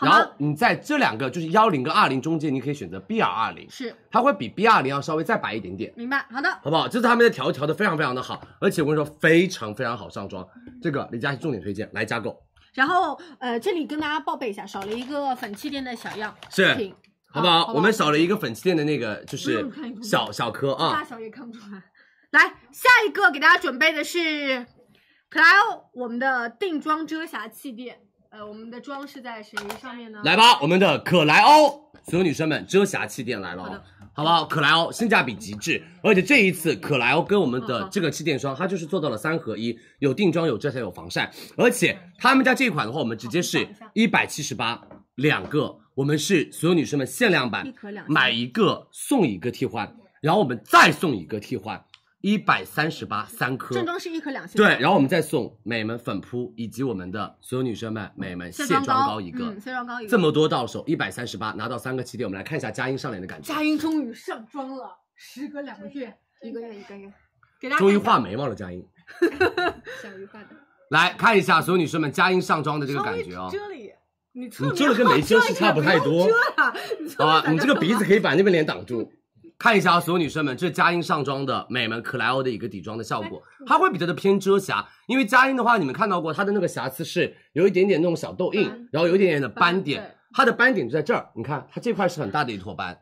然后你在这两个就是幺零跟二零中间，你可以选择 B R 二零，是它会比 B 二零要稍微再白一点点，明白，好的。好不好？这次他们的调调的非常非常的好，而且我跟你说非常非常好上妆，这个李佳琦重点推荐，来加购然后呃，这里跟大家报备一下，少了一个粉气垫的小样是品，，好不好？我们少了一个粉气垫的那个就是小小颗大啊，小也看不出来。来，下一个给大家准备的是 Clio 我们的定妆遮瑕气垫，呃，我们的妆是在谁上面呢？来吧，我们的可莱欧，所有女生们遮瑕气垫来了好哦的。好不好？可莱欧性价比极致，而且这一次可莱欧跟我们嗯的这个气垫霜，它就是做到了三合一，有定妆、有遮瑕、有防晒，而且他们家这一款的话，我们直接是一百七十八两个，我们是所有女生们限量版一盒两，买一个送一个替换，然后我们再送一个替换，一百三十八三颗，正装是一颗两星，对，然后我们再送美们粉扑以及我们的所有女生们美们卸卸妆妆膏膏一个，嗯卸妆膏一个这么多到手一百三十八，拿到三个气垫，我们来看一下佳音上脸的感觉，佳音终于上妆了，时隔两个月，一个月一个月，给大家终于看一下画眉毛了，佳 音，小鱼发的。来看一下所有女生们佳音上妆的这个感觉哦。这里你侧你面遮了跟没 遮是差不太多遮了，你侧好面吧，反你这个正鼻子嘛可以把那边脸挡住。看一下啊，所有女生们，这是佳音上妆的美们可莱欧的一个底妆的效哎果，嗯它会比较的偏遮瑕，因为佳音的话，你们看到过它的那个瑕疵是有一点点那种小痘印，然后有一点点的斑点，它的斑点就在这儿，你看它这块是很大的一坨斑，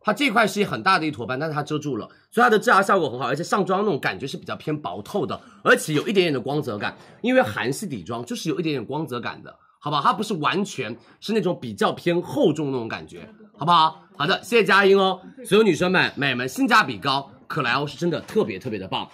它这块是很大的一坨斑，但是它遮住了，所以它的遮瑕效果很好，而且上妆那种感觉是比较偏薄透的，而且有一点点的光泽感，因为韩系底妆就是有一点点光泽感的，好不好？它不是完全是那种比较偏厚重那种感觉，好不好？好的，谢谢佳音哦，所有女生们、美们，性价比高，可莱欧是真的特别特别的棒。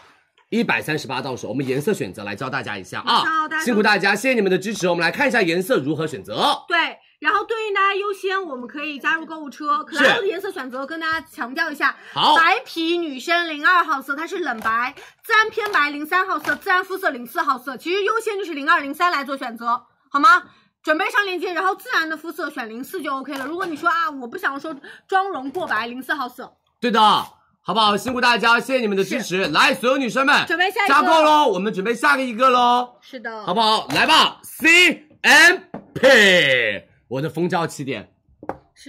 一百三十八到手，我们颜色选择来教大家一下啊没错大家，辛苦大家，谢谢你们的支持。我们来看一下颜色如何选择。 哦对，然后对应大家优先，我们可以加入购物车。可是莱欧的颜色选择跟大家强调一下，好白皮女生零二号色，它是冷白；自然偏白零三号色，自然肤色零四号色。其实优先就是零二零三来做选择，好吗？准备上链接，然后自然的肤色选零四就 OK 了。如果你说啊，我不想说妆容过白，零四号色，对的，好不好？辛苦大家，谢谢你们的支持。来，所有女生们，准备下一个加购喽，我们准备下个一个喽，是的，好不好？来吧，C M P，我的蜂胶气垫，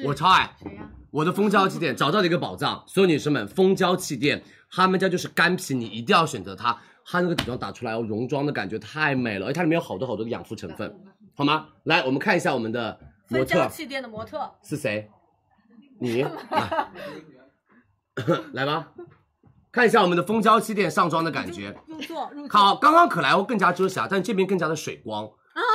我超爱。谁呀、我的蜂胶气垫找到了一个宝藏，所有女生们，蜂胶气垫，他们家就是干皮，你一定要选择它。它那个底妆打出来哦，溶妆的感觉太美了，而且它里面有好多好多的养肤成分，好吗？来，我们看一下我们的模分特娇儿气垫的模特，是谁？ 你来来吧，看一下我们的蜂胶气垫上妆的感觉。入座入座。好，刚刚可莱欧更加遮瑕，但这边更加的水光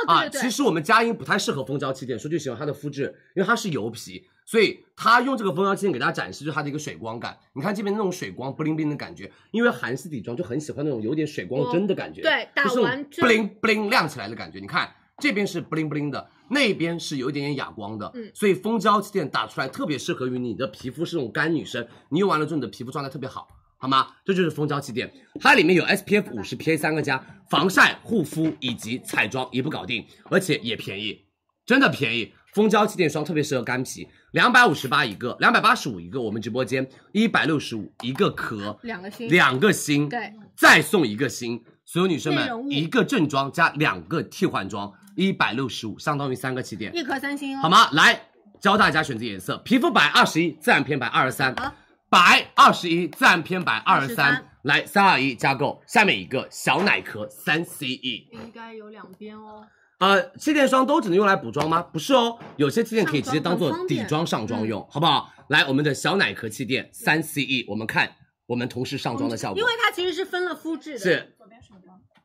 啊，啊。对对对，其实我们佳音不太适合蜂胶气垫，说句实话，它的肤质，因为它是油皮，所以它用这个蜂胶气垫给大家展示就是它的一个水光感。你看这边那种水光不灵不灵的感觉，因为韩系底妆就很喜欢那种有点水光针的感觉，对打就是完不针灵不灵亮起来的感觉。你看这边是不灵不灵的，那边是有一点点哑光的，嗯所以蜂胶气垫打出来特别适合于你的皮肤是那种干女生，你用完了之后你的皮肤状态特别好。好吗？这就是蜂胶气垫，它里面有 SPF 五十 PA 三个加，防晒、护肤以及彩妆一步搞定，而且也便宜，真的便宜。蜂胶气垫霜特别适合干皮，两百五十八一个，两百八十五一个，我们直播间一百六十五一个壳，两 个星，两个星，对，再送一个星。所有女生内容物们，一个正装加两个替换装，一百六十五，相当于三个气垫，一颗三星哦，好？吗？来教大家选择颜色，皮肤白二十一，自然偏白二十三好，白二十一，自然偏白二十23三。来，三二一，加购。下面一个小奶壳三 CE，应该有两边哦。呃，气垫霜都只能用来补妆吗？不是哦，有些气垫可以直接当做上妆很方底便嗯妆上妆用，好不好？来，我们的小奶壳气垫三 CE，我们看我们同事上妆的效果因为它其实是分了肤质的。是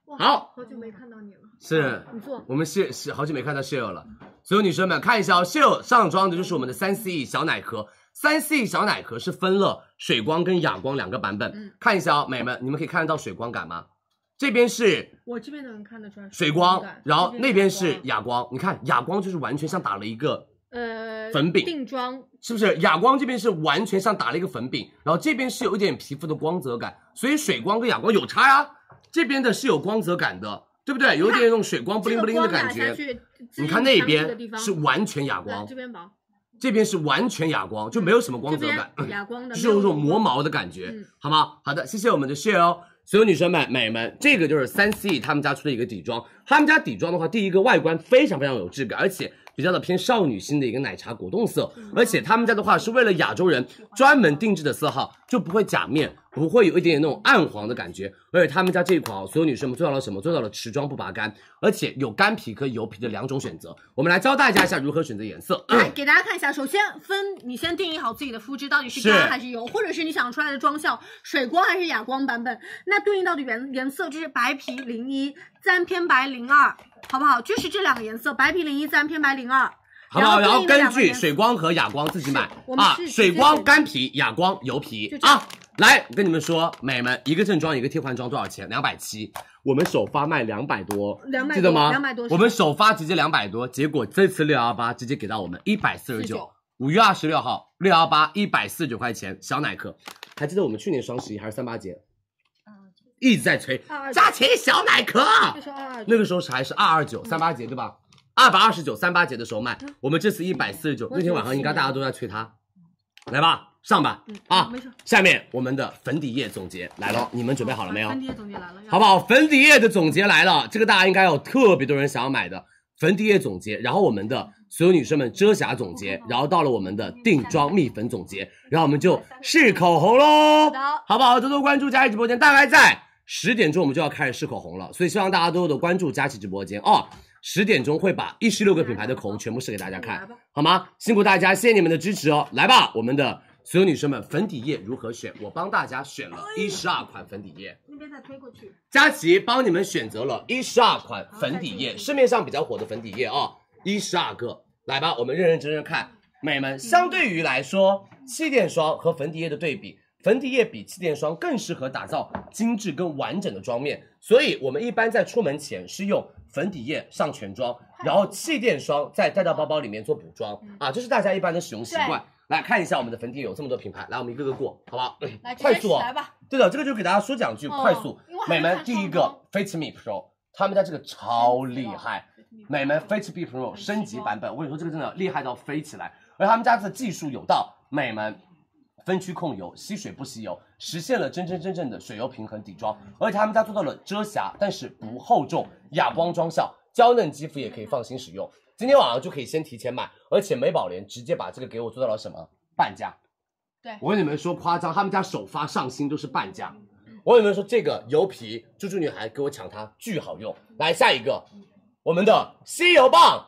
哇，好好久没看到你了，是你坐。我们是是好久没看到 Share 了，所有女生们看一下哦，Share 上妆的就是我们的三 C 小奶壳，三 C 小奶壳是分了水光跟哑光两个版本，看一下哦，美们，你们可以看得到水光感吗？这边是我这边能看得出来是水光感，然后这那边水是光哑光，你看哑光就是完全像打了一个呃粉饼定妆，是不是？哑光这边是完全像打了一个粉饼，然后这边是有一点皮肤的光泽感，所以水光跟哑光有差呀、这边的是有光泽感的，对不对？有一点那种水光不灵不灵的感觉。你看那边是完全哑光，这边薄，这边是完全哑光， 就没有什么光泽感，哑光的就是有一种磨毛的感觉，好吗？好的，谢谢我们的 share 哦。所有女生们、美们，这个就是三 C 他们家出的一个底妆。他们家底妆的话，第一个外观非常非常有质感，而且比较的偏少女心的一个奶茶果冻色，而且他们家的话是为了亚洲人专门定制的色号，就不会假面，不会有一点点那种暗黄的感觉。而且他们家这一款啊，所有女生们做到了什么？做到了持妆不拔干，而且有干皮和油皮的两种选择。我们来教大家一下如何选择颜色。来哎给大家看一下，首先分你先定义好自己的肤质到底是是干还是油，或者是你想出来的妆效，水光还是哑光版本。那对应到的颜颜色就是白皮零一、簪偏白零二，好不好？就是这两个颜色，白皮零一、簪偏白零二。好不好？然对后应的根两个据颜色水光和哑光自己买我们啊是，直水接光选干皮，哑光油皮就这样啊。来，我跟你们说，美们，一个正装一个替换装多少钱？两百七，我们首发卖两百多， 200记得吗？多200多是我们首发直接两百多，结果这次六幺八直接给到我们一百四十九49。五月二十六号六幺八一百四十九块钱小奶壳，还记得我们去年双十一还是三八节，嗯一直在催22扎起小奶壳，这啊是啊二二那个时候是还是二二九三八节对吧？二百二十九三八节的时候卖，我们这次一百四十九。那天晚上应该大家都在催它，来吧，上吧嗯啊嗯没事！下面我们的粉底液总结来了，你们准备好了没有？分贴总结来了，好不好？粉底液的总结来了，这个大家应该有特别多人想要买的粉底液总结，然后我们的所有女生们遮瑕总结，然后到了我们的定妆蜜粉总结，然后我们就试口红喽，好不好？多多关注佳琪直播间，大概在十点钟我们就要开始试口红了，所以希望大家多多的关注佳琪直播间哦。十点钟会把一十六个品牌的口红全部试给大家看，好吗？辛苦大家，谢谢你们的支持哦！来吧，我们的所有女生们，粉底液如何选？我帮大家选了一十二款粉底液。那边再推过去。佳琪帮你们选择了一十二款粉底哦液，市面上比较火的粉底液啊，一十二个。来吧，我们认认真真看，美们，相对于来说，气垫霜和粉底液的对比，粉底液比气垫霜更适合打造精致跟完整的妆面，所以我们一般在出门前是用粉底液上全妆，然后气垫霜再带到包包里面做补妆嗯啊，这是大家一般的使用习惯。来看一下我们的粉底液有这么多品牌，来我们一个个过，好不好？来直接快速、哦、来吧，对的，这个就给大家说两句，哦快速因为我。还美没们看第上一妆个 Fit Me Pro，他们家这个超厉害。美们 Fit Me Pro 升级版本，我跟你说这个真的厉害到飞起来，而他们家的技术有道，美们。分区控油，吸水不吸油，实现了真真正正的水油平衡底妆，而且他们家做到了遮瑕，但是不厚重，哑光妆效，娇嫩肌肤也可以放心使用。今天晚上就可以先提前买，而且美宝莲直接把这个给我做到了什么半价，对我跟你们说夸张，他们家首发上新都是半价。嗯我跟你们说，这个油皮猪猪女孩给我抢它，巨好用。来下一个，我们的吸油棒，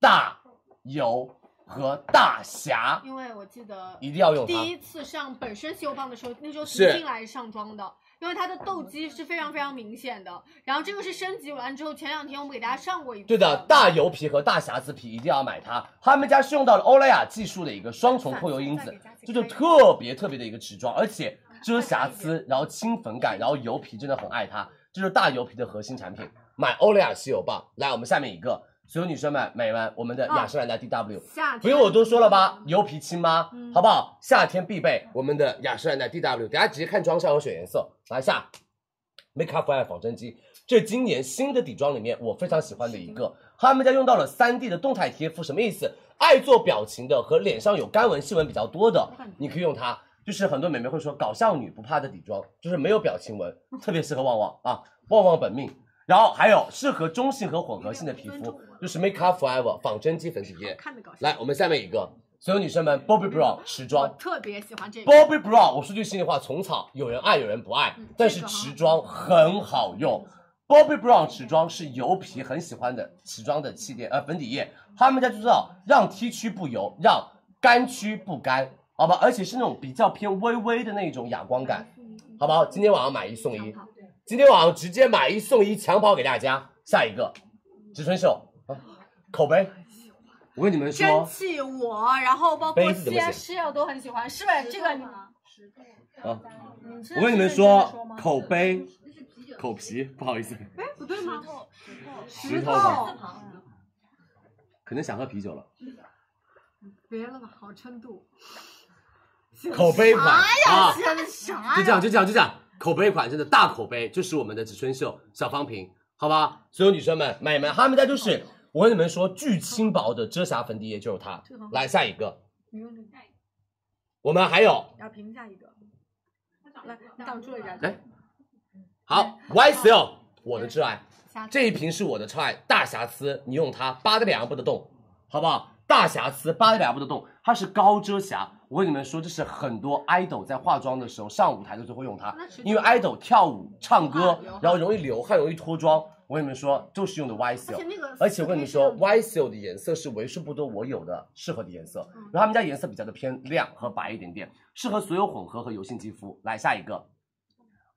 大油和大侠因为我记得一定要用它。第一次上本身修棒的时候，那时候是从进来上妆的，因为它的痘肌是非常非常明显的。然后这个是升级完之后，前两天我们给大家上过一次。对的，大油皮和大匣子皮一定要买它。他们家是用到了欧莱雅技术的一个双重控油因子，这就特别特别的一个持妆，而且遮瑕疵，然后清粉感，然后油皮真的很爱它，这就是大油皮的核心产品。买欧莱雅吸油棒，来，我们下面一个，所有女生们、美们，我们的雅诗兰黛 DW，、夏天嗯不用我多说了吧，油皮亲妈，好不好？夏天必备，我们的雅诗兰黛 DW，大家直接看妆效和选颜色，来下 Make Up For You 仿真机，这是今年新的底妆里面我非常喜欢的一个，他们家用到了3 D 的动态贴肤，什么意思？爱做表情的和脸上有干纹细纹比较多的，你可以用它。就是很多美眉会说搞笑女不怕的底妆，就是没有表情 纹，特别适合旺旺啊，旺旺本命。然后还有适合中性和混合性的皮肤，就是 Make Up Forever 仿真肌粉底液。看的搞笑，来，我们下面一个，所有女生们，Bobbi Brown 持我妆。特别喜欢这个。 Bobbi Brown，我说句心里话，虫草有人爱有人不爱，但是持妆很好用。Bobbi Brown 持妆是油皮很喜欢的持妆的气垫呃粉底液，他们家就知道让 T 区不油，让干区不干，好吧？而且是那种比较偏微微的那种哑光感，好不好？今天晚上买一送一，今天晚上直接买一送一抢跑给大家。下一个，植村秀啊，口碑，我跟你们说，蒸汽我，然后包括杯子怎么 C 写 S 室友都很喜欢，是这个你啊，你是我跟你们认真地说吗，口碑，口皮，不好 意思，哎不对吗？石头头，可能想喝啤 酒了。别了吧，好撑肚。口碑款 啊哎呀，写的啥呀？就这样，就这样，就这样，口碑款真的大口碑，就是我们的植村秀小方瓶，好吧？所有女生们、美们，他们家就是我跟你们说，巨轻薄的遮瑕粉底液就是它。来下一个，你用这个，我们还有然后评价一个。来，你挡住了人家。哎好，YSL 我的挚爱瑕疵，这一瓶是我的超爱，大瑕疵你用它扒得两不得动，好不好？大瑕疵扒得两不得动，它是高遮瑕。我跟你们说，这是很多 idol 在化妆的时候上舞台的时候会用它那是，因为 idol 跳舞、唱歌，然后容易流汗、容易脱妆。我跟你们说，就是用的 YSL，而且那个而且我跟你们说，YSL 的颜色是为数不多我有的适合的颜色，然后他们家颜色比较的偏亮和白一点点，适合所有混合和油性肌肤。来下一个，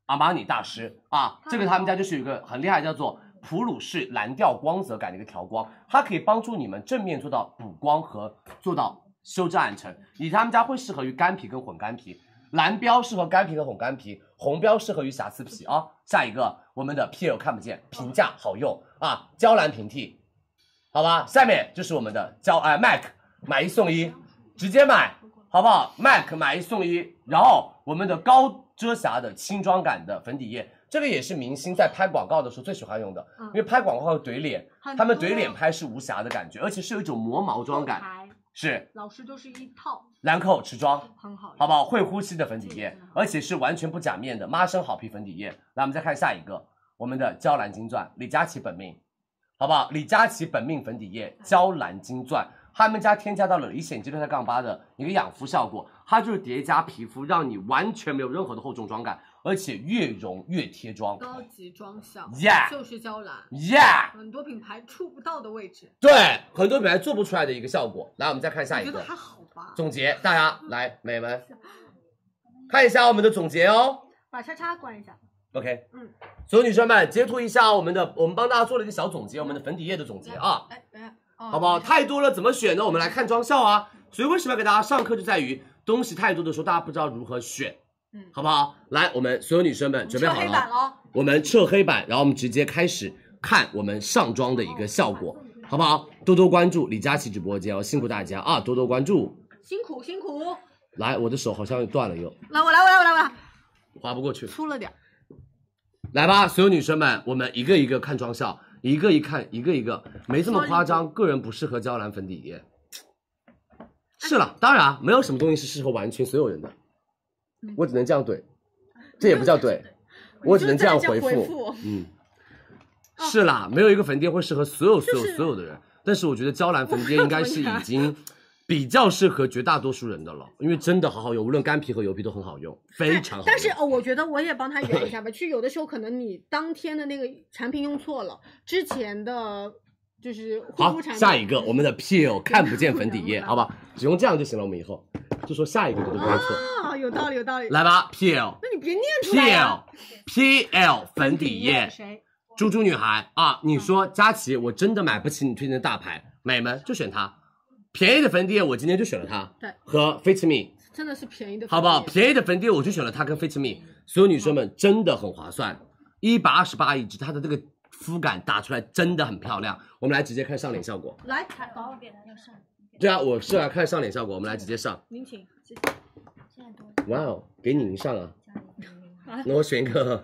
阿玛尼大师啊，这个他们家就是有一个很厉害，叫做普鲁士蓝调光泽感的一个调光，它可以帮助你们正面做到补光和做到修正暗沉。你他们家会适合于干皮跟混干皮，蓝标适合干皮跟混干皮，红标适合于瑕疵皮啊。下一个我们的 P L 看不见，平价好用啊，娇兰平替，好吧，下面就是我们的娇呃 MAC 买一送一，直接买好不好？MAC 买一送一，然后我们的高遮瑕的轻妆感的粉底液，这个也是明星在拍广告的时候最喜欢用的，因为拍广告会怼脸，很他们怼多脸拍是无瑕的感觉，而且是有一种磨毛妆感，牌是老师都是一套，兰蔻持妆。很好用，好不好？会呼吸的粉底液，而且是完全不假面的妈生好皮粉底液。来，我们再看下一个，我们的娇兰金钻，李佳琦本命，好不好？李佳琦本命粉底液，娇兰金钻，他们家添加到了离显肌六下杠八的一个养肤效果，它就是叠加皮肤，让你完全没有任何的厚重妆感，而且越融越贴妆。高级妆效 Yeah 就是娇兰， Yeah，很多品牌触不到的位置，对，很多品牌做不出来的一个效果。来，我们再看下我一觉个得还嗯好吧。总结，大家来，美们看一下我们的总结哦。把叉叉关一下， OK，嗯，所有女生们截图一下我们的，我们帮大家做了一个小总结，我们的粉底液的总结啊，哎，等一下，好不好？太多了怎么选呢？我们来看妆效啊。所以为什么要给大家上课，就在于东西太多的时候，大家不知道如何选，嗯好不好？来，我们所有女生们准备撤好黑了板啊，了，我们撤黑板，然后我们直接开始看我们上妆的一个效果，好不好？多多关注李佳琦直播间哦，辛苦大家啊，多多关注。辛苦辛苦，来，我的手好像又断了又，来，我来，我来，我来，我来，划不过去。粗了点儿。来吧，所有女生们，我们一个一个看妆效，一个一看，一个一个，没这么夸张。个人不适合娇兰粉底液，是了，当然啊没有什么东西是适合完全所有人的，我只能这样怼，这也不叫怼，我只能这样回你就在这回复复，嗯，是啦，没有一个粉底液会适合所有所有所有的人，但是我觉得娇兰粉底液应该是已经。比较适合绝大多数人的了，因为真的好好用，无论干皮和油皮都很好用，非常好用。但是哦，我觉得我也帮他圆一下 吧。其实有的时候可能你当天的那个产品用错了，之前的就是护好肤产，品。下一个我们 的 Peel 看不见粉底液，好吧，只用这样就行了。我们以后就说下一个就都不会错。啊，有道理，有道理。来吧，Peel 那你别念出来呀 Peel Peel 粉底液，谁？猪猪女孩啊，嗯你说佳琪，我真的买不起你推荐的大牌，美们就选它，便宜的粉底液我今天就选了它，对和 Fit Me，真的是便宜的，好不好？？便宜的粉底液我就选了它跟 Fit Me，所有女嗯生们真的很划算，一百二十八一支，它的这个肤感打出来真的很漂亮。我们来直接看上脸效果。来，采访给要上，对啊，我是来看上脸效果，我们来直接上。您请。哇哦，给您上啊！那我选一个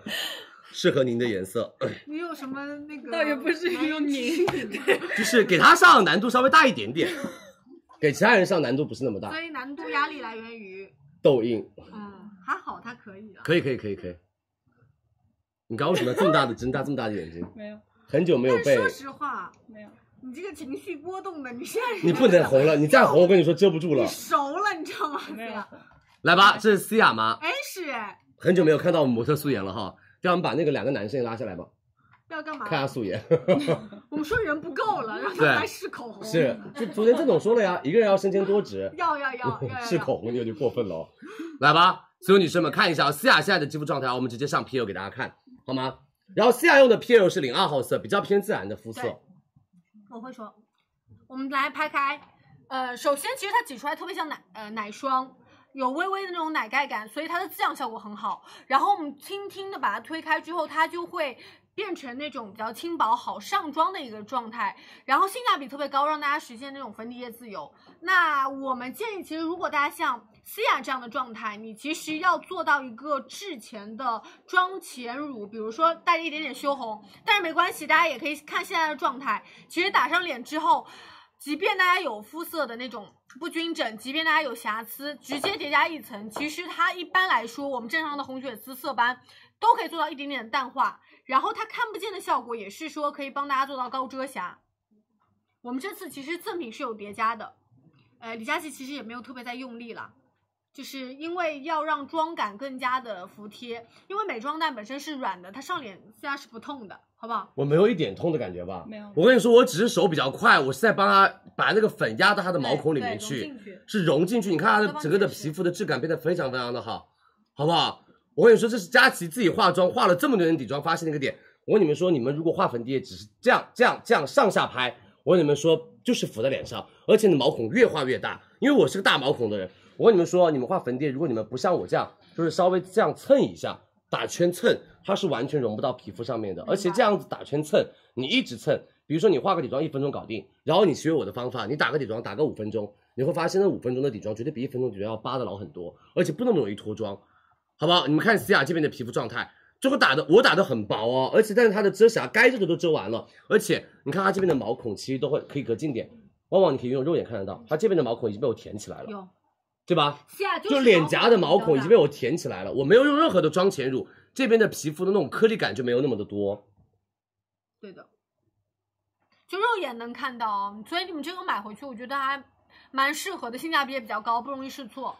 适合您的颜色，你有什么那个？倒也不是用你， 就是给他上难度稍微大一点点，给其他人上难度不是那么大所。以难度压力来源于，痘印，嗯，还好他可以了。可以可以可以可以。你刚刚为什么要这么大的睁大这么大的眼睛？没有很久没有但是被说实话，没有，你这个情绪波动的，你现在你不能红了，你再红我跟你说遮不住了你。熟了，你知道吗？没有来吧，这是思雅吗？哎，是哎很久没有看到我们模特素颜了哈，让我们把那个两个男生也拉下来吧，要干嘛看？下素颜。 我们说人不够了，让他对们来试口红。是，就昨天郑总说了呀，一个人要身兼多职。要要要 要要是口红你有点过分了哦。啊 来吧，所有女生们看一下啊，思雅现在的肌肤状态啊，我们直接上 PL 给大家看，好吗？然后思雅用的 PL 是零二号色，比较偏自然的肤色对。我会说，我们来拍开。呃，首先其实它挤出来特别像奶呃奶霜，有微微的那种奶盖感，所以它的滋养效果很好。然后我们轻轻的把它推开之后，它就会变成那种比较轻薄、好上妆的一个状态。然后性价比特别高，让大家实现那种粉底液自由。那我们建议，其实如果大家像思雅这样的状态，你其实要做到一个之前的妆前乳，比如说带一点点修红，但是没关系，大家也可以看现在的状态。其实打上脸之后，即便大家有肤色的那种不均整，即便大家有瑕疵，直接叠加一层，其实它一般来说，我们正常的红血丝色斑都可以做到一点点的淡化。然后它看不见的效果也是说可以帮大家做到高遮瑕。我们这次其实赠品是有叠加的，呃，李佳琦其实也没有特别在用力啦，就是因为要让妆感更加的服帖，因为美妆蛋本身是软的，它上脸现在是不痛的，好不好？我没有一点痛的感觉吧？没有我跟你说，我只是手比较快，我是在帮他把那个粉压到他的毛孔里面对对去融进去，是融进去。你看他的整个的皮肤的质感变得非常非常的好，好不好？我跟你说，这是佳琪自己化妆化了这么多年底妆发现的一个点。我跟你们说，你们如果画粉底液只是这样、这样、这样上下拍，我跟你们说，就是浮在脸上，而且你的毛孔越画越大。因为我是个大毛孔的人，我跟你们说，你们画粉底液，如果你们不像我这样，就是稍微这样蹭一下，打圈蹭，它是完全融不到皮肤上面的。而且这样子打圈蹭，你一直蹭，比如说你化个底妆一分钟搞定，然后你学我的方法，你打个底妆打个五分钟，你会发现那五分钟的底妆绝对比一分钟底妆要扒的牢很多，而且不那么容易脱妆，好不好？你们看思雅这边的皮肤状态。这个打的我打的很薄哦，而且但是它的遮瑕该遮的都遮完了，而且你看它这边的毛孔其实都会可以隔近点，往往你可以用肉眼看得到，它这边的毛孔已经被我填起来了，有，对吧？是啊，就是脸颊的毛孔已比较经大被我填起来了，我没有用任何的妆前乳，这边的皮肤的那种颗粒感就没有那么的多。对的，就肉眼能看到哦。所以你们这个买回去，我觉得还蛮适合的，性价比也比较高，不容易试错。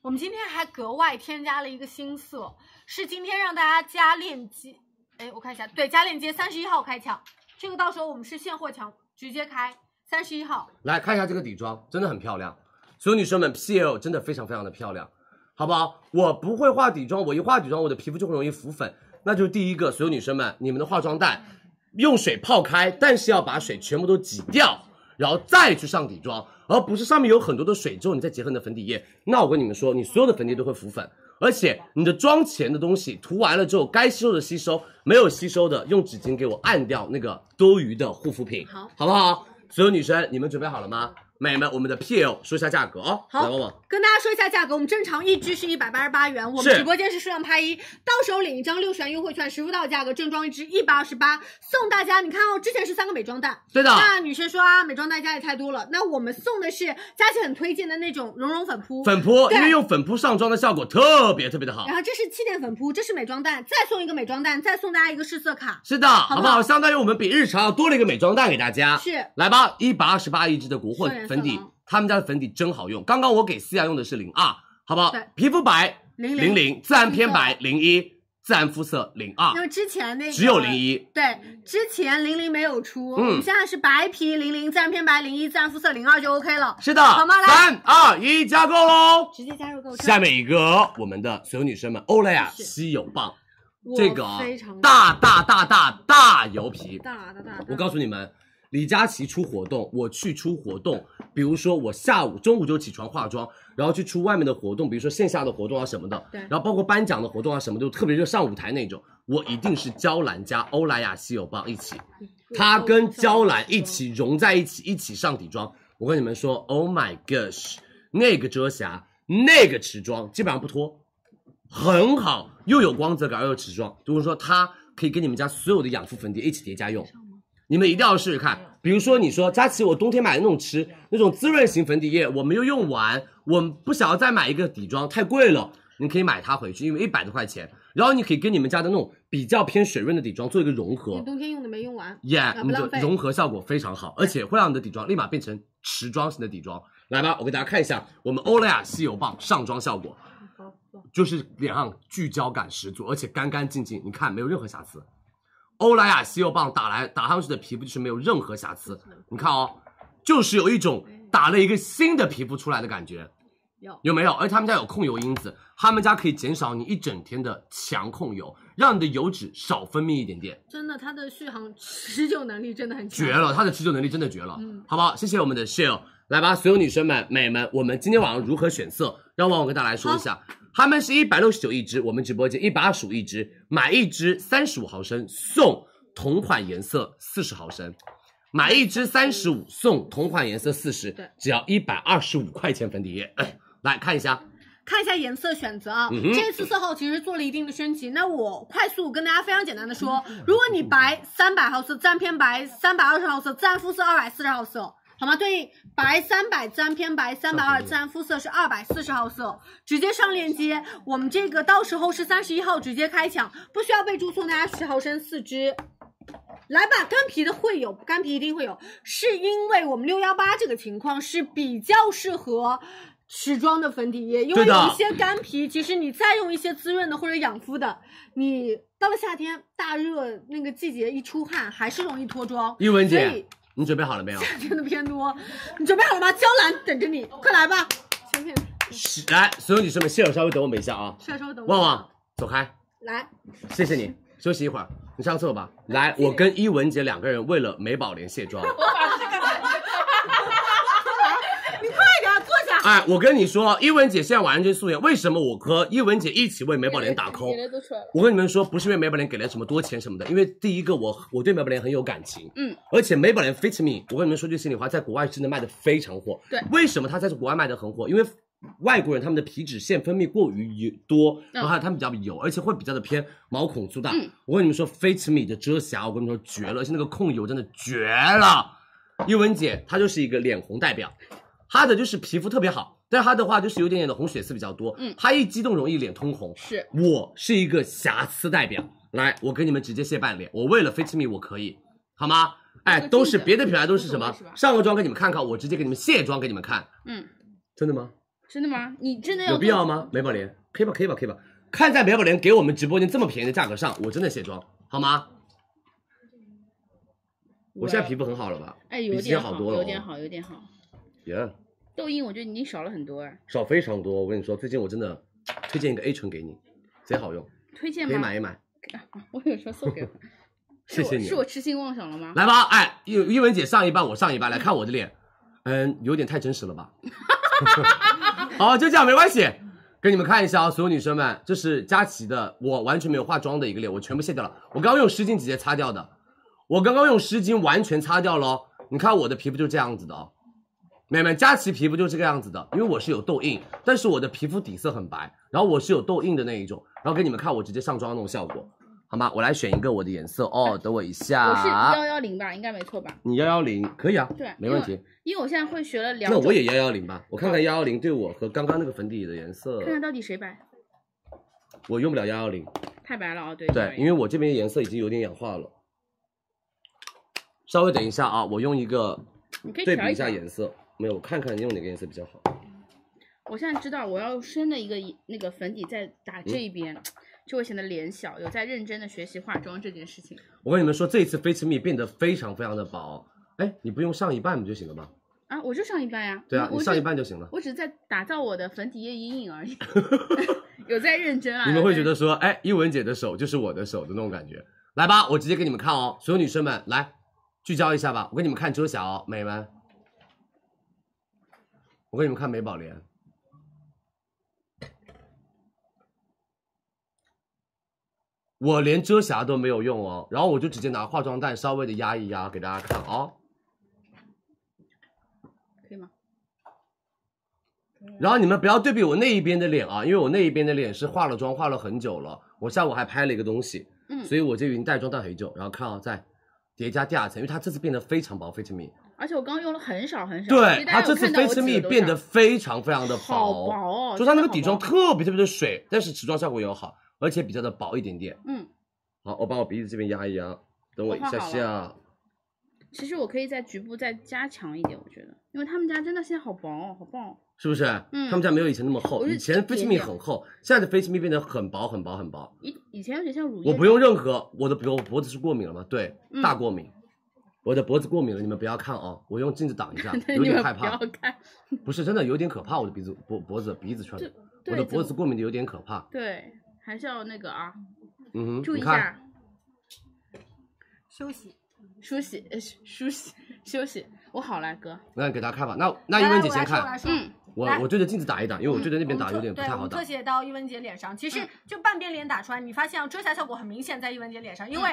我们今天还格外添加了一个新色，是今天让大家加链接。哎，我看一下，对，加链接，三十一号开抢，这个到时候我们是现货抢，直接开，三十一号。来看一下这个底妆，真的很漂亮，所有女生们 PL 真的非常非常的漂亮，好不好？我不会化底妆，我一化底妆，我的皮肤就会容易浮粉，那就是第一个，所有女生们，你们的化妆蛋嗯用水泡开，但是要把水全部都挤掉，然后再去上底妆，而不是上面有很多的水之后，你再结合你的粉底液。那我跟你们说，你所有的粉底液都会浮粉，而且你的妆前的东西涂完了之后，该吸收的吸收，没有吸收的用纸巾给我按掉那个多余的护肤品，好好不好？所有女生，你们准备好了吗？美们，我们的 PL 说一下价格哦，好来旺旺，跟大家说一下价格，我们正常一支是一百八十八元，我们是直播间是数量拍一，到手领一张六十元优惠券，实付到价格，正装一支一百二十八，送大家。你看哦，之前是三个美妆蛋，对的那女生说啊，美妆蛋家里太多了，那我们送的是佳琪很推荐的那种绒绒粉扑，粉扑，对因为用粉扑上妆的效果特别特别的好 然。后这是气垫粉扑，这是美妆蛋，再送一个美妆蛋，再送大家一个试色卡。是的，好好不不好好？相当于我们比日常要多了一个美妆蛋给大家。是来吧，一百二十八一支的国货顺眼色粉底盲，他们家的粉底真好用。刚刚我给思雅用的是零二，好不好对？皮肤白00零零，自然偏白零一，自然肤色零二因，为之前那个只有零一。对，之前零零没有出，嗯我们现在是白皮零零，自然偏白零一，自然肤色零二就 OK 了。是的，好吗？来，三二一，加购喽！直接加入购物车。下面一个，我们的所有女生们，欧莱雅稀有棒，我这个啊非常大大大大大油皮，大大大，我告诉你们，李佳琦出活动，我去出活动。比如说我下午、中午就起床化妆，然后去出外面的活动，比如说线下的活动啊什么的，对然后包括颁奖的活动啊什么的，就特别热上舞台那种，我一定是娇兰加欧莱雅稀有棒一起，它跟娇兰一起融在一起，一起上底妆。我跟你们说，Oh my gosh，那个遮瑕，那个持妆基本上不脱，很好，又有光泽感，又有持妆。就是说它可以跟你们家所有的养肤粉底一起叠加用，你们一定要试试看。比如说你说佳琪，我冬天买的那种吃那种滋润型粉底液，我们又用完，我们不想要再买一个底妆，太贵了。你可以买它回去，因为一百多块钱，然后你可以跟你们家的那种比较偏水润的底妆做一个融合，你冬天用的没用完，耶、啊不你浪的费。融合效果非常好，而且会让你的底妆立马变成持妆型的底妆。来吧，我给大家看一下我们欧莱雅稀有棒上妆效果，就是脸上聚焦感十足，而且干干净净，你看没有任何瑕疵。欧莱雅稀有棒打来打上去的皮肤就是没有任何瑕疵，你看哦，就是有一种打了一个新的皮肤出来的感觉，有有没有？而且他们家有控油因子，他们家可以减少你一整天的强控油，让你的油脂少分泌一点点。真的，它的续航 持久能力真的很强，绝了，它的持久能力真的绝了，嗯好不好？谢谢我们的 Shell，来吧，所有女生们、美们，我们今天晚上如何选色？让旺旺跟大家来说一下，他们是一百六十九一支，我们直播间一百二十五一支，买一支三十五毫升送同款颜色四十毫升。买一支三十五送同款颜色四十，只要一百二十五块钱粉底液。来看一下，看一下颜色选择啊，嗯哼这次色号其实做了一定的升级。那我快速跟大家非常简单的说，如果你白三百毫色，自然偏白三百二十毫色，自然肤色二百四十毫色，好吗？对，白三百自然偏白，三百二自然肤色是二百四十号色，直接上链接。我们这个到时候是三十一号直接开抢，不需要备注，送大家十毫升四支。来吧，干皮的会有，干皮一定会有，是因为我们六幺八这个情况是比较适合时装的粉底液，因为对的有一些干皮，其实你再用一些滋润的或者养肤的，你到了夏天大热那个季节一出汗，还是容易脱妆。一文所姐以，你准备好了没有？真的偏多，你准备好了吗？娇兰等着你，快来吧，前面是来，所有女生们，室友稍微等我们一下啊。稍稍等我。旺旺，走开，来，谢谢你，休息一会儿，你上厕所吧。来，我跟一文姐两个人为了美宝莲卸妆。你快点坐下。哎，我跟你说，一文姐现在完全素颜，为什么我和一文姐一起为美宝莲打 call？眼泪都出来了。我跟你们说，不是因为美宝莲给了什么多钱什么的，因为第一个我我对美宝莲很有感情，嗯，而且美宝莲 Fit Me，我跟你们说句心里话，在国外真的卖的非常火。对为什么它在国外卖的很火？因为外国人他们的皮脂腺分泌过于多，然后还有他们比较油，而且会比较的偏毛孔粗大。嗯我跟你们说，Fit Me 的遮瑕，我跟你们说绝了，而且那个控油真的绝了。一文姐她就是一个脸红代表，她的就是皮肤特别好，但是她的话就是有点点的红血丝比较多，嗯她一激动容易脸通红，是我是一个瑕疵代表，来，我给你们直接卸半脸，我为了 Fit Me 我可以，好吗？哎，都是别的品牌都是什无么所谓是吧上个妆给你们看看，我直接给你们卸妆给你们看，嗯，真的吗？真的吗？你真的要有必要？吗？美宝莲，可以吧？可以吧？可以吧？看在美宝莲给我们直播间这么便宜的价格上，我真的卸妆好吗？我现在皮肤很好了吧？哎，比有之前点好好，多了、哦，有点好，有点好。 Yeah 痘印我觉得你已经少了很多哎，少非常多。我跟你说，最近我真的推荐一个 A 醇给你，贼好用，推荐可吗？以买一买。我有时候送给我， 谢谢你是我是我痴心妄想了吗？来吧，哎，一一文姐上一半，我上一半，来看我的脸，嗯，有点太真实了吧？ 好，就这样没关系。给你们看一下啊、所有女生们，这是佳琦的，我完全没有化妆的一个脸，我全部卸掉了，我刚刚用湿巾直接擦掉的，我刚刚用湿巾完全擦掉了哦。你看我的皮肤就是这样子的哦，妹妹，佳琦皮肤就是这个样子的，因为我是有痘印，但是我的皮肤底色很白，然后我是有痘印的那一种，然后给你们看我直接上妆的那种效果，好吗？我来选一个我的颜色哦，等我一下。我是幺幺零吧，应该没错吧？你幺幺零可以啊，对没问题。因为我现在会学了两那种，我也幺幺零吧，我看看幺幺零对我和刚刚那个粉底的颜色，看看到底谁白，我用不了幺幺零，太白了啊！对对，因为我这边颜色已经有点氧化了。稍微等一下啊，我用一个你可以对调比一下调颜色，没有，我看看用哪个颜色比较好。我现在知道我要用深的一个那个粉底再嗯打这一边，就会显得脸小。有在认真的学习化妆这件事情。我跟你们说，这一次 Face Me 变得非常非常的薄，哎，你不用上一半不就行了吗？啊，我就上一半呀。对啊，我你我上只一半就行了。我只是在打造我的粉底液阴影 而已。有在认真啊。你们会觉有得说，哎，一文姐的手就是我的手的那种感觉。来吧，我直接给你们看哦，所有女生们来聚焦一下吧，我给你们看遮瑕哦，美们，我给你们看美宝莲，我连遮瑕都没有用哦，然后我就直接拿化妆蛋稍微的压一压给大家看哦，在可以吗？嗯然后你们不要对比我那一边的脸啊，因为我那一边的脸是化了妆化了很久了，我下午还拍了一个东西，嗯所以我这已经带妆带很久，然后看啊，再叠加第二层，因为它这次变得非常薄，Fit Me，而且我刚刚用了很少很少。所对以大它家这有次看到 Fit 我指 Me 头变得上非常非常的好薄哦就它那个真的好底妆薄特别特别的水，但是持妆效果也好，而且比较的薄一点点。嗯，好，我把我鼻子这边压一压，等我一下我画好下。其实我可以在局部再加强一点，我觉得，因为他们家真的现在好薄哦，好棒哦。是不是？嗯他们家没有以前那么厚，我是以前一 Fit 点 Me 点很厚，现在的 Fit Me 变得很薄很薄很薄。以以前有点像乳液。我不用任何，我的脖我脖子是过敏了吗？对，嗯，大过敏，我的脖子过敏了，你们不要看哦，我用镜子挡一下对，有 你点们害不怕要，看。不是真的有点可怕，我的鼻子脖脖子鼻子穿对的，我的对脖子怎么过敏的有点可怕，对，还是要那个啊，嗯哼，注意你一看，下，休息。梳洗，呃，梳洗，休息。我好了，哥。那给大家看吧，那那来英文来姐我先来说我来看，说嗯，我来我对着镜子打一打，因为我对着那边打有点不太对，我好们打嗯特，写到一文杰脸上，其实就半边脸打出来，你发现啊，遮瑕效果很明显在一文杰脸嗯上，因为。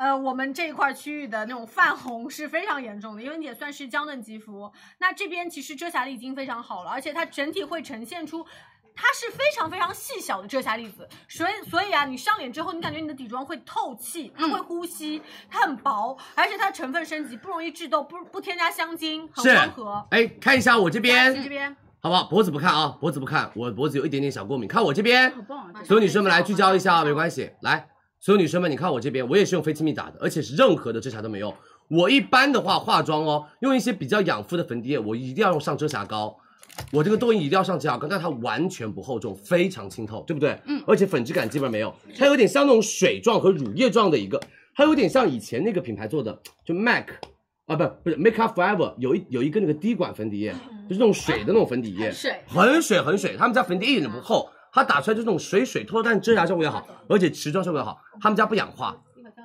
呃，我们这一块区域的那种泛红是非常严重的，一文姐算是娇嫩肌肤，那这边其实遮瑕力已经非常好了，而且它整体会呈现出它是非常非常细小的遮瑕粒子，所以所以啊，你上脸之后，你感觉你的底妆会透气，它嗯会呼吸，它很薄，而且它的成分升级，不容易致痘，不不添加香精，很是温和。，哎，看一下我这这边，边好不好？脖子不看啊，脖子不看，我脖子有一点点小过敏。看我这 边，好棒啊！所有女生们来聚焦一下啊，没关系。来，所有女生们，你看我这边，我也是用飞亲密打的，而且是任何的遮瑕都没用。我一般的话化妆哦，用一些比较养肤的粉底液，我一定要用上遮瑕膏。我这个痘印一定要上遮瑕膏，但它完全不厚重，非常清透，对不对？嗯而且粉质感基本没有，它有点像那种水状和乳液状的一个，它有点像以前那个品牌做的，就 MAC。啊，不不是 Make Up Forever 有一有一个那个滴管粉底液，就是那种水的那种粉底嗯液，水很水很水，他们家粉底液一点都不厚，它打出来就是那种水水透，但遮瑕效果也好，而且持妆效果也好，他们家不氧化。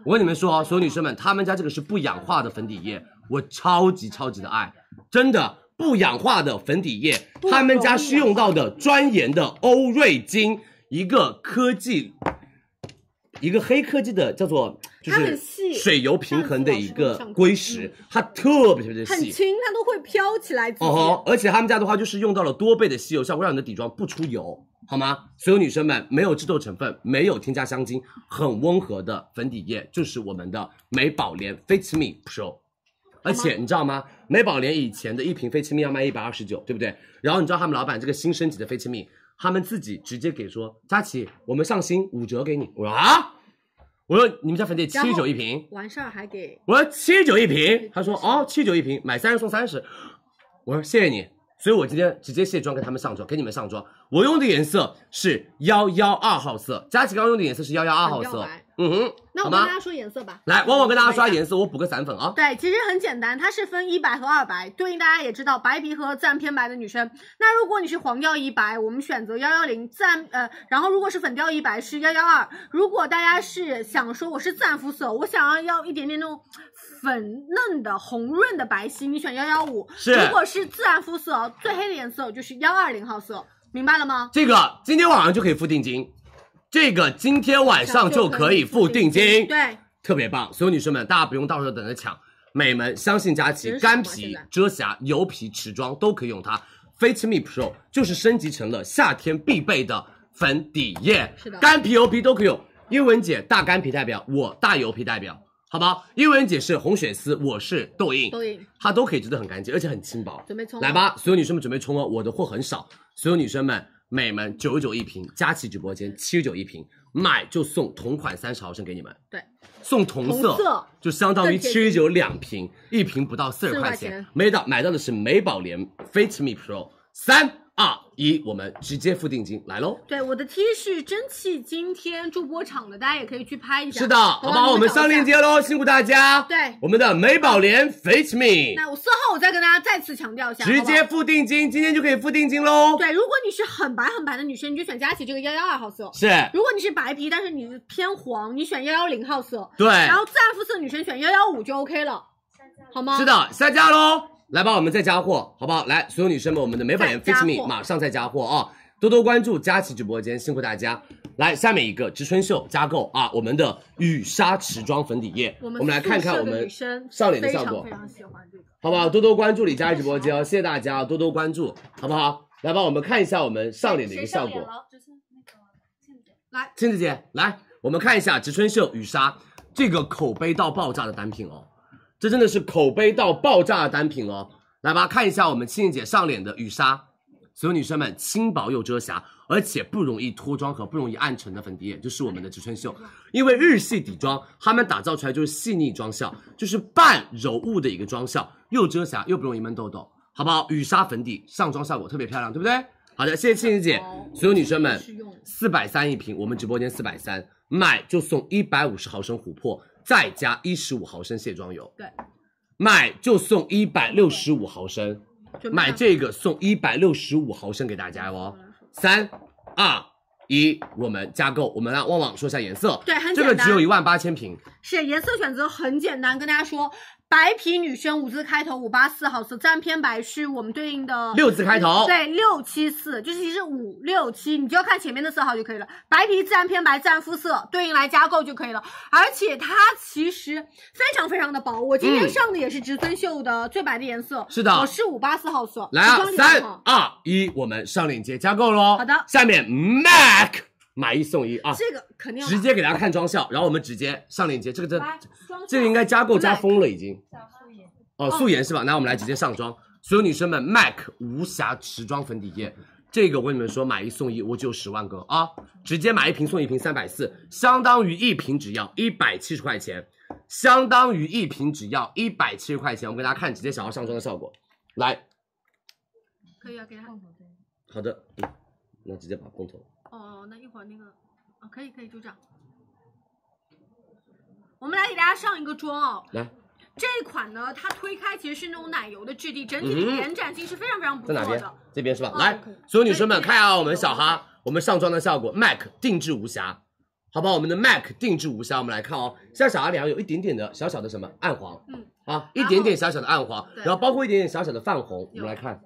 我跟你们说，啊所有女生们，他们家这个是不氧化的粉底液，我超级超级的爱，真的不氧化的粉底液，他们家是用到的专研的欧瑞金，一个科技，一个黑科技的叫做就它很是细水油平衡的一个上次我上课硅石，它特别特别的很细，轻，它都会飘起来自己。哦吼，而且他们家的话就是用到了多倍的吸油效果，让你的底妆不出油，好吗？所有女生们，没有致痘成分，没有添加香精，很温和的粉底液，就是我们的美宝莲 Fit Me Pro。而且你知道吗？美宝莲以前的一瓶 Fit Me 要卖一百二十九，对不对？然后你知道他们老板这个新升级的 Fit Me，他们自己直接给说，佳琪，我们上新五折给你。我说啊，我说你们家粉底七然十后九一瓶，完事儿还给我说七十九一瓶，他说哦，七十九一瓶，买三十送三十。我说谢谢你，所以我今天直接卸妆给他们上妆，给你们上妆。我用的颜色是幺幺二号色，佳琪刚刚用的颜色是幺幺二号很色漂白。嗯哼，那好我跟吗大？家说颜色吧。来，旺旺跟大家刷颜色，我补个散粉啊。对，其实很简单，它是分一白和二白，对应大家也知道白皮和自然偏白的女生。那如果你是黄调一白，我们选择幺幺零自然呃，然后如果是粉调一白是幺幺二。如果大家是想说我是自然肤色，我想要要一点点那种粉嫩的红润的白皙，你选幺幺五。是如果是自然肤色，最黑的颜色就是幺二零号色，明白了吗？这个今天晚上就可以付定金，这个今天晚哎上就可以付定金，对，特别棒。所有女生们，大家不用到时候等着抢，美们相信佳琪，人少嘛干皮现在、遮瑕、油皮、持妆都可以用它。Fit Me Pro 就是升级成了夏天必备的粉底液，是的干皮、油皮都可以用。英文姐大干皮代表，我大油皮代表，好不好？英文姐是红血丝，我是痘印，都印它都可以遮得很干净，而且很轻薄。准备冲来吧，所有女生们准备冲哦！我的货很少，所有女生们，美们九十九一瓶，佳琦直播间七十九一瓶，买就送同款三十毫升给你们。对，送同色，同色就相当于更贴七心十九两瓶，一瓶不到四十块40块钱买到买到的是美宝莲 Fit Me Pro。三二一，我们直接付定金来喽！对，我的 T 是蒸汽今天助播场的，大家也可以去拍一下。是的，好不吧好？我们上链。接喽，辛苦大家。对我们的美宝莲 Fit 你 Me 们找一下那我事后我再跟大家再次强调一下，直好接不付定金，今天就可以付定金喽好。对。如果你是很白很白的女生，你就选佳琦这个幺幺二号色；是，如果你是白皮，但是你偏黄，你选幺幺零号色。对。然后自然肤色女生选幺幺五就 OK 了，好吗？是，的，下架喽！来吧，我们再加货，好不好？来，所有女生们，我们的美宝莲再加 Fit 货 Me 马上再加货啊！多多关注佳琦直播间，辛苦大家。来，下面一个植村秀加购啊，我们的雨纱持妆粉底液，我我们来看看我宿舍的们女生上脸的非效常果非，常喜欢这个。好不好？多多关注李佳琦直播间哦，谢谢大家，多多关注，好不好？来吧，我们看一下我们上脸的一个效果。倩子姐，来，我们看一下植村秀雨纱这个口碑到爆炸的单品哦，这真的是口碑到爆炸的单品哦。来吧，看一下我们倩子姐上脸的雨纱，所有女生们轻薄又遮瑕，而且不容易脱妆和不容易暗沉的粉底液，就是我们的植村秀。因为日系底妆，他们打造出来就是细腻妆效，就是半柔雾的一个妆效，又遮瑕又不容易闷痘痘，好不好？雨纱粉底上妆效果特别漂亮，对不对？好的，谢谢倩子姐，所有女生们，四百三一瓶，我们直播间四百三，买就送一百五十毫升琥珀，再加一十五毫升卸妆油，对，买就送一百六十五毫升，准备买好这个送一百六十五毫升给大家哦。嗯三二一，我们加购，我们让旺旺说一下颜色。对很这简个单只有一万八千瓶，是颜色选择很简单，跟大家说，白皮女生五字开头五八四号色，自然偏白是我们对应的六字开头哦对六七四，就是其实五六七，你就要看前面的色号就可以了。白皮自然偏白，自然肤色对应来加购就可以了。而且它其实非常非常的薄，我今嗯天上的也是植村秀的最白的颜色，是的我是五八四号色，来啊时装，三点好二一，我们上链接加购喽。好的下面 MAC 买一送一啊，这个肯定要直接给大家看妆效，然后我们直接上链接。这个这来这个应该加购加疯了已经。哦，哦素颜是吧？那我们来直接上妆。所有女生们，MAC 无瑕持妆粉底液，这个我跟你们说，买一送一，我只有十万个啊！直接买一瓶送一瓶，三百四，相当于一瓶只要一百七十块钱，相当于一瓶只要一百七十块钱。我给大家看直接小号上妆的效果，来，可以啊，给他。好的，嗯那直接把泵头，哦，那一会儿那个，啊，可以可以，就这样。我们来给大家上一个妆哦，来，这一款呢，它推开其实是那种奶油的质地，整体的嗯延展性是非常非常不在错哪边的。？这边是吧？嗯来可以，所有女生们看啊，我们小哈，我们上妆的效果，MAC 定制无瑕，好不好？我们的 MAC 定制无瑕，我们来看哦。现在小哈脸上有一点点的小小的什么暗黄，嗯，啊，一然后点点小小的暗黄，对然后包括一点点小小的泛红，我们来看，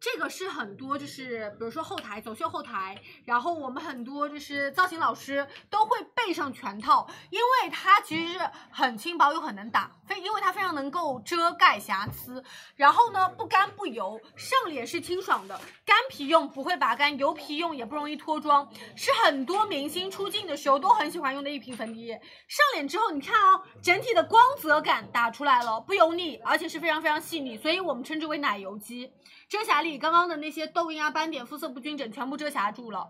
这个是很多就是，比如说后台走秀后台，然后我们很多就是造型老师都会备上全套，因为它其实是很轻薄又很能打，非因为它非常能够遮盖瑕疵，然后呢不干不油，上脸是清爽的，干皮用不会拔干，油皮用也不容易脱妆，是很多明星出镜的时候都很喜欢用的一瓶粉底液。上脸之后，你看哦，整体的光泽感打出来了，不油腻，而且是非常非常细腻，所以我们称之为奶油肌。遮瑕力，刚刚的那些痘印啊、斑点、肤色不均整全部遮瑕住了。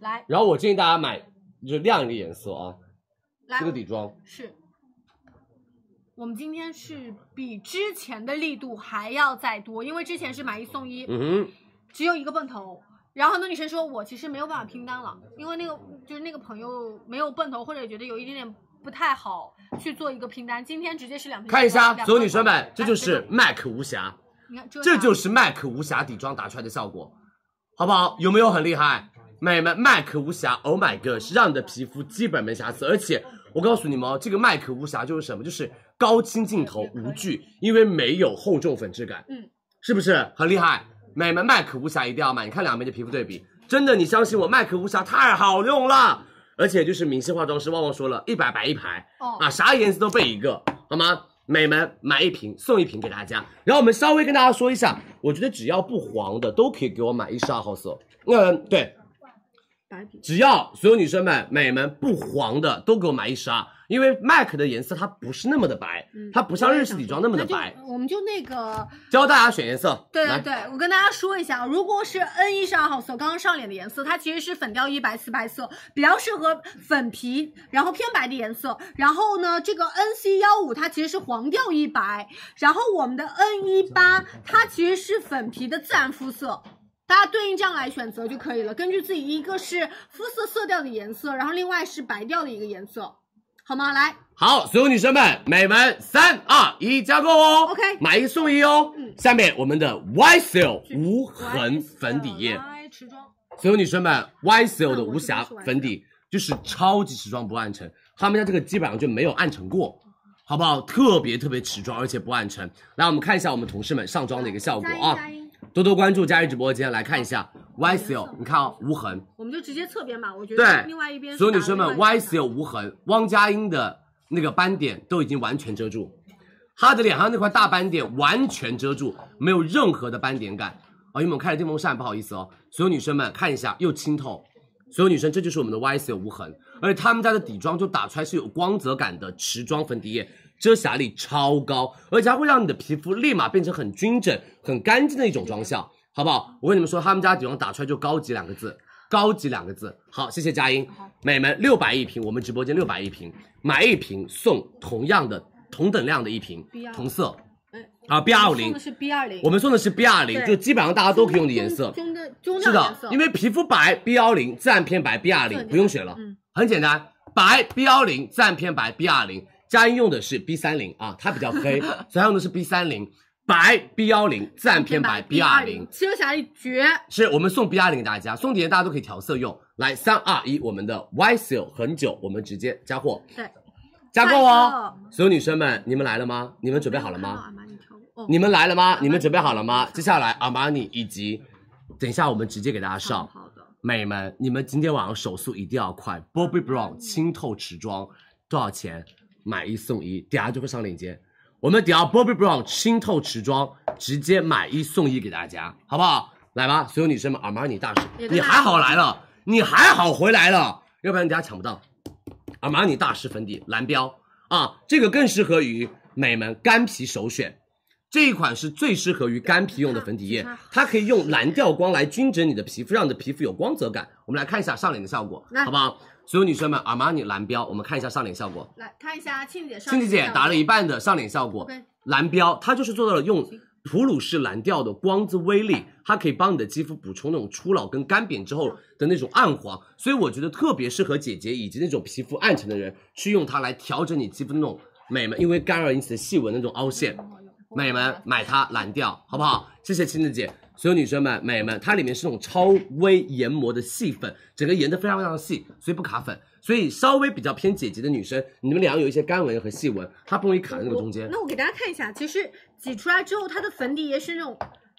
来然后我建议大家买就是亮一个颜色啊，来，这个底妆，是，我们今天是比之前的力度还要再多，因为之前是买一送一，嗯哼，只有一个泵头。然后很多女生说，我其实没有办法拼单了，因为那个就是那个朋友没有泵头，或者觉得有一点点不太好去做一个拼单。今天直接是两瓶。看一下两个啊所有女生们泵，头这就来是 MAC 无瑕，你看遮这瑕就是 MAC 无瑕底妆打出来的效果，好不好？有没有很厉害？美们，MAC 无瑕，Oh my god，是让你的皮肤基本没瑕疵。而且我告诉你们哦，这个 MAC 无瑕就是什么？就是高清镜头无惧，因为没有厚重粉质感，嗯，是不是很厉害？美们，MAC 无瑕一定要买，你看两边的皮肤对比，真的，你相信我，MAC 无瑕太好用了。而且就是明星化妆师旺旺说了一百白一排，哦啊，啥颜色都备一个，好吗？美们买一瓶送一瓶给大家。然后我们稍微跟大家说一下，我觉得只要不黄的都可以给我买一十二号色。嗯，对，白皮，只要所有女生们美们不黄的都给我买一十二，因为 MAC 的颜色它不是那么的白，嗯它不像日系底妆那么的白。我们就那个教大家选颜色，对啊来对对，我跟大家说一下啊，如果是 N 一十二号色，刚刚上脸的颜色，它其实是粉调一白瓷白色，比较适合粉皮，然后偏白的颜色。然后呢，这个 N C 幺五它其实是黄调一白，然后我们的 N 一八它其实是粉皮的自然肤色。大家对应这样来选择就可以了，根据自己一个是肤色色调的颜色，然后另外是白调的一个颜色，好吗？来，好，所有女生们，美们，三二一，加购哦 OK 嗯买一送一哦。下面我们的 YSL 无痕粉底液，来持妆。所有女生们，YSL 的我无瑕这边是粉底就是超级持妆不暗沉，他们家这个基本上就没有暗沉过，嗯好不好？特别特别持妆，而且不暗沉。来，我们看一下我们同事们上妆的一个效果啊，多多关注佳怡直播间来看一下 YSL，你看啊、无痕，我们就直接侧边嘛，我觉嗯对得另外一边是所有打女生另们外一边，YSL 无痕，汪佳音的那个斑点都已经完全遮住，她的脸上那块大斑点完全遮住，没有任何的斑点感。啊、因为我们开了电风扇，不好意思哦。所有女生们看一下，又清透。所有女生，这就是我们的 YSL 无痕，而且他们家的底妆就打出来是有光泽感的持妆粉底液，遮瑕力超高，而且它会让你的皮肤立马变成很均整、很干净的一种妆效，好不好？我跟你们说，他们家底妆打出来就高级两个字，高级两个字。嗯好，谢谢佳音，美们六百一瓶，我们直播间六百一瓶，买一瓶送同样的同等量的一瓶 B 二同色哎，啊 B 二五送零的，是 B 二零，我们送的是 B 二零，对就基本上大家都可以用的颜色。中的中是调颜的色，，因为皮肤白 B 幺零自然偏白 B 二零，不用选了，很简单，白 B 幺零自然偏白 B 二零，佳音用的是 B 三零啊，它比较 黑，所以它用的是 B 三零，白 B 幺零自然偏白 B 二零，遮瑕力绝，是我们送 B 二零给大家，送底下大家都可以调色用。来，三二一，我们的 YSL 很久，我们直接加货。对。加购哦加购！所有女生们，你们来了吗？你们准备好了吗？哦你们来了吗？你们准备好了 吗？接下来阿玛尼以及，等一下我们直接给大家上。美们，你们今天晚上手速一定要快！Bobbi 嗯 Brown 清透持妆多少钱？买一送一，等下就会上链接。我们等下 Bobbi Brown 清透持妆直接买一送一给大家，好不好？来吧，所有女生们，阿玛尼大使，也跟你大还家好来了，你还好回来了，要不然大家抢不到。阿玛尼大师粉底蓝标啊，这个更适合于美们干皮首选。这一款是最适合于干皮用的粉底哎液，它可以用蓝调光来均整你的皮肤，让你的皮肤有光泽感。我们来看一下上脸的效果，来好不好？所有女生们，阿玛尼蓝标，我们看一下上脸效果。来看一下庆姐上青姐姐打了一一半的上脸效果 OK，蓝标它就是做到了用普鲁士蓝调的光滋微粒，它可以帮你的肌肤补充那种初老跟干瘪之后的那种暗黄，所以我觉得特别适合姐姐以及那种皮肤暗沉的人去用它来调整你肌肤那种美们，因为干扰引起的细纹那种凹陷。美们买它蓝调，好不好？谢谢青子姐，所有女生们、美们，它里面是那种超微研磨的细粉，整个研的非常非常细，所以不卡粉。所以稍微比较偏姐姐的女生，你们脸上有一些干纹和细纹，它不容易卡在那个中间那。我给大家看一下，其实挤出来之后，它的粉底液是那种，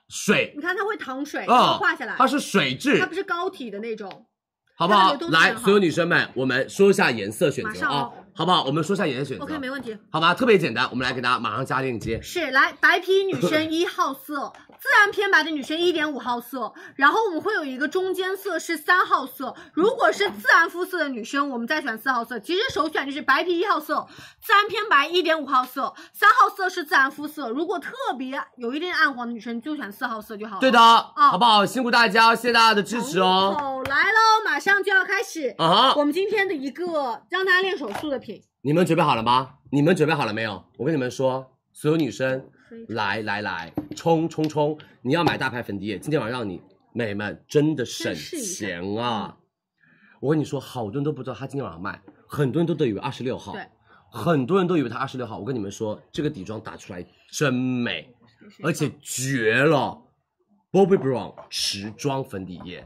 水你看它会淌水，它啊会化下来，，它是水质它，不是膏体的那种。好不它好的流动？性来，很好所有女生们，我们说一下颜色选马择上啊哦，好不好？我们说一下颜色选择 OK，没问题。好吧？特别简单，我们来给大家马上加链接。是来白皮女生一 号色，自然偏白的女生一点五号色，然后我们会有一个中间色是三号色。如果是自然肤色的女生，我们再选四号色。其实首选就是白皮一号色，自然偏白一点五号色，三号色是自然肤色。如果特别有一点暗黄的女生，就选四号色就好了。对的，好不好？辛苦大家，谢谢大家的支持哦。口来喽，马上就要开始。啊哈我们今天的一个让大家练手速的品，你们准备好了吗？你们准备好了没有？我跟你们说，所有女生，来来来，冲冲冲！你要买大牌粉底液，今天晚上让你美们真的省钱啊！我跟你说，好多人都不知道它今天晚上卖，很多人都以为二十六号，对，很多人都以为它二十六号。我跟你们说，这个底妆打出来真美，而且嗯绝了！Bobbi Brown 持妆粉底液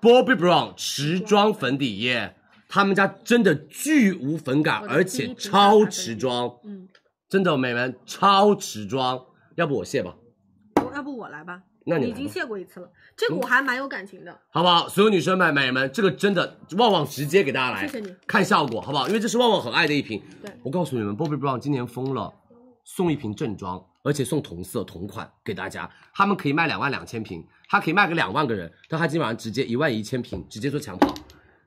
，Bobbi Brown 持妆粉底液，他们家真的巨无粉感，我的而第且一瓶大超牌持妆，嗯，真的美们超持妆，要不我卸吧，要不我来吧？那你已来经吧嗯卸过一次了，这个我还蛮有感情的。好不好？所有女生们、美们，这个真的旺旺直接给大家来，谢谢你看效果好不好？因为这是旺旺很爱的一瓶。对我告诉你们，Bobbi Brown 今年疯了，送一瓶正装，而且送同色同款给大家，他们可以卖两万两千瓶，它可以卖个两万个人，但它今晚上直接一万一千瓶，直接做抢跑，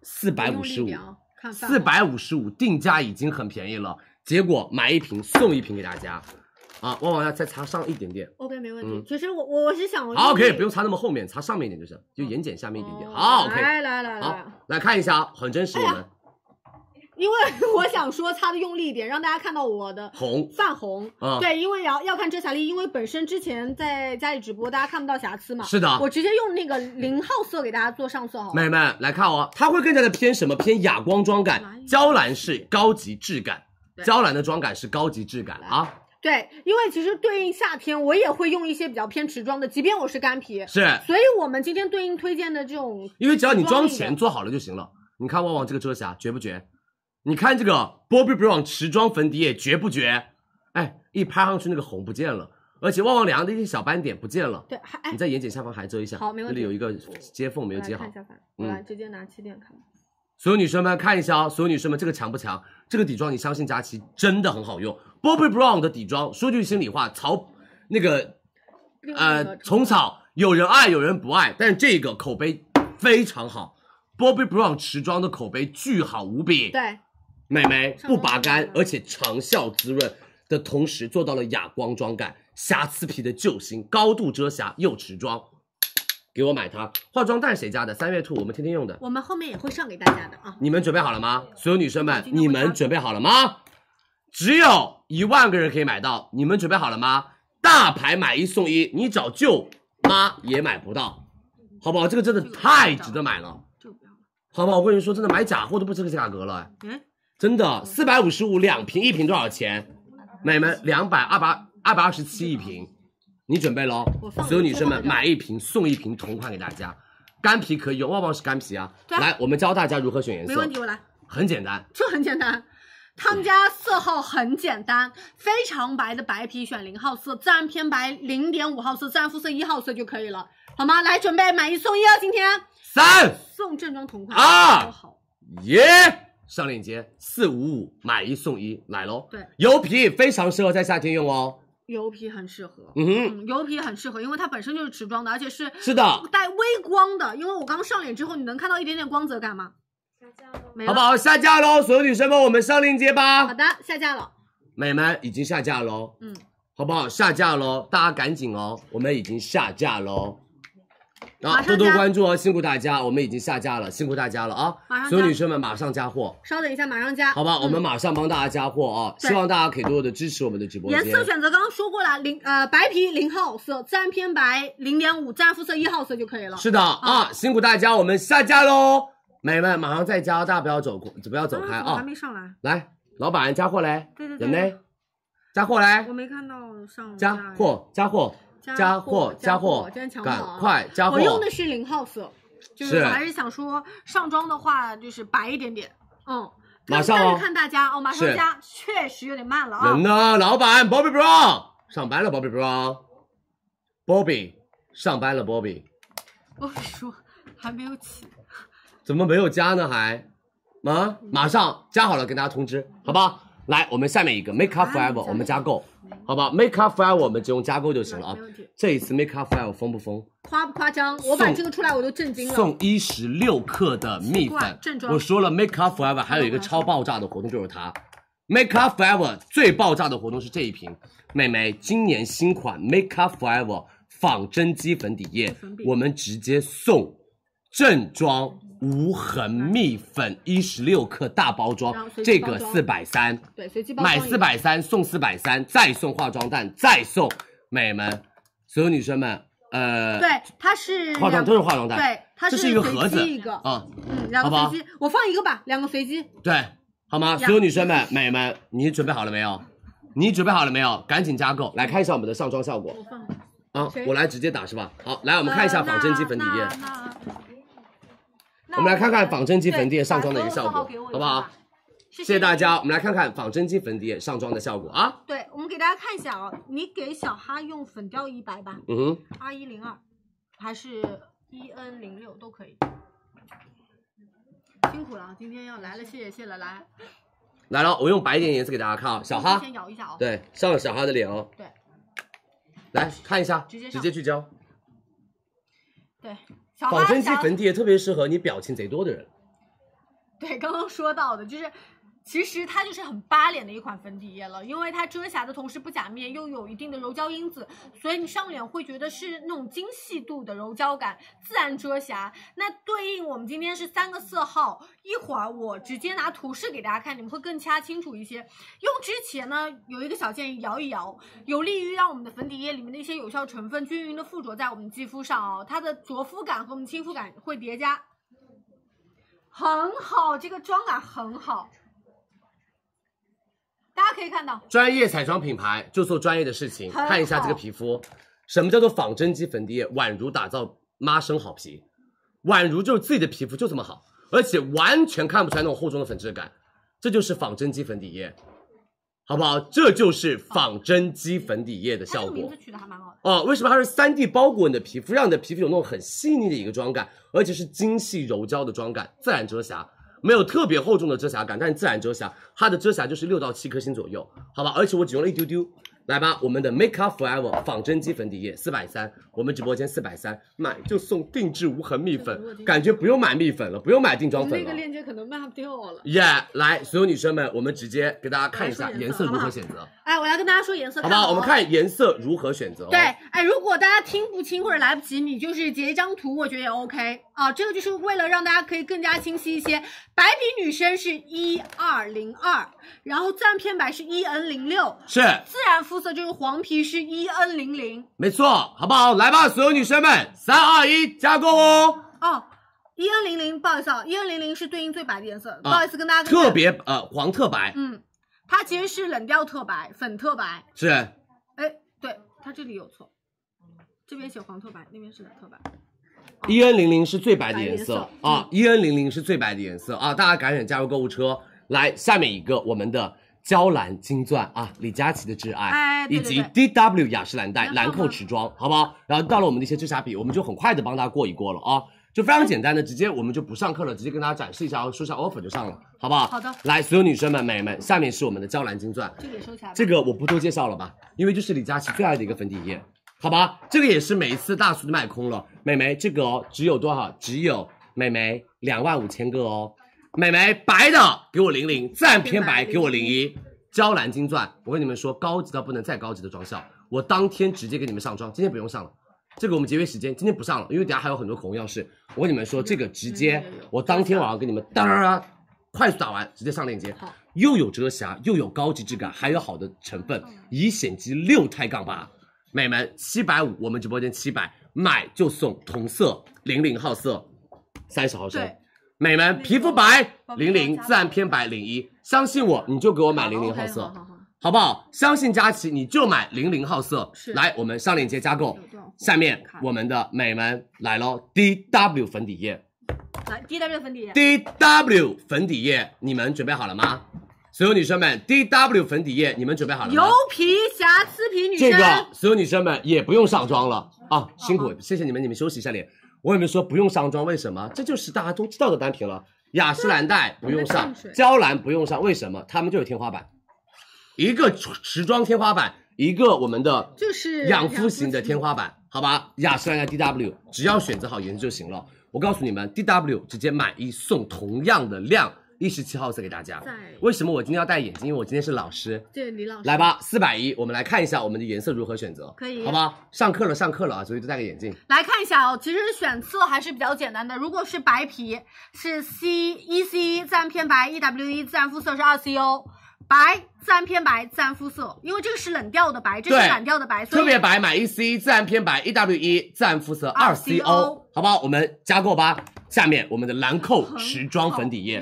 四百五十用力五，量看饭四百五十五定价已经很便宜了，结果买一瓶送一瓶给大家，啊，旺旺要再擦上一点点。 OK，没问题。嗯其实我我我是想好，可以，不用用擦那么后面，擦上面一点就行，就眼睑下面一点点。哦好，OK。来来来来好，来看一下啊，很真哎实，我们因为 我想说擦的用力一点，让大家看到我的红泛红。啊对，因为要要看遮瑕力，因为本身之前在家里直播，大家看不到瑕疵嘛。是的我直接用那个零号色给大家做上色好了。妹妹来看哦，它会更加的偏什么？偏哑光妆感，娇兰是高级质感，娇兰的妆感是高级质感啊。对，因为其实对应夏天，我也会用一些比较偏持妆的，即便我是干皮。是所以我们今天对应推荐的这种，因为只要你妆持妆力前的做好了就行了。你看旺旺这个遮瑕绝不绝？你看这个 Bobbi Brown 持妆粉底液绝不绝？哎，一拍上去那个红不见了，而且旺旺脸上的一些小斑点不见了。对，还哎你在眼睑下方还遮一下，好没问那题里有一个接缝没有来接好嗯看一。下反，我来直接拿气垫看。所有女生们看一下哦，所有女生们这个强不强？这个底妆你相信佳琪真的很好用。Bobbi Brown 的底妆，说句心里话，草那个呃虫草有人爱有人不爱，但是这个口碑非常好。Bobbi Brown 持妆的口碑巨好无比，对，美眉不拔干，而且长效滋润的同时做到了哑光妆感，瑕疵皮的救星，高度遮瑕又持妆，给我买它。化妆蛋谁家的？三月兔我们天天用的。我们后面也会上给大家的啊。你们准备好了吗？所有女生们，你们准备好了吗？只有一万个人可以买到，你们准备好了吗？大牌买一送一，你找舅妈也买不到，好不好？这个真的太值得买了，好不好？我跟你说，真的买假货都不是这个价格了，哎嗯，真的四百五十五两瓶，一瓶多少钱？美们两百二百二百二十七一瓶，你准备喽我！放所有女生们买一瓶送一瓶同款给大家，干皮可以用，旺旺是干皮啊。对啊来，我们教大家如何选颜色。没问题，我来，很简单，就很简单。他们家色号很简单，非常白的白皮选零号色，自然偏白零点五号色，自然肤色一号色就可以了，好吗？来准备买一送一啊！今天三送正装同款二超好，耶！上链接四五五买一送一来喽！对油皮非常适合在夏天用哦。油皮很适合。嗯哼，嗯，油皮很适合，因为它本身就是持妆的，而且是是的带微光的。因为我刚上脸之后，你能看到一点点光泽感吗？没了好不？好？下架喽！所有女生们，我们上链接好吧。的，下架了。美们已经下架喽，嗯，好不好？下架喽，大家赶紧哦，我们已经下架喽。马啊，上多多加关注哦，辛苦大家，我们已经下架了，辛苦大家了马上啊！加所有女生们马上加货，稍等一下，马上加。好吧？嗯我们马上帮大家加货啊！对希望大家可以多多的支持我们的直播间。颜色选择刚刚说过了，零呃白皮零号色，自然偏白零点五，自然肤色一号色就可以了。是的啊，辛苦大家，我们下架喽，美们马上再加，大家不要走，不要走开啊，怎么还啊！没上来，来，老板加货嘞，对对对人呢？加货嘞我，没看到上来加货，加货，加货，加加货真的，抢不赶好啊快加货我！用的是零号色，就是是我还是想说上妆的话，就是白一点点。嗯，马上但哦是看大家哦，马上是加，确实有点慢了啊。人呢？老板，Bobby Brown 上班了，Bobby Brown，Bobby 上班了，Bobby 我跟你说，还没有起。怎么没有加呢？还啊，马上加好了，跟大家通知，好不嗯好？来，我们下面一个 Make Up 啊 Forever，我们加购，好不好？Make Up Forever 我们只用加购就行了啊没问题。这一次 Make Up Forever 疯不疯？夸不夸张？我把送这个出来我都震惊了。送一十六克的蜜奇怪粉正。装我说了，Make Up Forever 还有一个超爆炸的活动就是它，Make Up Forever 最爆炸的活动是这一瓶，美眉今年新款 Make Up Forever 仿真肌粉底液粉饼，我们直接送正装无痕蜜粉一十六克大包装然后随，机这包个装四百三。对，随机包装买一四个。百三送四百三，再送化妆蛋，再送美们，所有女生们，呃，对，它是化妆两都是化妆蛋，对，它这是是一个盒子随机一个，啊，嗯，两好个吧随机，我放一个吧，两个随机。对，好吗？所有女生们、美们，你准备好了没有？你准备好了没有？赶紧加购，来看一下我们的上妆效果我放。啊谁！我来直接打是吧？好，来我们看呃一下仿真肌粉底液，我们来看看仿真肌粉底液上妆的一个效果，好不好？谢谢谢大。家，我们来看看仿真肌粉底液上妆的效果啊。对，我们给大家看一下啊、你给小哈用粉调一百吧，嗯哼，二一零二，还是一 N 零六都可以。辛苦了啊，今天要来了，谢谢谢了，来，来了，我用白一点颜色给大家看啊，小哈，先摇一下啊、对，上了小哈的脸哦。对。来看一下，直接上聚焦。对，小哈仿真肌小粉底液特别适合你表情贼多的人。对，刚刚说到的就是，其实它就是很扒脸的一款粉底液了，因为它遮瑕的同时不假面，又有一定的柔焦因子，所以你上脸会觉得是那种精细度的柔焦感，自然遮瑕。那对应我们今天是三个色号，一会儿我直接拿图示给大家看，你们会更加清楚一些。用之前呢，有一个小建议，摇一摇，有利于让我们的粉底液里面的一些有效成分均匀的附着在我们肌肤上哦，它的着肤感和我们亲肤感会叠加。很好，这个妆感很好。大家可以看到，专业彩妆品牌就做专业的事情，很好看一下这个皮肤，什么叫做仿真肌粉底液？宛如打造妈生好皮，宛如就是自己的皮肤就这么好，而且完全看不出来那种厚重的粉质感，这就是仿真肌粉底液，好不好？这就是仿真肌粉底液的它这效个名果字。取得还蛮好的。哦，为什么它是三 D 包裹你的皮肤，让你的皮肤有那种很细腻的一个妆感，而且是精细柔焦的妆感，自然遮瑕，没有特别厚重的遮瑕感，但是自然遮瑕，它的遮瑕就是六到七颗星左右，好吧？而且我只用了一丢丢。来吧，我们的 Make Up Forever 仿真肌粉底液四百三，我们直播间四百三，买就送定制无痕蜜粉，感觉不用买蜜粉了，不用买定妆粉了。接可能卖掉了。耶、来，所有女生们，我们直接给大家看一下来说颜颜色色如何选择，哎，我来跟大家说颜色，好看不好？好我们。看颜色如何选择、哦。对，哎，如果大家听不清或者来不及，你就是截一张图，我觉得也 OK 啊。这个就是为了让大家可以更加清晰一些。白皮女生是一二零二，然后自然偏白是一 N 零六，是自然肤色就是黄皮是一 N 零零没错，好不好？来吧，所有女生们，三二一，加 购哦！哦，一 N 零零，不好意思啊，一 N 零零是对应最白的颜色，不啊好意思跟大家更特正别呃黄特白、嗯，它其实是冷调特白、粉特白。是哎，对，它这里有错，这边写黄特白，那边是冷特白。 E N 零零是最白的颜白颜色嗯啊，E N 零零是最白的颜色啊！大家赶紧加入购物车，来，下面一个我们的娇兰金钻啊，李佳琦的挚爱，哎对对以及 DW 雅诗兰黛兰蔻持妆，好不好？然后到了我们的一些遮瑕笔，我们就很快的帮大家过一过了啊。就非常简单的，直接我们就不上课了，直接跟大家展示一下，说一下 offer 就上了，好不好？好的来，所有女生们、美们，下面是我们的娇兰金钻，这个也收起来吧。这个我不多介绍了吧，因为就是李佳琦最爱的一个粉底液，好吧？这个也是每一次大促都卖空了。美眉，这个哦，只有多少？只有美眉两万五千个哦。美眉，白的给我零零，赞偏白给我零一。娇兰金钻，我跟你们说，高级到不能再高级的妆效，我当天直接给你们上妆，今天不用上了。这个我们节约时间，今天不上了，因为等下还有很多口红样式。我跟你们说，这个直接我当天晚上给你们当然快速打完，直接上链接，又有遮瑕，又有高级质感，还有好的成分，以显肌六钛杠八，美们七百五，我们直播间七百，买就送同色零零号色，三十毫升对。美们，皮肤白宝贝零零，加自然偏白零一，相信我，你就给我买零零号哦色。好不好？相信佳琦，你就买零零号色。是来，我们上链接加购。下面我们的美们来喽，DW 粉底液来滴到这个粉底液， ，DW 粉底液，你们准备好了吗？所有女生们，DW 粉底液，你们准备好了吗？油皮瑕疵皮女生。 这个所有女生们也不用上妆了啊，辛苦，谢谢你们，你们休息一下脸。我跟你们说不用上妆，为什么？这就是大家都知道的单品了。雅诗兰黛不用上，娇兰不用上，为什么？他们就有天花板，一个持妆天花板，一个我们的就是养肤型的天花板，好吧？雅诗兰黛 DW 只要选择好颜值就行了。我告诉你们，DW 直接买一送同样的量，一十七号色给大家在。为什么我今天要戴眼镜？因为我今天是老师。对李老师来，吧，四百一，我们来看一下我们的颜色如何选择，可以好吧？上课了，上课了啊，所以就戴个眼镜。来看一下哦，其实选色还是比较简单的。如果是白皮，是 C 一 C 一自然偏白，E W 一自然肤色是二 C O，白自然偏白自然肤色，因为这个是冷调的白，这对是懒调的白，所以特别白买一 C 自然偏白一 W 一自然肤色二 CO， 2CO 好不好？我们加购吧。下面我们的兰蔻持妆哦粉底液，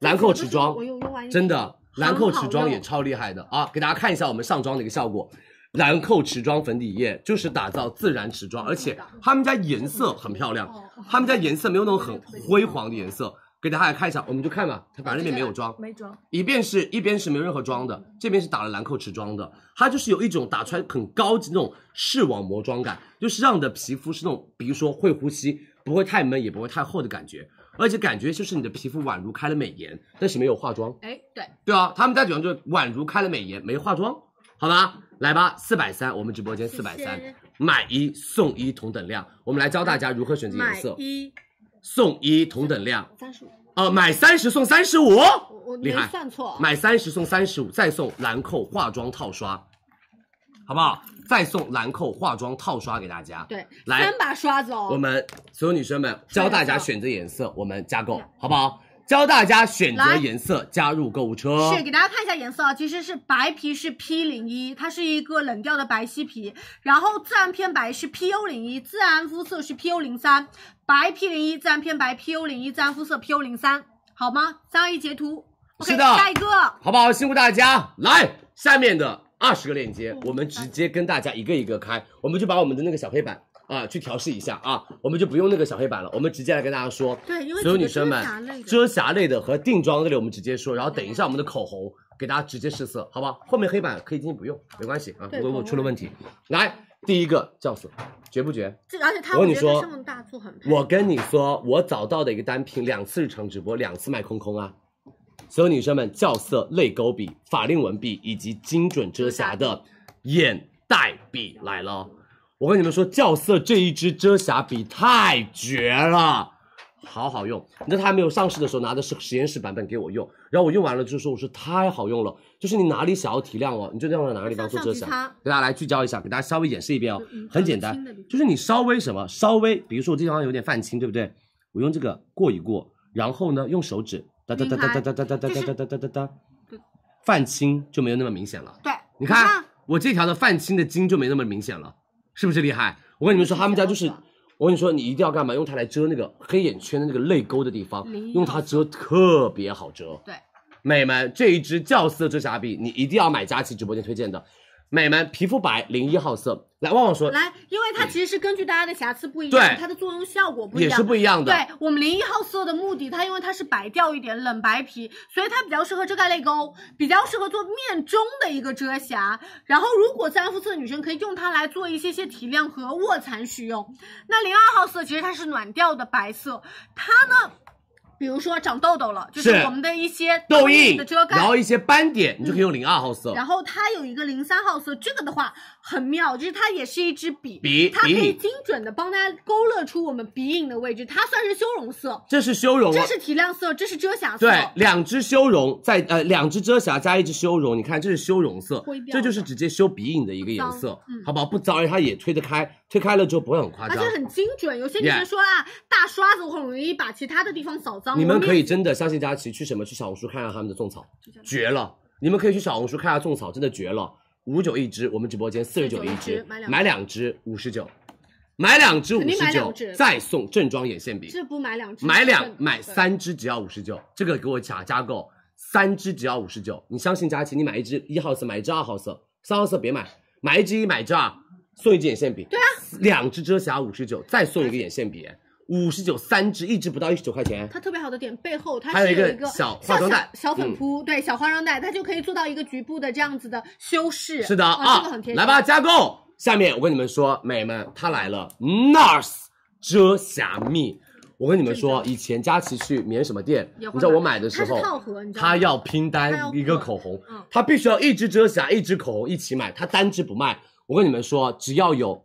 兰蔻持妆我用用完一真的，兰蔻持好妆用也超厉害的啊！给大家看一下我们上妆的一个效果。兰蔻持妆粉底液就是打造自然持妆，而且他们家颜色很漂亮，他们家颜色没有那种很辉煌的颜色。给大家来看一下，我们就看吧，它反正这边没有妆，没妆，一边是一边是没有任何妆的，这边是打了兰蔻持妆的，它就是有一种打出来很高级那种视网膜妆感，就是让你的皮肤是那种，比如说会呼吸，不会太闷，也不会太厚的感觉，而且感觉就是你的皮肤宛如开了美颜，但是没有化妆。哎对，对啊，他们家主要就是宛如开了美颜，没化妆，好吧？来吧，四百三，我们直播间四百三，买一送一同等量，我们来教大家如何选择颜买色，一送一同等量，三十五，呃，买三十送三十五，我我厉没害。算错，买三十送三十五，再送兰蔻化妆套刷，好不好？再送兰蔻化妆套刷给大家。对，来三把刷子哦，我们所有女生们教大家选择颜色，我们加购好不好？教大家选择来颜色，加入购物车。是给大家看一下颜色啊，其实是白皮是 P 零一，它是一个冷调的白皙皮，然后自然偏白是 PU 零一，自然肤色是 PU 零三，白 P 零一自然偏白 PU 零一，自然肤色 PU 零三，好吗？三二一截图，OK，是的下一个。好不好？辛苦大家！来，下面的二十个链接，我们直接跟大家一个一个开，我们就把我们的那个小黑板啊、去调试一下啊，我们就不用那个小黑板了，我们直接来跟大家说。对因为所有几个女生们遮瑕类，的嗯遮瑕类的和定妆类的我们直接说，然后等一下我们的口红给大家直接试色，好不好？后面黑板可以今天不用，没关系啊，对如果我口红出了问题，来第一个酵素，绝不绝？这而且它我跟你觉得说上大促很配我跟你说，我找到的一个单品，两次日常直播，两次卖空空啊！所有女生们，校色泪沟笔、法令纹笔以及精准遮瑕的眼袋笔来了。我跟你们说，校色这一支遮瑕笔太绝了，好好用。你知道它还没有上市的时候，拿的是实验室版本给我用，然后我用完了之后说，我说太好用了，就是你哪里想要提亮哦，你就用到哪个地方做遮瑕像橡皮擦。给大家来聚焦一下，给大家稍微演示一遍哦嗯，很简单轻的地，方就是你稍微什么，稍微，比如说我这地方有点泛青，对不对？我用这个过一过，然后呢，用手指哒哒哒哒哒哒哒哒哒哒哒哒哒哒，泛青就没有那么明显了。对，你看我这条的泛青的金就没那么明显了，是不是厉害？我跟你们说，他们家就是，我跟你说，你一定要干嘛？用它来遮那个黑眼圈的那个泪沟的地方，用它遮特别好遮。对，美们，这一支酵色遮瑕笔你一定要买佳琦直播间推荐的，美们皮肤白零一号色，来旺旺说，来，因为它其实是根据大家的瑕疵不一对样，它的作用效果不一样，也是不一样的对我们零一号色的目的，它因为它是白调一点，冷白皮，所以它比较适合遮盖泪沟，比较适合做面中的一个遮瑕。然后，如果自然肤色的女生可以用它来做一些些提亮和卧蚕使用。那零二号色其实它是暖调的白色，它呢。比如说长痘痘了，就是是我们的一些痘印印的遮盖，然后一些斑点，你就可以用零二号色。然后它有一个零三号色，这个的话很妙，就是它也是一支笔，笔它可笔以影精准的帮大家勾勒出我们鼻影的位置，它算是修容色，这是修容啊，这是提亮色，这是遮瑕色，对，两只修容在呃两只遮瑕加一只修容，你看这是修容色灰，调这就是直接修鼻影的一个颜色，嗯好不好？不脏，而且它也推得开，推开了之后不会很夸而张且。很精准。有些女 Yeah 生说啊大刷子我很容易把其他的地方扫脏，你我们也可以真的相信佳琪，去什么去小红书看一下他们的种草，绝了！你们可以去小红书看一下种草，真的绝了，五九一支，我们直播间四十九一49一支支买两，支买两支五十九，买两支肯五定买十两九支，再送正装眼线笔，这不买两支，买两这个买。三支只要五十九，这个给我加加购，三支只要五十九。你相信佳琪，你买一支一号色，买一支二号色，三号色别买，买一支一，买一支二，送一支眼线笔。对啊，两支遮瑕五十九，再送一个眼线笔，五十九三支，一支不到一十九块钱。它特别好的点，背后它还有是一个一个小像化妆袋小小粉嗯扑，对，小化妆袋，它就可以做到一个局部的这样子的修饰。是的啊，啊这个很贴，心。来吧，加购。下面我跟你们说，美们，它来了，NARS 遮瑕蜜。我跟你们说，以前佳琪去免什么店，也会你知道我买买的时它候是套盒你，知道吗它要拼单它要一个捆口红嗯，它必须要一支遮瑕，一支口红一起买，它单支不卖。我跟你们说，只要有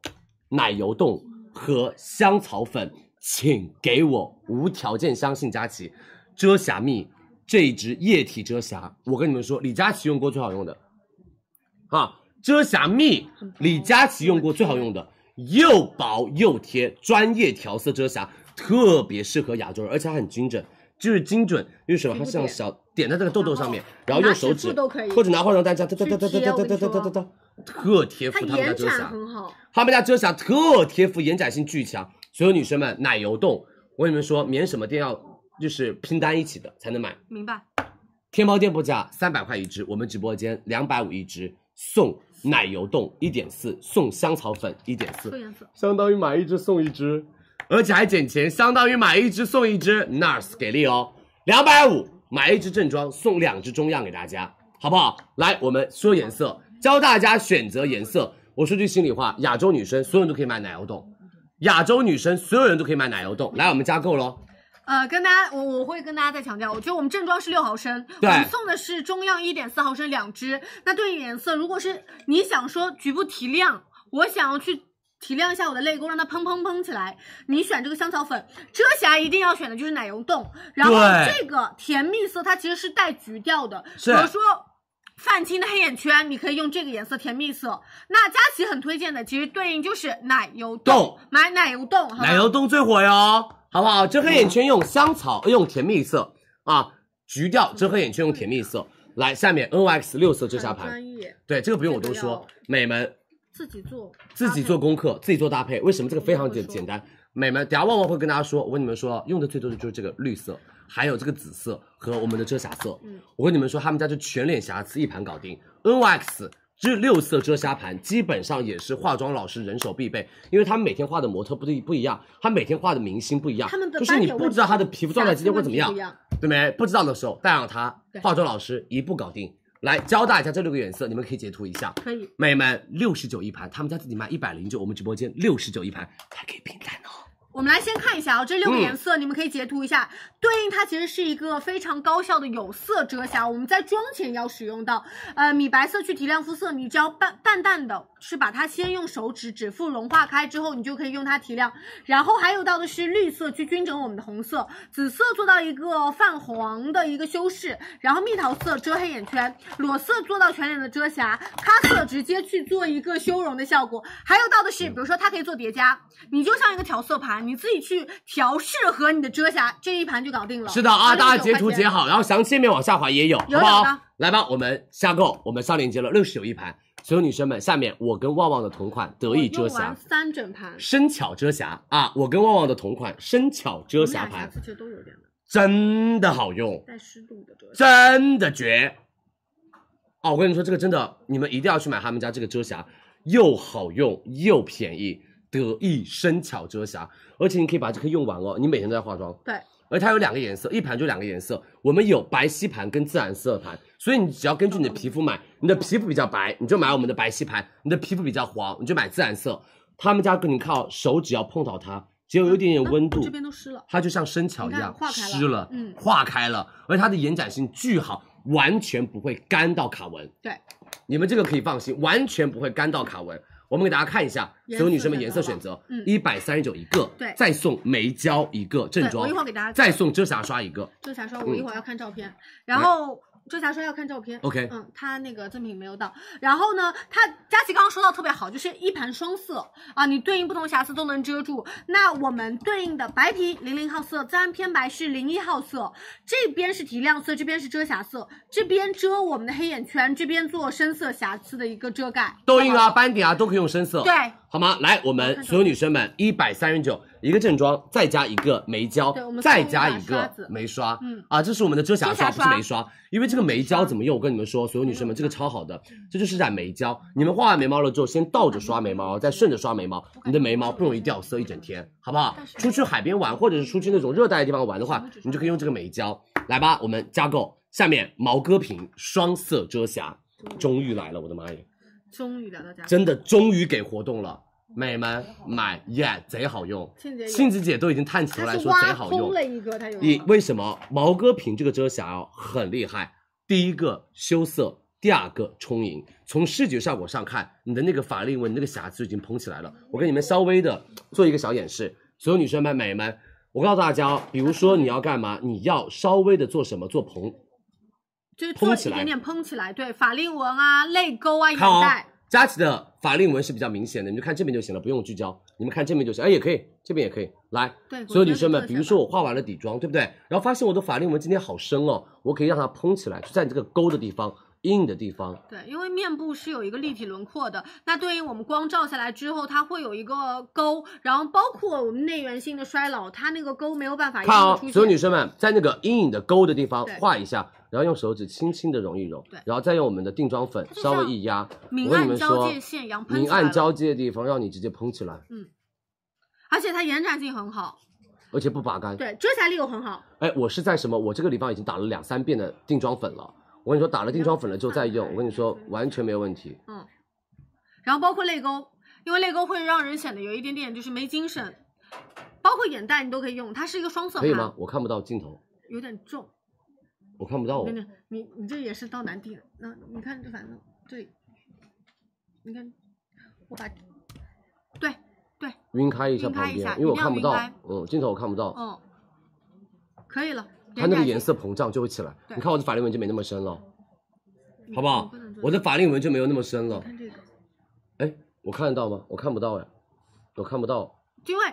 奶油冻和香草粉，请给我无条件相信佳琪遮瑕蜜这一支液体遮瑕。我跟你们说，李佳琦用过最好用的，啊，遮瑕蜜，李佳琦用过最好用的，又薄又贴，专业调色遮瑕，特别适合亚洲人，而且它很精准，就是精准，因为什么？它像小点在这个痘痘上面，然后用手指拿指腹都可以或者拿化妆单这样哒哒哒哒哒哒哒哒哒哒哒，特贴它肤他们家延遮展瑕，很好，他们家遮瑕特贴肤，延展性巨强。所有女生们，奶油冻，我跟你们说，免什么店要就是拼单一起的才能买。明白？天猫店铺价三百块一支，我们直播间两百五一支，送奶油冻一点四，送香草粉一点这个四，颜色。相当于买一支送一支，而且还减钱，相当于买一支送一支，NARS 给力哦，两百五买一支正装送两支中样给大家，好不好？来，我们说颜色，教大家选择颜色。我说句心里话，亚洲女生所有人都可以买奶油冻，亚洲女生所有人都可以买奶油冻，来，我们加购喽。呃，跟大家，我我会跟大家再强调，我觉得我们正装是六毫升，我对们送的是中样一点四毫升两支。那对应颜色，如果是你想说局部提亮，我想要去提亮一下我的泪沟，让它砰砰砰起来，你选这个香草粉遮瑕，一定要选的就是奶油冻。然后对这个甜蜜色它其实是带橘调的，是比如说。泛青的黑眼圈，你可以用这个颜色甜蜜色。那佳琪很推荐的，其实对应就是奶油冻，冻买奶油冻，好吗奶油冻最火哟，好不好？遮黑眼圈用香草，用甜蜜色嗯啊，橘调遮黑眼圈用甜蜜色。来，下面 N O X 六色遮瑕很盘，专业，对这个不用我这多个说要，美们自己做，自己做功课，自己做搭配，为什么这个非常简简单？美们，等下旺旺会跟大家说，我跟你们说，用的最多的就是这个绿色，还有这个紫色和我们的遮瑕色。嗯我跟你们说，他们家就全脸瑕疵一盘搞定。N O X 这六色遮瑕盘基本上也是化妆老师人手必备，因为他们每天画的模特不一不一样，他每天画的明星不一样，他们啊的就是你不知道他的皮肤状态今天会怎么样瑕疵问题不一，样对没？不知道的时候带上它，化妆老师一步搞定。来教大家这六个颜色，你们可以截图一下。可以。美们，六十九一盘，他们家自己卖一百零九，我们直播间六十九一盘，还可以拼单哦。我们来先看一下啊、这六个嗯颜色你们可以截图一下，对应它其实是一个非常高效的有色遮瑕，我们在妆前要使用到。呃，米白色去提亮肤色，你只要淡淡淡的去把它先用手指指腹融化开之后，你就可以用它提亮。然后还有到的是绿色去均整我们的红色，紫色做到一个泛黄的一个修饰，然后蜜桃色遮黑眼圈，裸色做到全脸的遮瑕，咖色直接去做一个修容的效果。还有到的嗯是，比如说它可以做叠加，你就像一个调色盘，你自己去调适合你的遮瑕，这一盘就搞定了。是的啊， 49大家截图块钱截。好，然后详细页面往下滑也有，好不有有的好？来吧，我们下购，我们上链接了，六十九一盘。所有女生们，下面我跟旺旺的同款得我意用遮瑕完，三整盘，深巧遮瑕啊，我跟旺旺的同款深巧遮瑕我们俩瑕盘，疵其实都有点的，真的好用，带湿度的遮瑕。真的绝。哦，我跟你说，这个真的，你们一定要去买他们家这个遮瑕，又好用又便宜，德艺生巧遮瑕，而且你可以把这个用完哦，你每天都在化妆。对。而它有两个颜色，一盘就两个颜色，我们有白皙盘跟自然色盘，所以你只要根据你的皮肤买，你的皮肤比较白，你就买我们的白皙盘；你的皮肤比较黄，你就买自然色。他们家跟你靠手指要碰到它，只要有一点点温度，嗯这边都湿了。它就像生巧一你样看化开了湿了，嗯化开了，而且它的延展性巨好，完全不会干到卡纹。对，你们这个可以放心，完全不会干到卡纹。我们给大家看一下，颜所有色女生们颜色选择选择了，嗯一百三十九一个，对再送眉胶一个正对我装一会儿给大家，再送遮瑕刷一个，遮瑕刷我一会儿要看照片，然后遮瑕刷要看照片。嗯 OK 嗯，它那个赠品没有到。然后呢，它佳琪刚刚说到特别好，就是一盘双色啊，你对应不同瑕疵都能遮住。那我们对应的白皮零零号色，自然偏白是零一号色，这边是提亮色，这边是遮瑕色，这边遮我们的黑眼圈，这边做深色瑕疵的一个遮盖。痘印啊、斑点啊都可以用深色，对，好吗？来，我们所有女生们，一百三十九一个正装，再加一个眉胶对我们，再加一送一把刷个子眉刷，嗯啊，这是我们的遮瑕遮刷，瑕不是刷眉刷，因为这个眉胶怎么用？我跟你们说，所有女生们，这个超好的，嗯这就是染眉胶。你们画完眉毛了之后，先倒着刷眉毛，再顺着刷眉毛，你的眉毛不容易掉色一整天，好不好？出去海边玩，或者是出去那种热带的地方玩的话，你就可以用这个眉胶。来吧，我们加购下面毛戈平双色遮瑕，嗯终于来了，我的妈耶！终于聊到家，真的终于给活动了，嗯美们买耶贼好用。倩姐有杏子姐都已经叹起头它来是说贼挖好空用了。一个，它有一你个为什么毛戈平这个遮瑕哦很厉害？第一个羞涩，第二个充盈。从视觉效果上看，你的那个法令纹、你那个瑕疵已经蓬起来了。我给你们稍微的做一个小演示，所有女生们、美们，我告诉大家哦，比如说你要干嘛，你要稍微的做什么，做蓬就是做蓬一起来点点蓬起来，对，法令纹啊、泪沟啊、眼看哦袋，，佳琪的法令纹是比较明显的，你就看这边就行了，不用聚焦，你们看这边就行。哎，也可以，这边也可以。来对，所有我觉得女生是特们，色比如说我化完了底妆，对不对？然后发现我的法令纹今天好深哦，我可以让它蓬起来，就在你这个沟的地方、阴影的地方。对，因为面部是有一个立体轮廓的，那对应我们光照下来之后，它会有一个沟，然后包括我们内源性的衰老，它那个沟没有办法一看哦定地出，现。所有女生们，在那个阴影的沟的地方对画一下，然后用手指轻轻的揉一揉对，然后再用我们的定妆粉就稍微像一压，明我跟你暗们交说界线一样喷明起来暗了交界的地方让你直接蓬起来，而且它延展性很好，而且不拔干。对，遮瑕力又很好。哎，我是在什么？我这个地方已经打了两三遍的定妆粉了。我跟你说，打了定妆粉了之后再用，我跟你说完全没有问题。然后包括泪沟，因为泪沟会让人显得有一点点就是没精神，包括眼袋你都可以用，它是一个双色可以吗哦盘，？我看不到镜头，有点重。我看不到我等。等，你你这也是到难地了。那你看这反正这里，你看我把，对对，晕开一下晕开旁一下边，因为我看不到一定要晕，嗯，镜头我看不到，嗯，可以了。它那个点颜色膨胀就会起来。对你看我的法令纹就没那么深了，你好不好你能？做我的法令纹就没有那么深了。看这个，哎，我看得到吗？我看不到哎，我看不到。因为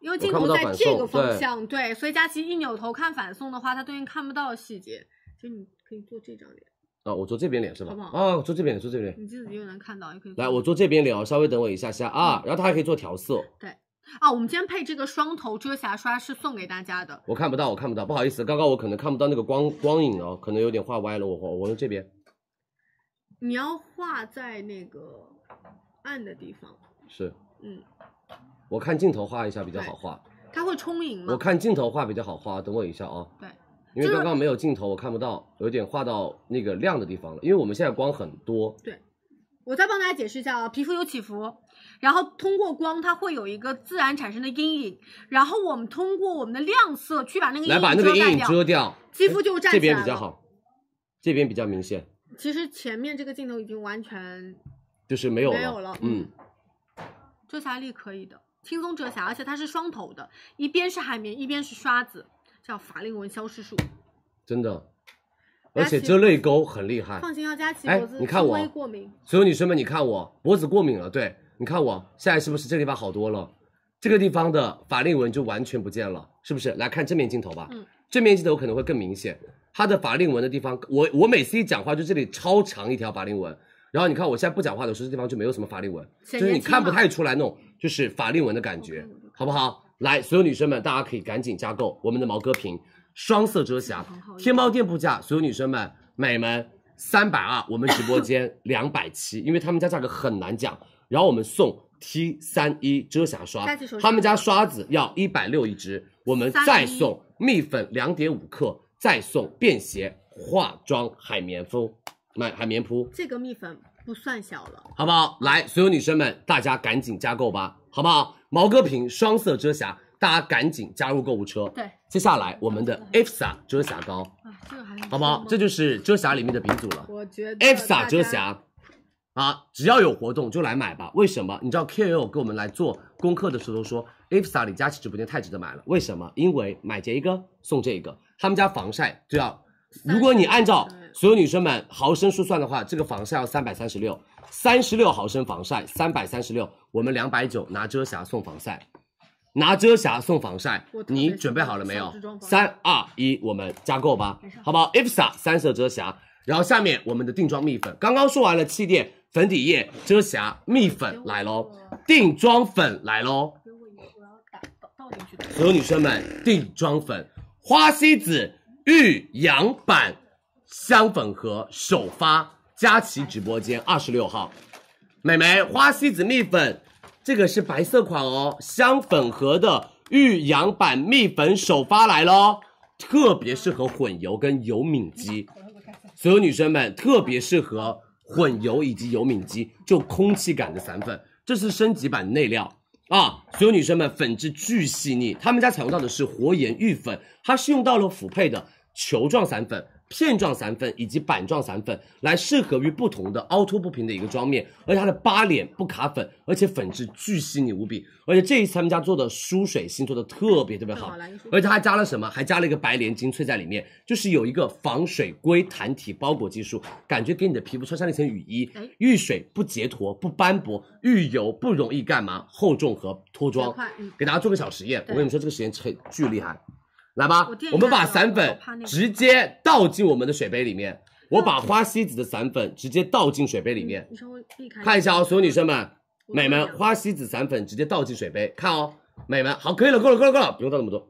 因为我镜看不头到在反这送个方对向，对，所以佳琪一扭头看反送的话，它对应看不到细节。就你可以做这张脸，啊，我做这边脸是吧好不？好啊，我做这边脸，做这边脸。你自己就能看到，也可以做来，我做这边脸哦，稍微等我一下下嗯啊，然后它还可以做调色。啊。我们今天配这个双头遮瑕刷是送给大家的，我看不到，我看不到，不好意思，刚刚我可能看不到那个光光影哦，可能有点画歪了，我我我用这边你要画在那个暗的地方，是，嗯，我看镜头画一下比较好画，它会充盈嘛。我看镜头画比较好画，等我一下啊、对，因为就是刚刚没有镜头，我看不到，有点画到那个亮的地方了，因为我们现在光很多，我再帮大家解释一下啊，皮肤有起伏，然后通过光它会有一个自然产生的阴影，然后我们通过我们的亮色去把那个阴来把那个遮盖阴影掉，遮掉，哎肌肤就站这起来边了。比较。好，这边比较明显，其实前面这个镜头已经完全就是没有了，没有了嗯，遮瑕力可以的，轻松遮瑕，而且它是双头的，一边是海绵，一边是刷子，叫法令纹消失术。真的，而且佳琪遮泪沟很厉害，放心，要佳琪哎脖子你看轻我微过敏，所有女生们，你看我脖子过敏了，对，你看我现在是不是这个地方好多了？这个地方的法令纹就完全不见了，是不是？来看正面镜头吧，嗯，正面镜头可能会更明显，它的法令纹的地方，我我每次一讲话就这里超长一条法令纹，然后你看我现在不讲话的时候，这地方就没有什么法令纹，显就是你年轻看不嘛太出来那种就是法令纹的感觉，好不好？来，所有女生们，大家可以赶紧加购我们的毛戈平双色遮瑕，天猫店铺价，所有女生们、美们三百二，我们直播 间两百七，因为他们家价格很难讲。然后我们送 T 三一遮瑕刷再次说，一他们家刷子要一百六一支，我们再送蜜粉两点五克，再送便携化妆海绵敷，买海绵铺，这个蜜粉不算小了。好不好？来，所有女生们，大家赶紧加购吧，好不好？毛戈平双色遮瑕，大家赶紧加入购物车。对，接下来我们的 EFSA 遮瑕膏，啊，这个还好不好？这就是遮瑕里面的鼻祖了。我觉得 EFSA 大遮家瑕啊，只要有活动就来买吧。为什么？你知道 KOL 给我们来做功课的时候都说 EFSA 李佳琦直播间太值得买了。为什么？因为买这一个送这个，他们家防晒就要，如果你按照所有女生们毫升数算的话，这个防晒要三百三十六，三十六毫升防晒，三百三十六，我们两百九拿遮瑕送防晒。拿遮瑕送防晒我，特别你喜准备好了没小有支装？防晒三二一，我们加购吧，好不好？IFSA 三色遮瑕，然后下面我们的定妆蜜粉，刚刚说完了气垫、粉底液、遮瑕、蜜哎粉来喽，定妆粉来喽，所有女生们，定妆粉，花西子玉阳版香粉盒首发，佳琦直播间二十六号，美眉花西子蜜粉，这个是白色款哦，香粉盒的玉阳版蜜粉首发来喽，特别适合混油跟油敏肌，所有女生们特别适合混油以及油敏肌，就空气感的散粉，这是升级版内料啊！所有女生们粉质巨细腻，他们家采用到的是活颜玉粉，它是用到了辅配的球状散粉。片状散粉以及板状散粉来适合于不同的凹凸不平的一个妆面，而且它的扒脸不卡粉，而且粉质巨细腻无比，而且这一次他们家做的疏水性做的特别特别好，而且它还加了什么？还加了一个白莲精粹在里面，就是有一个防水硅弹体包裹技术，感觉给你的皮肤穿上了一层雨衣，哎遇水不结坨、不斑驳，遇油不容易干嘛厚重和脱妆这块嗯。给大家做个小实验，我跟你们说这个实验很巨厉害。来吧我惦，记我们它把了散我粉怕那个直接倒进我们的水杯里面。我把花西子的散粉直接倒进水杯里面你，稍微避开，看一下哦，所有女生们，美们，花西子散粉直接倒进水杯，看哦，美们，好，可以了，够了，够了，够了，不用倒那么多。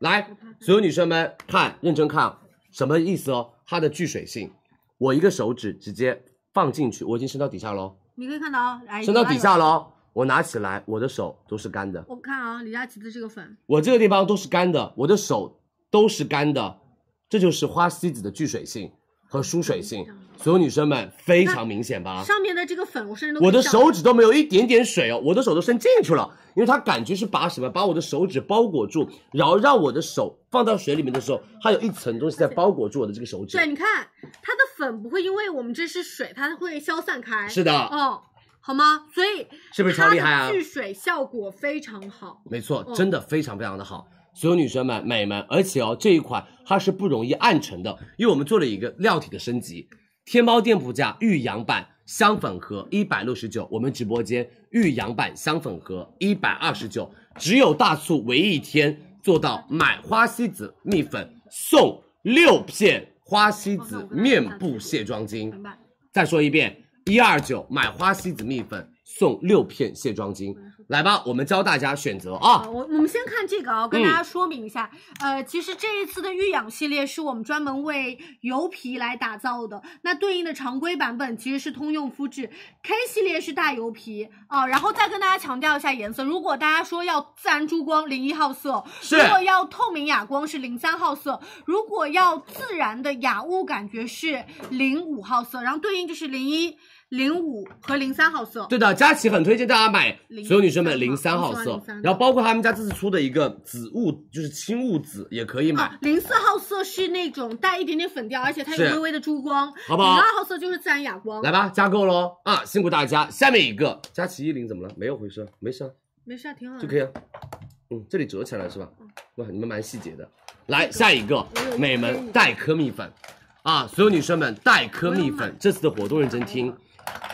来，所有女生们看，认真看，什么意思哦？它的聚水性，我一个手指直接放进去，我已经伸到底下喽，你可以看到啊，哎，伸到有啊底下。有啊喽，我拿起来，我的手都是干的，我看啊，李佳琦的这个粉，我这个地方都是干的，我的手都是干的，这就是花西子的聚水性和疏水性，所有女生们非常明显吧？上面的这个粉，我甚至都啊可以我的上手指都没有一点点水哦，我的手都伸进去了，因为它感觉是把什么把我的手指包裹住，然后让我的手放到水里面的时候，它有一层东西在包裹住我的这个手指对，。你看它的粉不会因为我们这是水，它会消散开。是的哦，好吗？所以是不是超厉害啊它的聚水效果非常好。没错嗯，真的非常非常的好。所有女生们、美们，而且哦，这一款它是不容易暗沉的，因为我们做了一个料体的升级。天猫店铺价玉阳版香粉盒一百六十九，我们直播间玉阳版香粉盒一百二十九，只有大促唯一一天做到买花西子蜜粉送六片花西子面部卸妆巾。嗯再说一遍，一二九买花西子蜜粉送六片卸妆巾。来吧，我们教大家选择啊。我我们先看这个啊，我嗯跟大家说明一下，呃，其实这一次的育养系列是我们专门为油皮来打造的，那对应的常规版本其实是通用肤质，K 系列是大油皮啊、然后再跟大家强调一下颜色，如果大家说要自然珠光零一号色，是如果要透明哑光是零三号色，如果要自然的雅雾感觉是零五号色，然后对应就是零一、零五和零三号色。对的，佳琦很推荐大家买03所有女生们零03三号03色03，然后包括他们家这次出的一个紫雾，就是青雾紫也可以买。啊零四号色是那种带一点点粉调，而且它有是微微的珠光。好不好零二号色就是自然哑光。来，吧，加购喽啊！辛苦大家。下面一个，佳琦一零怎么了？没有回声，没事啊，没事啊，挺好的。就可以啊。嗯，这里折起来是吧？哇，你们蛮细节的。来下一个，美们黛珂蜜粉啊！所有女生们，黛珂蜜粉这次的活动认真听，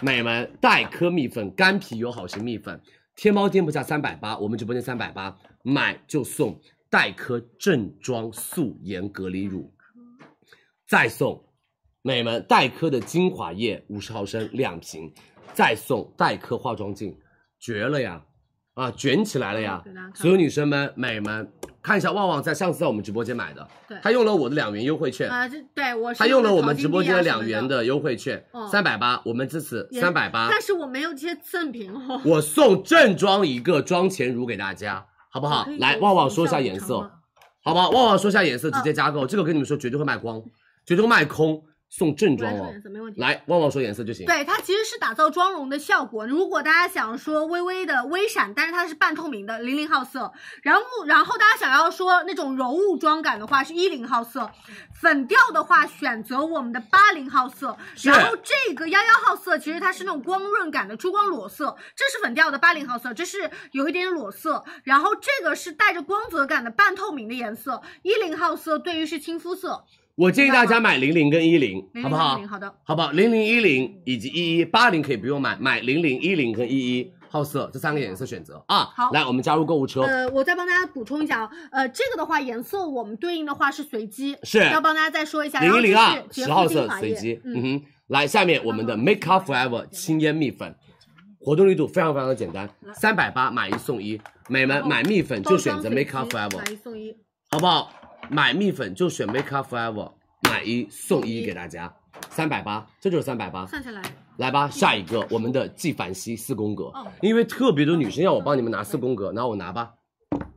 美们，黛珂蜜粉干皮友好型蜜粉，天猫店铺价三百八，我们直播间三百八，买就送黛珂正装素颜隔离乳，再送美们黛珂的精华液五十毫升两瓶，再送黛珂化嗯妆镜，绝了呀！啊，卷起来了呀！所有女生们、美们，看一下旺旺在上次在我们直播间买的对，他用了我的两元优惠券，啊，这对我是他用了我淘们金直播币间啊的什么两元的优惠券哦，三百八，我们这次也三百八，但是我没有这些赠品哦。我送正装一个妆前乳给大家，好不好 可以？来，给旺旺我说一下上颜场色吗，嗯好不好？旺旺说一下颜色，直接加购，这个跟你们说绝对会卖光，绝对会卖空，送正我装来说哦颜色没问。题来，旺旺说颜色就行。对，它其实是打造妆容的效果。如果大家想说微微的微闪，但是它是半透明的零零号色。然后，然后大家想要说那种柔雾妆感的话，是一零号色。粉调的话，选择我们的八零号色。是然后这个幺幺号色，其实它是那种光润感的珠光裸色，这是粉调的八零号色，这是有一点点裸色。然后这个是带着光泽感的半透明的颜色，一零号色对于是亲肤色。我建议大家买零零跟一零， 00好不好跟10好的，好不好？零零一嗯零以及一一八零可以不用买，买零零一零跟一一好色这三个颜色选择啊。好来，我们加入购物车。呃，我再帮大家补充一下啊，呃，这个的话颜色我们对应的话是随机，是要帮大家再说一下。然零后一这零二是洁十肤号精色华随液机，嗯嗯，哼，来下面我们的 Make Up Forever 轻烟蜜粉，活动力度非常非常的简单，三百八买一送一，美们买蜜粉嗯就选择 Make Up 买 Forever，一送一，好不好？买蜜粉就选 Make Up Forever，买一送一给大家，三百八，这就是三百八，算下来来吧，下一个我们的纪梵希四宫格，因为特别多女生要我帮你们拿四宫格，那我拿吧。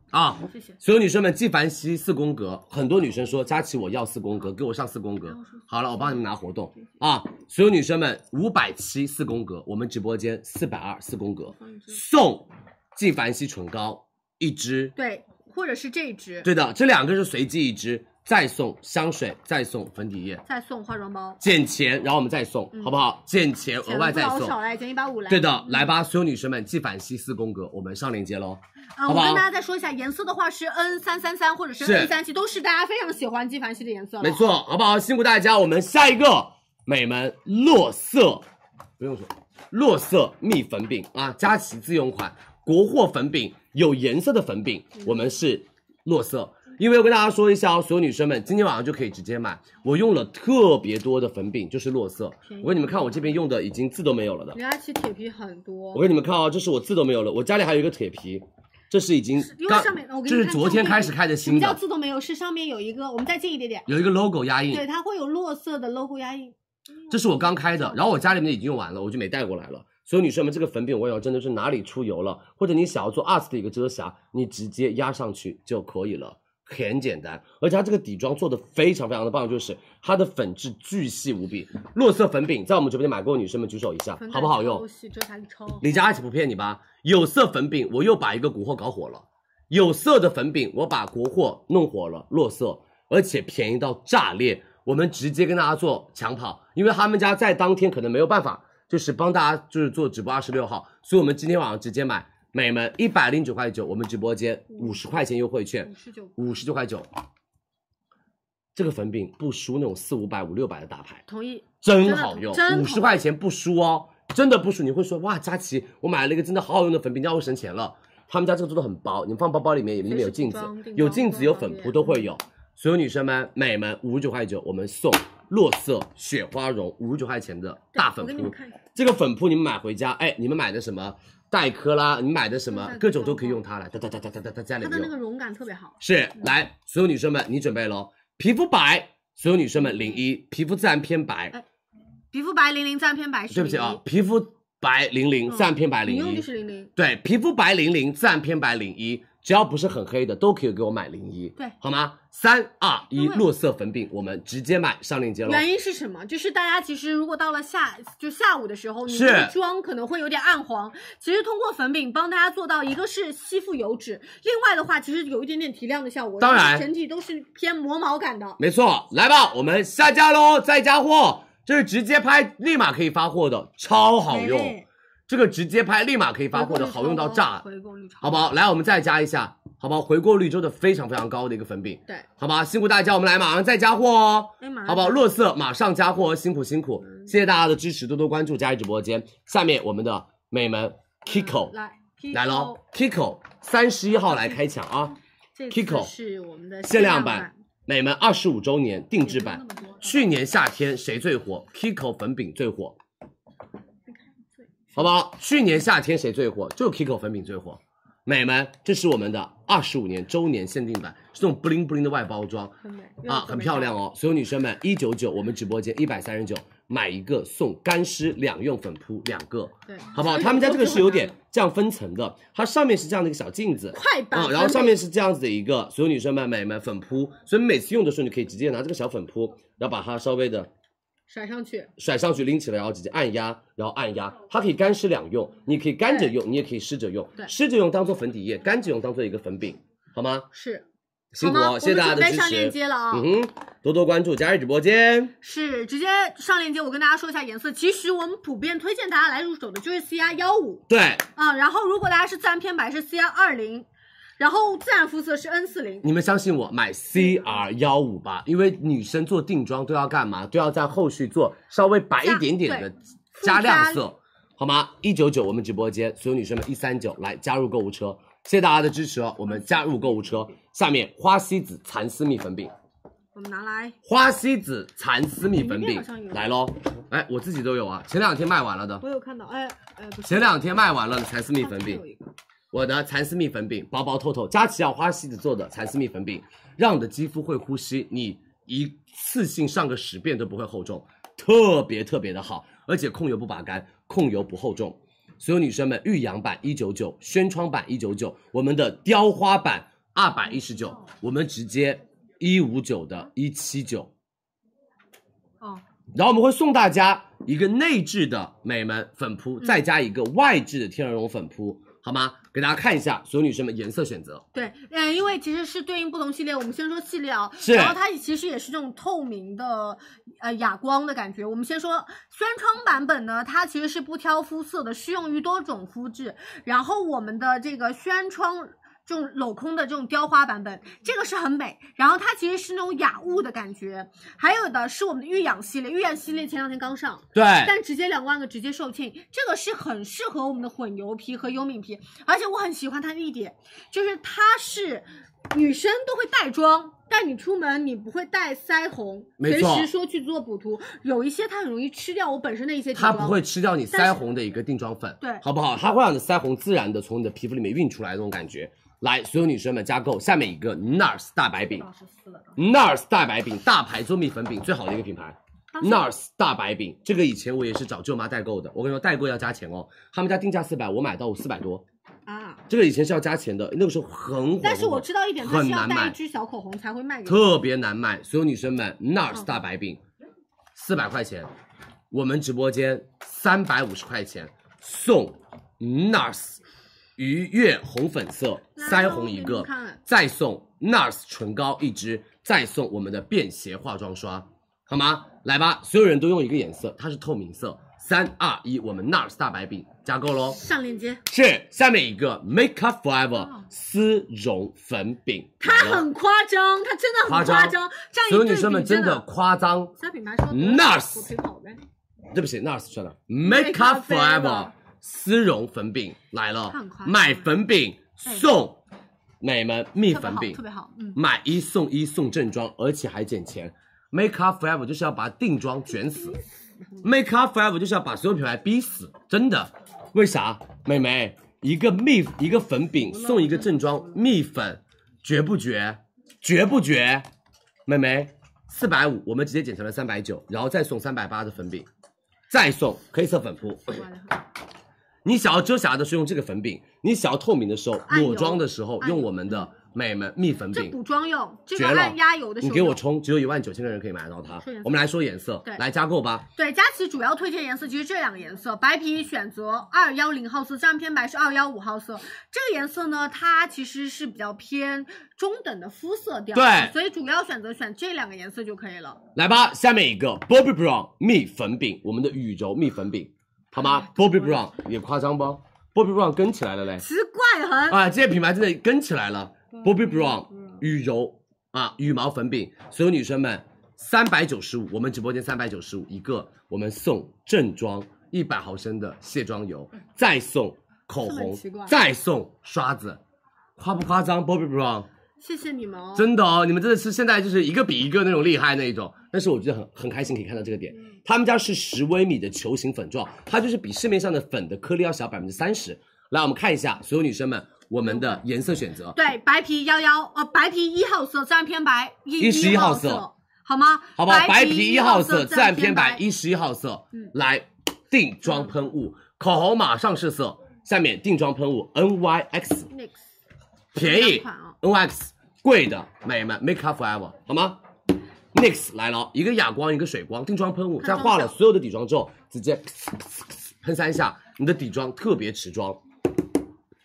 啊，谢谢。所有女生们，纪梵希四宫格，很多女生说佳琪我要四宫格，给啊我上四宫格。好了，我帮你们拿活动啊！所有女生们，五百七四宫格，我们直播间四百二四宫格送纪梵希唇膏一支，对，或者是这一支，对的，这两个是随机一支，再送香水，再送粉底液，再送化妆包，减钱，然后我们再送，好不好？减嗯钱额外再减了送不老，少来，哎减一百五来。对的，来吧，所有女生们，纪梵希四宫格，我们上链接喽，啊，好我不跟好大？家再说一下，颜色的话是 N 三三三或者是是 N 三七，都是大家非常喜欢纪梵希的颜色了。没错，好不好？辛苦大家，我们下一个美们落色，不用说，落色蜜粉饼啊，佳琦自用款，国货粉饼，有颜色的粉饼，我们是落色。因为我跟大家说一下哦，所有女生们，今天晚上就可以直接买。我用了特别多的粉饼，就是落色。我给你们看，我这边用的已经字都没有了的。李佳琦铁皮很多，我给你们看啊，这是我字都没有了，我家里还有一个铁皮，这是已经因为刚上面我给这你是看昨上天面开始开的什么新叫的，字都没有？是上面有一个，我们再近一点点，有一个 logo 压印对，，它会有落色的 logo 压印。这是我刚开的，然后我家里面已经用完了，我就没带过来了。所有女生们，这个粉饼我也要真的是哪里出油了，或者你想要做二次的一个遮瑕，你直接压上去就可以了，很简单。而且它这个底妆做的非常非常的棒，就是它的粉质巨细无比。落色粉饼在我们直播间买过的女生们举手一下，好不好用？吸遮瑕力超。李佳琦不骗你吧？有色粉饼，我又把一个国货搞火了；有色的粉饼，我把国货弄火了，落色，而且便宜到炸裂。我们直接跟大家做抢跑，因为他们家在当天可能没有办法，就是帮大家就是做直播二十六号，所以我们今天晚上直接买，美们一百零九块九，我们直播间五十块钱优惠嗯券，五十九块九。这个粉饼不输那种四五百、五六百的大牌，同意，真好用，真五好十块钱不输哦，真的不输。你会说哇，佳琪，我买了一个真的好好用的粉饼，这样我省钱了。他们家这个做的很薄，你放包包里面，里面有镜子随时装定，有妆镜子，多有方粉便扑都会有。所有女生们、美们，五十九块九，我们送落色雪花绒五十九块钱的大粉我给你扑们。看一下，这个粉扑你们买回家，哎，你们买的什么黛珂啦，你买的什么嗯黛珂各种都可以用它来，哒哒哒哒哒哒哒，家里它面的用那。个绒感特别好。是，来，所有女生们，你准备喽！皮肤白，所有女生们零一，皮肤自然偏白，皮肤白零零占偏白是嗯对不起啊，皮肤白零零，自然偏白嗯零一，你零用一就，是零零，对，皮肤白零零，自然偏白零一，只要不是很黑的，都可以给我买零一，对嗯好吗？三二一，落色粉饼，我们直接买，上链接喽。原因是什么？就是大家其实如果到了下就下午的时候，你是的妆可能会有点暗黄。其实通过粉饼帮大家做到，一个是吸附油脂，另外的话其实有一点点提亮的效果，当然后整体都是偏磨毛感的。没错，来吧，我们下架喽，再加货，这是直接拍，立马可以发货的，超好美用味，这个直接拍立马可以发货的，好用到炸，回购率超高好不好？来，我们再加一下，好不好？回购率真的非常非常高的一个粉饼，对，好吧？辛苦大家，我们来马上再加货哦哎马上，好不好？落色马上加货哦，辛苦辛苦，谢谢大家的支持，多多关注佳怡直播间。下面我们的美们 Kiko 嗯来嗯来喽，，Kiko 三十一号来开抢啊，这 Kiko 次是我们的限量版版，美们二十五周年定制版。去年夏天谁最火？Kiko 粉饼最火，好不好？去年夏天谁最火？就 Kiko 粉饼最火，美们，这是我们的二十五年周年限定版，是这种 bling bling 的外包装，很美啊，很漂亮。哦！所有女生们，一九九，我们直播间一百三十九，买一个送干湿两用粉扑两个，对好不好？他们家这个是有点这样分层的，它上面是这样的一个小镜子，快板啊，然后上面是这样子的一个，所有女生们、美们粉扑，所以每次用的时候，你可以直接拿这个小粉扑，然后把它稍微的甩上去，甩上去拎起来，然后直接按压，然后按压，它可以干湿两用，你可以干着用，你也可以湿着用，对湿着用当做粉底液，干着用当做一个粉饼，好吗？是辛苦好哦，吗谢谢大家的我们准支持。备上链接了啊嗯哼，多多关注，加入直播间。是直接上链接。我跟大家说一下颜色，其实我们普遍推荐大家来入手的就是 CR 幺五，对，啊，然后如果大家是自然偏白是 CR 二零，然后自然肤色是 N 四零，你们相信我，买 CR 幺五吧，因为女生做定妆都要干嘛？都要在后续做稍微白一点点的对加附加亮色，好吗？一九九，我们直播间所有女生们一三九来加入购物车，谢谢大家的支持哦，我们加入购物车。下面花西子蚕丝蜜粉饼，我们拿来。花西子蚕丝蜜粉你那边饼好像有来喽！哎，我自己都有啊，前两天卖完了的。我有看到，哎哎，不是前两天卖完了的蚕丝蜜粉饼有一个，我的蚕丝蜜粉饼薄薄透透，佳琦要花西子做的蚕丝蜜粉饼，让你的肌肤会呼吸，你一次性上个十遍都不会厚重，特别特别的好，而且控油不拔干，控油不厚重。所有女生们，玉阳版一九九，轩窗版一九九，我们的雕花版二百一十九，我们直接一五九的一七九，哦，然后我们会送大家一个内置的美门粉扑，嗯再加一个外置的天鹅绒粉扑，好吗？给大家看一下所有女生们颜色选择。对，嗯，因为其实是对应不同系列，我们先说系列啊，是然后它其实也是这种透明的，呃，哑光的感觉。我们先说轩窗版本呢，它其实是不挑肤色的，适用于多种肤质。然后我们的这个轩窗。这种镂空的这种雕花版本，这个是很美，然后它其实是那种雅雾的感觉。还有的是我们的玉养系列，玉养系列前两天刚上，对，但直接两万个直接售罄，这个是很适合我们的混油皮和优敏皮，而且我很喜欢它的一点，就是它是女生都会带妆，但你出门你不会带腮红，没随错时说去做补涂，有一些它很容易吃掉我本身的一些底它妆。不会吃掉你但是腮红的一个定妆粉，对好不好？它会让你的腮红自然的从你的皮肤里面晕出来的那种感觉。来，所有女生们加购下面一个 NARS 大白饼，NARS 大白饼大牌做蜜粉饼最好的一个品牌。NARS 大白饼，这个以前我也是找舅妈代购的。我跟你说，代购要加钱哦，他们家定价四百，我买到四百多，啊，这个以前是要加钱的，那个时候很火很火，但是我知道一点，它很是要难带一买，支小口红才会卖给你。特别难卖。所有女生们，NARS 大白饼，四百块钱，我们直播间三百五十块钱送 NARS 愉悦红粉色腮红一来个我给你们看，再送 NARS 唇膏一支，再送我们的便携化妆刷，好吗？来吧，所有人都用一个颜色，它是透明色。三二一，我们 NARS 大白饼加购喽！上链接，是下面一个 Make Up Forever 丝绒粉饼，它来了哦很夸张，它真的很夸张这样一所有对啊女生们比真的的。夸张，其他品牌说多了 Nars 我赔好呗，对不起，NARS 算了，Make Up Forever 丝绒粉饼来了它很夸，张买粉饼哎送美们蜜特别粉好，饼特，别好，嗯。买一送一送正装，而且还减钱。Make Up Forever 就是要把定妆卷死，Make Up Forever 就是要把所有品牌逼死，真的。为啥？美眉，一个蜜一个粉饼送一个正装蜜粉，绝不绝？绝不绝？美眉，四百五，我们直接减成了三百九，然后再送三百八的粉饼，再送黑色粉扑。你想要遮瑕的时候用这个粉饼，你想要透明的时候按油裸妆的时候按油用我们的美们蜜粉这饼。补妆用，这个绝了按压油的时你候给我用。冲，只有一万九千个人可以买到它说颜色。我们来说颜色对，来加购吧。对，佳琦主要推荐颜色其实这两个颜色，白皮选择二幺零号色，这样偏白是二幺五号色。这个颜色呢，它其实是比较偏中等的肤色调，对所以主要选择选这两个颜色就可以了。来吧，下面一个 Bobbi Brown 蜜粉饼，我们的羽柔蜜粉饼，好吗？Bobbi Brown 也夸张不？Bobbi Brown 跟起来了嘞！奇怪很，啊，这些品牌真的跟起来了。Bobbi Brown 羽柔啊，羽毛粉饼，所有女生们三百九十五，我们直播间三百九十五一个，我们送正装一百毫升的卸妆油，再送口这么红奇怪，再送刷子，夸不夸张？Bobbi Brown。谢谢你们哦。真的哦，你们真的是现在就是一个比一个那种厉害那一种，但是我觉得很很开心可以看到这个点。他们家是十微米的球形粉状，它就是比市面上的粉的颗粒要小百分之三十。来，我们看一下所有女生们，我们的颜色选择，对，白皮幺幺，呃，白皮一号色自然偏白，一11号号色，好吗？好不好？白皮皮一一号色自自然然偏偏白，一十一号色嗯，来定妆喷雾，口红马上试色，下面定妆喷雾 NYX， Next 便两宜款啊 NYX 贵的，美们 Make Up Forever 好吗？NYX 来了，一个哑光，一个水光，定妆喷雾，在画了所有的底妆之后，直接喷三下，你的底妆特别持妆。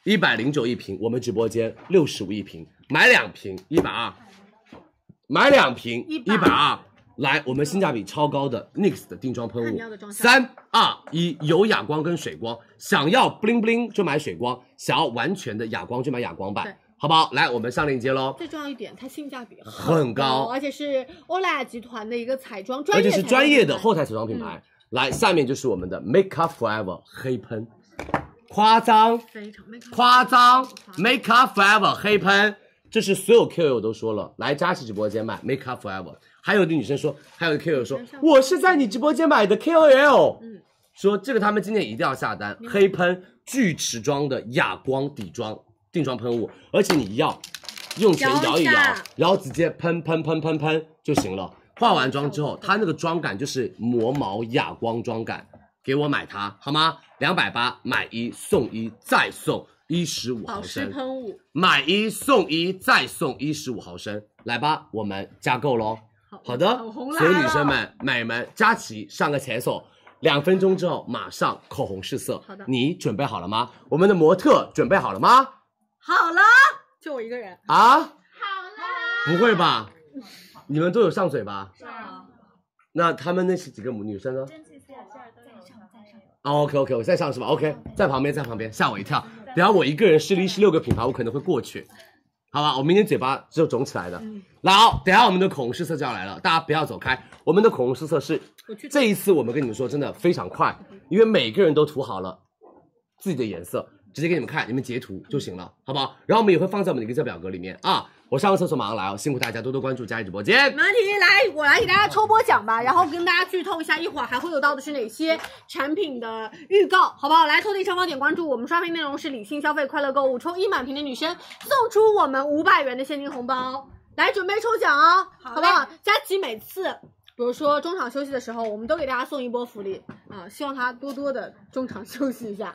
一百零九一瓶，我们直播间六十五一瓶，买两瓶一百二，买两瓶一120百二。来，我们性价比超高的 NYX 的定妆喷看雾你要的妆，效三二一，啊有哑光跟水光，想要 bling bling 就买水光，想要完全的哑光就买哑光对版，好不好？来，我们上链接喽。最重要一点，它性价比很高而且是欧莱雅集团的一个彩妆专而业，且是专业的后台彩妆品嗯牌。来，下面就是我们的 Make Up Forever 黑喷，夸张，非常没看过夸张，Make Up Forever 黑喷，这是所有 KOL 都说了，来佳琦直播间买 Make Up Forever。还有的女生说，还有 KOL 说，我是在你直播间买的 KOL，说这个他们今天一定要下单，黑喷巨持妆的哑光底妆定妆喷雾，而且你要用前摇一摇摇一下，然后直接喷喷喷喷喷就行了。化完妆之后，它那个妆感就是磨毛哑光妆感，给我买它好吗？两百八买一送一再送一十五保毫湿升，喷雾，买一送一再送一十五毫升，来吧，我们加购喽。好的，红来所有女生们、美们，佳琦上个前手，两分钟之后马上口红试色。好的你准备好了吗？我们的模特准备好了吗？好了，就我一个人，啊？好了。不会吧？你们都有上嘴吧？那他们那几个女生呢？OK OK，我在上是吧？OK，在旁边，在旁边，吓我一跳。等下我一个人试了一十六个品牌，我可能会过去，好吧？我明天嘴巴就肿起来的。来哦，等下我们的口红试色就要来了，大家不要走开。我们的口红试色是这一次，我们跟你们说真的非常快，因为每个人都涂好了自己的颜色，直接给你们看，你们截图就行了，好不好？然后我们也会放在我们的一个计算表格里面啊。我上个厕所马上来哦，辛苦大家多多关注佳怡直播间。没问题，来，我来给大家抽波奖吧，然后跟大家剧透一下，一会儿还会有到的是哪些产品的预告，好不好？来，头顶上方点关注，我们刷屏内容是理性消费，快乐购物，抽一满屏的女生送出我们五百元的现金红包，来准备抽奖哦，好不好？佳琪每次。比如说中场休息的时候，我们都给大家送一波福利啊、希望她多多的中场休息一下。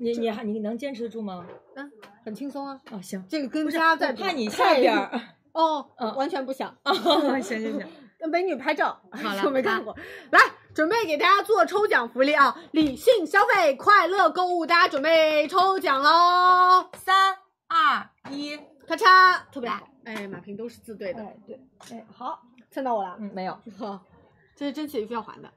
你你还你能坚持得住吗？嗯，很轻松啊。哦，行，这个跟不是家在我怕你下边儿。哦，嗯完全不想。 行行行，跟美女拍照，好了我没看过。来，准备给大家做抽奖福利啊！理性消费，快乐购物，大家准备抽奖喽！三二一，咔嚓，特别好，哎，满屏都是字对的，哎对，哎好，蹭到我了。嗯没有，好， 这是真写一定要还的。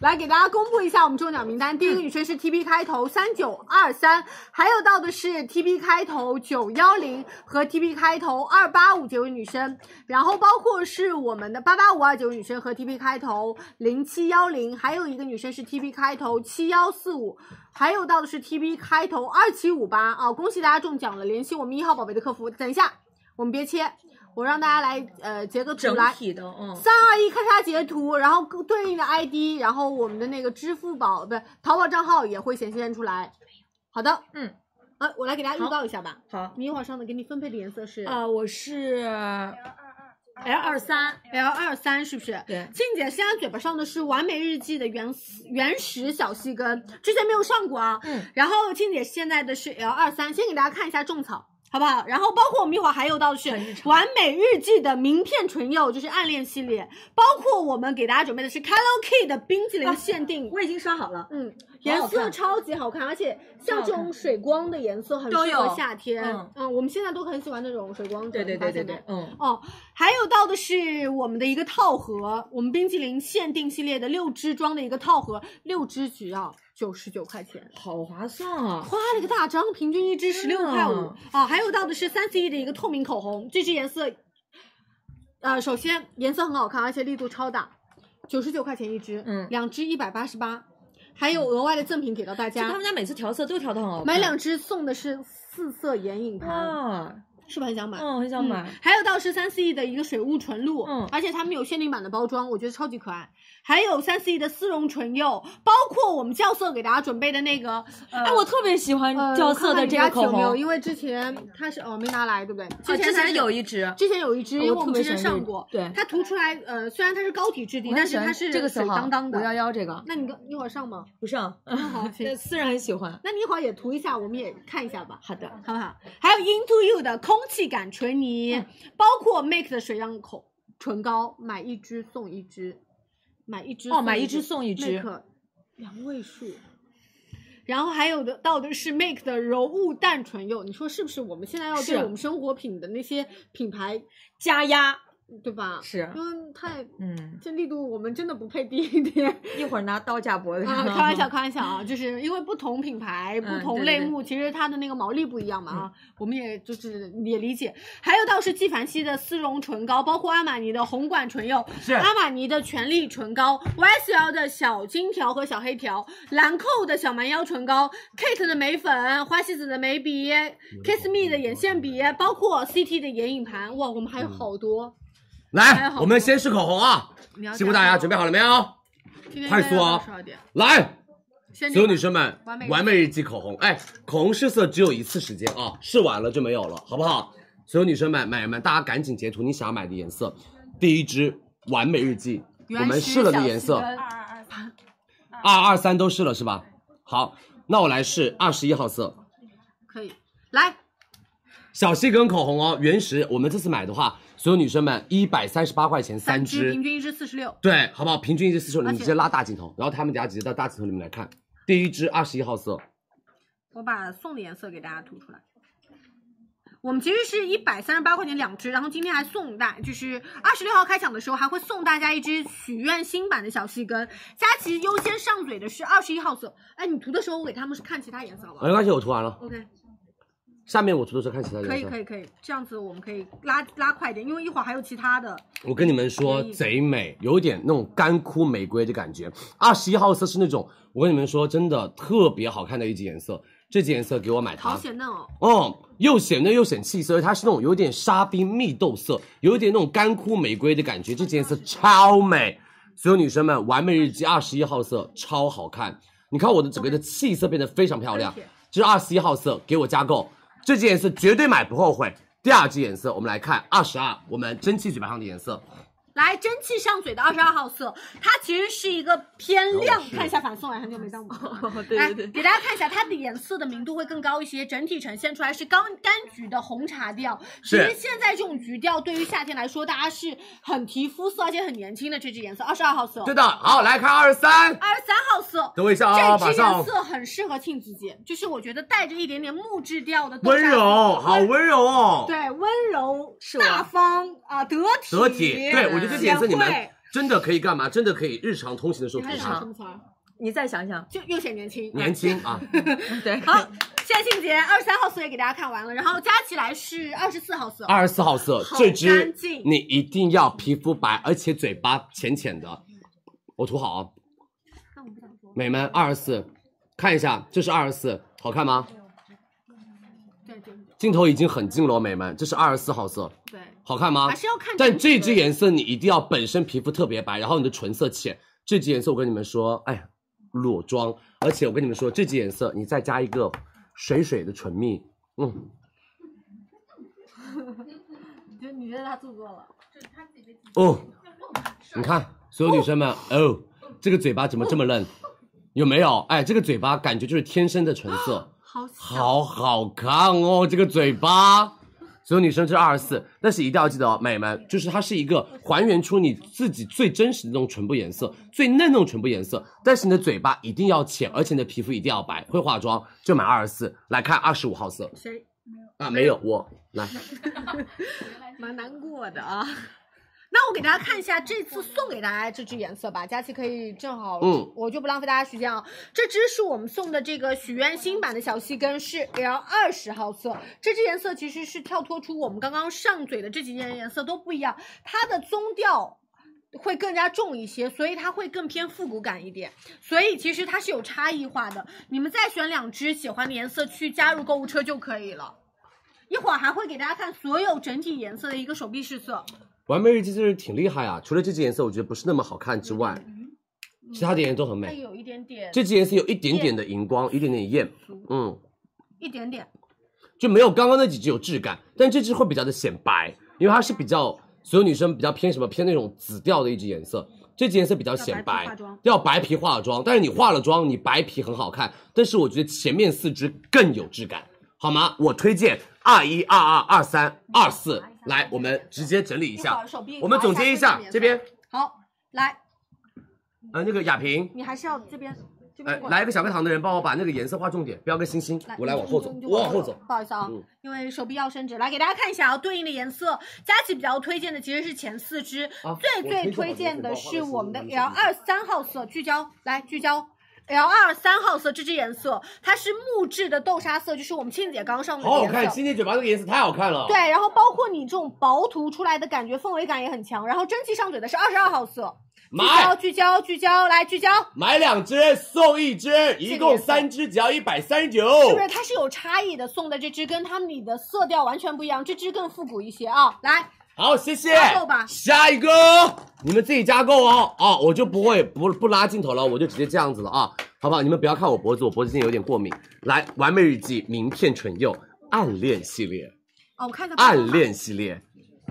来给大家公布一下我们中奖名嗯单，第一个女生是 T B 开头三九二三，还有到的是 T B 开头九幺零和 T B 开头二八五九位女生，然后包括是我们的八八五二九女生和 T B 开头零七幺零，还有一个女生是 T B 开头七幺四五，还有到的是 T B 开头二七五八啊！恭喜大家中奖了，联系我们一号宝贝的客服。等一下，我们别切，我让大家来呃截个图 整来。体的嗯。三二啊一，咔嚓截图，然后各对应的 ID，然后我们的那个支付宝不是淘宝账号也会显现出来。好的，嗯，呃，我来给大家预好告一下吧。好，你一会儿上的给你分配的颜色是啊，我是 L 二三， L 二三，是不是？对静姐现在嘴巴上的是完美日记的原始原始小细跟，之前没有上过啊。嗯，然后静姐现在的是 L 二三，先给大家看一下种草。好不好？然后包括我们一会儿还有到的是完美日记的名片唇釉，就是暗恋系列，包括我们给大家准备的是 Hello Kitty 的冰激凌限定，啊我已经刷好了。嗯，颜色超级好看，而且像这种水光的颜色很都适合有夏天。嗯我们现在都很喜欢这种水光对唇，对你发对对现对没，嗯，哦，还有到的是我们的一个套盒，我们冰淇淋限定系列的六支装的一个套盒，六支只要九十九块钱。好划算啊！花了个大张，平均一支十六的块五啊！还有到的是三 C E 的一个透明口红，这支颜色，呃，首先颜色很好看，而且力度超大，九十九块钱一支，嗯两支一百八十八，还有额外的赠品给到大就他家们，家每次调色都调的很好看，买两支送的是四色眼影盘，啊，是不是很想买？嗯很想买还有到是三四亿的一个水雾纯露，嗯而且他们有限定版的包装，我觉得超级可爱。还有三四亿的丝绒唇釉，包括我们校色给大家准备的那个，呃、哎，我特别喜欢呃校色的这个口我看看你家有没有？红，因为之前它是哦没拿来，对不对？之前它是有一支，哦之前有一支，因为我我特们别之喜前欢上这过对，它涂出来呃虽然它是高体质地，我但很是喜欢它是这个水色号当当的五幺。幺这个那你跟一会儿上 吗？不上，好行私人很喜欢。那你一会儿也涂一下，我们也看一下吧，嗯好的，好不好？还有 Into You 的空气感唇泥，包括 Make 的水样口唇膏，买一支送一支，买一支哦买一支送一支 Make 两位数。然后还有的到的是 Make 的柔雾淡唇釉，你说是不是？我们现在要对是我们生活品的那些品牌，加压对吧？是因为太嗯，这力度我们真的不配低一点。一会儿拿刀架脖子啊， 上。开玩笑，开玩笑啊，就是因为不同品牌、不嗯同对对类对目，其实它的那个毛利不一样嘛啊，嗯我们也就是也理解。还有到是纪梵希的丝绒唇膏，包括阿玛尼的红管唇釉，是阿玛尼的权力唇膏，YSL 的小金条和小黑条，兰蔻的小蛮腰唇膏，Kate 的眉粉，花西子的眉笔，Kiss Me 的眼线笔，包括 CT 的眼影盘，哇，我们还有好多，还有来好，多我们先试口红啊，你要辛苦大家，准备好了没有？嗯快速啊少点，来，先所有你吧女生们完美，日记完美日记口红，哎，口红试色只有一次时间啊，试完了就没有了，好不好？所有女生们、买人们，大家赶紧截图你想要买的颜色。第一支完美日记，我们试了的颜色，二二三都试了是吧？好，那我来试二十一号色，可以来。小细跟口红哦。原石，我们这次买的话，所有女生们一百三十八块钱三支，平支，均一支四十六。对，好不好？平均一支四十，而且你直接拉大镜头，然后他们等下直接到大镜头里面来看。第一支二十一号色，我把送的颜色给大家涂出来。我们其实是一百三十八块钱两支，然后今天还送大，就是二十六号开抢的时候还会送大家一支许愿新版的小细跟。佳琪优先上嘴的是二十一号色，哎，你涂的时候我给他们看其他颜色好不好没关系，我涂完了。 ？OK，下面我涂的时候看其他颜色。可以可以可以，这样子我们可以拉拉快一点，因为一会儿还有其他的。我跟你们说可以，贼美，有点那种干枯玫瑰的感觉。二十一号色是那种，我跟你们说，真的特别好看的一支颜色。这支颜色给我买好它，显嫩哦，哦，又显嫩又显气色，它是那种有点沙冰蜜豆色，有一点那种干枯玫瑰的感觉。这支颜色超美，所有女生们，完美日记二十一号色超好看。你看我的整个的气色变得非常漂亮可以贴，这是二十一号色，给我加购，这支颜色绝对买不后悔。第二支颜色，我们来看二十二，我们蒸汽嘴巴上的颜色。来蒸汽上嘴的二十二号色，它其实是一个偏亮哦。是看一下反送来，很久没当过。 对来 对对，啊给大家看一下，它的颜色的明度会更高一些，整体呈现出来是刚柑橘的红茶调。其实是现在这种橘调对于夏天来说，大家是很提肤色，而且很年轻的这支颜色，二十二号色哦。对的，好，来看二十三，二十三号色，等我一下啊，这马支颜上色很适合庆子姐，就是我觉得带着一点点木质调的豆温沙柔，色好温柔哦，对温柔是我大方啊，得体得体，对我觉得这颜色你们贤惠真的可以干嘛？真的可以日常通勤的时候你涂看啥它什，么词儿？你再想想，就又显年轻，年轻 啊， 对，好，现在庆节二十三号色也给大家看完了，然后加起来是二十四哦号色。二十四号色好这干支净，你一定要皮肤白，而且嘴巴浅浅的，我涂好啊，美们二十四，看一下，这是二十四，好看吗？对对对镜头已经很近了哦，美们，这是二十四号色，对，好看吗？还是要看整体的。但这支颜色你一定要本身皮肤特别白，然后你的唇色浅。这支颜色我跟你们说，哎呀，裸妆，而且我跟你们说，这支颜色你再加一个水水的唇蜜，嗯，就你觉得他做作了？哦，你看所有女生们，哦，这个嘴巴怎么这么嫩？有没有？哎，这个嘴巴感觉就是天生的唇色，好小，好好看哦，这个嘴巴。所有女生这二十四，但是一定要记得哦，美们，就是它是一个还原出你自己最真实的那种唇部颜色，最嫩那种唇部颜色，但是你的嘴巴一定要浅，而且你的皮肤一定要白，会化妆就买二十四。来看二十五号色谁啊，没有我来，蛮难过的啊。 那我给大家看一下这次送给大家这支颜色吧，佳琪可以正好，嗯我就不浪费大家时间啊。这支是我们送的这个许愿新版的小细跟，是 L 二十号色。这支颜色其实是跳脱出我们刚刚上嘴的这几件颜色都不一样，它的棕调会更加重一些，所以它会更偏复古感一点。所以其实它是有差异化的，你们再选两支喜欢的颜色去加入购物车就可以了。一会儿还会给大家看所有整体颜色的一个手臂试色。完美日记真是挺厉害啊！除了这支颜色我觉得不是那么好看之外，其他的颜色都很它美。有一点点，这支颜色有一点点的荧光，一点点艳，嗯，一点点，就没有刚刚那几支有质感，但这支会比较的显白，因为它是比较所有女生比较偏什么偏那种紫调的一支颜色。这支颜色比较显白，要白皮化了妆，但是你化了妆，你白皮很好看，但是我觉得前面四支更有质感，好吗？我推荐二一、二二、二三、二四，嗯来，我们直接整理一一会下儿手臂，我们总结一下拿一下这边，好，来，呃，那个雅萍，你还是要这边，这哎边，过来一个小课堂的人帮我把那个颜色画重点，不要跟星星，我来往后走嗯你，就我往后走。不好意思啊，嗯因为手臂要伸直，来给大家看一下啊，对应的颜色，佳琪比较推荐的其实是前四支，啊最最推荐的是我们的 L 二三号色，聚焦，来聚焦。L 二三号色这支颜色，它是木质的豆沙色，就是我们庆姐刚上的好好颜色。看，星姐嘴巴那个颜色太好看了。对，，然后包括你这种薄涂出来的感觉，氛围感也很强。然后蒸汽上嘴的是二十二号色，聚焦买聚焦聚焦，来聚焦，买两支送一支，一共三支，只要一百三十九。是不是它是有差异的？送的这支跟他们里的色调完全不一样，这支更复古一些啊。来，好，谢谢加购吧。下一个，你们自己加购哦。啊，我就不会不不拉镜头了，我就直接这样子了啊，好不好？你们不要看我脖子，我脖子今天有点过敏。来，完美日记名片唇釉暗恋系 列，哦，我看一下暗恋系列，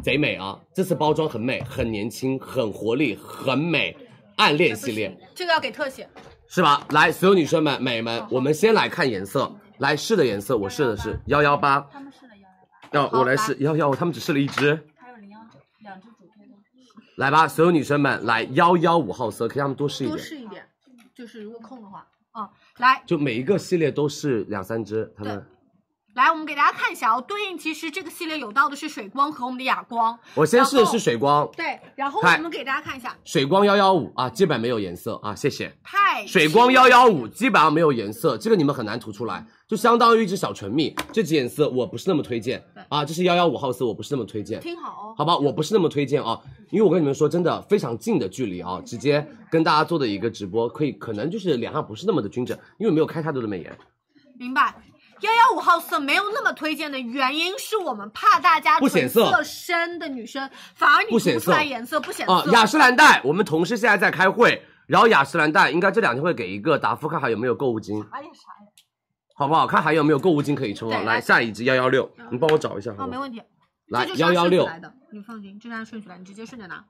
贼美啊！这次包装很美，很年轻，很活力，很美。暗恋系 列这个要给特写，是吧？来，所有女生们、美们，我们先来看颜色。来试的颜色，我试的是幺幺八，他们试了幺幺八，要好我来试幺幺，他们只试了一支。还有零幺九，两只主推的。来吧，所有女生们，来幺幺五号色，可以让他们多试一多点。试一点，就是如果空的话啊。来就每一个系列都是两三支，他们。来，我们给大家看一下哦，对应其实这个系列有到的是水光和我们的哑光。我先试的然后是水光，对，然后看我们给大家看一下水光幺幺五啊，基本没有颜色啊，谢谢。太水光幺幺五基本上没有颜色，这个你们很难涂出来，就相当于一支小唇蜜。这支颜色我不是那么推荐啊，这是幺幺五号色，我不是那么推荐。听好哦。好吧，我不是那么推荐啊，因为我跟你们说，真的非常近的距离啊，直接跟大家做的一个直播，可以可能就是脸上不是那么的均整，因为没有开太多的美颜。明白。幺幺五号色没有那么推荐的原因是我们怕大家不显色唇色深的女生，反而你不涂显不出来色颜色不显色。啊，雅诗兰黛，我们同事现在在开会，然后雅诗兰黛应该这两天会给一个答复，看还有没有购物金，哎呀啥呀？好不好？看还有没有购物金可以抽啊？对来下一支幺幺六，你帮我找一下啊、好没吗？问题。来这就是按顺序116来，的，你放心，这是按顺序来，你直接顺着拿，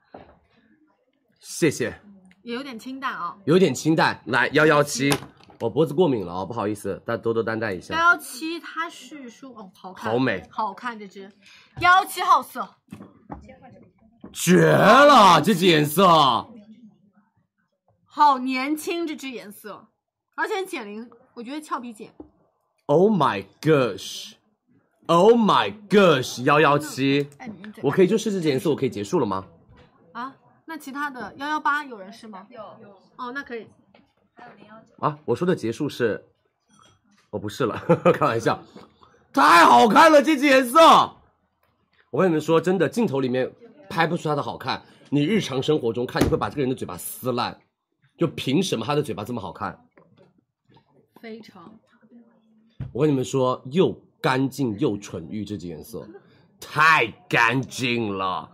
谢谢，也有点清淡啊。有点清淡，来幺幺七，我脖子过敏了啊，不好意思，大家多多担待一幺下。幺七它是说哦，好看，好美，好看这支幺幺七号色，绝了，这啊支颜色，好年轻这支颜色，而且减龄，我觉得俏皮姐 Oh my gosh！Oh my gosh！幺幺七，哎，你对我可以就试这颜色，我可以结束了吗？啊，那其他的幺幺八有人试吗？有有。哦，那可以。啊，我说的结束是，我不是了， 开玩笑，太好看了这支颜色。我跟你们说，真的，镜头里面拍不出它的好看，你日常生活中看，你会把这个人的嘴巴撕烂。就凭什么他的嘴巴这么好看？非常。我跟你们说，又干净又纯欲，这支颜色太干净了。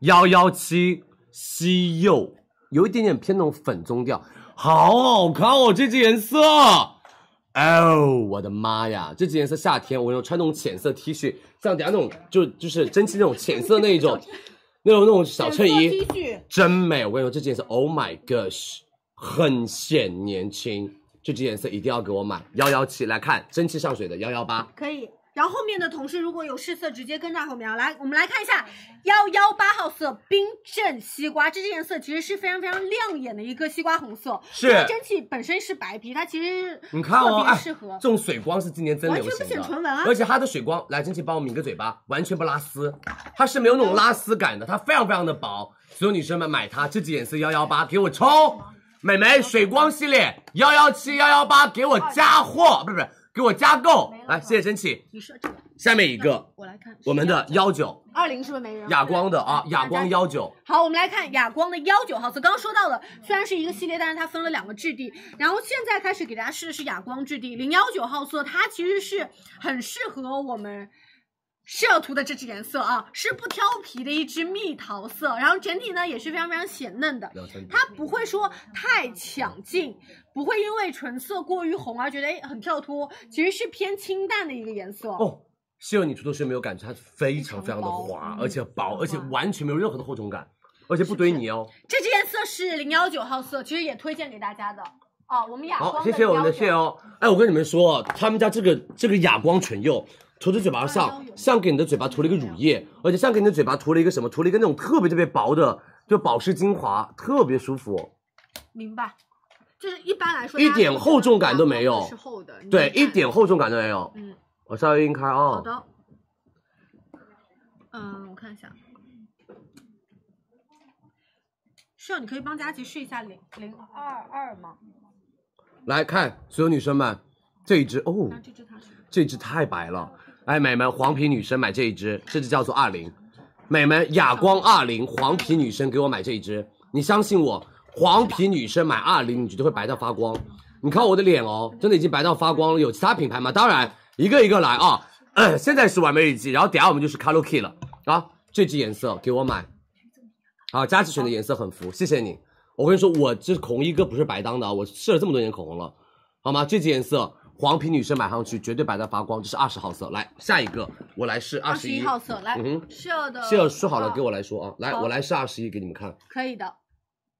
幺幺七西柚，有一点点偏那种粉棕调，好好看哦，这支颜色。哦，我的妈呀！这支颜色夏天，我有穿那种浅色 T 恤，像等下那种就就是蒸汽那种浅色那一 种，那种那种小衬衣 T 恤，真美！我跟你说，这支颜色，Oh my gosh，很显年轻。这支颜色一定要给我买，幺幺七来看蒸汽上水的幺幺八，可以。然后后面的同事如果有试色，直接跟在后面啊。来，我们来看一下幺幺八号色冰镇西瓜，这支颜色其实是非常非常亮眼的一个西瓜红色。是因为蒸汽本身是白皮，它其实你看哦，特别哎，适合。这种水光是今年真流行的，完全不显唇纹啊而且它的水光，来，蒸汽帮我抿个嘴巴，完全不拉丝，它是没有那种拉丝感的，它非常非常的薄。所有女生们买它，这支颜色幺幺八，给我冲！美眉水光系列幺幺七幺幺八，给我加货，不是不是，给我加购。来，谢谢蒸汽。你说这个，下面一个，我来看我们的幺九二零是不是没人？哑光的嗯啊，哑光幺九。好，我们来看哑光的幺九号色。刚刚说到了，虽然是一个系列，但是它分了两个质地。然后现在开始给大家试的是哑光质地零幺九号色，它其实是很适合我们是要涂的这支颜色啊，是不挑皮的一支蜜桃色，然后整体呢也是非常非常显嫩的，两千多它不会说太抢镜，不会因为唇色过于红而觉得哎很跳脱，其实是偏清淡的一个颜色。哦，室友，你涂的时候有没有感觉它非常非常的非常滑，薄而且嗯薄，而且完全没有任何的厚重感，而且不堆泥哦。这支颜色是零幺九号色，其实也推荐给大家的啊。我们哑好，光谢谢我们的019谢哦。哎，我跟你们说，他们家这个这个哑光唇釉涂在嘴巴上，像给你的嘴巴涂了一个乳液，而且像给你的嘴巴涂了一个什么，涂了一个那种特别特别薄的，就保湿精华，特别舒服。明白，就是一般来说一点厚重感都没有大家都觉得是厚的，你对，看一点厚重感都没有。嗯，我稍微晕开啊、好的。嗯，我看一下。室友，你可以帮佳琪试一下零零啊二二吗？来看，所有女生们，这一支哦，那这支它是这支太白了。哎，美们，黄皮女生买这一支，这支叫做二零。美们，哑光二零，黄皮女生给我买这一支，你相信我，黄皮女生买二零，你绝对会白到发光。你看我的脸哦，真的已经白到发光了。有其他品牌吗？当然，一个一个来啊。 呃现在是完美日记，然后等下我们就是 Color Key 了啊。这支颜色给我买，好，佳琪选的颜色很服，谢谢你。我跟你说，我这孔一哥不是白当的啊，我试了这么多年口红了，好吗？这支颜色黄皮女生买上去绝对白到发光，这是二十号色。来下一个，我来试二二十十一一号色，来嗯哼，室友的谢尔说好了，嗯号给我来说啊，来好我来试二十一给你们看。可以的。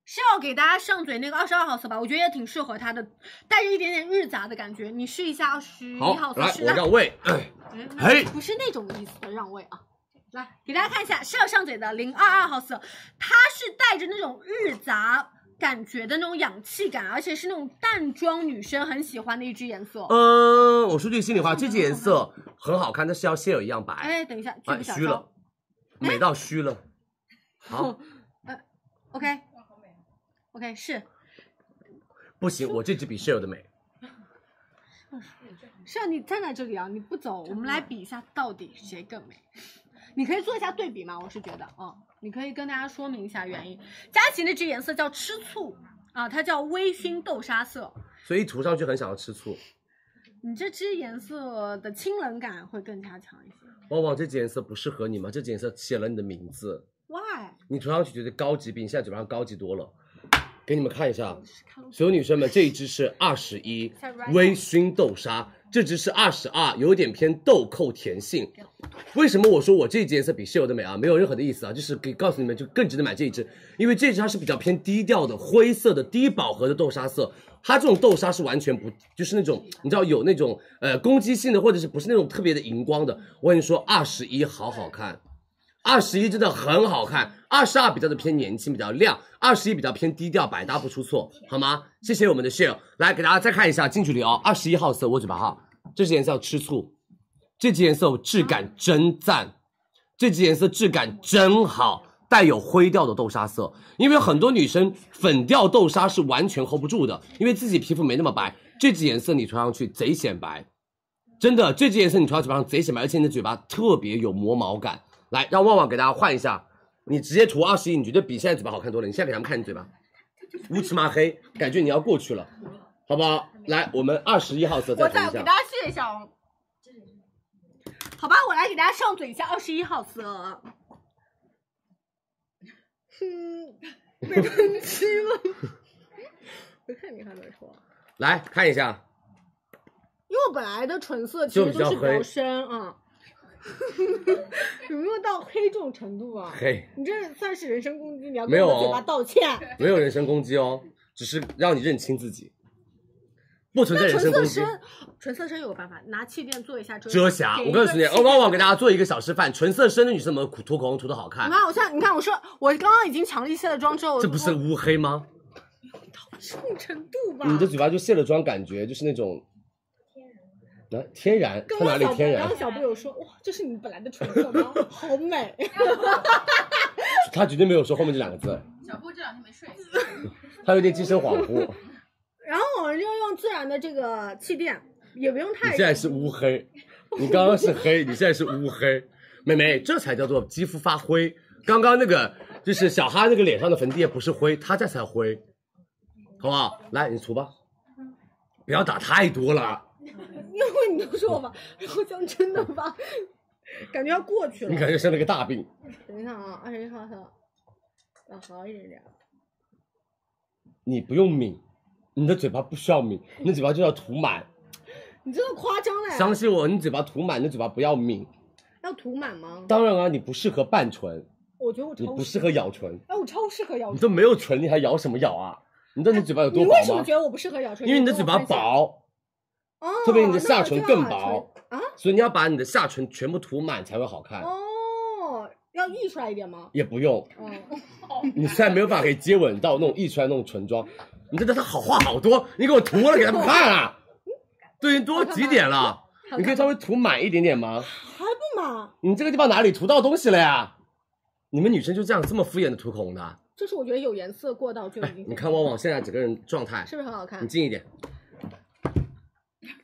是要给大家上嘴那个二十二号色吧，我觉得也挺适合它的，带着一点点日杂的感觉。嗯你试一下二十一好号，色，来是我的让位，哎嘿不是那种意思的让位啊。来给大家看一下，是要上嘴的零二二号色，它是带着那种日杂感觉的那种氧气感，而且是那种淡妆女生很喜欢的一支颜色。嗯，我说句心里话，这支颜色很好看，但是要谢尔一样白，哎，等一下，巨哎不小虚了，美到虚了。好， OK OK 是不行，我这支比谢尔的美。是啊，你站在这里啊，你不走，我们来比一下到底谁更美。你可以做一下对比嘛，我是觉得，嗯，你可以跟大家说明一下原因。佳琪那支颜色叫吃醋啊，它叫微醺豆沙色。所以一涂上去很想要吃醋。你这支颜色的清冷感会更加强一些。旺旺，这支颜色不适合你吗？这支颜色写了你的名字， Why？你涂上去觉得高级，比你现在嘴巴上高级多了。给你们看一下，所有女生们，这一支是二十一微醺豆沙，这支是二十二，有点偏豆蔻甜性。为什么哎我说我这一支颜色比室友的美啊？没有任何的意思啊，就是给告诉你们，就更值得买这一支，因为这支它是比较偏低调的灰色的低饱和的豆沙色。它这种豆沙是完全不，就是那种你知道有那种呃攻击性的，或者是不是那种特别的荧光的。我跟你说，二十一好好看，二十一真的很好看，二十二比较的偏年轻，比较亮，二十一比较偏低调，百搭不出错，好吗？谢谢我们的 share，来给大家再看一下近距离哦，二十一号色我嘴巴哈，这支颜色叫吃醋，这支颜色质感真赞，这支颜色质感真好，带有灰调的豆沙色，因为很多女生粉调豆沙是完全 hold 不住的，因为自己皮肤没那么白，这支颜色你涂上去贼显白。真的，这支颜色你涂到嘴巴上贼显白，而且你的嘴巴特别有磨毛感。来，让旺旺给大家换一下，你直接涂二十一，你觉得比现在嘴巴好看多了。你现在给他们看你嘴巴，乌漆麻黑，感觉你要过去了，好不好？来，我们二十一号色再我涂再一给下。大家试一下哦。好吧，我来给大家上嘴一下二十一号色。嗯， 被喷漆了。我看你还没脱，来看一下，因为我本来的唇色其实都是比较深 啊。有没有到黑这种程度啊？嘿，你这算是人身攻击，你要没跟有我哦的嘴巴道歉。没有人身攻击哦，只是让你认清自己，不存在那人唇身攻色击。深，唇色深有个办法，拿气垫做一下遮遮瑕，给我一告个诉你，气哦旺旺给大家做一个小示范，唇色深的女生怎么涂口红涂的好看你？看，我现在你看，我说我刚刚已经强力卸了妆之后，这不是我乌黑吗？这种程度吧？你的嘴巴就卸了妆，感觉就是那种，来天然，跟它哪我里小布，天然然后？小布有说，哇，这是你本来的唇色吗？好美。他绝对没有说后面这两个字，小布这两天没睡，他有点精神恍惚。然后我们就用自然的这个气垫，也不用你太现。在是乌黑，你刚刚是黑，你现在是乌黑，妹妹，这才叫做肌肤发灰。刚刚那个就是小哈那个脸上的粉底液不是灰，他这才灰，好不好？来，你涂吧，不要打太多了。因为你都说我吧，然后讲真的吧，感觉要过去了。你感觉生了个大病。等一下啊，二十一号上，要好一点啊点。你不用抿，你的嘴巴不需要抿，你的嘴巴就要涂满。你真的夸张嘞！相信我，你嘴巴涂满，你的嘴巴不要抿。要涂满吗？当然啊，你不适合半唇，我觉得我超你不适合咬唇，哎，我超适合咬你唇。都没有唇，你还咬什么咬啊？你知道你嘴巴有你多薄吗？啊为什么觉得我不适合咬唇？因为你的嘴跟我巴分享，薄，哦，特别你的那下我就唇要更把薄唇啊。所以你要把你的下唇全部涂满才会好看。哦，要溢出来一点吗？也不用，嗯， 你虽然没有办法可以接吻到那种溢出来那种唇妆，你这他好话好多，你给我涂了给他们看 啊，都已经多几点了，你可以稍微涂满一点点吗？还不满，你这个地方哪里涂到东西了呀？你们女生就这样这么敷衍的涂口红的？啊就是我觉得有颜色过到就已经，哎你看旺旺现在整个人状态，是不是很好看 你？近一点，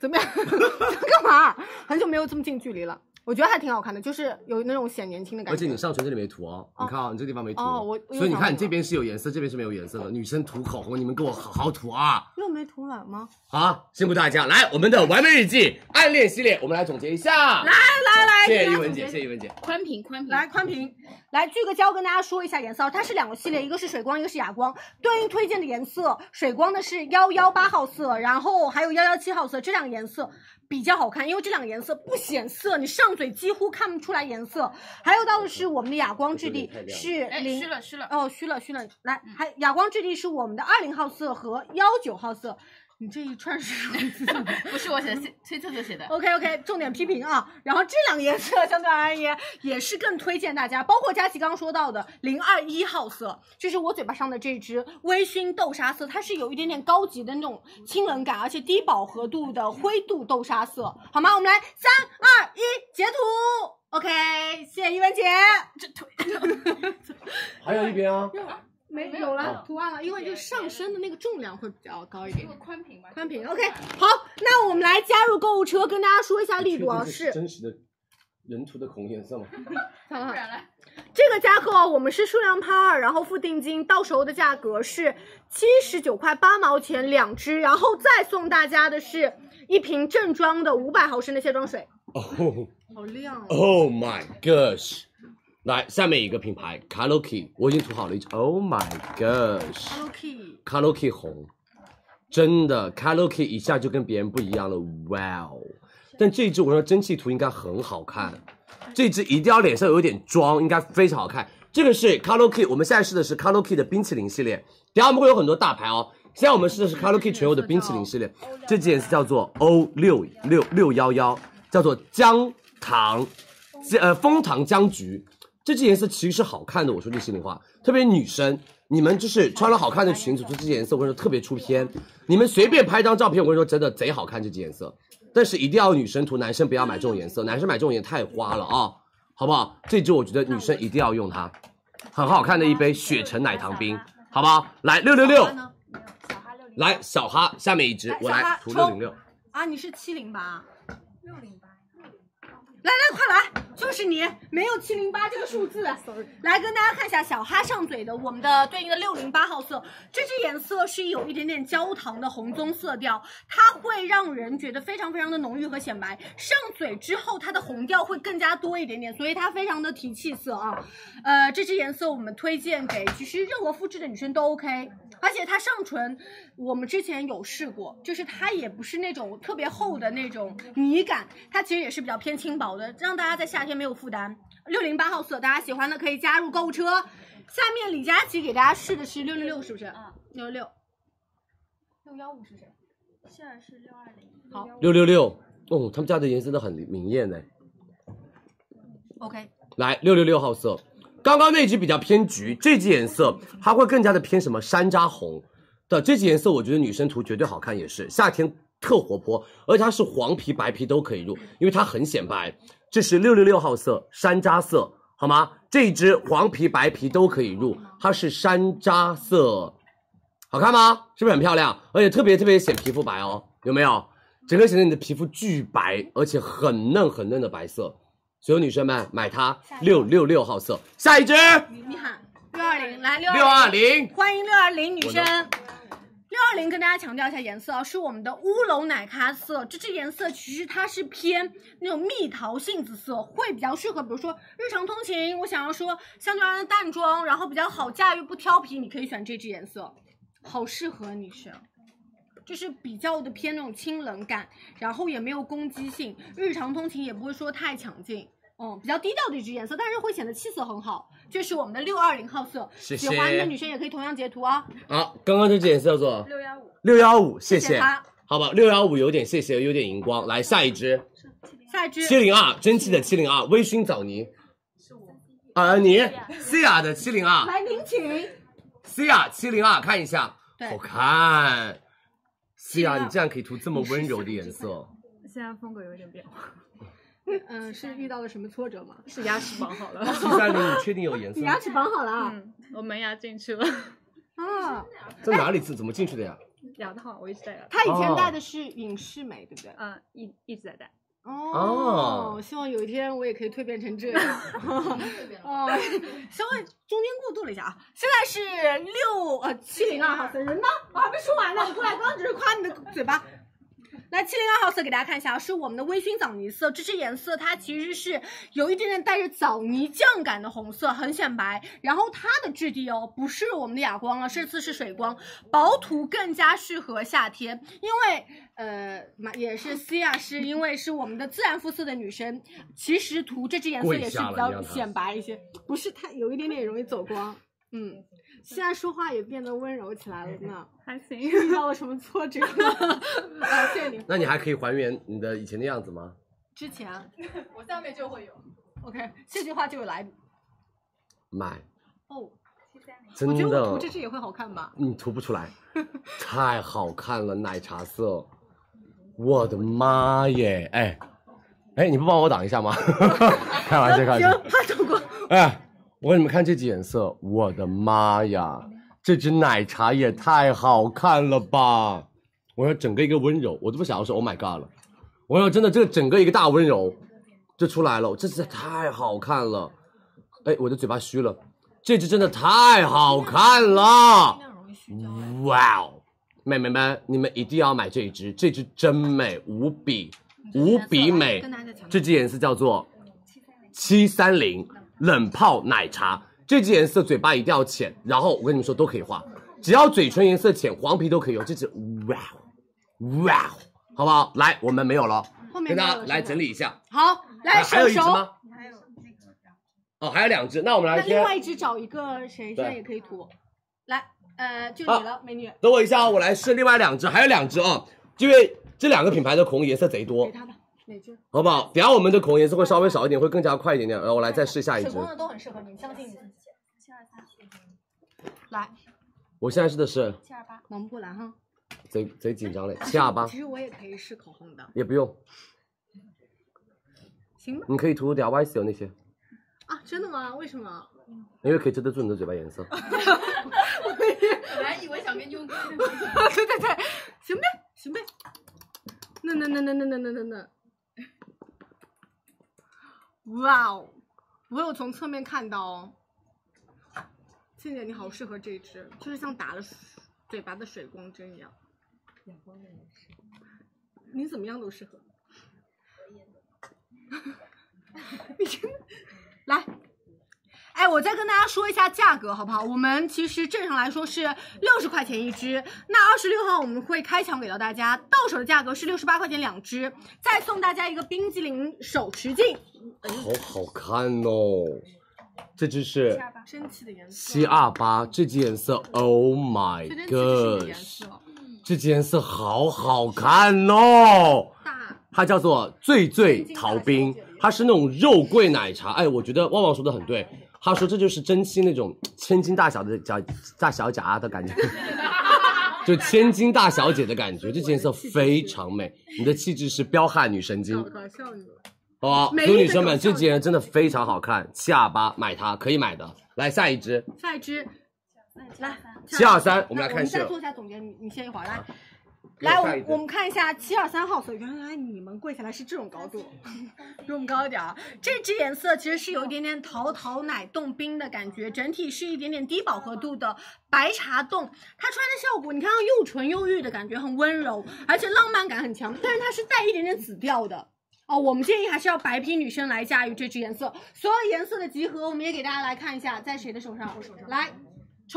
怎么样？ 干嘛？很久没有这么近距离了，我觉得还挺好看的，就是有那种显年轻的感而觉。且你上唇这里没涂哦，你看啊，你这个地方没涂，哦我我又所以你想起看你来这边是有颜色，这边是没有颜色的。女生涂口红，你们给我好好涂啊！又没涂满吗？好，辛苦大家。来，我们的完美日记暗恋系列，我们来总结一下。来来来谢谢给大家一文总结姐，谢谢一文姐。宽屏宽屏，来宽屏，来聚个焦，跟大家说一下颜色哦，它是两个系列，一个是水光，一个是哑光，对应推荐的颜色，水光的是幺幺八号色，然后还有幺幺七号色，这两个颜色比较好看，因为这两个颜色不显色，你上嘴几乎看不出来颜色。还有到的是我们的哑光质地这个太亮了是哎，零虚了虚了，哦，虚了虚了，来，还哑光质地是我们的二零号色和幺九号色。你这一串是什么不是我写的，是 推测就写的。 ？OK OK，重点批评啊。然后这两个颜色相对而言也是更推荐大家，包括佳琪刚刚说到的零二一号色，就是我嘴巴上的这支微醺豆沙色，它是有一点点高级的那种清冷感，而且低饱和度的灰度豆沙色，好吗？我们来三二一截图。OK，谢谢一文姐。还有一边啊，没没有有了了，图案了，啊因为就上身的那个重量会比较高一点。宽屏吧，宽屏，OK，好，那我们来加入购物车，跟大家说一下力度啊，这是真实的人涂的口红颜色吗？看看然了，这个价格哦，我们是数量拍二，然后付定金，到时候的价格是七十九块八毛钱两支，然后再送大家的是一瓶正装的五百毫升的卸妆水。哦好亮、哦！ ，Oh my gosh！来，下面一个品牌 k a l o k i 我已经涂好了一支。Oh my gosh！ Hello Kitty， k a l o k i 红，真的 k a l o k i 一下就跟别人不一样了，哇哦！但这一支我说蒸汽涂应该很好看，这支一定要脸上有一点妆，应该非常好看。这个是 k a l o k i 我们现在试的是 k a l o k i 的冰淇淋系列，等一下我们会有很多大牌哦。现在我们试的是 k a l o k i 全油的冰淇淋系列，这支颜色叫做 O 六六六幺幺，叫做姜糖，呃枫糖姜橘。这支颜色其实是好看的，我说句心里话，特别女生，你们就是穿了好看的裙子，就这支颜色，我跟你说特别出片。你们随便拍张照片，我跟你说真的贼好看这支颜色，但是一定要女生涂，男生不要买这种颜色，男生买这种颜色太花了啊，好不好？这支我觉得女生一定要用它，很好看的一杯雪橙奶糖冰，好不好？来六六六，来小哈，下面一支来我小来哈涂抽六零六，啊，你是七零八。来来，快来，就是你，没有七零八这个数字。来跟大家看一下小哈上嘴的，我们的对应的六零八号色，这支颜色是有一点点焦糖的红棕色调，它会让人觉得非常非常的浓郁和显白。上嘴之后，它的红调会更加多一点点，所以它非常的提气色啊。呃，这支颜色我们推荐给其实任何肤质的女生都 OK，而且它上唇我们之前有试过，就是它也不是那种特别厚的那种泥感，它其实也是比较偏轻薄的，让大家在夏天没有负担。六零八号色，大家喜欢的可以加入购物车。下面李佳琦给大家试的是六六六，是不是？六六六，六六六，哦，他们家的颜色都很明艳呢。 OK 来六六六号色，刚刚那支比较偏橘，这支颜色它会更加的偏什么山楂红的，这支颜色我觉得女生涂绝对好看，也是夏天特活泼，而且它是黄皮白皮都可以入，因为它很显白。这是六六六号色山楂色，好吗？这一支黄皮白皮都可以入，它是山楂色，好看吗？是不是很漂亮？而且特别特别显皮肤白哦，有没有？整个显得你的皮肤巨白，而且很嫩很嫩的白色。所有女生们买它六六六号色，下一支你喊六二零，来六六二零。欢迎六二零女我生。六二零跟大家强调一下颜色啊，是我们的乌龙奶咖色。这支颜色其实它是偏那种蜜桃杏子色，会比较适合，比如说日常通勤，我想要说相对而言淡妆，然后比较好驾驭，不挑皮，你可以选这支颜色，好适合女生。就是比较的偏那种清冷感，然后也没有攻击性，日常通勤也不会说太抢镜，嗯，比较低调的一支颜色，但是会显得气色很好。这是我们的六二零号色，谢喜欢谢的女生也可以同样截图啊。好，刚刚这支颜色叫做六幺五，六幺五，谢谢谢它好吧，六幺五有点谢谢，有点荧光。来下一支下一支七零二，蒸汽的七零二，微醺枣泥，啊你西雅的七零二，来您请。西雅七零二，看一下，对好看。西雅， 702你这样可以涂这么温柔的颜色，现在风格有点变化。嗯，是遇到了什么挫折吗？是牙齿绑好了七三零，你确定有颜色你吗？牙齿绑好了啊？嗯，我门牙进去了，啊，在哪里？怎怎么进去的呀？牙套我一直戴牙套，他以前戴的是隐适美，对不对？嗯，一一直在戴。哦，希望有一天我也可以蜕变成这样。 哦，稍微中间过渡了一下啊，现在是六呃七零二号色，人呢？我还没说完呢，你过来，刚刚只是夸你的嘴巴。来，七零二号色给大家看一下啊，是我们的微醺枣泥色，这支颜色它其实是有一点点带着枣泥酱感的红色，很显白。然后它的质地哦，不是我们的哑光了，这次是水光，薄涂更加适合夏天，因为呃，嘛也是 C 啊，是因为是我们的自然肤色的女生，其实涂这支颜色跪也是下了比你较让她显白一些，不是太有一点点容易走光。嗯，现在说话也变得温柔起来了呢。还行，遇到了什么挫折？啊，谢谢你。那你还可以还原你的以前的样子吗？之 前我下面就会有。 ，OK，这句话就有来买，哦。真我觉得的我涂这，支也会好看吧？你涂不出来，太好看了，奶茶色，我的妈耶！哎，哎，你不帮我挡一下吗？ 开玩笑，开玩行笑。，他走 过。哎，我给你们看这几颜色，我的妈呀，这支奶茶也太好看了吧！我要整个一个温柔，我都不想要说 Oh my God 了，我要真的这个整个一个大温柔就出来了，这支太好看了。哎，我的嘴巴虚了，这支真的太好看了，哎哇哦！妹妹们，你们一定要买这一支，这支真美无比，无比美跟大家讲。这支颜色叫做七三零冷泡奶茶，这支颜色嘴巴一定要浅，然后我跟你们说都可以画，只要嘴唇颜色浅，黄皮都可以用。这支哇哦哇哦，好不好？来，我们没有了，后面跟没有大了家来整理一下。啊好，来还有手一支哎手。吗？哦，还有两只，那我们来那另先外一只找一个谁，现在也可以涂。来，呃，就你了，美女。等我一下啊，我来试另外两只，还有两只啊，因为这两个品牌的口红颜色贼多给，他吧，哪只？好不好？等一下我们的口红颜色会稍微少一点，会更加快一点点。然后我来再试下一水支，光的都很适合你，相信你。来，我现在试的是忙不过来哈。贼贼紧张嘞，七二八其实我也可以试口红的，也不用，行吧？你可以涂点 Y C 那些，啊，真的吗？为什么？因为可以遮得住你的嘴巴颜 色。本来以为想跟你用过， 对对对，行呗，行呗。那那那那那那那那那，哇哦！我有从侧面看到哦，倩姐你好适合这一支，就是像打了水嘴巴的水光针一样。你怎么样都适合。 你真的来，哎，我再跟大家说一下价格好不好？我们其实正常来说是六十块钱一支，那二十六号我们会开抢给到大家，到手的价格是六十八块钱两支，再送大家一个冰激凌手持镜，好好看哦，这支是生气的颜色，七二八，这支颜色，Oh 这 my 真的是你的 god，颜色，这支颜色好好看哦。大它叫做醉醉桃冰，它是那种肉桂奶茶。哎，我觉得旺旺说的很对，他说这就是珍惜那种千金大小的小大小姐啊的 感觉，就千金大小姐的感觉。这件色非常美，你的气质是彪悍女神经，搞搞笑你。好不好？美所有丽的女生们，搞笑这件真的非常好看，七二八买它可以买的。来下一支下一支，来七二三，我我们来看再秀做一下总结，你你歇一会儿来。给我来，我看一们个我们看一下七二三号色，原来你们跪下来是这种高度， 比我们高一点啊。这支颜色其实是有一点点桃桃奶冻冰的感觉，整体是一点点低饱和度的白茶冻。它穿的效果，你看它又纯又欲的感觉，很温柔，而且浪漫感很强，但是它是带一点点紫调的。哦，我们建议还是要白皮女生来驾驭这支颜色。所有颜色的集合，我们也给大家来看一下，在谁的手上？来，冲！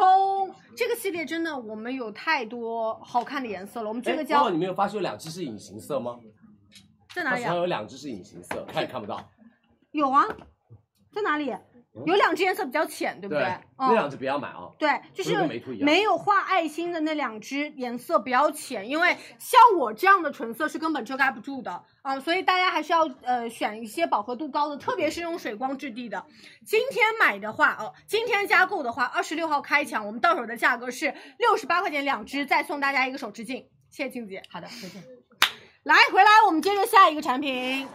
这个系列真的，我们有太多好看的颜色了。我们这个哎叫包包你没有发现有两只是隐形色吗？在哪里它手上啊？有两只是隐形色，看也看不到。有啊，在哪里？有两支颜色比较浅，对不对？哦那两只不要买啊。对，就是不是跟美图一样没有画爱心的那两支颜色比较浅，因为像我这样的唇色是根本遮盖不住的啊、所以大家还是要呃选一些饱和度高的，特别是用水光质地的。今天买的话哦，今天加购的话，二十六号开抢，我们到手的价格是六十八块钱两支，再送大家一个手持镜，谢谢静姐。好的，再见。来，回来我们接着下一个产品，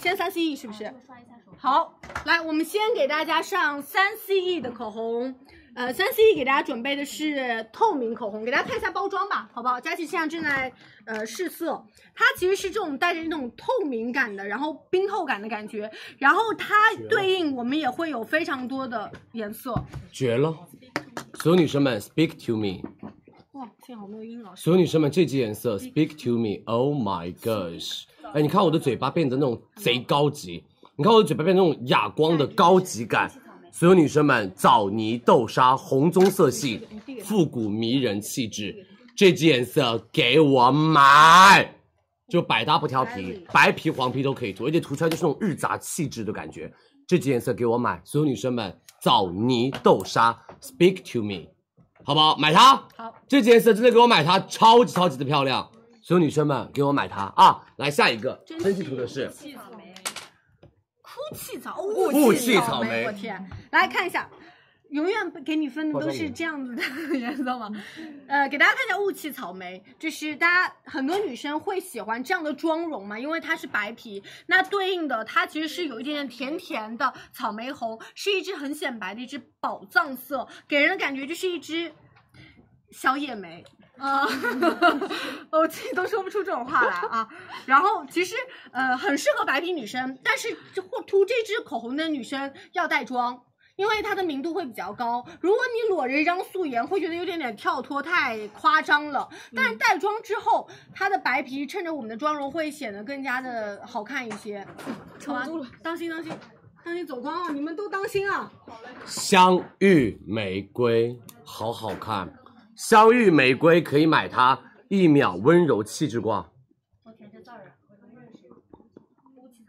先三 C E 是不是？好，来，我们先给大家上三 CE 的口红。呃，三 CE 给大家准备的是透明口红，给大家看一下包装吧，好不好？佳琪现在正在呃试色，它其实是这种带着那种透明感的，然后冰透感的感觉，然后它对应我们也会有非常多的颜色。绝了！所有女生们，Speak to me！哇，幸好没有殷老师。所有女生们，这支颜色，Speak to me！Oh my gosh！哎，你看我的嘴巴变得那种贼高级，你看我的嘴巴变得那种哑光的高级感。所有女生们，枣泥豆沙红棕色系，复古迷人气质，这支颜色给我买！就百搭不挑皮，白皮黄皮都可以涂，而且涂出来就是那种日杂气质的感觉。这支颜色给我买，所有女生们，枣泥豆沙，Speak to me，好不好？买它。好，这支颜色真的给我买它，超级超级的漂亮。所有女生们给我买它啊！来下一个，真气涂的是气草莓，哭泣草，雾雾气气草草莓，莓我天！来看一下，永远给你分的都是这样子的 颜色吗？呃，给大家看一下雾气草莓，就是大家很多女生会喜欢这样的妆容嘛，因为它是白皮，那对应的它其实是有一点点甜甜的草莓红，是一支很显白的一支宝藏色，给人的感觉就是一支小野莓。啊、 我自己都说不出这种话来啊。然后其实呃很适合白皮女生，但是或涂这支口红的女生要带妆。因为它的明度会比较高，如果你裸着一张素颜，会觉得有点点跳脱，太夸张了。但嗯是带妆之后，它的白皮衬着我们的妆容会显得更加的好看一些。好吧，当心当心，当心走光啊！你们都当心啊！香芋玫瑰，好好看。香芋玫瑰可以买它，一秒温柔气质挂。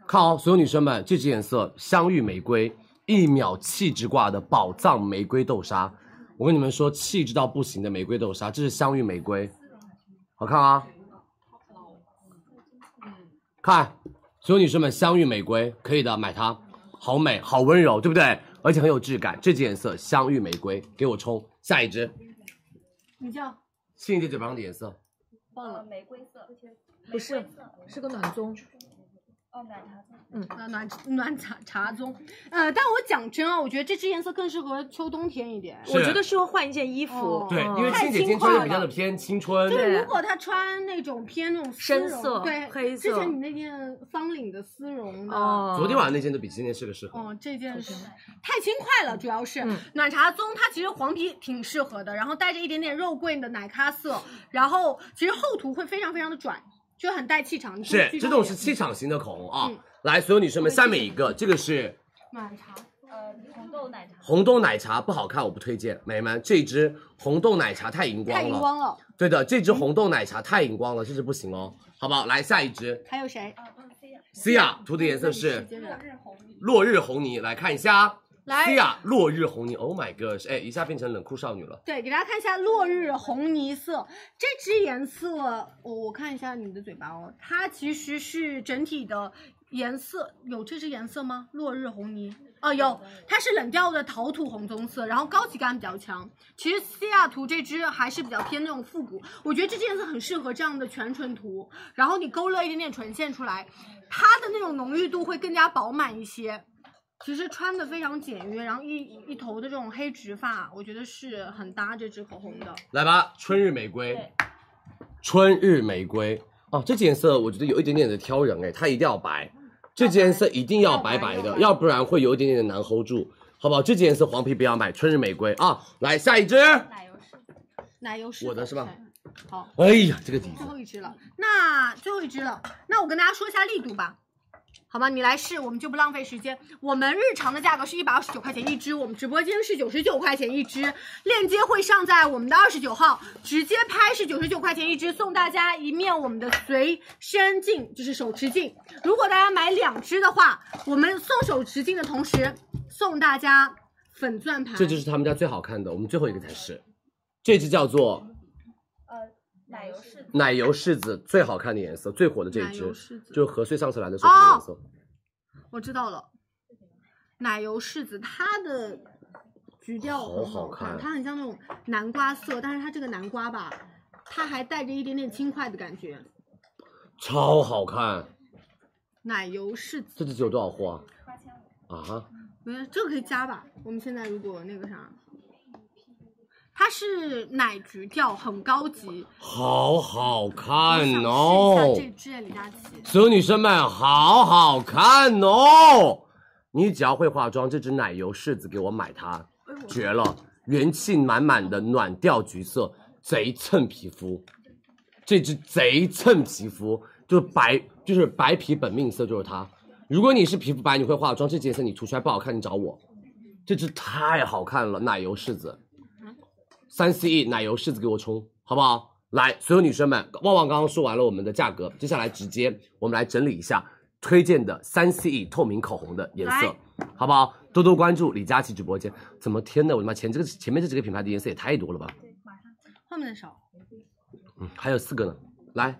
看哦，所有女生们，这支颜色香芋玫瑰，一秒气质挂的宝藏玫瑰豆沙。我跟你们说，气质到不行的玫瑰豆沙，这是香芋玫瑰，好看啊！看，所有女生们，香芋玫瑰可以的，买它，好美，好温柔，对不对？而且很有质感，这支颜色香芋玫瑰，给我冲！下一支，你叫庆姐嘴巴上的颜色，忘了玫瑰色，不是，是个暖棕。哦，奶茶色。嗯，暖呃暖暖茶茶棕，呃，但我讲真啊，我觉得这支颜色更适合秋冬天一点。我觉得适合换一件衣服哦。对，嗯因为太庆姐轻今天穿的快比较了的偏青春，哦就是如果她穿那种偏那种丝绒深色对，黑色之前你那件方领的丝绒的，哦，昨天晚上那件都比今天这个适合。哦，这件是太轻嗯快了，主要是、暖茶棕，它其实黄皮挺适合的，然后带着一点点肉桂的奶咖色，然后其实后涂会非常非常的拽，就很带气场。你可以是去这装种点是气场型的口红啊。嗯来，所有女生们，下面一个，这个是暖茶，呃，红豆奶茶。红豆奶茶，不好看，我不推荐。美眉们，这支红豆奶茶太荧光太了。荧光了。对的，这支红豆奶茶太荧光了，这支不行哦，好不好？来下一支还有谁？ ，C a 涂的颜色是接着来落日红泥，来看一下啊。来 C a 落日红泥，Oh my gosh，哎，一下变成冷酷少女了。对，给大家看一下落日红泥色这支颜色，我、我看一下你的嘴巴哦，它其实是整体的颜色有这支颜色吗？落日红泥哦有，它是冷调的陶土红棕色，然后高级感比较强。其实西雅图这支还是比较偏那种复古，我觉得这支颜色很适合这样的全唇涂，然后你勾勒一点点唇线出来，它的那种浓郁度会更加饱满一些。其实穿的非常简约，然后一一头的这种黑直发，我觉得是很搭这支口红的。来吧，春日玫瑰，春日玫瑰哦，这件色我觉得有一点点的挑人哎，它一定要白，这件色一定要白白的，要不然会有一点点难 hold 住，好不好？这件色黄皮不要买，春日玫瑰啊，来下一支，奶油是我的是吧？好，哎呀，这个底最后一支了，那最后一支了，那我跟大家说一下力度吧。好吧，你来试，我们就不浪费时间。我们日常的价格是一百二十九块钱一支，我们直播间是九十九块钱一支，链接会上在我们的二十九号，直接拍是九十九块钱一支，送大家一面我们的随身镜，就是手持镜。如果大家买两支的话，我们送手持镜的同时送大家粉钻盘，这就是他们家最好看的，我们最后一个才是，这支叫做呃，奶油柿子，奶油柿子，最好看的颜色，最火的这一奶油支柿子，就是何穗上次来的时候的颜色。我知道了，奶油柿子，它的橘调很好好看它很像那种南瓜色，但是它这个南瓜吧，它还带着一点点轻快的感觉。超好看，奶油柿子，这支只有多少货啊？啊，没事，这个可以加吧？我们现在如果那个啥，它是奶橘调，很高级。好好我看想试哦一！下这支李佳琦，所有女生们，好好看哦！你只要会化妆，这支奶油柿子给我买它，哎绝了，元气满满的暖调橘色，贼蹭皮肤。这支贼蹭皮肤，就是白，就是白皮本命色，就是它。如果你是皮肤白，你会化妆，这件色你涂出来不好看，你找我。这支太好看了，奶油柿子，三 C E 奶油柿子给我冲，好不好？来，所有女生们，旺旺刚刚说完了我们的价格，接下来直接我们来整理一下推荐的三 C E 透明口红的颜色来，好不好？多多关注李佳琦直播间。怎么天呐，我的妈，前这个前面这几个品牌的颜色也太多了吧？后面的少，嗯，还有四个呢，来，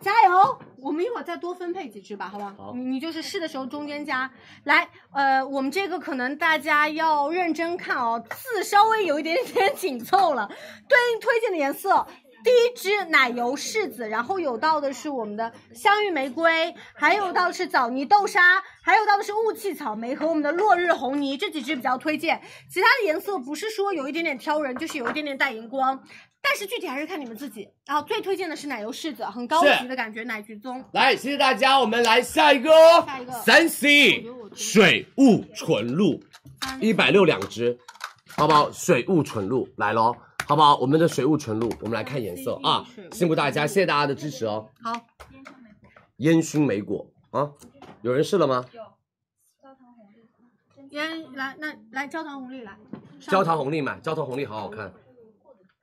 加油！我们一会儿再多分配几支吧，好不好？好你你就是试的时候中间加。来，呃，我们这个可能大家要认真看哦，字稍微有一点点紧凑了。对应推荐的颜色，第一支奶油柿子，然后有到的是我们的香芋玫瑰，还有到的是枣泥豆沙，还有到的是雾气草莓和我们的落日红泥，这几支比较推荐。其他的颜色不是说有一点点挑人，就是有一点点带荧光。但是具体还是看你们自己。然后最推荐的是奶油柿子，很高是级的感觉，奶橘棕。来，谢谢大家，我们来下一个哦。下一个三 C 水雾纯露，一百六两支，好不好？水雾纯露来喽，好不好？我们的水雾纯露，我们来看颜色啊，辛苦大家，谢谢大家的支持哦。好，烟熏莓果啊，有人试了吗？烟来，那来焦糖红绿来。上焦糖红利买，焦糖红利好好看，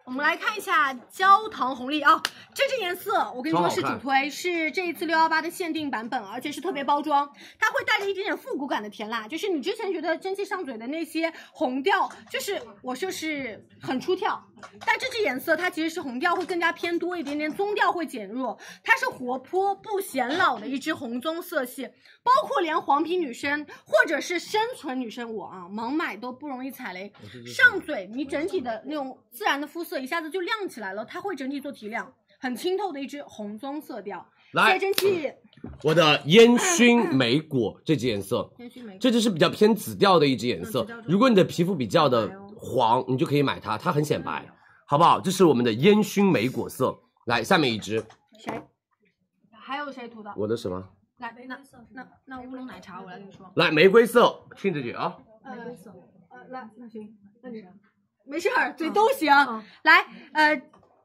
我们来看一下焦糖红利啊、这支颜色我跟你说是超好看主推，是这一次六幺八的限定版本，而且是特别包装，它会带着一点点复古感的甜辣，就是你之前觉得蒸汽上嘴的那些红调，就是我就是很出跳，但这支颜色它其实是红调会更加偏多一点点，棕调会减弱，它是活泼不显老的一支红棕色系，包括连黄皮女生或者是深唇女生，我啊盲买都不容易踩雷，上嘴你整体的那种自然的肤色一下子就亮起来了，它会整体做提亮，很清透的一支红棕色调。来再蒸汽，我的烟熏莓果这支颜色，烟熏玫瑰，这就是比较偏紫调的一支颜嗯色。如果你的皮肤比较的哦黄，你就可以买它，它很显白，好不好？这是我们的烟熏莓果色。来，下面一支，谁？还有谁涂的？我的什么？来，那那那乌龙奶茶，我来跟你说。来，玫瑰色，听着去啊！呃，呃，来，那行，那你没事儿，对，都行。来，呃，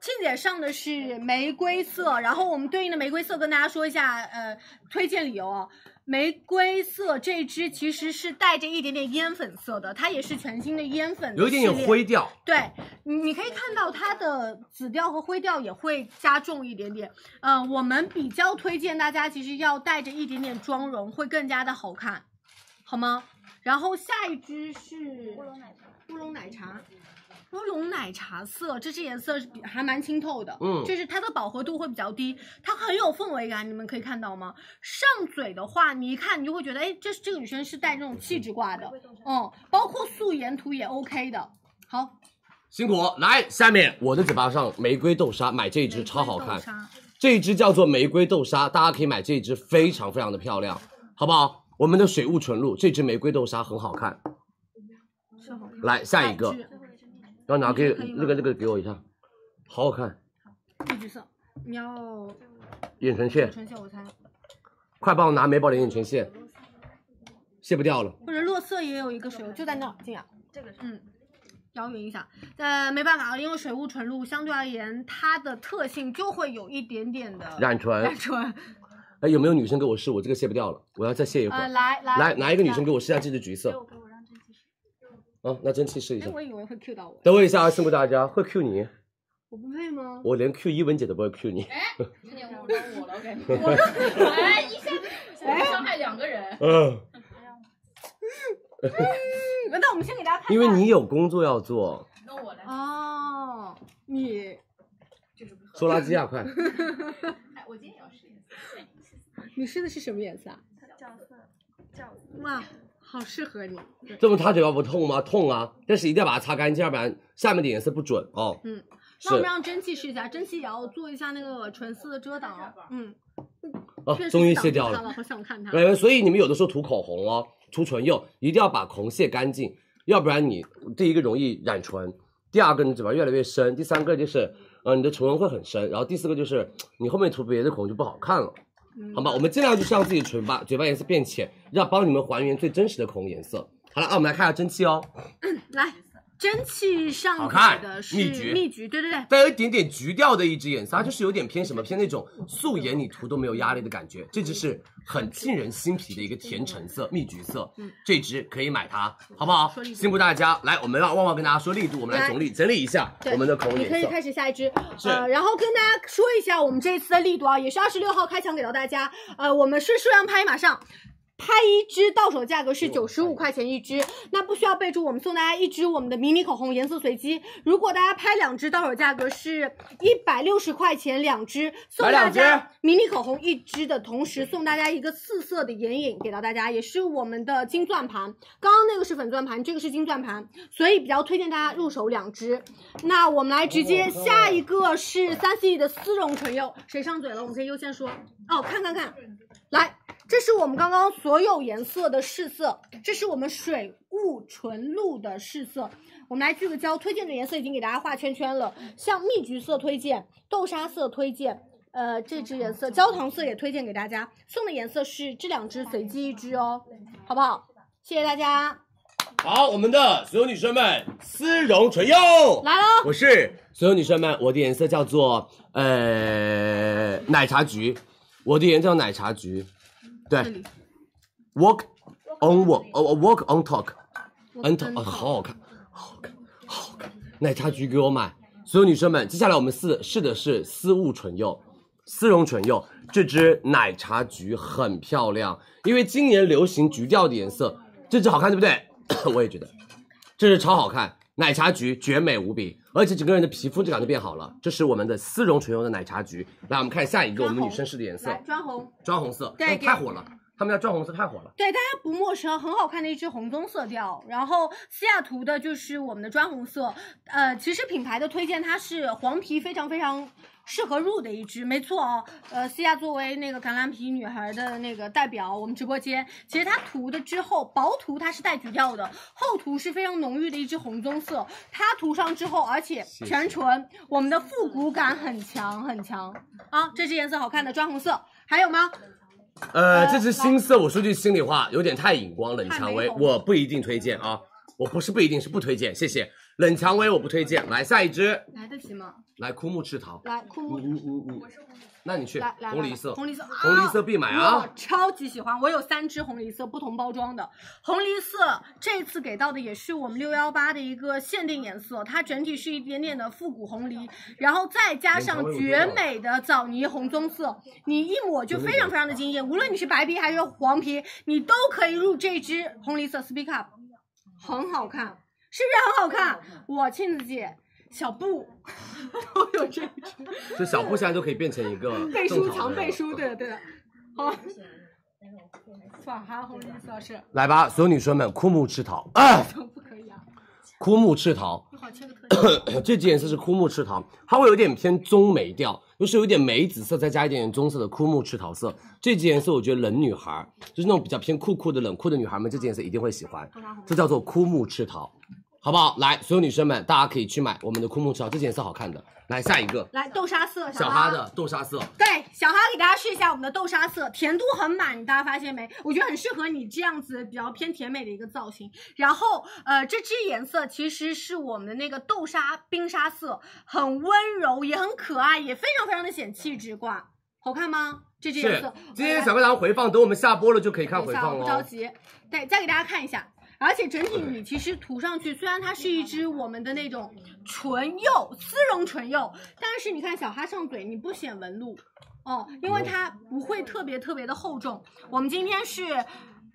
庆姐上的是玫瑰色，然后我们对应的玫瑰色跟大家说一下，呃，推荐理由啊。玫瑰色这支其实是带着一点点烟粉色的，它也是全新的烟粉的有一点系点列灰调，对，你你可以看到它的紫调和灰调也会加重一点点。呃，我们比较推荐大家其实要带着一点点妆容，会更加的好看，好吗？然后下一支是乌龙奶茶，乌龙奶茶。乌龙奶茶色，这支颜色是比还蛮清透的，嗯就是它的饱和度会比较低，它很有氛围感，你们可以看到吗？上嘴的话，你一看你就会觉得，哎，这这个女生是带那种气质挂的，嗯，包括素颜涂也 OK 的。好，辛苦。来，下面我的嘴巴上玫瑰豆沙，买这一支超好看豆。沙这一支叫做玫瑰豆沙，大家可以买这一支，非常非常的漂亮，好不好？我们的水雾纯露，这支玫瑰豆沙很好看。是好看来下一个荔枝然后拿给嗯可以吗那个那个给我一下，好好看。荔枝色，你要眼唇线有，唇线我猜，快帮我拿美宝莲眼唇线，卸不掉了。或者洛色也有一个水雾，就在你的脑近啊。这个是嗯。遥远影响，呃，没办法啊，因为水雾纯露相对而言，它的特性就会有一点点的染唇染唇，哎，有没有女生给我试？我这个卸不掉了，我要再卸一会儿。呃，来来来，拿一个女生给我试一下这支橘色。啊，拿蒸汽试一哎，下。我以为会 Q 到我，等我一下啊，辛苦大家，会 Q 你，我不配吗？我连 Q 一文姐都不会 Q 你。哎有点侮辱我了，我感 觉。哎，一下子伤害两个人。嗯，嗯，那我们先给大家看一因下，为你有工作要做，那我来。哦，你收垃圾啊，快！哎，我今天也要试颜色。你试的是什么颜色啊？哇，好适合你。这么擦嘴巴不痛吗？痛啊，但是一定要把它擦干净，要不然下面的颜色不准哦。嗯，是那我们让蒸汽试一下，蒸汽也要做一下那个唇丝的遮挡。嗯，哦确实终于挡卸住掉它了了，好想看它。对，呃所以你们有的时候涂口红哦，涂唇釉一定要把口红卸干净，要不然你第一个容易染唇，第二个你嘴巴越来越深，第三个就是呃你的唇纹会很深，然后第四个就是你后面涂别的口红就不好看了，好吧？我们尽量就是让自己唇巴嘴巴颜色变浅，要帮你们还原最真实的口红颜色。好了啊，我们来看一下蒸汽哦，来，蒸汽上好嘴看的是蜜橘蜜橘，对对对，带有一点点橘调的一支颜嗯色，它就是有点偏什么偏那种素颜你涂都没有压力的感觉。这支是很沁人心脾的一个甜橙嗯色、蜜橘色，这支可以买它，好不好？辛苦大家，来，我们让旺旺跟大家说力度，我们来来整理整理一下对我们的口红你可颜以色。开始下一支，是呃，然后跟大家说一下我们这一次的力度啊，也是二十六号开抢给到大家，呃，我们是数量拍，马上。拍一支到手价格是九十五块钱一支，那不需要备注，我们送大家一支我们的迷你口红，颜色随机。如果大家拍两支，到手价格是一百六十块钱两支，送买大两支家迷你口红一支的同时，送大家一个四色的眼影给到大家，也是我们的金钻盘。刚刚那个是粉钻盘，这个是金钻盘，所以比较推荐大家入手两支。那我们来直接下一个是三 C E 的丝绒唇釉，谁上嘴了？我们可以优先说。哦，看看看，来，这是我们刚刚所有颜色的试色，这是我们水雾纯露的试色。我们来聚个焦，推荐的颜色已经给大家画圈圈了，像蜜橘色推荐，豆沙色推荐。呃，这支颜色焦糖色也推荐给大家，送的颜色是这两支随机一支哦，好不好？谢谢大家。好，我们的所有女生们，丝绒唇釉来喽我是所有女生们，我的颜色叫做呃奶茶橘，我的颜色叫奶茶橘，对，walk on walk 哦 walk on talk，嗯，哦，好好看，好好看，好好看，奶茶橘给我买，所有女生们，接下来我们试试的是丝雾唇釉。丝绒唇釉，这支奶茶橘很漂亮，因为今年流行橘调的颜色，这支好看，对不对？ 我也觉得，这是超好看，奶茶橘绝美无比，而且整个人的皮肤质感就变好了。这是我们的丝绒唇釉的奶茶橘，来，我们看下一个我们女生试的颜色来，，砖红。砖红色，对哎给太火了，他们家砖红色太火了。对，大家不陌生，很好看的一支红棕色调。然后西雅图的就是我们的砖红色，呃，其实品牌的推荐它是黄皮非常非常适合入的一支，没错哦。呃，西亚作为那个橄榄皮女孩的那个代表，我们直播间其实它涂的之后，薄涂它是带橘调的，厚涂是非常浓郁的一支红棕色。它涂上之后，而且谢谢全唇我们的复古感很强很强啊，这支颜色好看的砖红色。还有吗？呃，这支新色，我说句心里话，有点太荧光冷蔷薇，太玫红我不一定推荐啊，我不是不一定是不推荐，谢谢。冷蔷薇我不推荐，来下一支，来得及吗？来枯木赤桃，来，枯木你你你你，那你去来来红来梨色，红梨色，红梨色必买啊我超级喜欢，我有三支红梨色，不同包装的。红梨色这次给到的也是我们六幺八的一个限定颜色，它整体是一点点的复古红梨，然后再加上绝美的枣泥红棕色，你一抹就非常非常的惊艳。无论你是白皮还是黄皮，你都可以入这支红梨色 Speak Up，很好看，是不是很好看？我庆子姐。小布都有这一支，就小布现在都可以变成一个背书种草藏人背书，对的对的。好，算还有红绿色是，来吧，所有女生们，枯木赤桃，啊、 不可以啊， 枯木赤桃，正好切个特写。这支颜色是枯木赤桃，它会有点偏棕梅调，就是有点梅紫色，再加一点点棕色的枯木赤桃色。这支颜色我觉得冷女孩儿，就是那种比较偏酷酷的冷酷的女孩们，这支颜色一定会喜欢。这叫做枯木赤桃，好不好？来，所有女生们，大家可以去买我们的酷梦超，这件颜色好看的。来下一个，来豆沙色，小哈哈的豆沙色，对，小哈给大家试一下我们的豆沙色，甜度很满，大家发现没？我觉得很适合你这样子比较偏甜美的一个造型。然后，呃，这支颜色其实是我们的那个豆沙冰沙色，很温柔，也很可爱，也非常非常的显气质挂，好看吗？这支颜是色，今天小课堂回放，等我们下播了就可以看回等一下，我放不着哦。急。对，再给大家看一下。而且整体你其实涂上去，虽然它是一支我们的那种唇釉丝绒唇釉，但是你看小哈上嘴，你不显纹路哦，因为它不会特别特别的厚重。我们今天是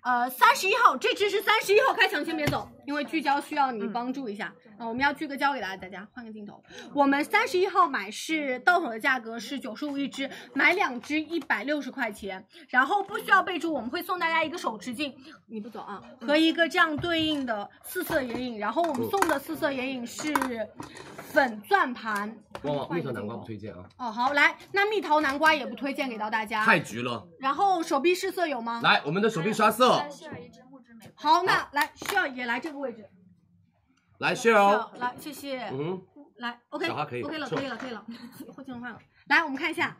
呃三十一号，这支是三十一号开抢，先别走，因为聚焦需要你帮助一下啊、我们要聚个焦给大家，大家换个镜头。我们三十一号买是到手的价格是九十五一支，买两支一百六十块钱，然后不需要备注，我们会送大家一个手持镜，你不走啊，和一个这样对应的四色眼影，然后我们送的四色眼影是粉钻盘。旺旺蜜桃南瓜不推荐啊，哦，好，来，那蜜桃南瓜也不推荐给到大家。太橘了。然后手臂试色有吗？来，我们的手臂刷色，嗯好，那来需要也来这个位置，来 share 哦。需要来谢谢。嗯，来，OK，小哈可以 OK 了，是吧可以了，可以了， 会进化了。来，我们看一下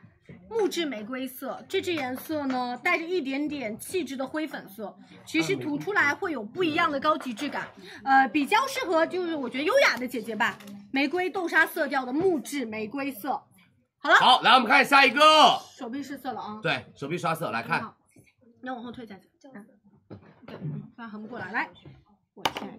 木质玫瑰色，这支颜色呢带着一点点气质的灰粉色，其实涂出来会有不一样的高级质感，呃，比较适合就是我觉得优雅的姐姐吧，玫瑰豆沙色调的木质玫瑰色。好了，好，来我们看下一个，手臂试色了啊，对手臂刷色，来看，那往后退一下去，嗯对，不然横不过来，来，我天。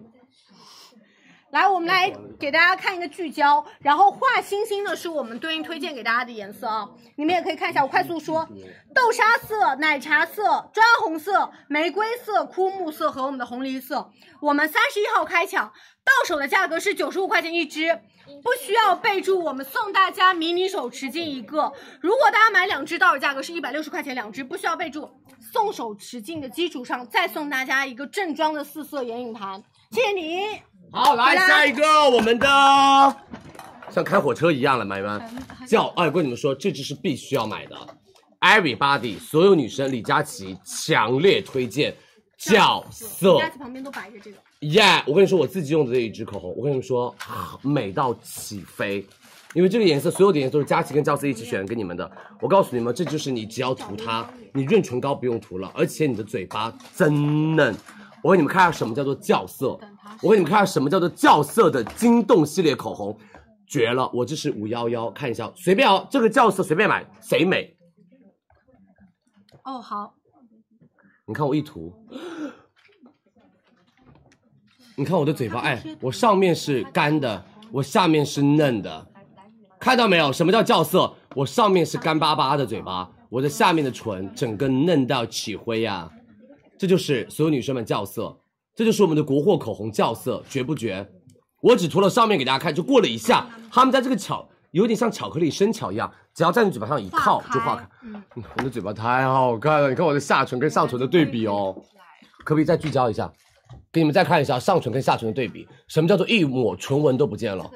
来，我们来给大家看一个聚焦，然后画星星的是我们对应推荐给大家的颜色啊，你们也可以看一下，我快速说，豆沙色、奶茶色、砖红色、玫瑰色、枯木色和我们的红梨色。我们三十一号开抢，到手的价格是九十五块钱一支，不需要备注，我们送大家迷你手持镜一个。如果大家买两支，到手价格是一百六十块钱两支，不需要备注。送手持镜的基础上，再送大家一个正装的四色眼影盘。谢谢你。好，来啦下一个，我们的像开火车一样了，买完嗯叫哎，我跟你们说，这支是必须要买的，everybody 所有女生，李佳琦强烈推荐角色你下次旁边都摆着这个。耶我跟你说，我自己用的这一支口红，我跟你们说，啊美到起飞。因为这个颜色，所有的颜色都是佳琦跟娇丝一起选给你们的。我告诉你们，这就是你只要涂它，你润唇膏不用涂了，而且你的嘴巴真嫩。我给你们看一下什么叫做校色，我给你们看一下什么叫做校色的惊动系列口红，绝了！我这是五幺幺，看一下，随便哦，这个校色随便买，贼美。哦，好，你看我一涂，你看我的嘴巴，哎，我上面是干的，我下面是嫩的，看到没有？什么叫校色？我上面是干巴巴的嘴巴，我的下面的唇整个嫩到起灰呀、这就是所有女生们校色，这就是我们的国货口红校色，绝不绝？我只涂了上面给大家看，就过了一下，他们家这个巧有点像巧克力生巧一样，只要在你嘴巴上一靠就化开。嗯，嗯我的嘴巴太好看了，你看我的下唇跟上唇的对比哦，可不可以再聚焦一下？给你们再看一下上唇跟下唇的对比，什么叫做一抹唇纹都不见了？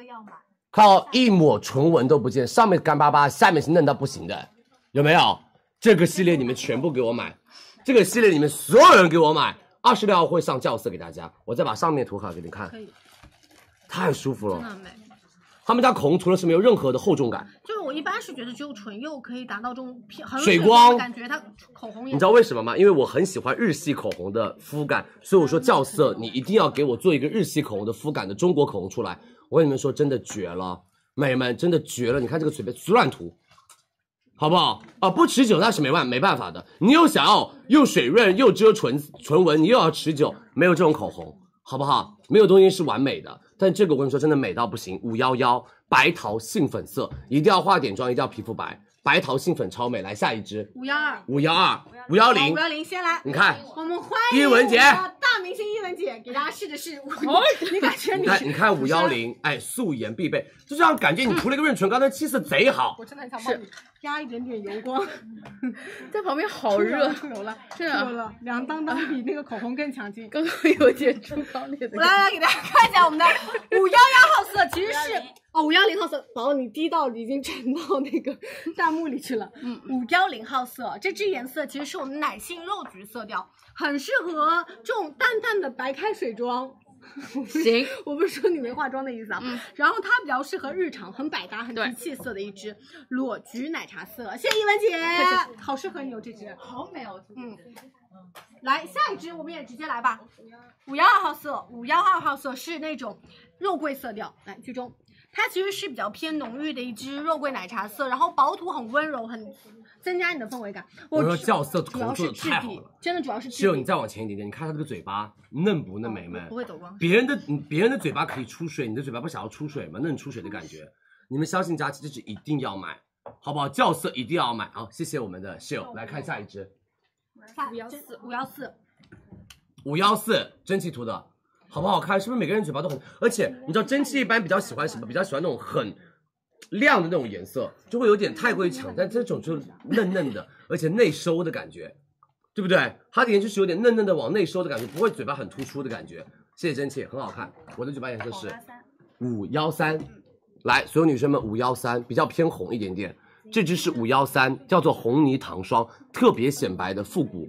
看哦，一抹唇纹都不见，上面干巴巴，下面是嫩到不行的，有没有？这个系列你们全部给我买，这个系列你们所有人给我买，二十六号会上校色给大家，我再把上面涂好给你们看，以，太舒服真的了。很美。他们家口红涂了是没有任何的厚重感，嗯就是我一般是觉得只有唇釉可以达到这种偏很水水光的感觉，它口红也你知道为什么吗？因为我很喜欢日系口红的肤感，所以我说校色，你一定要给我做一个日系口红的肤感的中国口红出来。我跟你们说，真的绝了，美们真的绝了！你看这个随便随乱涂，好不好？啊，不持久那是没办没办法的。你又想要又水润又遮唇唇纹，你又要持久，没有这种口红，好不好？没有东西是完美的，但这个我跟你说，真的美到不行。五幺幺白桃杏粉色，一定要化点妆，一定要皮肤白，白桃杏粉超美。来下一支五幺二五幺二五幺好零五幺零先来，你看我们欢一迎文姐我们的大明星一文姐给大家试的是，你感觉你你看，你看五幺，零，哎，素颜必备，就这样感觉你涂了一个润唇膏，那气色贼好。我真的很想帮你压一点点油光，在旁边好出油了热， 出油了，真的出油了，凉当当比那个口红啊更强劲。刚刚 有点出高烈的我。来来给大家看一下我们的五幺幺号色，其实是哦五幺零号色，宝宝你低到已经沉到那 个弹幕里去了。嗯，五幺零号色这支颜色其实是我们奶杏肉橘色调，很适合这种淡淡的白开水妆。行， 我不是说你没化妆的意思啊。然后它比较适合日常，很百搭，很提气色的一支裸橘奶茶色。谢谢一文姐，好适合你哦这支，好美哦，嗯。来下一支，我们也直接来吧。五幺二号色，五幺二号色是那种嗯肉桂色调，来居中，它其实是比较偏浓郁的一支肉桂奶茶色，然后薄涂很温柔，很增加你的氛围感。我说主校色主口要做是的质太好地了，真的主要是质室友，你地。再往前一点点，你看他这个嘴巴嫩不嫩，美们？哦不会走光。别人的嗯别人的嘴巴可以出水，你的嘴巴不想要出水吗？嫩出水的感觉。你们相信佳琪，这支一定要买，好不好？校色一定要买好，谢谢我们的室哦友，来看下一支五幺四，五幺四，五幺四蒸汽涂的，好不好看？是不是每个人嘴巴都很？而且你知道蒸汽一般比较喜欢什么？比较喜欢那种很亮的那种颜色，就会有点太过于强，但这种就是嫩嫩的，而且内收的感觉，对不对？它的颜色是有点嫩嫩的往内收的感觉，不会嘴巴很突出的感觉。谢谢蒸汽，很好看。我的嘴巴颜色是五幺三，来，所有女生们五幺三比较偏红一点点，这支是五幺三，叫做红泥糖霜，特别显白的复古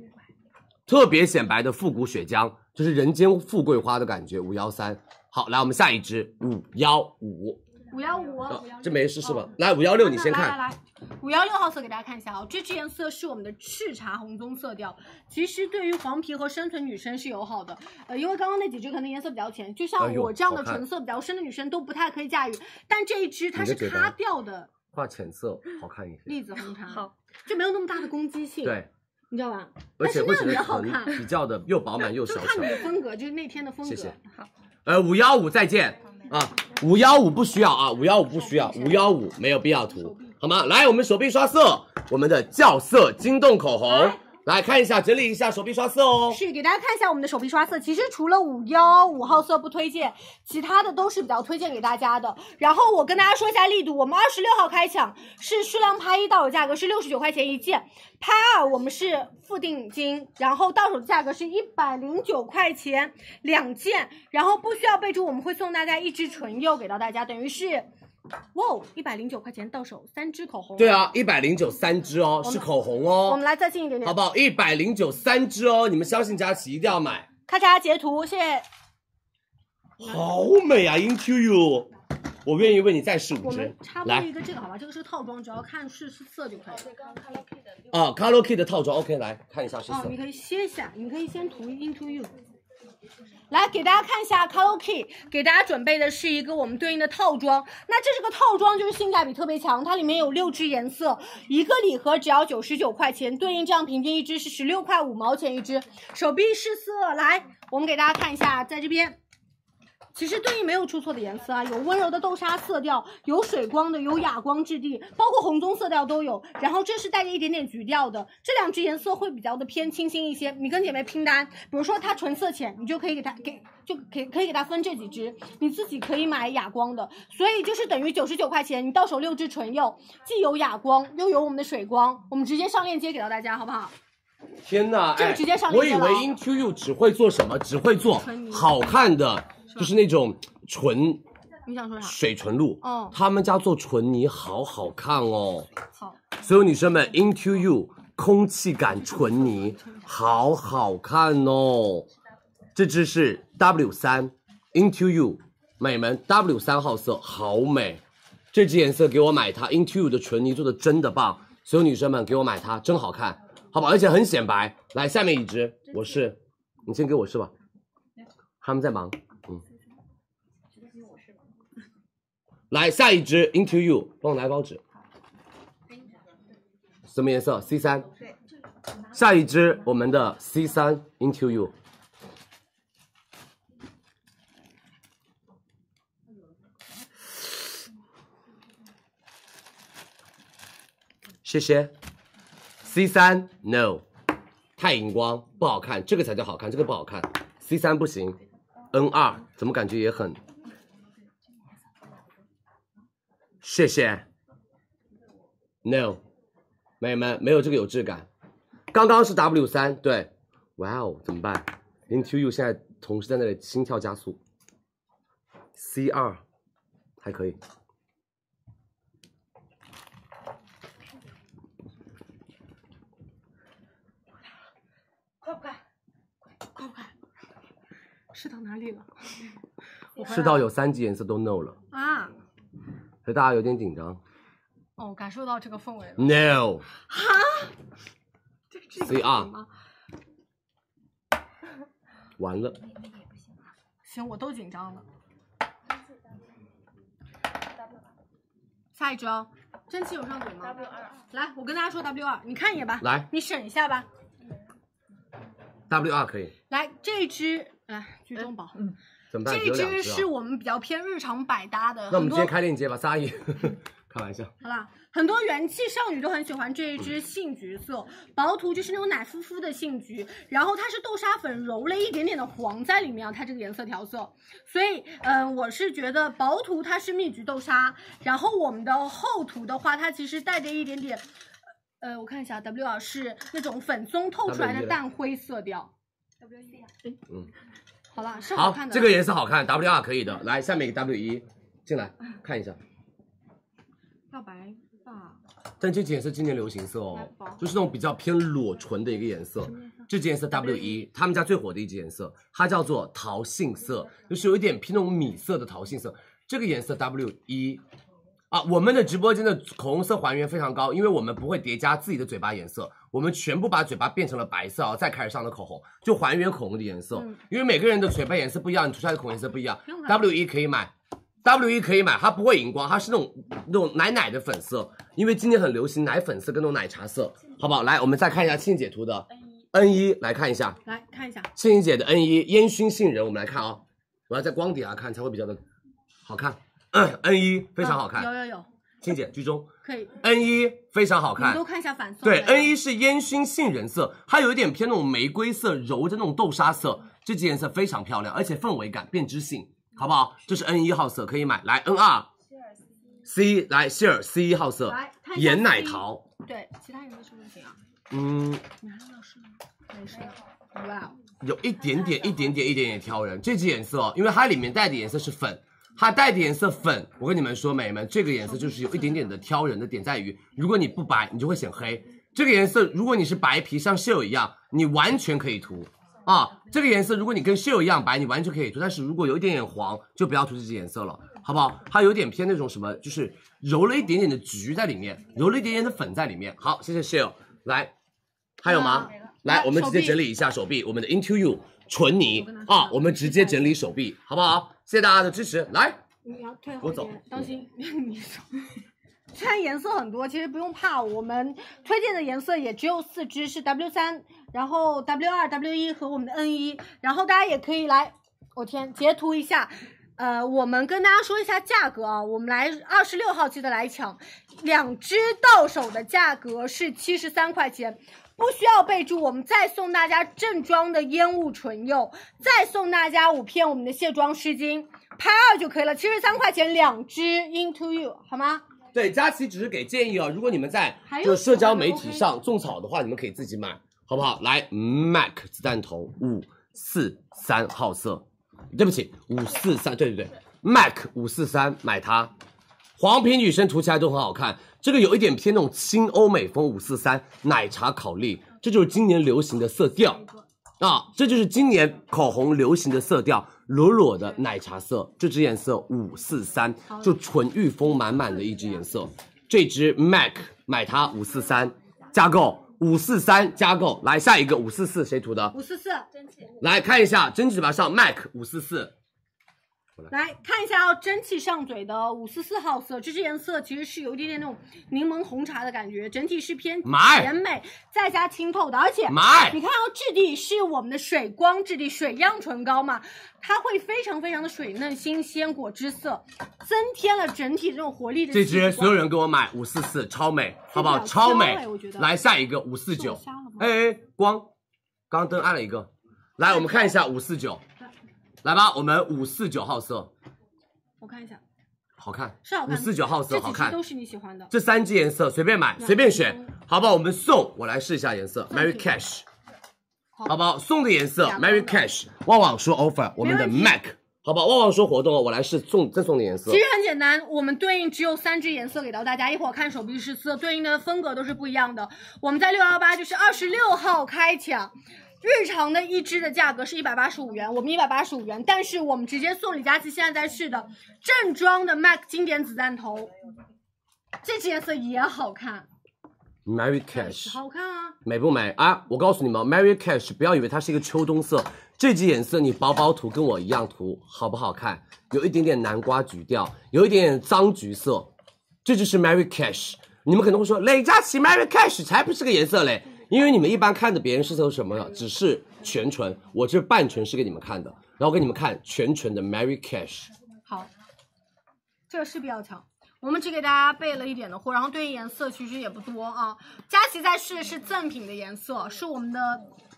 特别显白的复古血浆，就是人间富贵花的感觉。五幺三，好，来我们下一支五幺五，五幺五，呃五幺这没事是吧？哦来五幺哦六，你那先来看，来来，五幺六号色给大家看一下啊、这支颜色是我们的赤茶红棕色调，其实对于黄皮和深唇女生是友好的，呃，因为刚刚那几支可能颜色比较浅，就像哎呦我这样的好看唇色比较深的女生都不太可以驾驭，但这一支它你的是嘴巴咖调的画浅色好看一些，栗子红茶，好，就没有那么大的攻击性，对，，你知道吧？而且但会是显得那样比较好看，唇比较的又饱满又就小看巧你。的风格，就是那天的风格，谢谢好。呃，五幺五再见啊，五幺五不需要啊，五幺五不需要，五幺五没有必要涂，好吗？来，我们手臂刷色，我们的校色晶冻口红，来看一下，整理一下手臂刷色哦。哎是给大家看一下我们的手臂刷色，其实除了五幺五号色不推荐，其他的都是比较推荐给大家的。然后我跟大家说一下力度，我们二十六号开抢是数量拍一到手价格是六十九块钱一件，拍二我们是付定金，然后到手的价格是一百零九块钱两件，然后不需要备注，我们会送大家一支唇釉给到大家，等于是。哇，哦一百零九块钱到手三支口红。对啊，一百零九三支哦，们是口红哦。我们来再近一点点，好不好？一百零九三支哦，你们相信佳琪一定要买，咔嚓截图，谢谢。好美啊！Into you，我愿意为你再试我五支们插。播一来个这个好吧，这个是套装，只要看试试色就可以了。啊，Color Key 的套装，OK，来看一下是哦什，么你。可以歇一下，你可以先涂 Into You。来给大家看一下 Color Key，给大家准备的是一个我们对应的套装。那这是个套装，就是性价比特别强，它里面有六支颜色，一个礼盒只要九十九块钱，对应这样平均一支是十六块五毛钱一支。手臂试色，来，我们给大家看一下，在这边。其实对应没有出错的颜色啊，有温柔的豆沙色调，有水光的，有哑光质地，包括红棕色调都有。然后这是带着一点点橘调的，这两支颜色会比较的偏清新一些。你跟姐妹拼单，比如说它唇色浅，你就可以给它给就可以可以给它分这几支，你自己可以买哑光的。所以就是等于九十九块钱，你到手六支唇釉，既有哑光又有我们的水光，我们直接上链接给到大家，好不好？天哪，这个哎直接上我链以接了为 Into you 只会做什么，只会做唇泥好看的，就是那种唇你想说啥？水唇露。哦他们家做唇泥好好看哦。好，所有女生们，Into You 空气感唇泥，好好看哦。这支是 W 三 Into You，美们 W 三号色，好美。这支颜色给我买它，Into You 的唇泥做的真的棒。所有女生们给我买它，真好看，好吧？而且很显白。来，下面一支，我试，你先给我试吧。他们在忙，嗯。来，下一支 Into You，帮我拿一包纸。什么颜色？C 三。下一支我们的 C 三 Into You。谢谢。C 三 No，太荧光不好看，这个才叫好看，这个不好看。C 三不行，N 二怎么感觉也很。谢谢。No，美们没有这个有质感。刚刚是 W 三，对，哇哦，怎么办？Into You 现在同时在那里心跳加速。C 二还可以。快不快？快不快？是到哪里了？我回试来到了有三级颜色都 no 了，啊，所以大家有点紧张。哦，感受到这个氛围了。 No，哈，这这所以啊可以吗完了，行，我都紧张了。下一招，蒸汽有上嘴吗？W 二，来，我跟大家说 W 二，你看一眼吧。来你审一下吧。 W 二可以，来，这支，来，居中宝，嗯，怎么办？只这有两支只啊是我们比较偏日常百搭的，那我很们直多接开链接吧，撒野，开玩笑。好啦，很多元气少女都很喜欢这一嗯支杏橘色，薄涂就是那种奶肤肤的杏橘，然后它是豆沙粉揉了一点点的黄在里面啊，它这个颜色调色，所以嗯、呃我是觉得薄涂它是蜜橘豆沙，然后我们的厚涂的话，它其实带着一点点，呃，我看一下 W 啊是那种粉棕透出来 W 的一淡灰色调，W 一啊，嗯，好啦，是好看，的，啊这个颜色好看，W 二可以的。来，下面一个 W 一进来看一下，要白吧，但这支颜色今年流行色哦，就是那种比较偏裸唇的一个颜色。嗯这支颜色 W 一，他们家最火的一支颜色，它叫做桃杏色，就是有一点偏那种米色的桃杏色。这个颜色 W 一啊，我们的直播间的口红色还原非常高，因为我们不会叠加自己的嘴巴颜色，我们全部把嘴巴变成了白色，然后哦再开始上的口红，就还原口红的颜色。嗯因为每个人的嘴巴颜色不一样，你涂出来的口红颜色不一样不用。看 W 一可以买，W 一可以买，它不会荧光，它是那种那种奶奶的粉色，因为今年很流行奶粉色跟那种奶茶色，好不好？来，我们再看一下庆姐涂的 N 一，来看一下来看一下，庆姐的 N 一烟熏杏仁，我们来看啊、我要在光底下看才会比较的好看。N 一非常好看，啊哦有有有，青姐居中可以， ，N 一非常好你们看都。看一下反送对来，N 一是烟熏杏仁色，它有一点偏那种玫瑰色，揉着那种豆沙色，这支颜色非常漂亮，而且氛围感变知性，好不好？这是 N 一号色，可以买。来 N 二，C 来希尔 C 一号色来，看一下盐奶 C 桃，对，其他人的是不是行啊？嗯，男的是吗？没事。哇哦，有一点点、一点点、一点点挑人。这支颜色哦，因为它里面带的颜色是粉，它带的颜色粉。我跟你们说，美眉们，这个颜色就是有一点点的挑人的点在于，如果你不白，你就会显黑。这个颜色，如果你是白皮，像秀一样，你完全可以涂啊。这个颜色，如果你跟秀一样白，你完全可以涂。但是如果有一点点黄，就不要涂这支颜色了，好不好？它有点偏那种什么，就是揉了一点点的橘在里面，揉了一点点的粉在里面。好，谢谢秀，来。还有吗？来，我们直接整理一下手臂，我们的 Into You 纯泥啊，我们直接整理手臂，好不好？谢谢大家的支持。来，你要退我后一走点，当心你走。虽然颜色很多，其实不用怕，我们推荐的颜色也只有四支，是 W 三，然后 W 二、W 一和我们的 N 一，然后大家也可以来，我天，截图一下。呃，我们跟大家说一下价格啊，我们来二十六号记得来抢，两支到手的价格是七十三块钱，不需要备注，我们再送大家正装的烟雾唇釉，再送大家五片我们的卸妆湿巾，拍二就可以了，七十三块钱两支，Into You 好吗？对，佳琪只是给建议哦，如果你们在还有就是社交媒体上种草的话，你们可以自己买，好不好？来，Mac 子弹头五四三号色，对不起，五四三，对对对，Mac 五四三买它，黄皮女生涂起来都很好看。这个有一点偏那种轻欧美风五四三奶茶烤栗，这就是今年流行的色调啊，这就是今年口红流行的色调，裸裸的奶茶色。这支颜色五四三，就纯欲风满满的一支颜色。这支 MAC 买它五四三加购，五四三加购。来下一个五四四谁涂的？五四四，来看一下真纸板上 MAC 五四四，来看一下哦，蒸汽上嘴的五四四号色，这支颜色其实是有一点点那种柠檬红茶的感觉，整体是偏买甜美，再加清透的，而且买你看哦，质地是我们的水光质地水漾唇膏嘛，它会非常非常的水嫩新鲜果汁色，增添了整体这种活力的这气质支光。所有人给我买五四四，超美，好不好？这支比较超娇美哎我觉得。来下一个五四九是我瞎了吗，哎哎，光，刚灯暗了一个。来，我们看一下五四九，来吧，我们五四九号色我看一下，好看，是好看五的，四九号色好这几看支都，是你喜欢的。这三支颜色随便买，随便选，好不好？我们送，我来试一下颜色，Mary Cash，好不好？送的颜色两个 Mary Cash，旺旺说 offer，我们的没问题 Mac，好不好？旺旺说活动哦，我来试送赠送的颜色其，实很简单，我们对应只有三支颜色给到大家，一会儿看手臂试色，对应的风格都是不一样的。我们在六幺八就是二十六号开抢，日常的一支的价格是一百八十五元，我们一百八十五元，但是我们直接送李佳琦现在在试的正装的 MAC 经典子弹头，这支颜色也好看， Mary Cash 好看啊！美不美啊？我告诉你们，Mary Cash 不要以为它是一个秋冬色，这支颜色你薄薄涂跟我一样涂，好不好看？有一点点南瓜橘调，有一点点脏橘色，这就是 Mary Cash。你们可能会说，雷佳琦 Mary Cash 才不是个颜色嘞，因为你们一般看的别人是从什么呢？只是全唇，我这半唇是给你们看的，然后给你们看全唇的 Mary Cash。好，这个是比较强。我们只给大家备了一点的货，然后对应颜色其实也不多啊。佳琦在试的是赠品的颜色，是我们的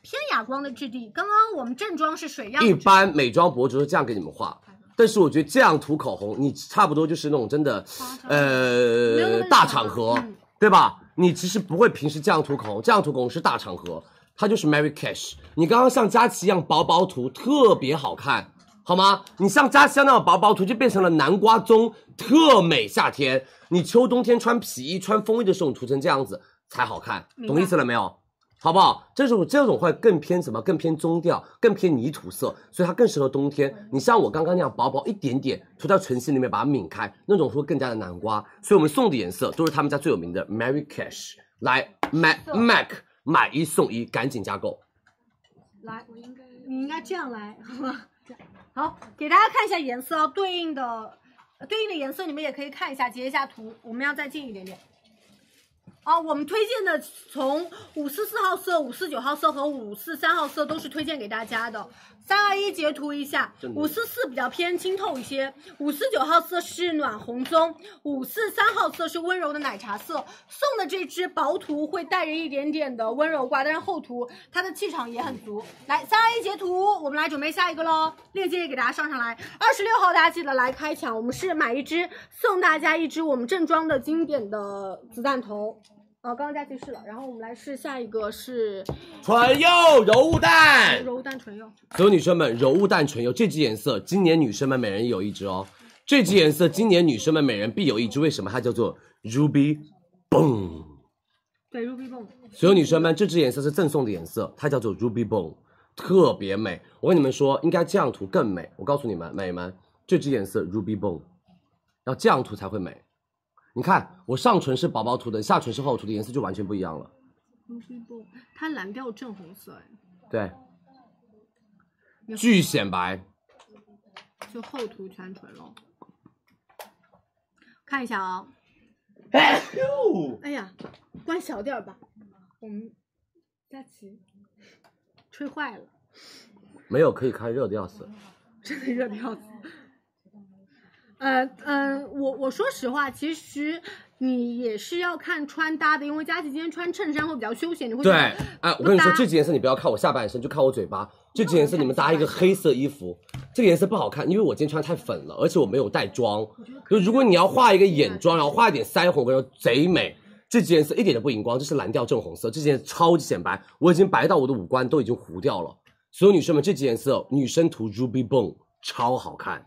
偏哑光的质地。刚刚我们正装是水样的嗯一质地，般美妆博主是这样给你们画，但是我觉得这样涂口红，你差不多就是那种真的，没有那呃么，嗯大场合，对吧？你其实不会平时这样涂口红，这样涂口红是大场合，它就是 Mary Cash。你刚刚像佳琦一样薄薄涂，特别好看，好吗？你像佳琦那样薄薄涂，就变成了南瓜棕，特美夏天。你秋冬天穿皮衣、穿风衣的时候，你涂成这样子才好看，明白懂意思了没有？好不好？这种这种会更偏什么？更偏棕调，更偏泥土色，所以它更适合冬天。你像我刚刚那样薄薄一点点，涂到唇心里面把它抿开，那种会更加的南瓜。所以我们送的颜色都是他们家最有名的 Mary Cash。来，Mac Mac 买一送一，赶紧加购。来，我应该你应该这样来，好吗？好，给大家看一下颜色啊，对应的对应的颜色你们也可以看一下，截一下图。我们要再近一点点。哦，我们推荐的从五四四号色、五四九号色和五四三号色都是推荐给大家的。三二一，截图一下。真的五四四比较偏清透一些，五四九号色是暖红棕，五四三号色是温柔的奶茶色。送的这支薄涂会带着一点点的温柔挂，但是厚涂它的气场也很足。来，三二一，截图，我们来准备下一个喽。链接也给大家上上来。二十六号大家记得来开抢，我们是买一支送大家一支我们正装的经典的子弹头。哦，刚刚佳琪试了，然后我们来试下一个是唇釉柔雾蛋，柔淡唇釉，所有女生们，柔雾淡唇釉这支颜色，今年女生们每人有一支哦。这支颜色，今年女生们每人必有一支。为什么它叫做 Ruby Bone？对，Ruby Bone。所有女生们，这支颜色是赠送的颜色，它叫做 Ruby Bone，特别美。我跟你们说，应该这样涂更美。我告诉你们，美们，这支颜色 Ruby Bone，要这样涂才会美。你看，我上唇是薄薄涂的，下唇是厚涂的，颜色就完全不一样了。 Ruby Bone，它蓝调正红色，哎对，巨显白。哎，就厚涂全唇喽。看一下啊、哎呀，关小点儿吧，我们佳琪吹坏了，没有可以开，热的要死。真的热的要死。呃呃，我我说实话，其实你也是要看穿搭的，因为佳琪今天穿衬衫会比较休闲，你会觉 对，得哎，我跟你不说，搭这件颜色你不要看我下半身，就看我嘴巴。这件颜色你们搭一个黑色衣服，这个颜色不好看，因为我今天穿太粉了，而且我没有带妆。就如果你要画一个眼妆，然后画一点腮红，我跟你说贼美。这件颜色一点都不荧光，这是蓝调正红色，这件超级显白，我已经白到我的五官都已经糊掉了。所有女生们，这件颜色女生涂 Ruby Bone 超好看。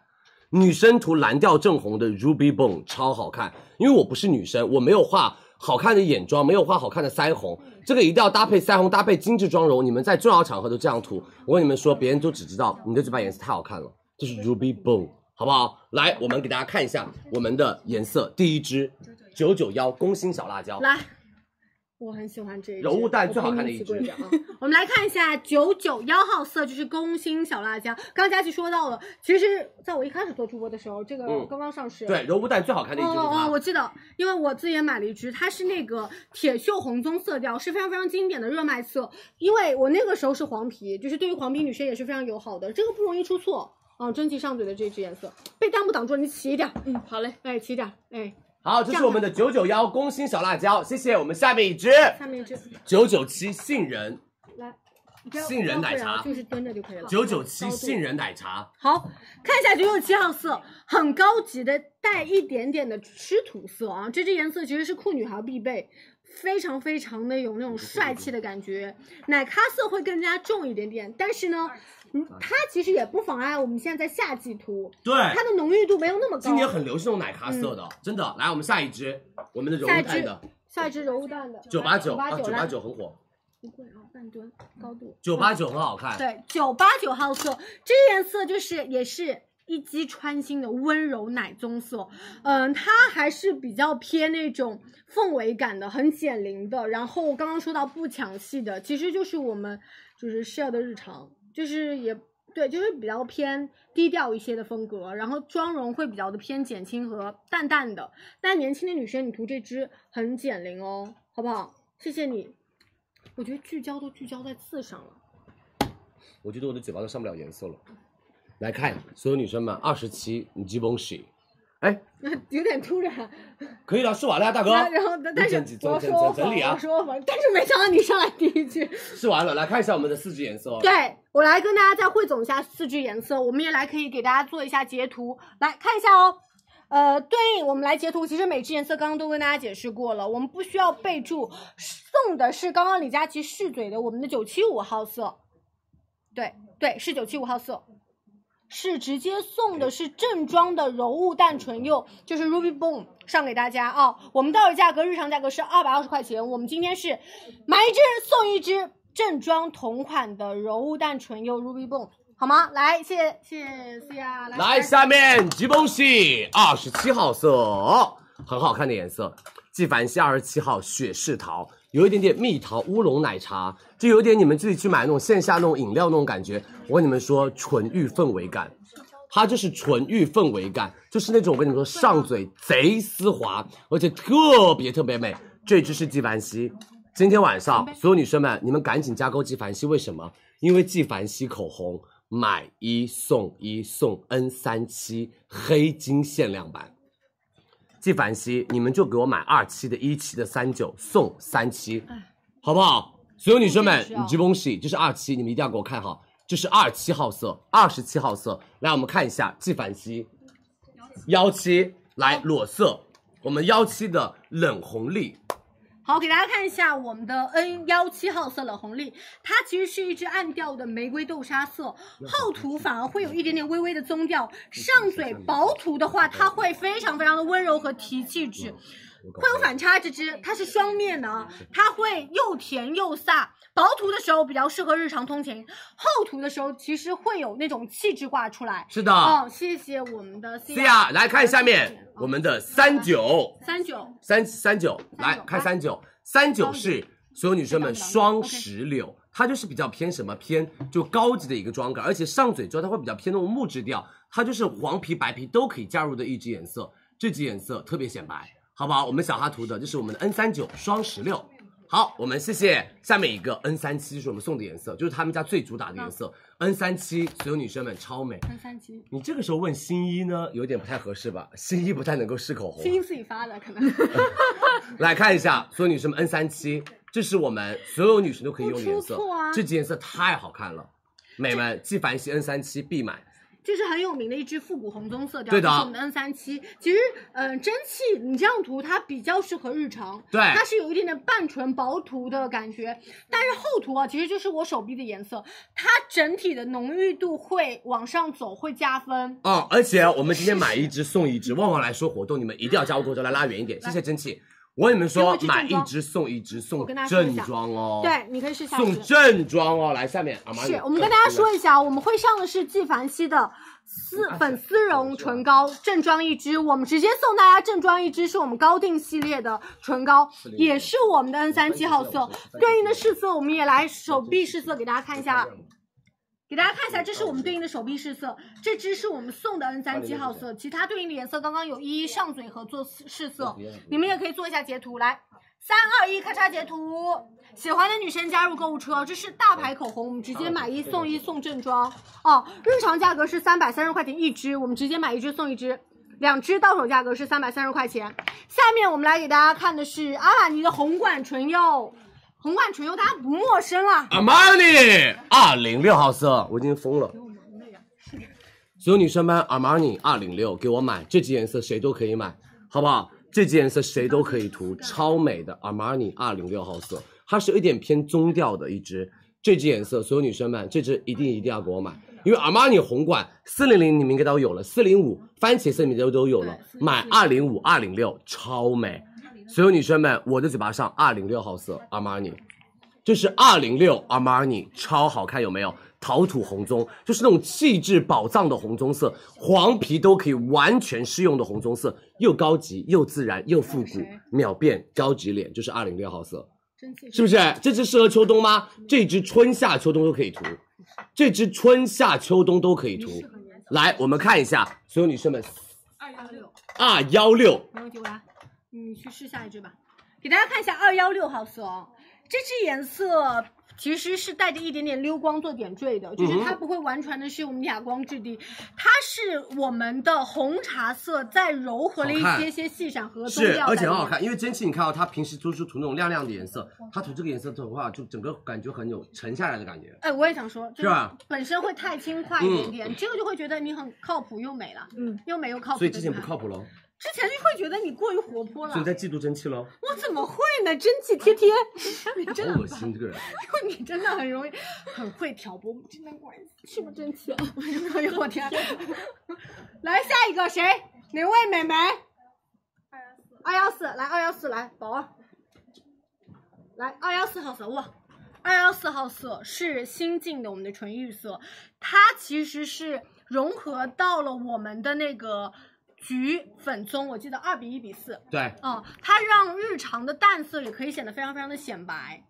女生涂蓝调正红的 Ruby Bone 超好看，因为我不是女生，我没有画好看的眼妆，没有画好看的腮红，这个一定要搭配腮红，搭配精致妆容。你们在重要场合都这样涂，我跟你们说，别人都只知道你的嘴巴颜色太好看了，这是 Ruby Bone，好不好？来，我们给大家看一下我们的颜色，第一支九九幺工心小辣椒，来，我很喜欢这一支柔雾蛋最好看的一一支啊。 我们来看一下九九幺号色，就是工薪小辣椒。刚刚佳琪说到了，其实在我一开始做主播的时候，这个嗯刚刚上市。对，柔雾蛋最好看的一支哦哦，花，我记得，因为我自己也买了一支，它是那个铁锈红棕色调，是非常非常经典的热卖色。因为我那个时候是黄皮，就是对于黄皮女生也是非常友好的，这个不容易出错。啊，蒸汽上嘴的这支颜色被弹幕挡住了，你起一点。嗯，好嘞，哎，起一点，哎，好，这是我们的九九幺工心小辣椒，谢谢。我们下面一支下面 一支九九七杏仁。来，你不要杏仁奶茶哎不要不要就是蹲着就可以了。九九七高度杏仁奶茶，好看一下九九七号色，很高级的，带一点点的吃土色啊。这支颜色其实是酷女孩必备，非常非常的有那种帅气的感觉。奶咖色会更加重一点点，但是呢，嗯，它其实也不妨碍我们现在在夏季涂，对它的浓郁度没有那么高。今年很流行那种奶咖色的，真的。来，我们下一支，我们的柔下一蛋支的，下一支柔雾蛋的九八九八啊，九九八九很火。一柜啊，半吨高度。 989很好看对，九八九号色，这颜色就是也是。一击穿心的温柔奶棕色，嗯，它还是比较偏那种氛围感的，很减龄的。然后刚刚说到不抢戏的，其实就是我们就是 share 的日常，就是也对，就是比较偏低调一些的风格。然后妆容会比较的偏减轻和淡淡的。但年轻的女生，你涂这支很减龄哦，好不好？谢谢你，我觉得聚焦都聚焦在字上了。我觉得我的嘴巴都上不了颜色了。来看所有女生们，二十七，你基本洗，哎， 有点突然。可以了，说完了呀，大哥。然后，但是你整我整要整说整谎，整理我啊，说谎，但是没想到你上来第一句。试完了，来看一下我们的四支颜色哦。对我来跟大家再汇总一下四支颜色，我们也来可以给大家做一下截图，来看一下哦。呃，对应我们来截图，其实每支颜色刚刚都跟大家解释过了，我们不需要备注。送的是刚刚李佳琦试嘴的我们的九七五号色，对对，是九七五号色。是直接送的是正装的柔雾淡唇釉，就是 Ruby Bone 上给大家啊。我们到手价格日常价格是二百二十块钱，我们今天是买一支送一支正装同款的柔雾淡唇釉 Ruby Bone，好吗？来，谢谢谢谢啊，来来，下面吉蹦喜二十七号色，很好看的颜色，纪梵希二十七号雪士桃，有一点点蜜桃乌龙奶茶，就有点你们自己去买那种线下那种饮料那种感觉。我跟你们说，纯欲氛围感，它就是纯欲氛围感，就是那种我跟你们说上嘴贼丝滑，而且特别特别美。这支是纪梵希，今天晚上所有女生们，你们赶紧加购纪梵希，为什么？因为纪梵希口红买一送一送 N 三七黑金限量版。纪梵希，你们就给我买二期的、一期的、三九送三期，好不好？所有女生们，你直崩洗，这是二期，你们一定要给我看好，这是二七号色，二十七号色。来，我们看一下纪梵希，幺七来裸色，我们幺七的冷红丽，好，给大家看一下我们的 N 幺七号色冷红丽，它其实是一支暗调的玫瑰豆沙色，厚涂反而会有一点点微微的棕调，上嘴薄涂的话，它会非常非常的温柔和提气质，会有反差。这支它是双面的啊，它会又甜又飒，薄涂的时候比较适合日常通勤，厚涂的时候其实会有那种气质挂出来。是的哦，谢谢我们的 C 啊对呀，啊来看下面我们哦的三九。三九。三三九，来看三九，三九是所有女生们双石榴，它就是比较偏什么偏就高级的一个妆感，而且上嘴之后它会比较偏那种木质调，它就是黄皮白皮都可以加入的一支颜色，这支颜色特别显白，好不好？我们小哈涂的，这是我们的 N 三九双石榴。好，我们谢谢下面一个 N 三七是我们送的颜色，就是他们家最主打的颜色 N 三七，所有女生们超美。三三七，你这个时候问新一呢，有点不太合适吧？新一不太能够试口红。星星自己发的可能。 来看一下，所有女生们 N 三七，这是我们所有女生都可以用的颜色，不出错啊这支颜色太好看了，美们，纪梵希 N 三七必买，这是很有名的一支复古红棕色调，对的就是我们的 N 三七。其实，嗯、呃，蒸汽你这样涂它比较适合日常，对它是有一点点半唇薄涂的感觉，但是厚涂啊，其实就是我手臂的颜色，它整体的浓郁度会往上走，会加分。哦，而且我们今天买一支送一支，旺旺来说活动，你们一定要加入口罩来拉远一点，谢谢蒸汽。我跟你们给我说一，支买正一装支送一支，送我跟大家说一正下装哦，对，，你可以试下送试正装哦。来，下面阿玛尼是我们跟大家说一下，我们会上的是纪梵希的丝粉丝绒唇膏正装一支，我们直接送大家正装一支，是我们高定系列的唇膏，也是我们的 N 三七号色，对应的试色我们也来手臂试色给大家看一下。给大家看一下，这嗯是我们对应的手臂试色，这支是我们送的 N 三七号色，其他对应的颜色刚刚有一一上嘴和做试色，你们也可以做一下截图来。三二一，咔嚓截图！喜欢的女生加入购物车，这是大牌口红，我们直接买一送一送正装哦。日常价格是三百三十块钱一支，我们直接买一支送一支，两支到手价格是三百三十块钱。下面我们来给大家看的是阿玛尼的红管唇釉，红管唇釉大家不陌生啊啦，阿玛尼二零六号色，我已经疯了。所有女生们，阿玛尼二零六给我买，这支颜色谁都可以买，好不好？这支颜色谁都可以涂，超美的阿玛尼二零六号色，它是有一点偏棕调的一支。这支颜色，所有女生们，这支一定一定要给我买，因为阿玛尼红管四零零你们应该都有了，四零五番茄色你们都都有了，买二零五二零六超美。所有女生们，我的嘴巴上二零六号色阿玛尼，这是二零六 Armani，超好看，有没有？陶土红棕，就是那种气质宝藏的红棕色，黄皮都可以完全适用的红棕色，又高级又自然又复古，秒变高级脸，就是二零六号色。是不是？这只适合秋冬吗？这只春夏秋冬都可以涂，这只春夏秋冬都可以涂。来，我们看一下，所有女生们，二幺六，二幺六没问题，我来。你去试下一支吧，给大家看一下二幺六号色哦，这支颜色其实是带着一点点溜光做点缀的，就是它嗯不会完全的是我们哑光质地，它是我们的红茶色再柔和了一好看些些细闪和棕是，调，而且很好看，。因为蒸汽你看到啊它平时就是涂那种亮亮的颜色，嗯它涂这个颜色的话，就整个感觉很有沉下来的感觉。哎，我也想说，就是吧嗯本身会太轻快一点点，这个就会觉得你很靠谱又美了，嗯，又美又靠谱。所以之前不靠，谱喽，之前就会觉得你过于活泼了所以。你在嫉妒蒸汽喽。我怎么会呢？蒸汽贴 贴，你真的好恶心这个人。 你真的很容易，很会挑拨母亲的关系，是不是真气啊？哎呦我天！来下一个谁？哪位美眉？二幺四，来二幺四来，宝儿，来二幺四号色哇！二幺四号色是新进的我们的纯欲色，它其实是融合到了我们的那个橘粉棕，我记得二比一比四。对哦，它让日常的淡色也可以显得非常非常的显白。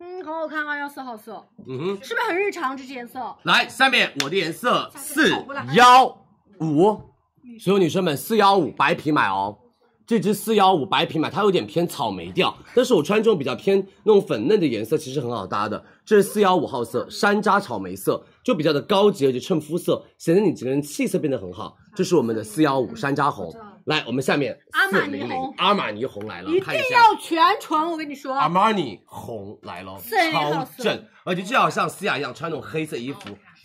嗯，很好看，二幺四号色，嗯哼，是不是很日常？这支颜色，来，下面我的颜色四幺五，所有女生们四幺五白皮买哦。这支四幺五白皮买，它有点偏草莓调，但是我穿这种比较偏那种粉嫩的颜色，其实很好搭的。这是四幺五号色，山楂草莓色，就比较的高级，而且衬肤色，显得你整个人气色变得很好。这是我们的四幺五山楂红。来，我们下面阿玛尼400红阿玛尼红来了，一啊看一定下。要全唇，我跟你说。阿玛尼红来了， 411超号色正，而且就好像思雅一样穿那种黑色衣服，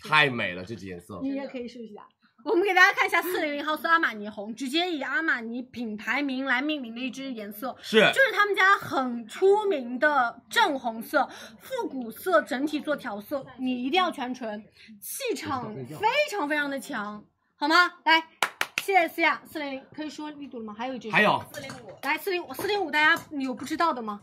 太美了，这支颜色。你也可以试一下。我们给大家看一下四零零号色阿玛尼红，直接以阿玛尼品牌名来命名的一支颜色，是就是他们家很出名的正红色、复古色，整体做调色，你一定要全唇，气场非常非常的强，好吗？来，谢谢思雅，四零零可以说力度了吗？还有一支，还有405，来四零五，四零五大家有不知道的吗？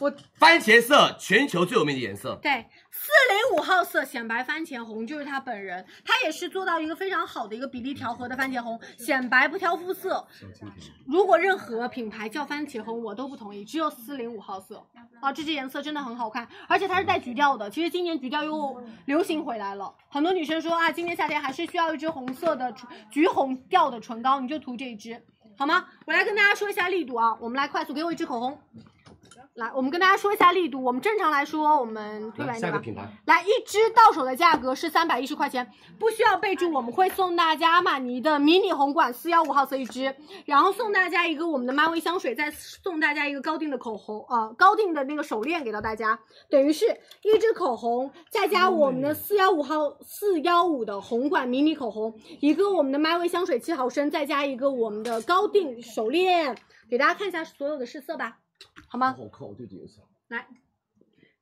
我番茄色，全球最有名的颜色。对，四零五号色显白番茄红就是它本人，它也是做到一个非常好的一个比例调和的番茄红，显白不挑肤色。如果任何品牌叫番茄红，我都不同意，只有四零五号色啊，这支颜色真的很好看，而且它是带橘调的。其实今年橘调又流行回来了，很多女生说啊，今年夏天还是需要一支红色的唇橘红调的唇膏，你就涂这一支。好吗？我来跟大家说一下力度啊，我们来快速给我一支口红。来，我们跟大家说一下力度。我们正常来说，我们推来完下对个吧？品牌，来，一支到手的价格是三百一十块钱，不需要备注，我们会送大家阿玛尼的迷你红管四幺五号色一支，然后送大家一个我们的妈威香水，再送大家一个高定的口红，呃，高定的那个手链给到大家，等于是一支口红，再加我们的四幺五号四幺五的红管迷你口红，一个我们的妈威香水七毫升，再加一个我们的高定手链，给大家看一下所有的试色吧，好吗？好看，我这支颜色。来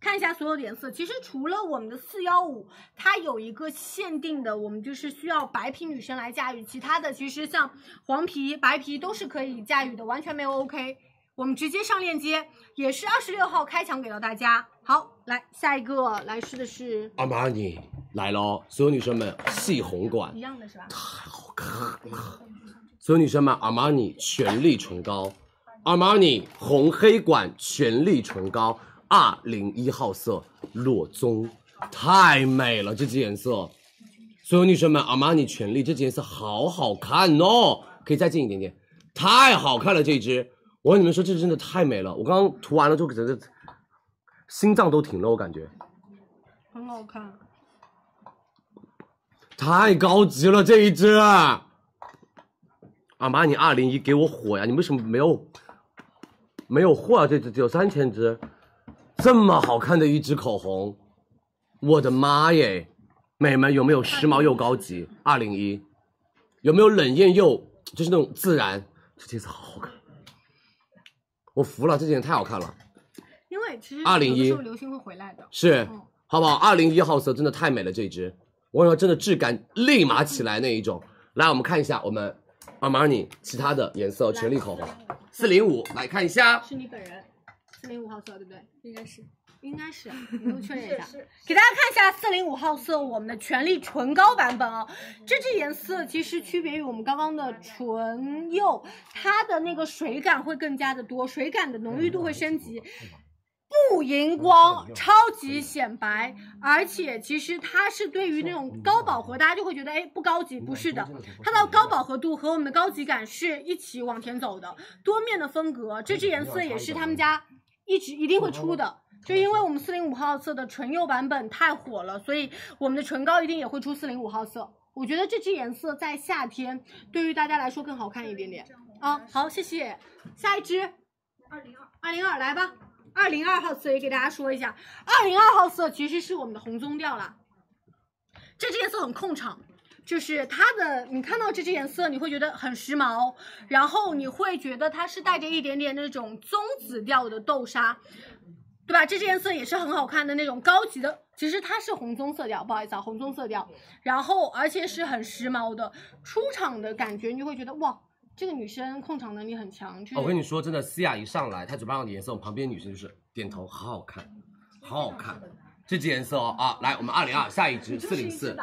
看一下所有的颜色。其实除了我们的四幺五，它有一个限定的，我们就是需要白皮女生来驾驭，其他的其实像黄皮、白皮都是可以驾驭的，完全没有 OK。我们直接上链接，也是二十六号开抢给到大家。好，来下一个来试的是阿玛尼来喽，所有女生们，细红管一，样的是吧？所有女生们，阿玛尼全力唇膏，阿玛尼红黑管全力唇膏，二零一号色裸棕，太美了，这支颜色。所有女生们，阿玛尼全力这支颜色好好看哦，可以再近一点点，太好看了这支。我跟你们说，这支真的太美了，我刚刚涂完了之后，觉得心脏都停了，我感觉很好看。太高级了这一支。阿玛尼二零一给我火呀！你为什么没有没有货啊？这支只有三千支，这么好看的一支口红，我的妈耶！美们有没有时髦又高级？二零一有没有冷艳又就是那种自然？这件色好好看，我服了，这件太好看了。因为其实201有的时候流星会回来的。是，好不好？二零一号色真的太美了，这一支，我跟你说，真的质感立马起来那一种。来，我们看一下我们阿玛尼其他的颜色全力口红，四零五，来看一下，是你本人，四零五号色对不对？应该是。应该 是，啊你们确认一下是是。给大家看一下四零五号色，我们的全力唇膏版本哦。这支颜色其实区别于我们刚刚的唇釉，它的那个水感会更加的多，水感的浓郁度会升级。不荧光，超级显白，而且其实它是对于那种高饱和，大家就会觉得哎不高级，不是的，它的高饱和度和我们的高级感是一起往前走的，多面的风格，这支颜色也是他们家一直一嗯定会出的，就因为我们四零五号色的唇釉版本太火了，所以我们的唇膏一定也会出四零五号色。我觉得这支颜色在夏天对于大家来说更好看一点点啊。好，谢谢。下一支，二零二二零二来吧。二零二号色也给大家说一下，二零二号色其实是我们的红棕调啦。这支颜色很控场，就是它的，你看到这支颜色，你会觉得很时髦，然后你会觉得它是带着一点点那种棕紫调的豆沙，对吧？这支颜色也是很好看的那种高级的，其实它是红棕色调，不好意思啊，红棕色调，然后而且是很时髦的，出场的感觉你就会觉得哇，这个女生控场能力很强。就是哦我跟你说，真的，西亚一上来，她嘴巴上的颜色，我旁边女生就是点头，好好看，好好看，这支颜色哦啊，来，我们二零二下一支四零四，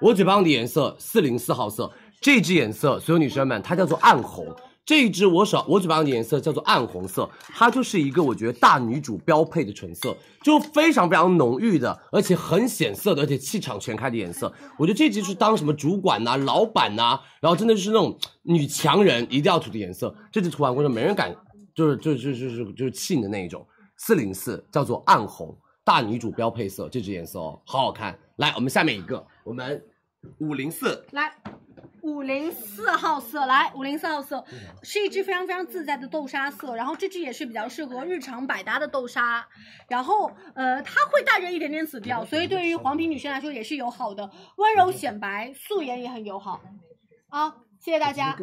我嘴巴上的颜色四零四号色，这支颜色，所有女生们，它叫做暗红。这一支我手我嘴巴上的颜色叫做暗红色，它就是一个我觉得大女主标配的唇色，就非常非常浓郁的，而且很显色的，而且气场全开的颜色。我觉得这支是当什么主管呐、老板呐、然后真的是那种女强人一定要涂的颜色。这支涂完过后，没人敢，就是就是就是就是就是气你的那一种。四零四叫做暗红，大女主标配色，这支颜色哦，好好看。来，我们下面一个，我们五零四，来，五零四号色，来五零四号色是一支非常非常自在的豆沙色，然后这支也是比较适合日常百搭的豆沙，然后呃它会带着一点点紫调，所以对于黄皮女生来说也是友好的，温柔显白，素颜也很友好。啊，谢谢大家。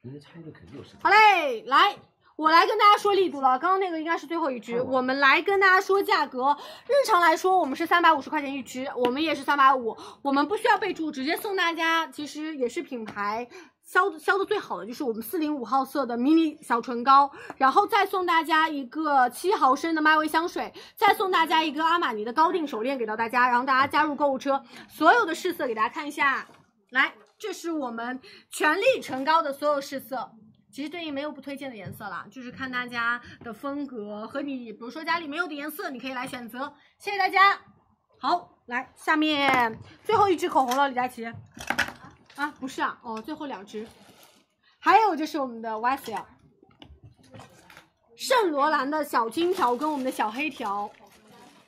人家差一个肯定有事情。好嘞，来，我来跟大家说力度了。刚刚那个应该是最后一支，我们来跟大家说价格。日常来说，我们是三百五十块钱一支，我们也是三百五，我们不需要备注，直接送大家。其实也是品牌。销销的最好的就是我们四零五号色的迷你小唇膏，然后再送大家一个七毫升的麦味香水，再送大家一个阿玛尼的高定手链给到大家，然后大家加入购物车，所有的试色给大家看一下。来，这是我们全力唇膏的所有试色。其实对应没有不推荐的颜色啦，就是看大家的风格和你，比如说家里没有的颜色，你可以来选择。谢谢大家。好，来下面最后一支口红了，李佳琦。啊，不是啊，哦，最后两支，还有就是我们的 YSL，圣罗兰的小金条跟我们的小黑条，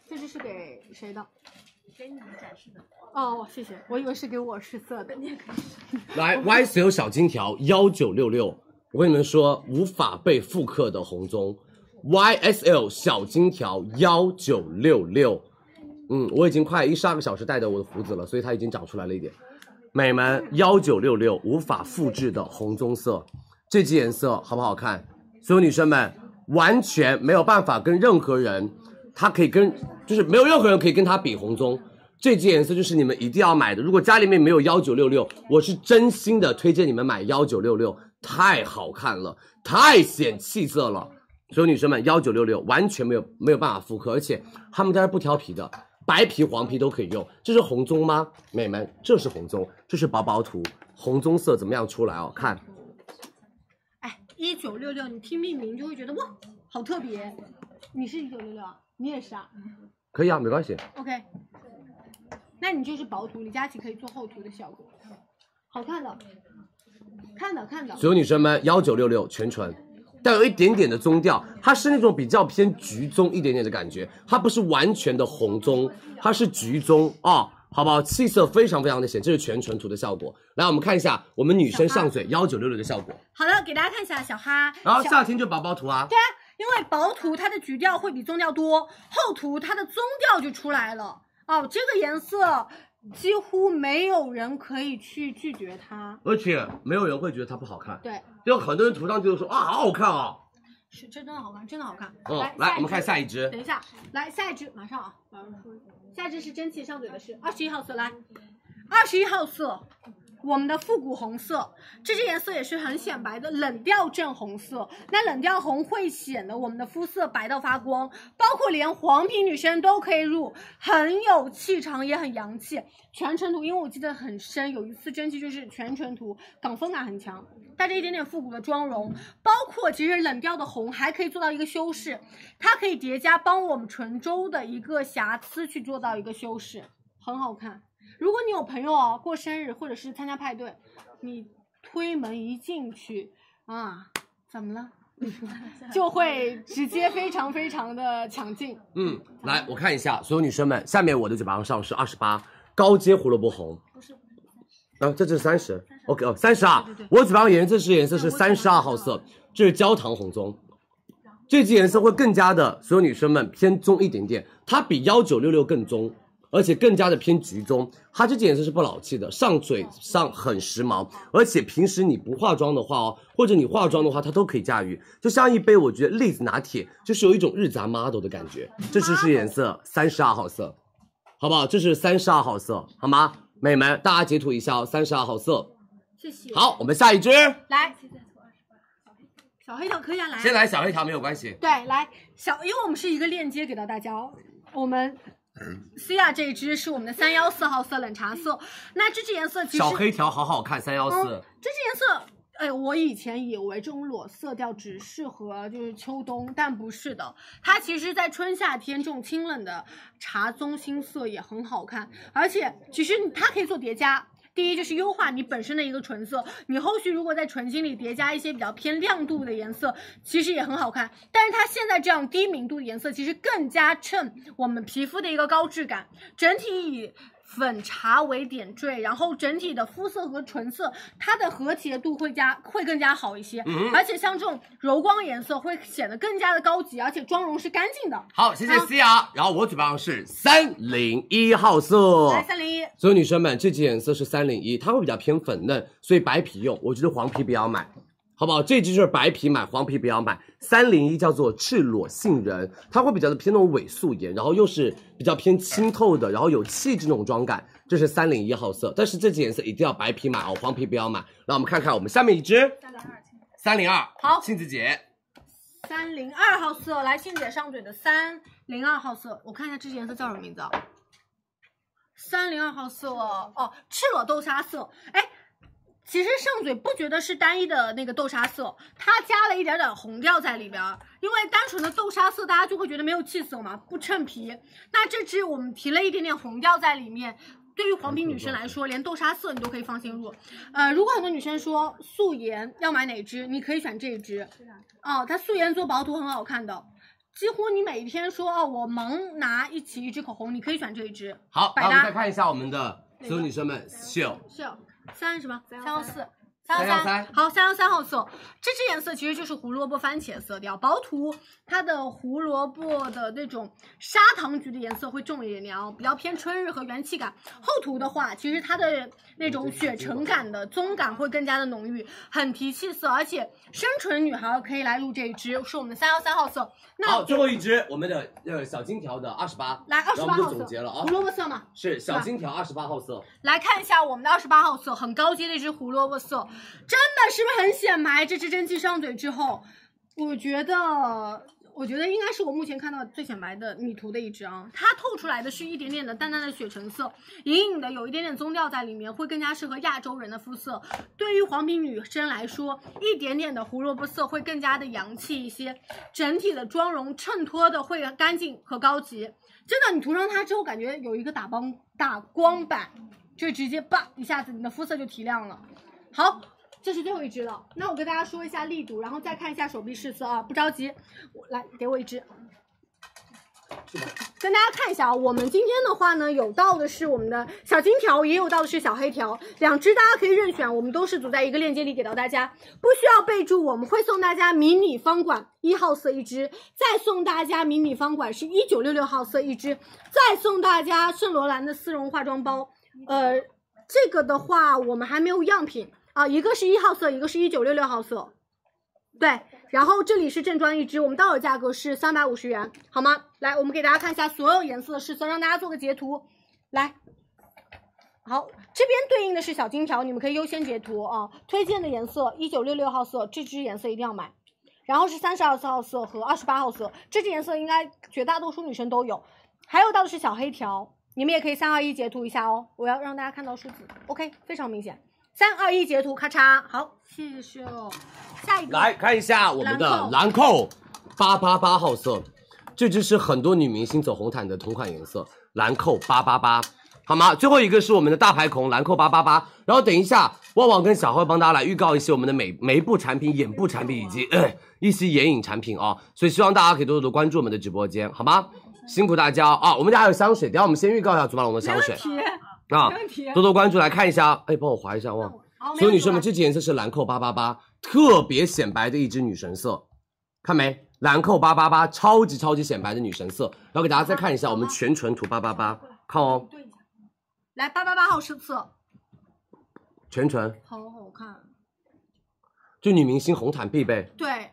这支是给谁的？给你们展示的。哦，谢谢，我以为是给我试色的。来 YSL 小金条幺九六六，我跟你们说，无法被复刻的红棕，YSL 小金条幺九六六，嗯，我已经快一十二个小时戴着我的胡子了，所以它已经长出来了一点。美们幺九六六无法复制的红棕色，这支颜色好不好看？所有女生们完全没有办法跟任何人，它可以跟就是没有任何人可以跟它比红棕。这支颜色就是你们一定要买的。如果家里面没有幺九六六，我是真心的推荐你们买幺九六六，太好看了，太显气色了。所有女生们，幺九六六完全没有没有办法复刻，而且他们家是不挑皮的，白皮黄皮都可以用。这是红棕吗？美们，这是红棕，这是薄薄涂，红棕色怎么样出来哦？看，哎一九六六，你听命名就会觉得哇，好特别。你是一九六六啊，你也是啊。可以啊，没关系。 OK，那你就是薄涂，李佳琦可以做厚涂的效果，好看的，看的看的。所有女生们，幺九六六全唇，带有一点点的棕调，它是那种比较偏橘棕一点点的感觉，它不是完全的红棕，它是橘棕啊、好不好？气色非常非常的显，这是全唇涂的效果。来，我们看一下我们女生上嘴幺九六六的效果，好的，给大家看一下小哈。然后小夏天就薄薄涂啊。对啊，因为薄涂它的橘调会比棕调多，厚涂它的棕调就出来了。哦，这个颜色几乎没有人可以去拒绝它。而且没有人会觉得它不好看，对，就很多人涂上去就说啊，好好看哦。是这真的好看，真的好看。嗯来，来我们看下一支等一下，来下一支，马上啊，马上说一下。下一支是蒸汽上嘴的是二十一号色，来，二十一号色，我们的复古红色，这支颜色也是很显白的冷调正红色。那冷调红会显得我们的肤色白到发光，包括连黄皮女生都可以入，很有气场，也很洋气。全程涂，因为我记得很深，有一次蒸汽就是全程涂，港风感很强，带着一点点复古的妆容，包括其实冷调的红还可以做到一个修饰，它可以叠加帮我们唇周的一个瑕疵去做到一个修饰，很好看。如果你有朋友哦过生日或者是参加派对，你推门一进去啊，怎么了？就会直接非常非常的抢镜。嗯，来，我看一下，所有女生们，下面我的嘴巴上上是二十八，高阶胡萝卜红。啊，这就是三十，OK 哦，三十二。我嘴巴上颜色是颜色是三十二号色，这是焦糖红棕，这支颜色会更加的，所有女生们偏棕一点点，它比幺九六六更棕，而且更加的偏橘棕。它这支颜色是不老气的，上嘴上很时髦，而且平时你不化妆的话哦，或者你化妆的话，它都可以驾驭。就像一杯我觉得栗子拿铁，就是有一种日杂 model 的感觉。这支是颜色三十二号色，好不好？这是三十二号色，好吗？美们，大家截图一下哦，三十二号色。谢谢。好，我们下一支，来，小黑条可以啊，来啊。先来小黑条没有关系。对，来小，因为我们是一个链接给到大家哦。我们嗯 C 亚这一支是我们的三幺四号色冷茶色，那这支颜色其实小黑条好好看，三幺四嗯。这支颜色，哎，我以前以为这种裸色调只适合就是秋冬，但不是的，它其实在春夏天这种清冷的茶棕新色也很好看，而且其实你它可以做叠加。第一就是优化你本身的一个唇色，你后续如果在唇芯里叠加一些比较偏亮度的颜色，其实也很好看。但是它现在这样低明度的颜色，其实更加衬我们皮肤的一个高质感。整体以粉茶为点缀，然后整体的肤色和唇色，它的和谐度会加会更加好一些。嗯而且像这种柔光颜色会显得更加的高级，而且妆容是干净的。好，谢谢 C R。然后我嘴巴上是三零一号色。来三零一，所有女生们，这支颜色是三零一，它会比较偏粉嫩，所以白皮用，我觉得黄皮不要买，好不好？这支就是白皮买，黄皮不要买。三零一叫做赤裸杏仁，它会比较的偏那种伪素颜，然后又是比较偏清透的，然后有气质那种妆感，这是三零一号色。但是这支颜色一定要白皮买哦，黄皮不要买。来，我们看看我们下面一支三零二，好杏子姐，三零二号色，来杏姐上嘴的三零二号色，我看一下这支颜色叫什么名字啊？三零二号色哦，赤裸豆沙色。哎，其实上嘴不觉得是单一的那个豆沙色，它加了一点点红调在里边儿，因为单纯的豆沙色大家就会觉得没有气色嘛，不衬皮。那这支我们提了一点点红调在里面。嗯对于黄皮女生来说，连豆沙色你都可以放心入。呃，如果很多女生说素颜要买哪支，你可以选这一支。哦，它素颜做薄涂很好看的，几乎你每一天说哦，我盲拿一起一支口红，你可以选这一支。好，百然后我们再搭看一下我们的所有女生们秀，是三什么？三幺四。 313好，三幺三号色，这支颜色其实就是胡萝卜番茄色调，薄涂它的胡萝卜的那种砂糖橘的颜色会重一点点哦，比较偏春日和元气感。厚涂的话，其实它的那种雪橙感的棕感会更加的浓郁，很提气色，而且深唇女孩可以来入这一支，是我们的三幺三号色。那好，最后一支我们的呃小金条的二十八，来然后我28们就号色总结了啊，胡萝卜色嘛，是小吧金条二十八号色，来看一下我们的二十八号色，很高阶的一支胡萝卜色，真的是不是很显白？这支蒸汽上嘴之后，我觉得，我觉得应该是我目前看到最显白的米图的一支啊。它透出来的是一点点的淡淡的血橙色，隐隐的有一点点棕调在里面，会更加适合亚洲人的肤色。对于黄皮女生来说，一点点的胡萝卜色会更加的洋气一些，整体的妆容衬托的会干净和高级。真的，你涂上它之后，感觉有一个打光打光板，就直接叭一下子，你的肤色就提亮了。好，这是最后一支了。那我跟大家说一下力度，然后再看一下手臂试色啊，不着急。我来，给我一支。跟大家看一下啊，我们今天的话呢，有到的是我们的小金条，也有到的是小黑条，两支大家可以任选，我们都是组在一个链接里给到大家，不需要备注，我们会送大家迷你方管一号色一支，再送大家迷你方管是一九六六号色一支，再送大家圣罗兰的丝绒化妆包，呃，这个的话我们还没有样品啊，一个是一号色，一个是一九六六号色，对，然后这里是正装一支，我们到手价格是三百五十元，好吗？来，我们给大家看一下所有颜色的试色，让大家做个截图。来，好，这边对应的是小金条，你们可以优先截图啊。推荐的颜色一九六六号色，这支颜色一定要买。然后是三十二号色和二十八号色，这支颜色应该绝大多数女生都有。还有到的是小黑条，你们也可以三二一截图一下哦，我要让大家看到数字。OK，非常明显，三二一截图，咔嚓。好，谢谢哦。下一个来看一下我们的嗯兰蔻八八八号色，这支是很多女明星走红毯的同款颜色，兰蔻八八八，好吗？最后一个是我们的大牌控兰蔻八八八，然后等一下旺旺跟小慧帮大家来预告一些我们的美眉部产品、眼部产品以及、呃一些眼影产品哦，所以希望大家可以多多关注我们的直播间，好吗？辛苦大家哦啊！我们家还有香水，等一下我们先预告一下祖马龙的香水啊没问题，多多关注来看一下啊，哎，帮我划一下旺。哦好所有女生们，这支颜色是兰蔻八八八，特别显白的一支女神色，看没？兰蔻八八八，超级超级显白的女神色。然后给大家再看一下我们全唇涂八八啊八，看哦，来八八八号色色，全唇好好看，就女明星红毯必备，对，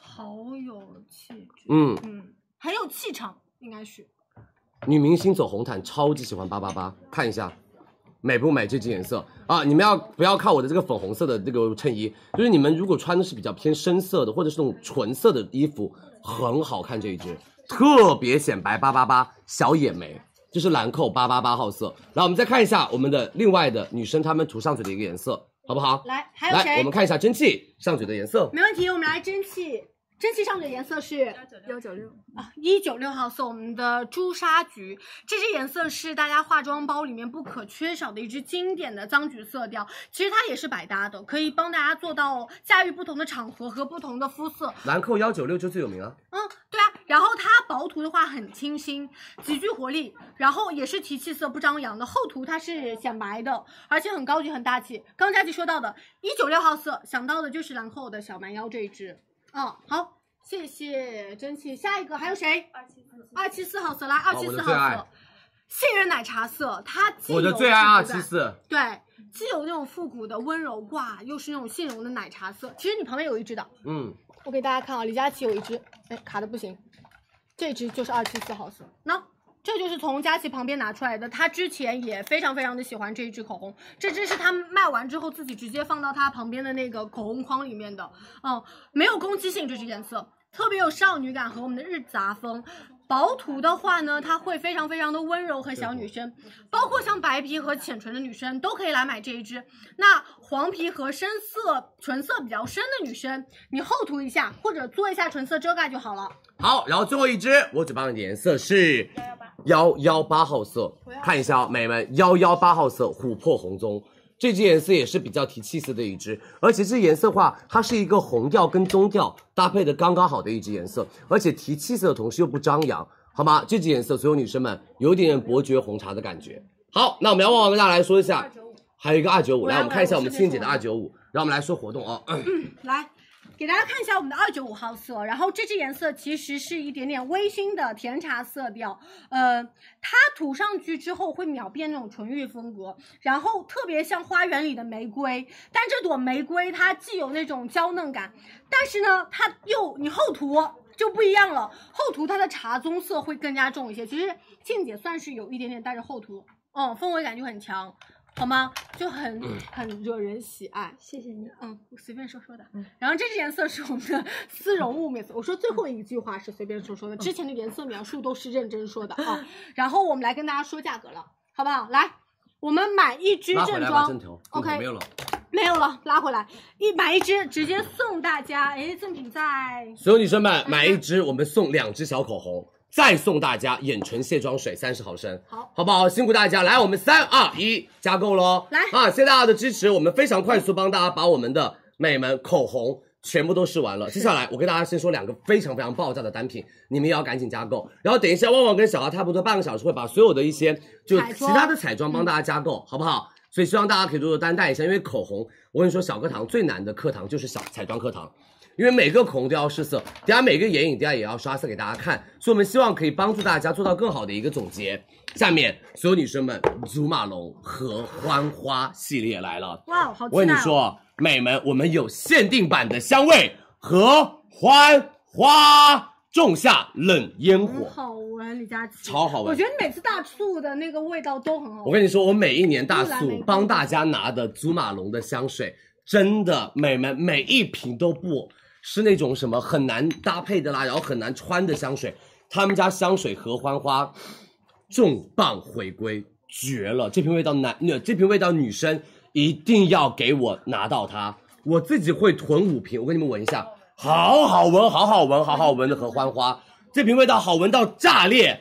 好有气质，嗯，嗯，很有气场，应该是。女明星走红毯超级喜欢八八八，看一下。美不美这支颜色啊？你们要不要看我的这个粉红色的这个衬衣？就是你们如果穿的是比较偏深色的，或者是那种纯色的衣服，很好看这一支，特别显白八八八小野莓，这是兰蔻八八八号色。然后我们再看一下我们的另外的女生她们涂上嘴的一个颜色，好不好？来，还有来，谁？我们看一下蒸汽上嘴的颜色，没问题，我们来蒸汽，蒸汽上的颜色是幺九六啊，一九六号色，我们的朱砂橘，这支颜色是大家化妆包里面不可缺少的一支经典的脏橘色调。其实它也是百搭的，可以帮大家做到驾驭不同的场合和不同的肤色。兰蔻幺九六就最有名啊。嗯，对啊，然后它薄涂的话很清新，极具活力，然后也是提气色不张扬的。厚涂它是显白的，而且很高级很大气。刚佳琪说到的，一九六号色，想到的就是兰蔻的小蛮腰这一支。嗯，好，谢谢蒸汽。下一个还有谁？二七四，二七四号色，来二哦七我四的号最爱色，杏仁奶茶色，它既我的有最爱复古啊，感其实对，既有那种复古的温柔挂，又是那种杏蓉的奶茶色。其实你旁边有一支的，嗯，我给大家看啊，李佳琦有一支，哎，卡的不行，这支就是二七四号色。那、这就是从佳琦旁边拿出来的，她之前也非常非常的喜欢这一支口红，这支是她卖完之后自己直接放到她旁边的那个口红框里面的，嗯，没有攻击性，这支颜色特别有少女感和我们的日杂风。薄涂的话呢，它会非常非常的温柔，很小女生，包括像白皮和浅唇的女生都可以来买这一支。那黄皮和深色、唇色比较深的女生，你厚涂一下或者做一下唇色遮盖就好了。好，然后最后一支我嘴巴上的颜色是幺幺八号色，看一下啊，美们，幺幺八号色琥珀红棕，这支颜色也是比较提气色的一支，而且这颜色的话，它是一个红调跟棕调搭配的刚刚好的一支颜色，而且提气色的同时又不张扬，好吗？这支颜色所有女生们有一点点伯爵红茶的感觉。好，那我们要旺旺跟大家来说一下，还有一个二九五，来我们看一下我们青姐的二九五，然后我们来说活动啊、来，给大家看一下我们的二九五号色，然后这支颜色其实是一点点微醺的甜茶色调，呃，它涂上去之后会秒变那种纯欲风格，然后特别像花园里的玫瑰，但这朵玫瑰它既有那种娇嫩感，但是呢，它又你厚涂。就不一样了，厚涂它的茶棕色会更加重一些。其实静姐算是有一点点带着厚涂，嗯，氛围感就很强，好吗？就很嗯很惹人喜爱。谢谢你，嗯，我随便说说的。然后这支颜色是我们的丝绒雾面色，我说最后一句话是随便说说的，之前的颜色描述都是认真说的嗯啊。然后我们来跟大家说价格了，好不好？来，我们买一支拉回正来吧，装正头嗯，OK，没有了，没有了，拉回来，一买一支直接送大家，哎，赠品在所有女生嗯们买一支，我们送两支小口红，再送大家眼唇卸妆水三十毫升，好，好不好？辛苦大家，来，我们三二一，加购喽！来啊，谢谢大家的支持，我们非常快速帮大家把我们的美们口红。全部都试完了，接下来我跟大家先说两个非常非常爆炸的单品，你们也要赶紧加购。然后等一下，旺旺跟小花差不多半个小时会把所有的一些就彩其妆他的彩妆帮大家加购，好不好？所以希望大家可以多多担待一下，因为口红，我跟你说，小课堂最难的课堂就是小彩妆课堂，因为每个口红都要试色，等下每个眼影等下也要刷色给大家看，所以我们希望可以帮助大家做到更好的一个总结。下面所有女生们，祖马龙合欢花系列来了，哇，好期待、哦！我跟你说，美们，我们有限定版的香味合欢花仲夏冷烟火很。好闻，李佳琦，超好闻我觉得每次大促的那个味道都很好闻。我跟你说，我每一年大哦木兰促玫瑰帮大家拿的祖马龙的香水，真的美们每一瓶都不是那种什么很难搭配的啦，然后很难穿的香水。他们家香水合欢花重磅回归，绝了！这瓶味道男，呃这瓶味道女生一定要给我拿到它，我自己会囤五瓶。我给你们闻一下，好好闻，好好闻，好好闻的合欢花，这瓶味道好闻到炸裂。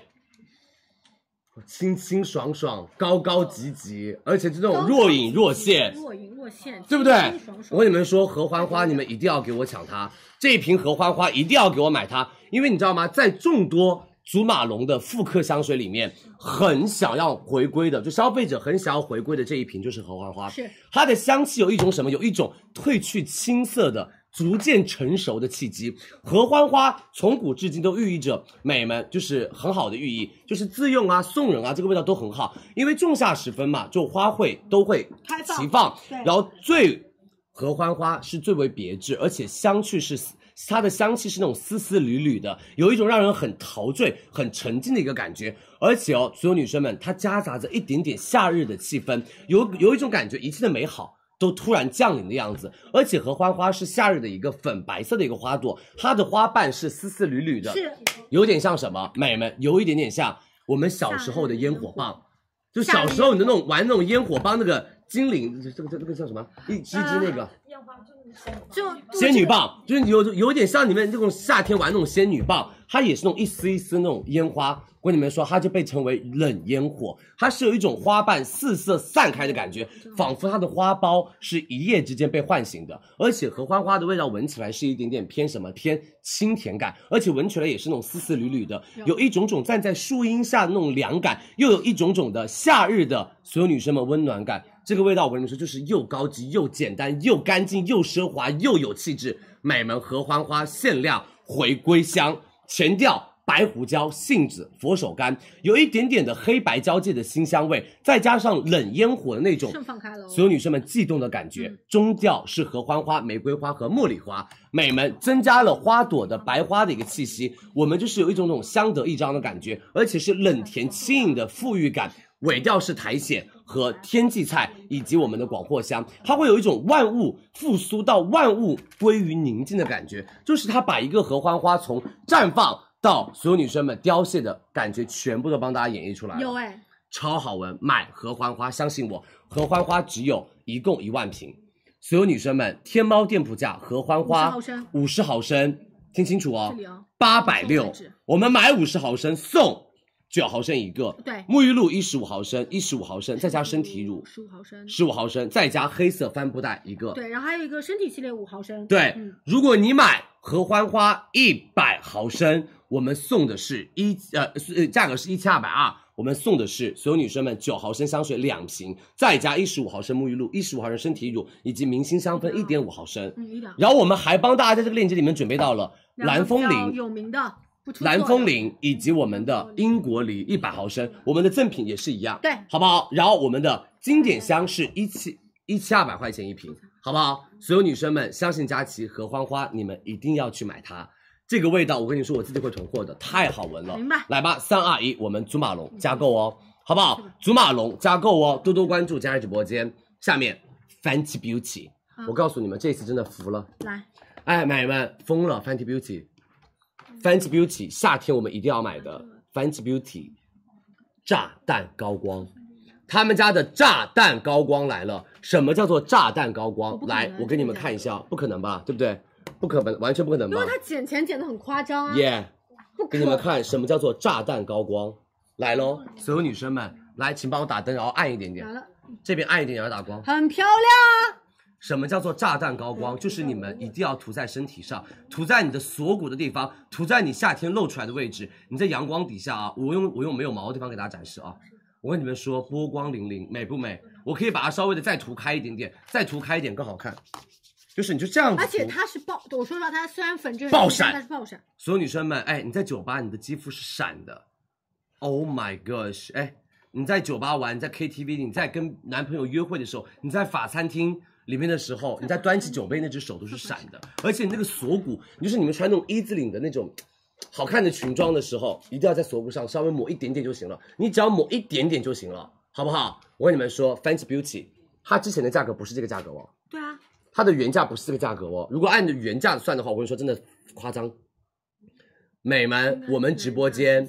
清清爽爽，高高级级，而且这种若隐若现，若隐若现，对不对清清爽？我跟你们说，合欢花你们一定要给我抢它，这一瓶合欢花一定要给我买它，因为你知道吗？在众多祖马龙的复刻香水里面，很想要回归的，就消费者很想要回归的这一瓶就是合欢花。是它的香气有一种什么？有一种褪去青涩的。逐渐成熟的契机，合欢花从古至今都寓意着美们，就是很好的寓意，就是自用啊、送人啊，这个味道都很好。因为仲夏时分嘛，就花卉都会开放齐放，对然后最合欢花是最为别致，而且香气是丝它的香气是那种丝丝缕缕的，有一种让人很陶醉、很沉浸的一个感觉。而且哦，所有女生们，它夹杂着一点点夏日的气氛，有有一种感觉一切的美好。都突然降临的样子，而且合欢花是夏日的一个粉白色的一个花朵，它的花瓣是丝丝缕缕的，是有点像什么？美们，有一点点像我们小时候的烟火棒，就小时候你的那种玩那种烟火棒那个精灵，这个这个这个叫什么？一只一只那个、就仙女棒，就是有有点像你们那种夏天玩那种仙女棒，它也是那种一丝一丝那种烟花。我跟你们说，它就被称为冷烟火，它是有一种花瓣四射散开的感觉，仿佛它的花苞是一夜之间被唤醒的。而且合欢花的味道闻起来是一点点偏什么偏清甜感，而且闻起来也是那种丝丝缕缕的，有一种种站在树荫下的那种凉感，又有一种种的夏日的所有女生们温暖感。这个味道我跟你们说，就是又高级又简单又干净又奢华又有气质。美门合欢花限量回归香，前调白胡椒、杏子、佛手柑，有一点点的黑白交界的新香味，再加上冷烟火的那种盛放开了哦嗯所有女生们悸动的感觉。中调是合欢花、玫瑰花和茉莉花，美们增加了花朵的白花的一个气息，我们就是有一种种相得益彰的感觉，而且是冷甜轻盈的馥郁感。尾调是苔藓和天际菜，以及我们的广藿香，它会有一种万物复苏到万物归于宁静的感觉，就是它把一个合欢花从绽放到所有女生们凋谢的感觉，全部都帮大家演绎出来了。有哎，超好闻，买合欢花，相信我，合欢花只有一共一万瓶，所有女生们，天猫店铺价合欢花50毫升五十毫升，听清楚哦这里哦，八百送六位置，我们买五十毫升送九毫升一个，对沐浴露一十五毫升，一十五毫升，再加身体乳十五毫升，十五毫升，再加黑色帆布袋一个，对，然后还有一个身体系列五毫升，对嗯，如果你买合欢花一百毫升，我们送的是一呃是呃价格是一千二百二，我们送的是所有女生们九毫升香水两瓶，再加一十五毫升沐浴露、一十五毫升身体乳以及明星香氛一点五毫升。嗯，一两。然后我们还帮大家在这个链接里面准备到了两个蓝风比较铃、有名的，不出错的蓝风铃以及我们的英国梨一百毫升，嗯我们的赠品也是一样，对好不好？然后我们的经典香是一七一七二百块钱一瓶，好不好？所有女生们，相信佳琪合欢花，你们一定要去买它。这个味道，我跟你说，我自己会囤货的，太好闻了。明白来吧，三二一，我们祖马龙加购哦，好不好？祖马龙加购哦，多多关注佳琦直播间。下面，Fenty Beauty，、嗯我告诉你们，这次真的服了。来，哎，美们疯了！Fenty Beauty，Fenty Beauty，夏天我们一定要买的嗯 Fenty Beauty 炸弹高光，他们家的炸弹高光来了。什么叫做炸弹高光？来，我给你们看一下，不可能吧？对不对？不可能，完全不可能因吧为它剪钱剪的很夸张啊，耶不可给你们看什么叫做炸弹高光，来喽！所有女生们，来，请帮我打灯，然后暗一点点来，了，这边暗一点，然后打光。很漂亮啊，什么叫做嗯炸弹高光？就是你们一定要涂在身体上，涂在你的锁骨的地方，涂在你夏天露出来的位置。你在阳光底下啊，我用我用没有毛的地方给大家展示啊。我跟你们说，波光粼粼，美不美？我可以把它稍微的再涂开一点点，再涂开一点更好看。就是你就这样子涂，而且它是爆，我说实话，它虽然粉质嗯很爆低但闪它是爆闪，所有女生们，哎，你在酒吧，你的肌肤是闪的。Oh my gosh！哎，你在酒吧玩，你在 KTV，你在跟男朋友约会的时候，你在法餐厅里面的时候，你在端起酒杯，那只手都是闪的，而且你那个锁骨，你就是你们穿那种一字领的那种好看的裙装的时候，一定要在锁骨上稍微抹一点点就行了。你只要抹一点点就行了，好不好？我跟你们说，Fenty Beauty 它之前的价格不是这个价格哦，对啊，它的原价不是这个价格哦。如果按着原价算的话，我跟你说，真的夸张。美们，我们直播间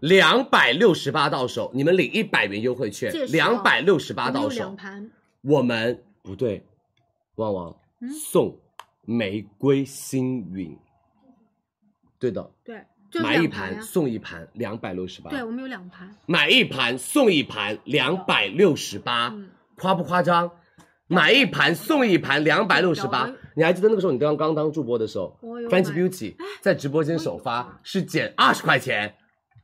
两百六十八到手，你们领一百元优惠券届，时哦两百六十八我们有到两手，盘，我们不对，旺旺、嗯送玫瑰星云，对的，对，就买两一盘呀盘送一盘，两百六十八，对，我们有两盘。买一盘送一盘，两百六十八，嗯夸不夸张？买一盘送一盘，两百六十八。你还记得那个时候你刚刚当助播的时候啊我有买，Fenty Beauty 在直播间首发是减二十块钱，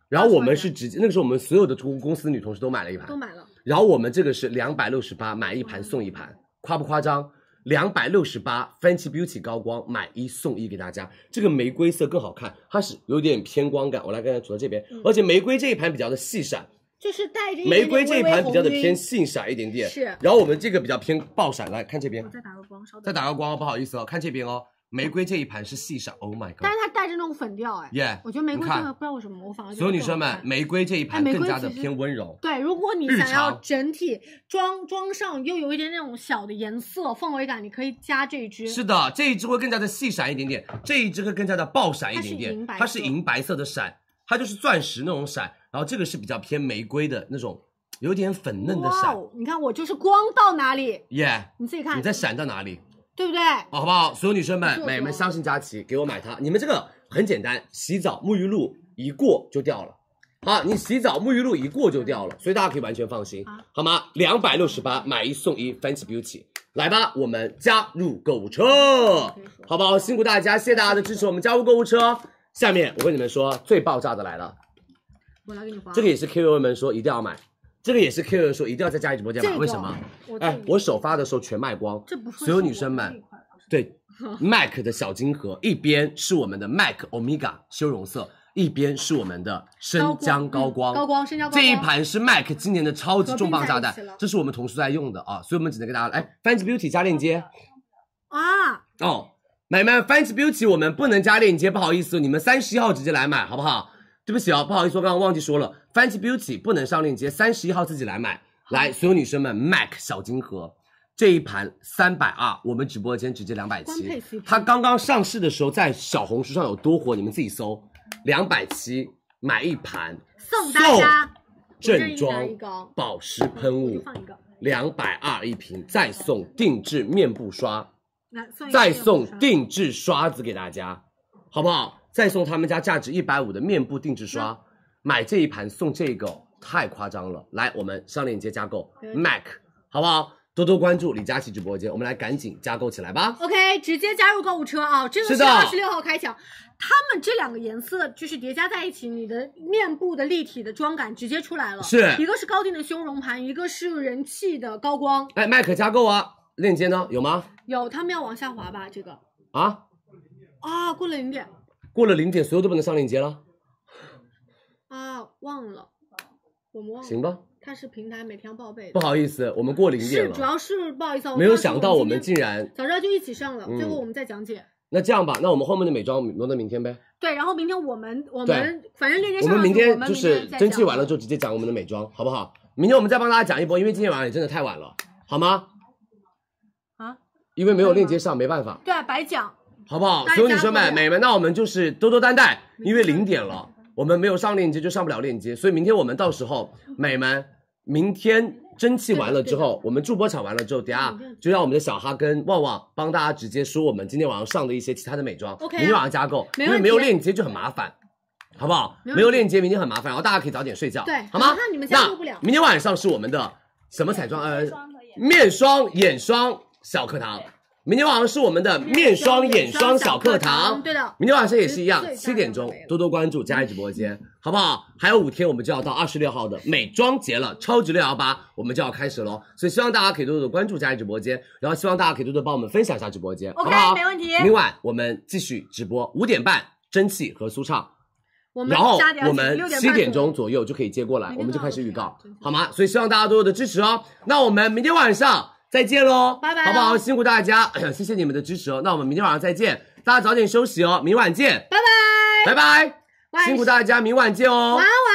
然后我们是直接那个时候我们所有的公公司的女同事都买了一盘都，买了，然后我们这个是两百六十八买一嗯盘送一盘，夸不夸张？两百六十八，Fenty Beauty 高光买一送一给大家。这个玫瑰色更好看，它是有点偏光感。我来跟大家涂到这边，嗯而且玫瑰这一盘比较的细闪，就是带着一玫点点瑰这一盘比较的微微红偏晕细闪一点点，是嗯然后我们这个比较偏爆闪，来看这边我，再打个光，稍等。再打个光哦，不好意思哦，看这边哦，玫瑰这一盘是细闪，Oh my god！但是它带着那种粉调，哎 Yeah，我觉得玫瑰你看这个不知道为什么，我反而觉得所有女生更好们，看玫瑰这一盘哎玫瑰更加的其实偏温柔，对，如果你日想要常整体装装上又有一点那种小的颜色氛围感，你可以加这一支。是的，这一支会更加的细闪一点点，这一支会更加的爆闪一点它是银点白，色它是银白色的闪，它就是钻石那种闪，然后这个是比较偏玫瑰的那种，有点粉嫩的哇闪，哦，你看我就是光到哪里，耶，你自己看，你在闪到哪里？对不对？好不好？所有女生不们，错美们相信佳琪，给我买它。你们这个很简单，洗澡沐浴露一过就掉了。好，你洗澡沐浴露一过就掉了，所以大家可以完全放心，啊好吗？两百六十八买一送一，Fancy Beauty，来吧，我们加入购物车，好不好？辛苦大家，谢谢大家的支持，我们加入购物车。下面我跟你们说，最爆炸的来啊了，我来给你画。这个也是 KOL 们说一定要买，这个也是 KOL 说一定要在佳怡直播间这买，个为什么？我哎，我首发的时候全卖光，这不算所有是女我生这们一块啊吧，对 MAC 的小金盒，一边是我们的 MAC Omega 修容色，一边是我们的生姜高光。嗯高光生姜高光这一盘是 MAC 今年的超级重磅炸弹合并在一起了，这是我们同事在用的啊，所以我们只能给大家哎，Fancy Beauty 加链接啊，哦，买卖 Fancy Beauty 我们不能加链接，不好意思，你们三十一号直接来买好不好？对不起哦，不好意思，我刚刚忘记说了，Fancy Beauty 不能上链接，三十一号自己来买。来，所有女生们，MAC 小金盒这一盘三百二，我们直播间直接两百官配七 CP。它刚刚上市的时候，在小红书上有多火，你们自己搜，两百七买一盘，送大家送我这正一装拿一个哦保湿喷雾，放一个，两百二一瓶，再送定制面部刷，来送一个再面部送刷定制刷子给大家，好不好？再送他们家价值一百五的面部定制刷，买这一盘送这个，太夸张了！来，我们上链接加购对 MAC，好不好？多多关注李佳琦直播间，我们来赶紧加购起来吧。 OK，直接加入购物车啊！这个是是的二十六号开抢，他们这两个颜色就是叠加在一起，你的面部的立体的妆感直接出来了。是一个是高定的修容盘，一个是人气的高光。哎，MAC 加购啊，链接呢？有吗？有，他们要往下滑吧？这个啊，啊，过了零点过了零点，所有都不能上链接了，啊，忘了，我们忘了。行吧？它是平台每天要报备的。不好意思，我们过零点是，主了。要是不好意思啊，没有想到我们竟今天然早知道就一起上了，嗯最后我们再讲解。那这样吧，那我们后面的美妆挪到明天呗。对，然后明天我们我对们反正链接我上们了明天啊们就明天是再蒸汽讲啊完了之后直接讲我们的美妆，好不好？明天我们再帮大家讲一波，因为今天晚上也真的太晚了，好吗？啊，因为没有链接上，没办法，对啊，白讲。好不好？大家所有女生加们、油美们，那我们就是多多担待，因为零点了，我们没有上链接就上不了链接，所以明天我们到时候美们，明天蒸汽完了之后，我们助播场完了之后，等嗯下就让我们的小哈跟旺旺帮大家直接说我们今天晚上上的一些其他的美妆 OK 啊明天晚上加购，没因为问没有题链接就很麻烦。好不好？没问题没有链接，明天很麻烦，然后大家可以早点睡觉，对好吗？那你们加入不了明天晚上是我们的什么彩妆？呃，面霜、眼霜小课堂。明天晚上是我们的面霜、眼霜小课堂，对的明天晚上也是一样最，七点钟多多关注佳怡直播间，好不好？还有五天，我们就要到二十六号的美妆节了，超级六幺八，我们就要开始喽。所以希望大家可以多多关注佳怡直播间，然后希望大家可以多多帮我们分享一下直播间好 OK，不好？没问题明晚我们继续直播，五点半蒸汽和舒畅。我们然后加点儿我们6:30七点钟左右就可以接过来，我们就开始预告，好吗？所以希望大家多多的支持哦。那我们明天晚上再见喽，拜拜好不好？喽辛苦 大家，谢谢你们的支持哦。那我们明天晚上再见，大家早点休息哦，明晚见，拜拜拜。拜，晚辛苦大家，明晚见哦。晚安哦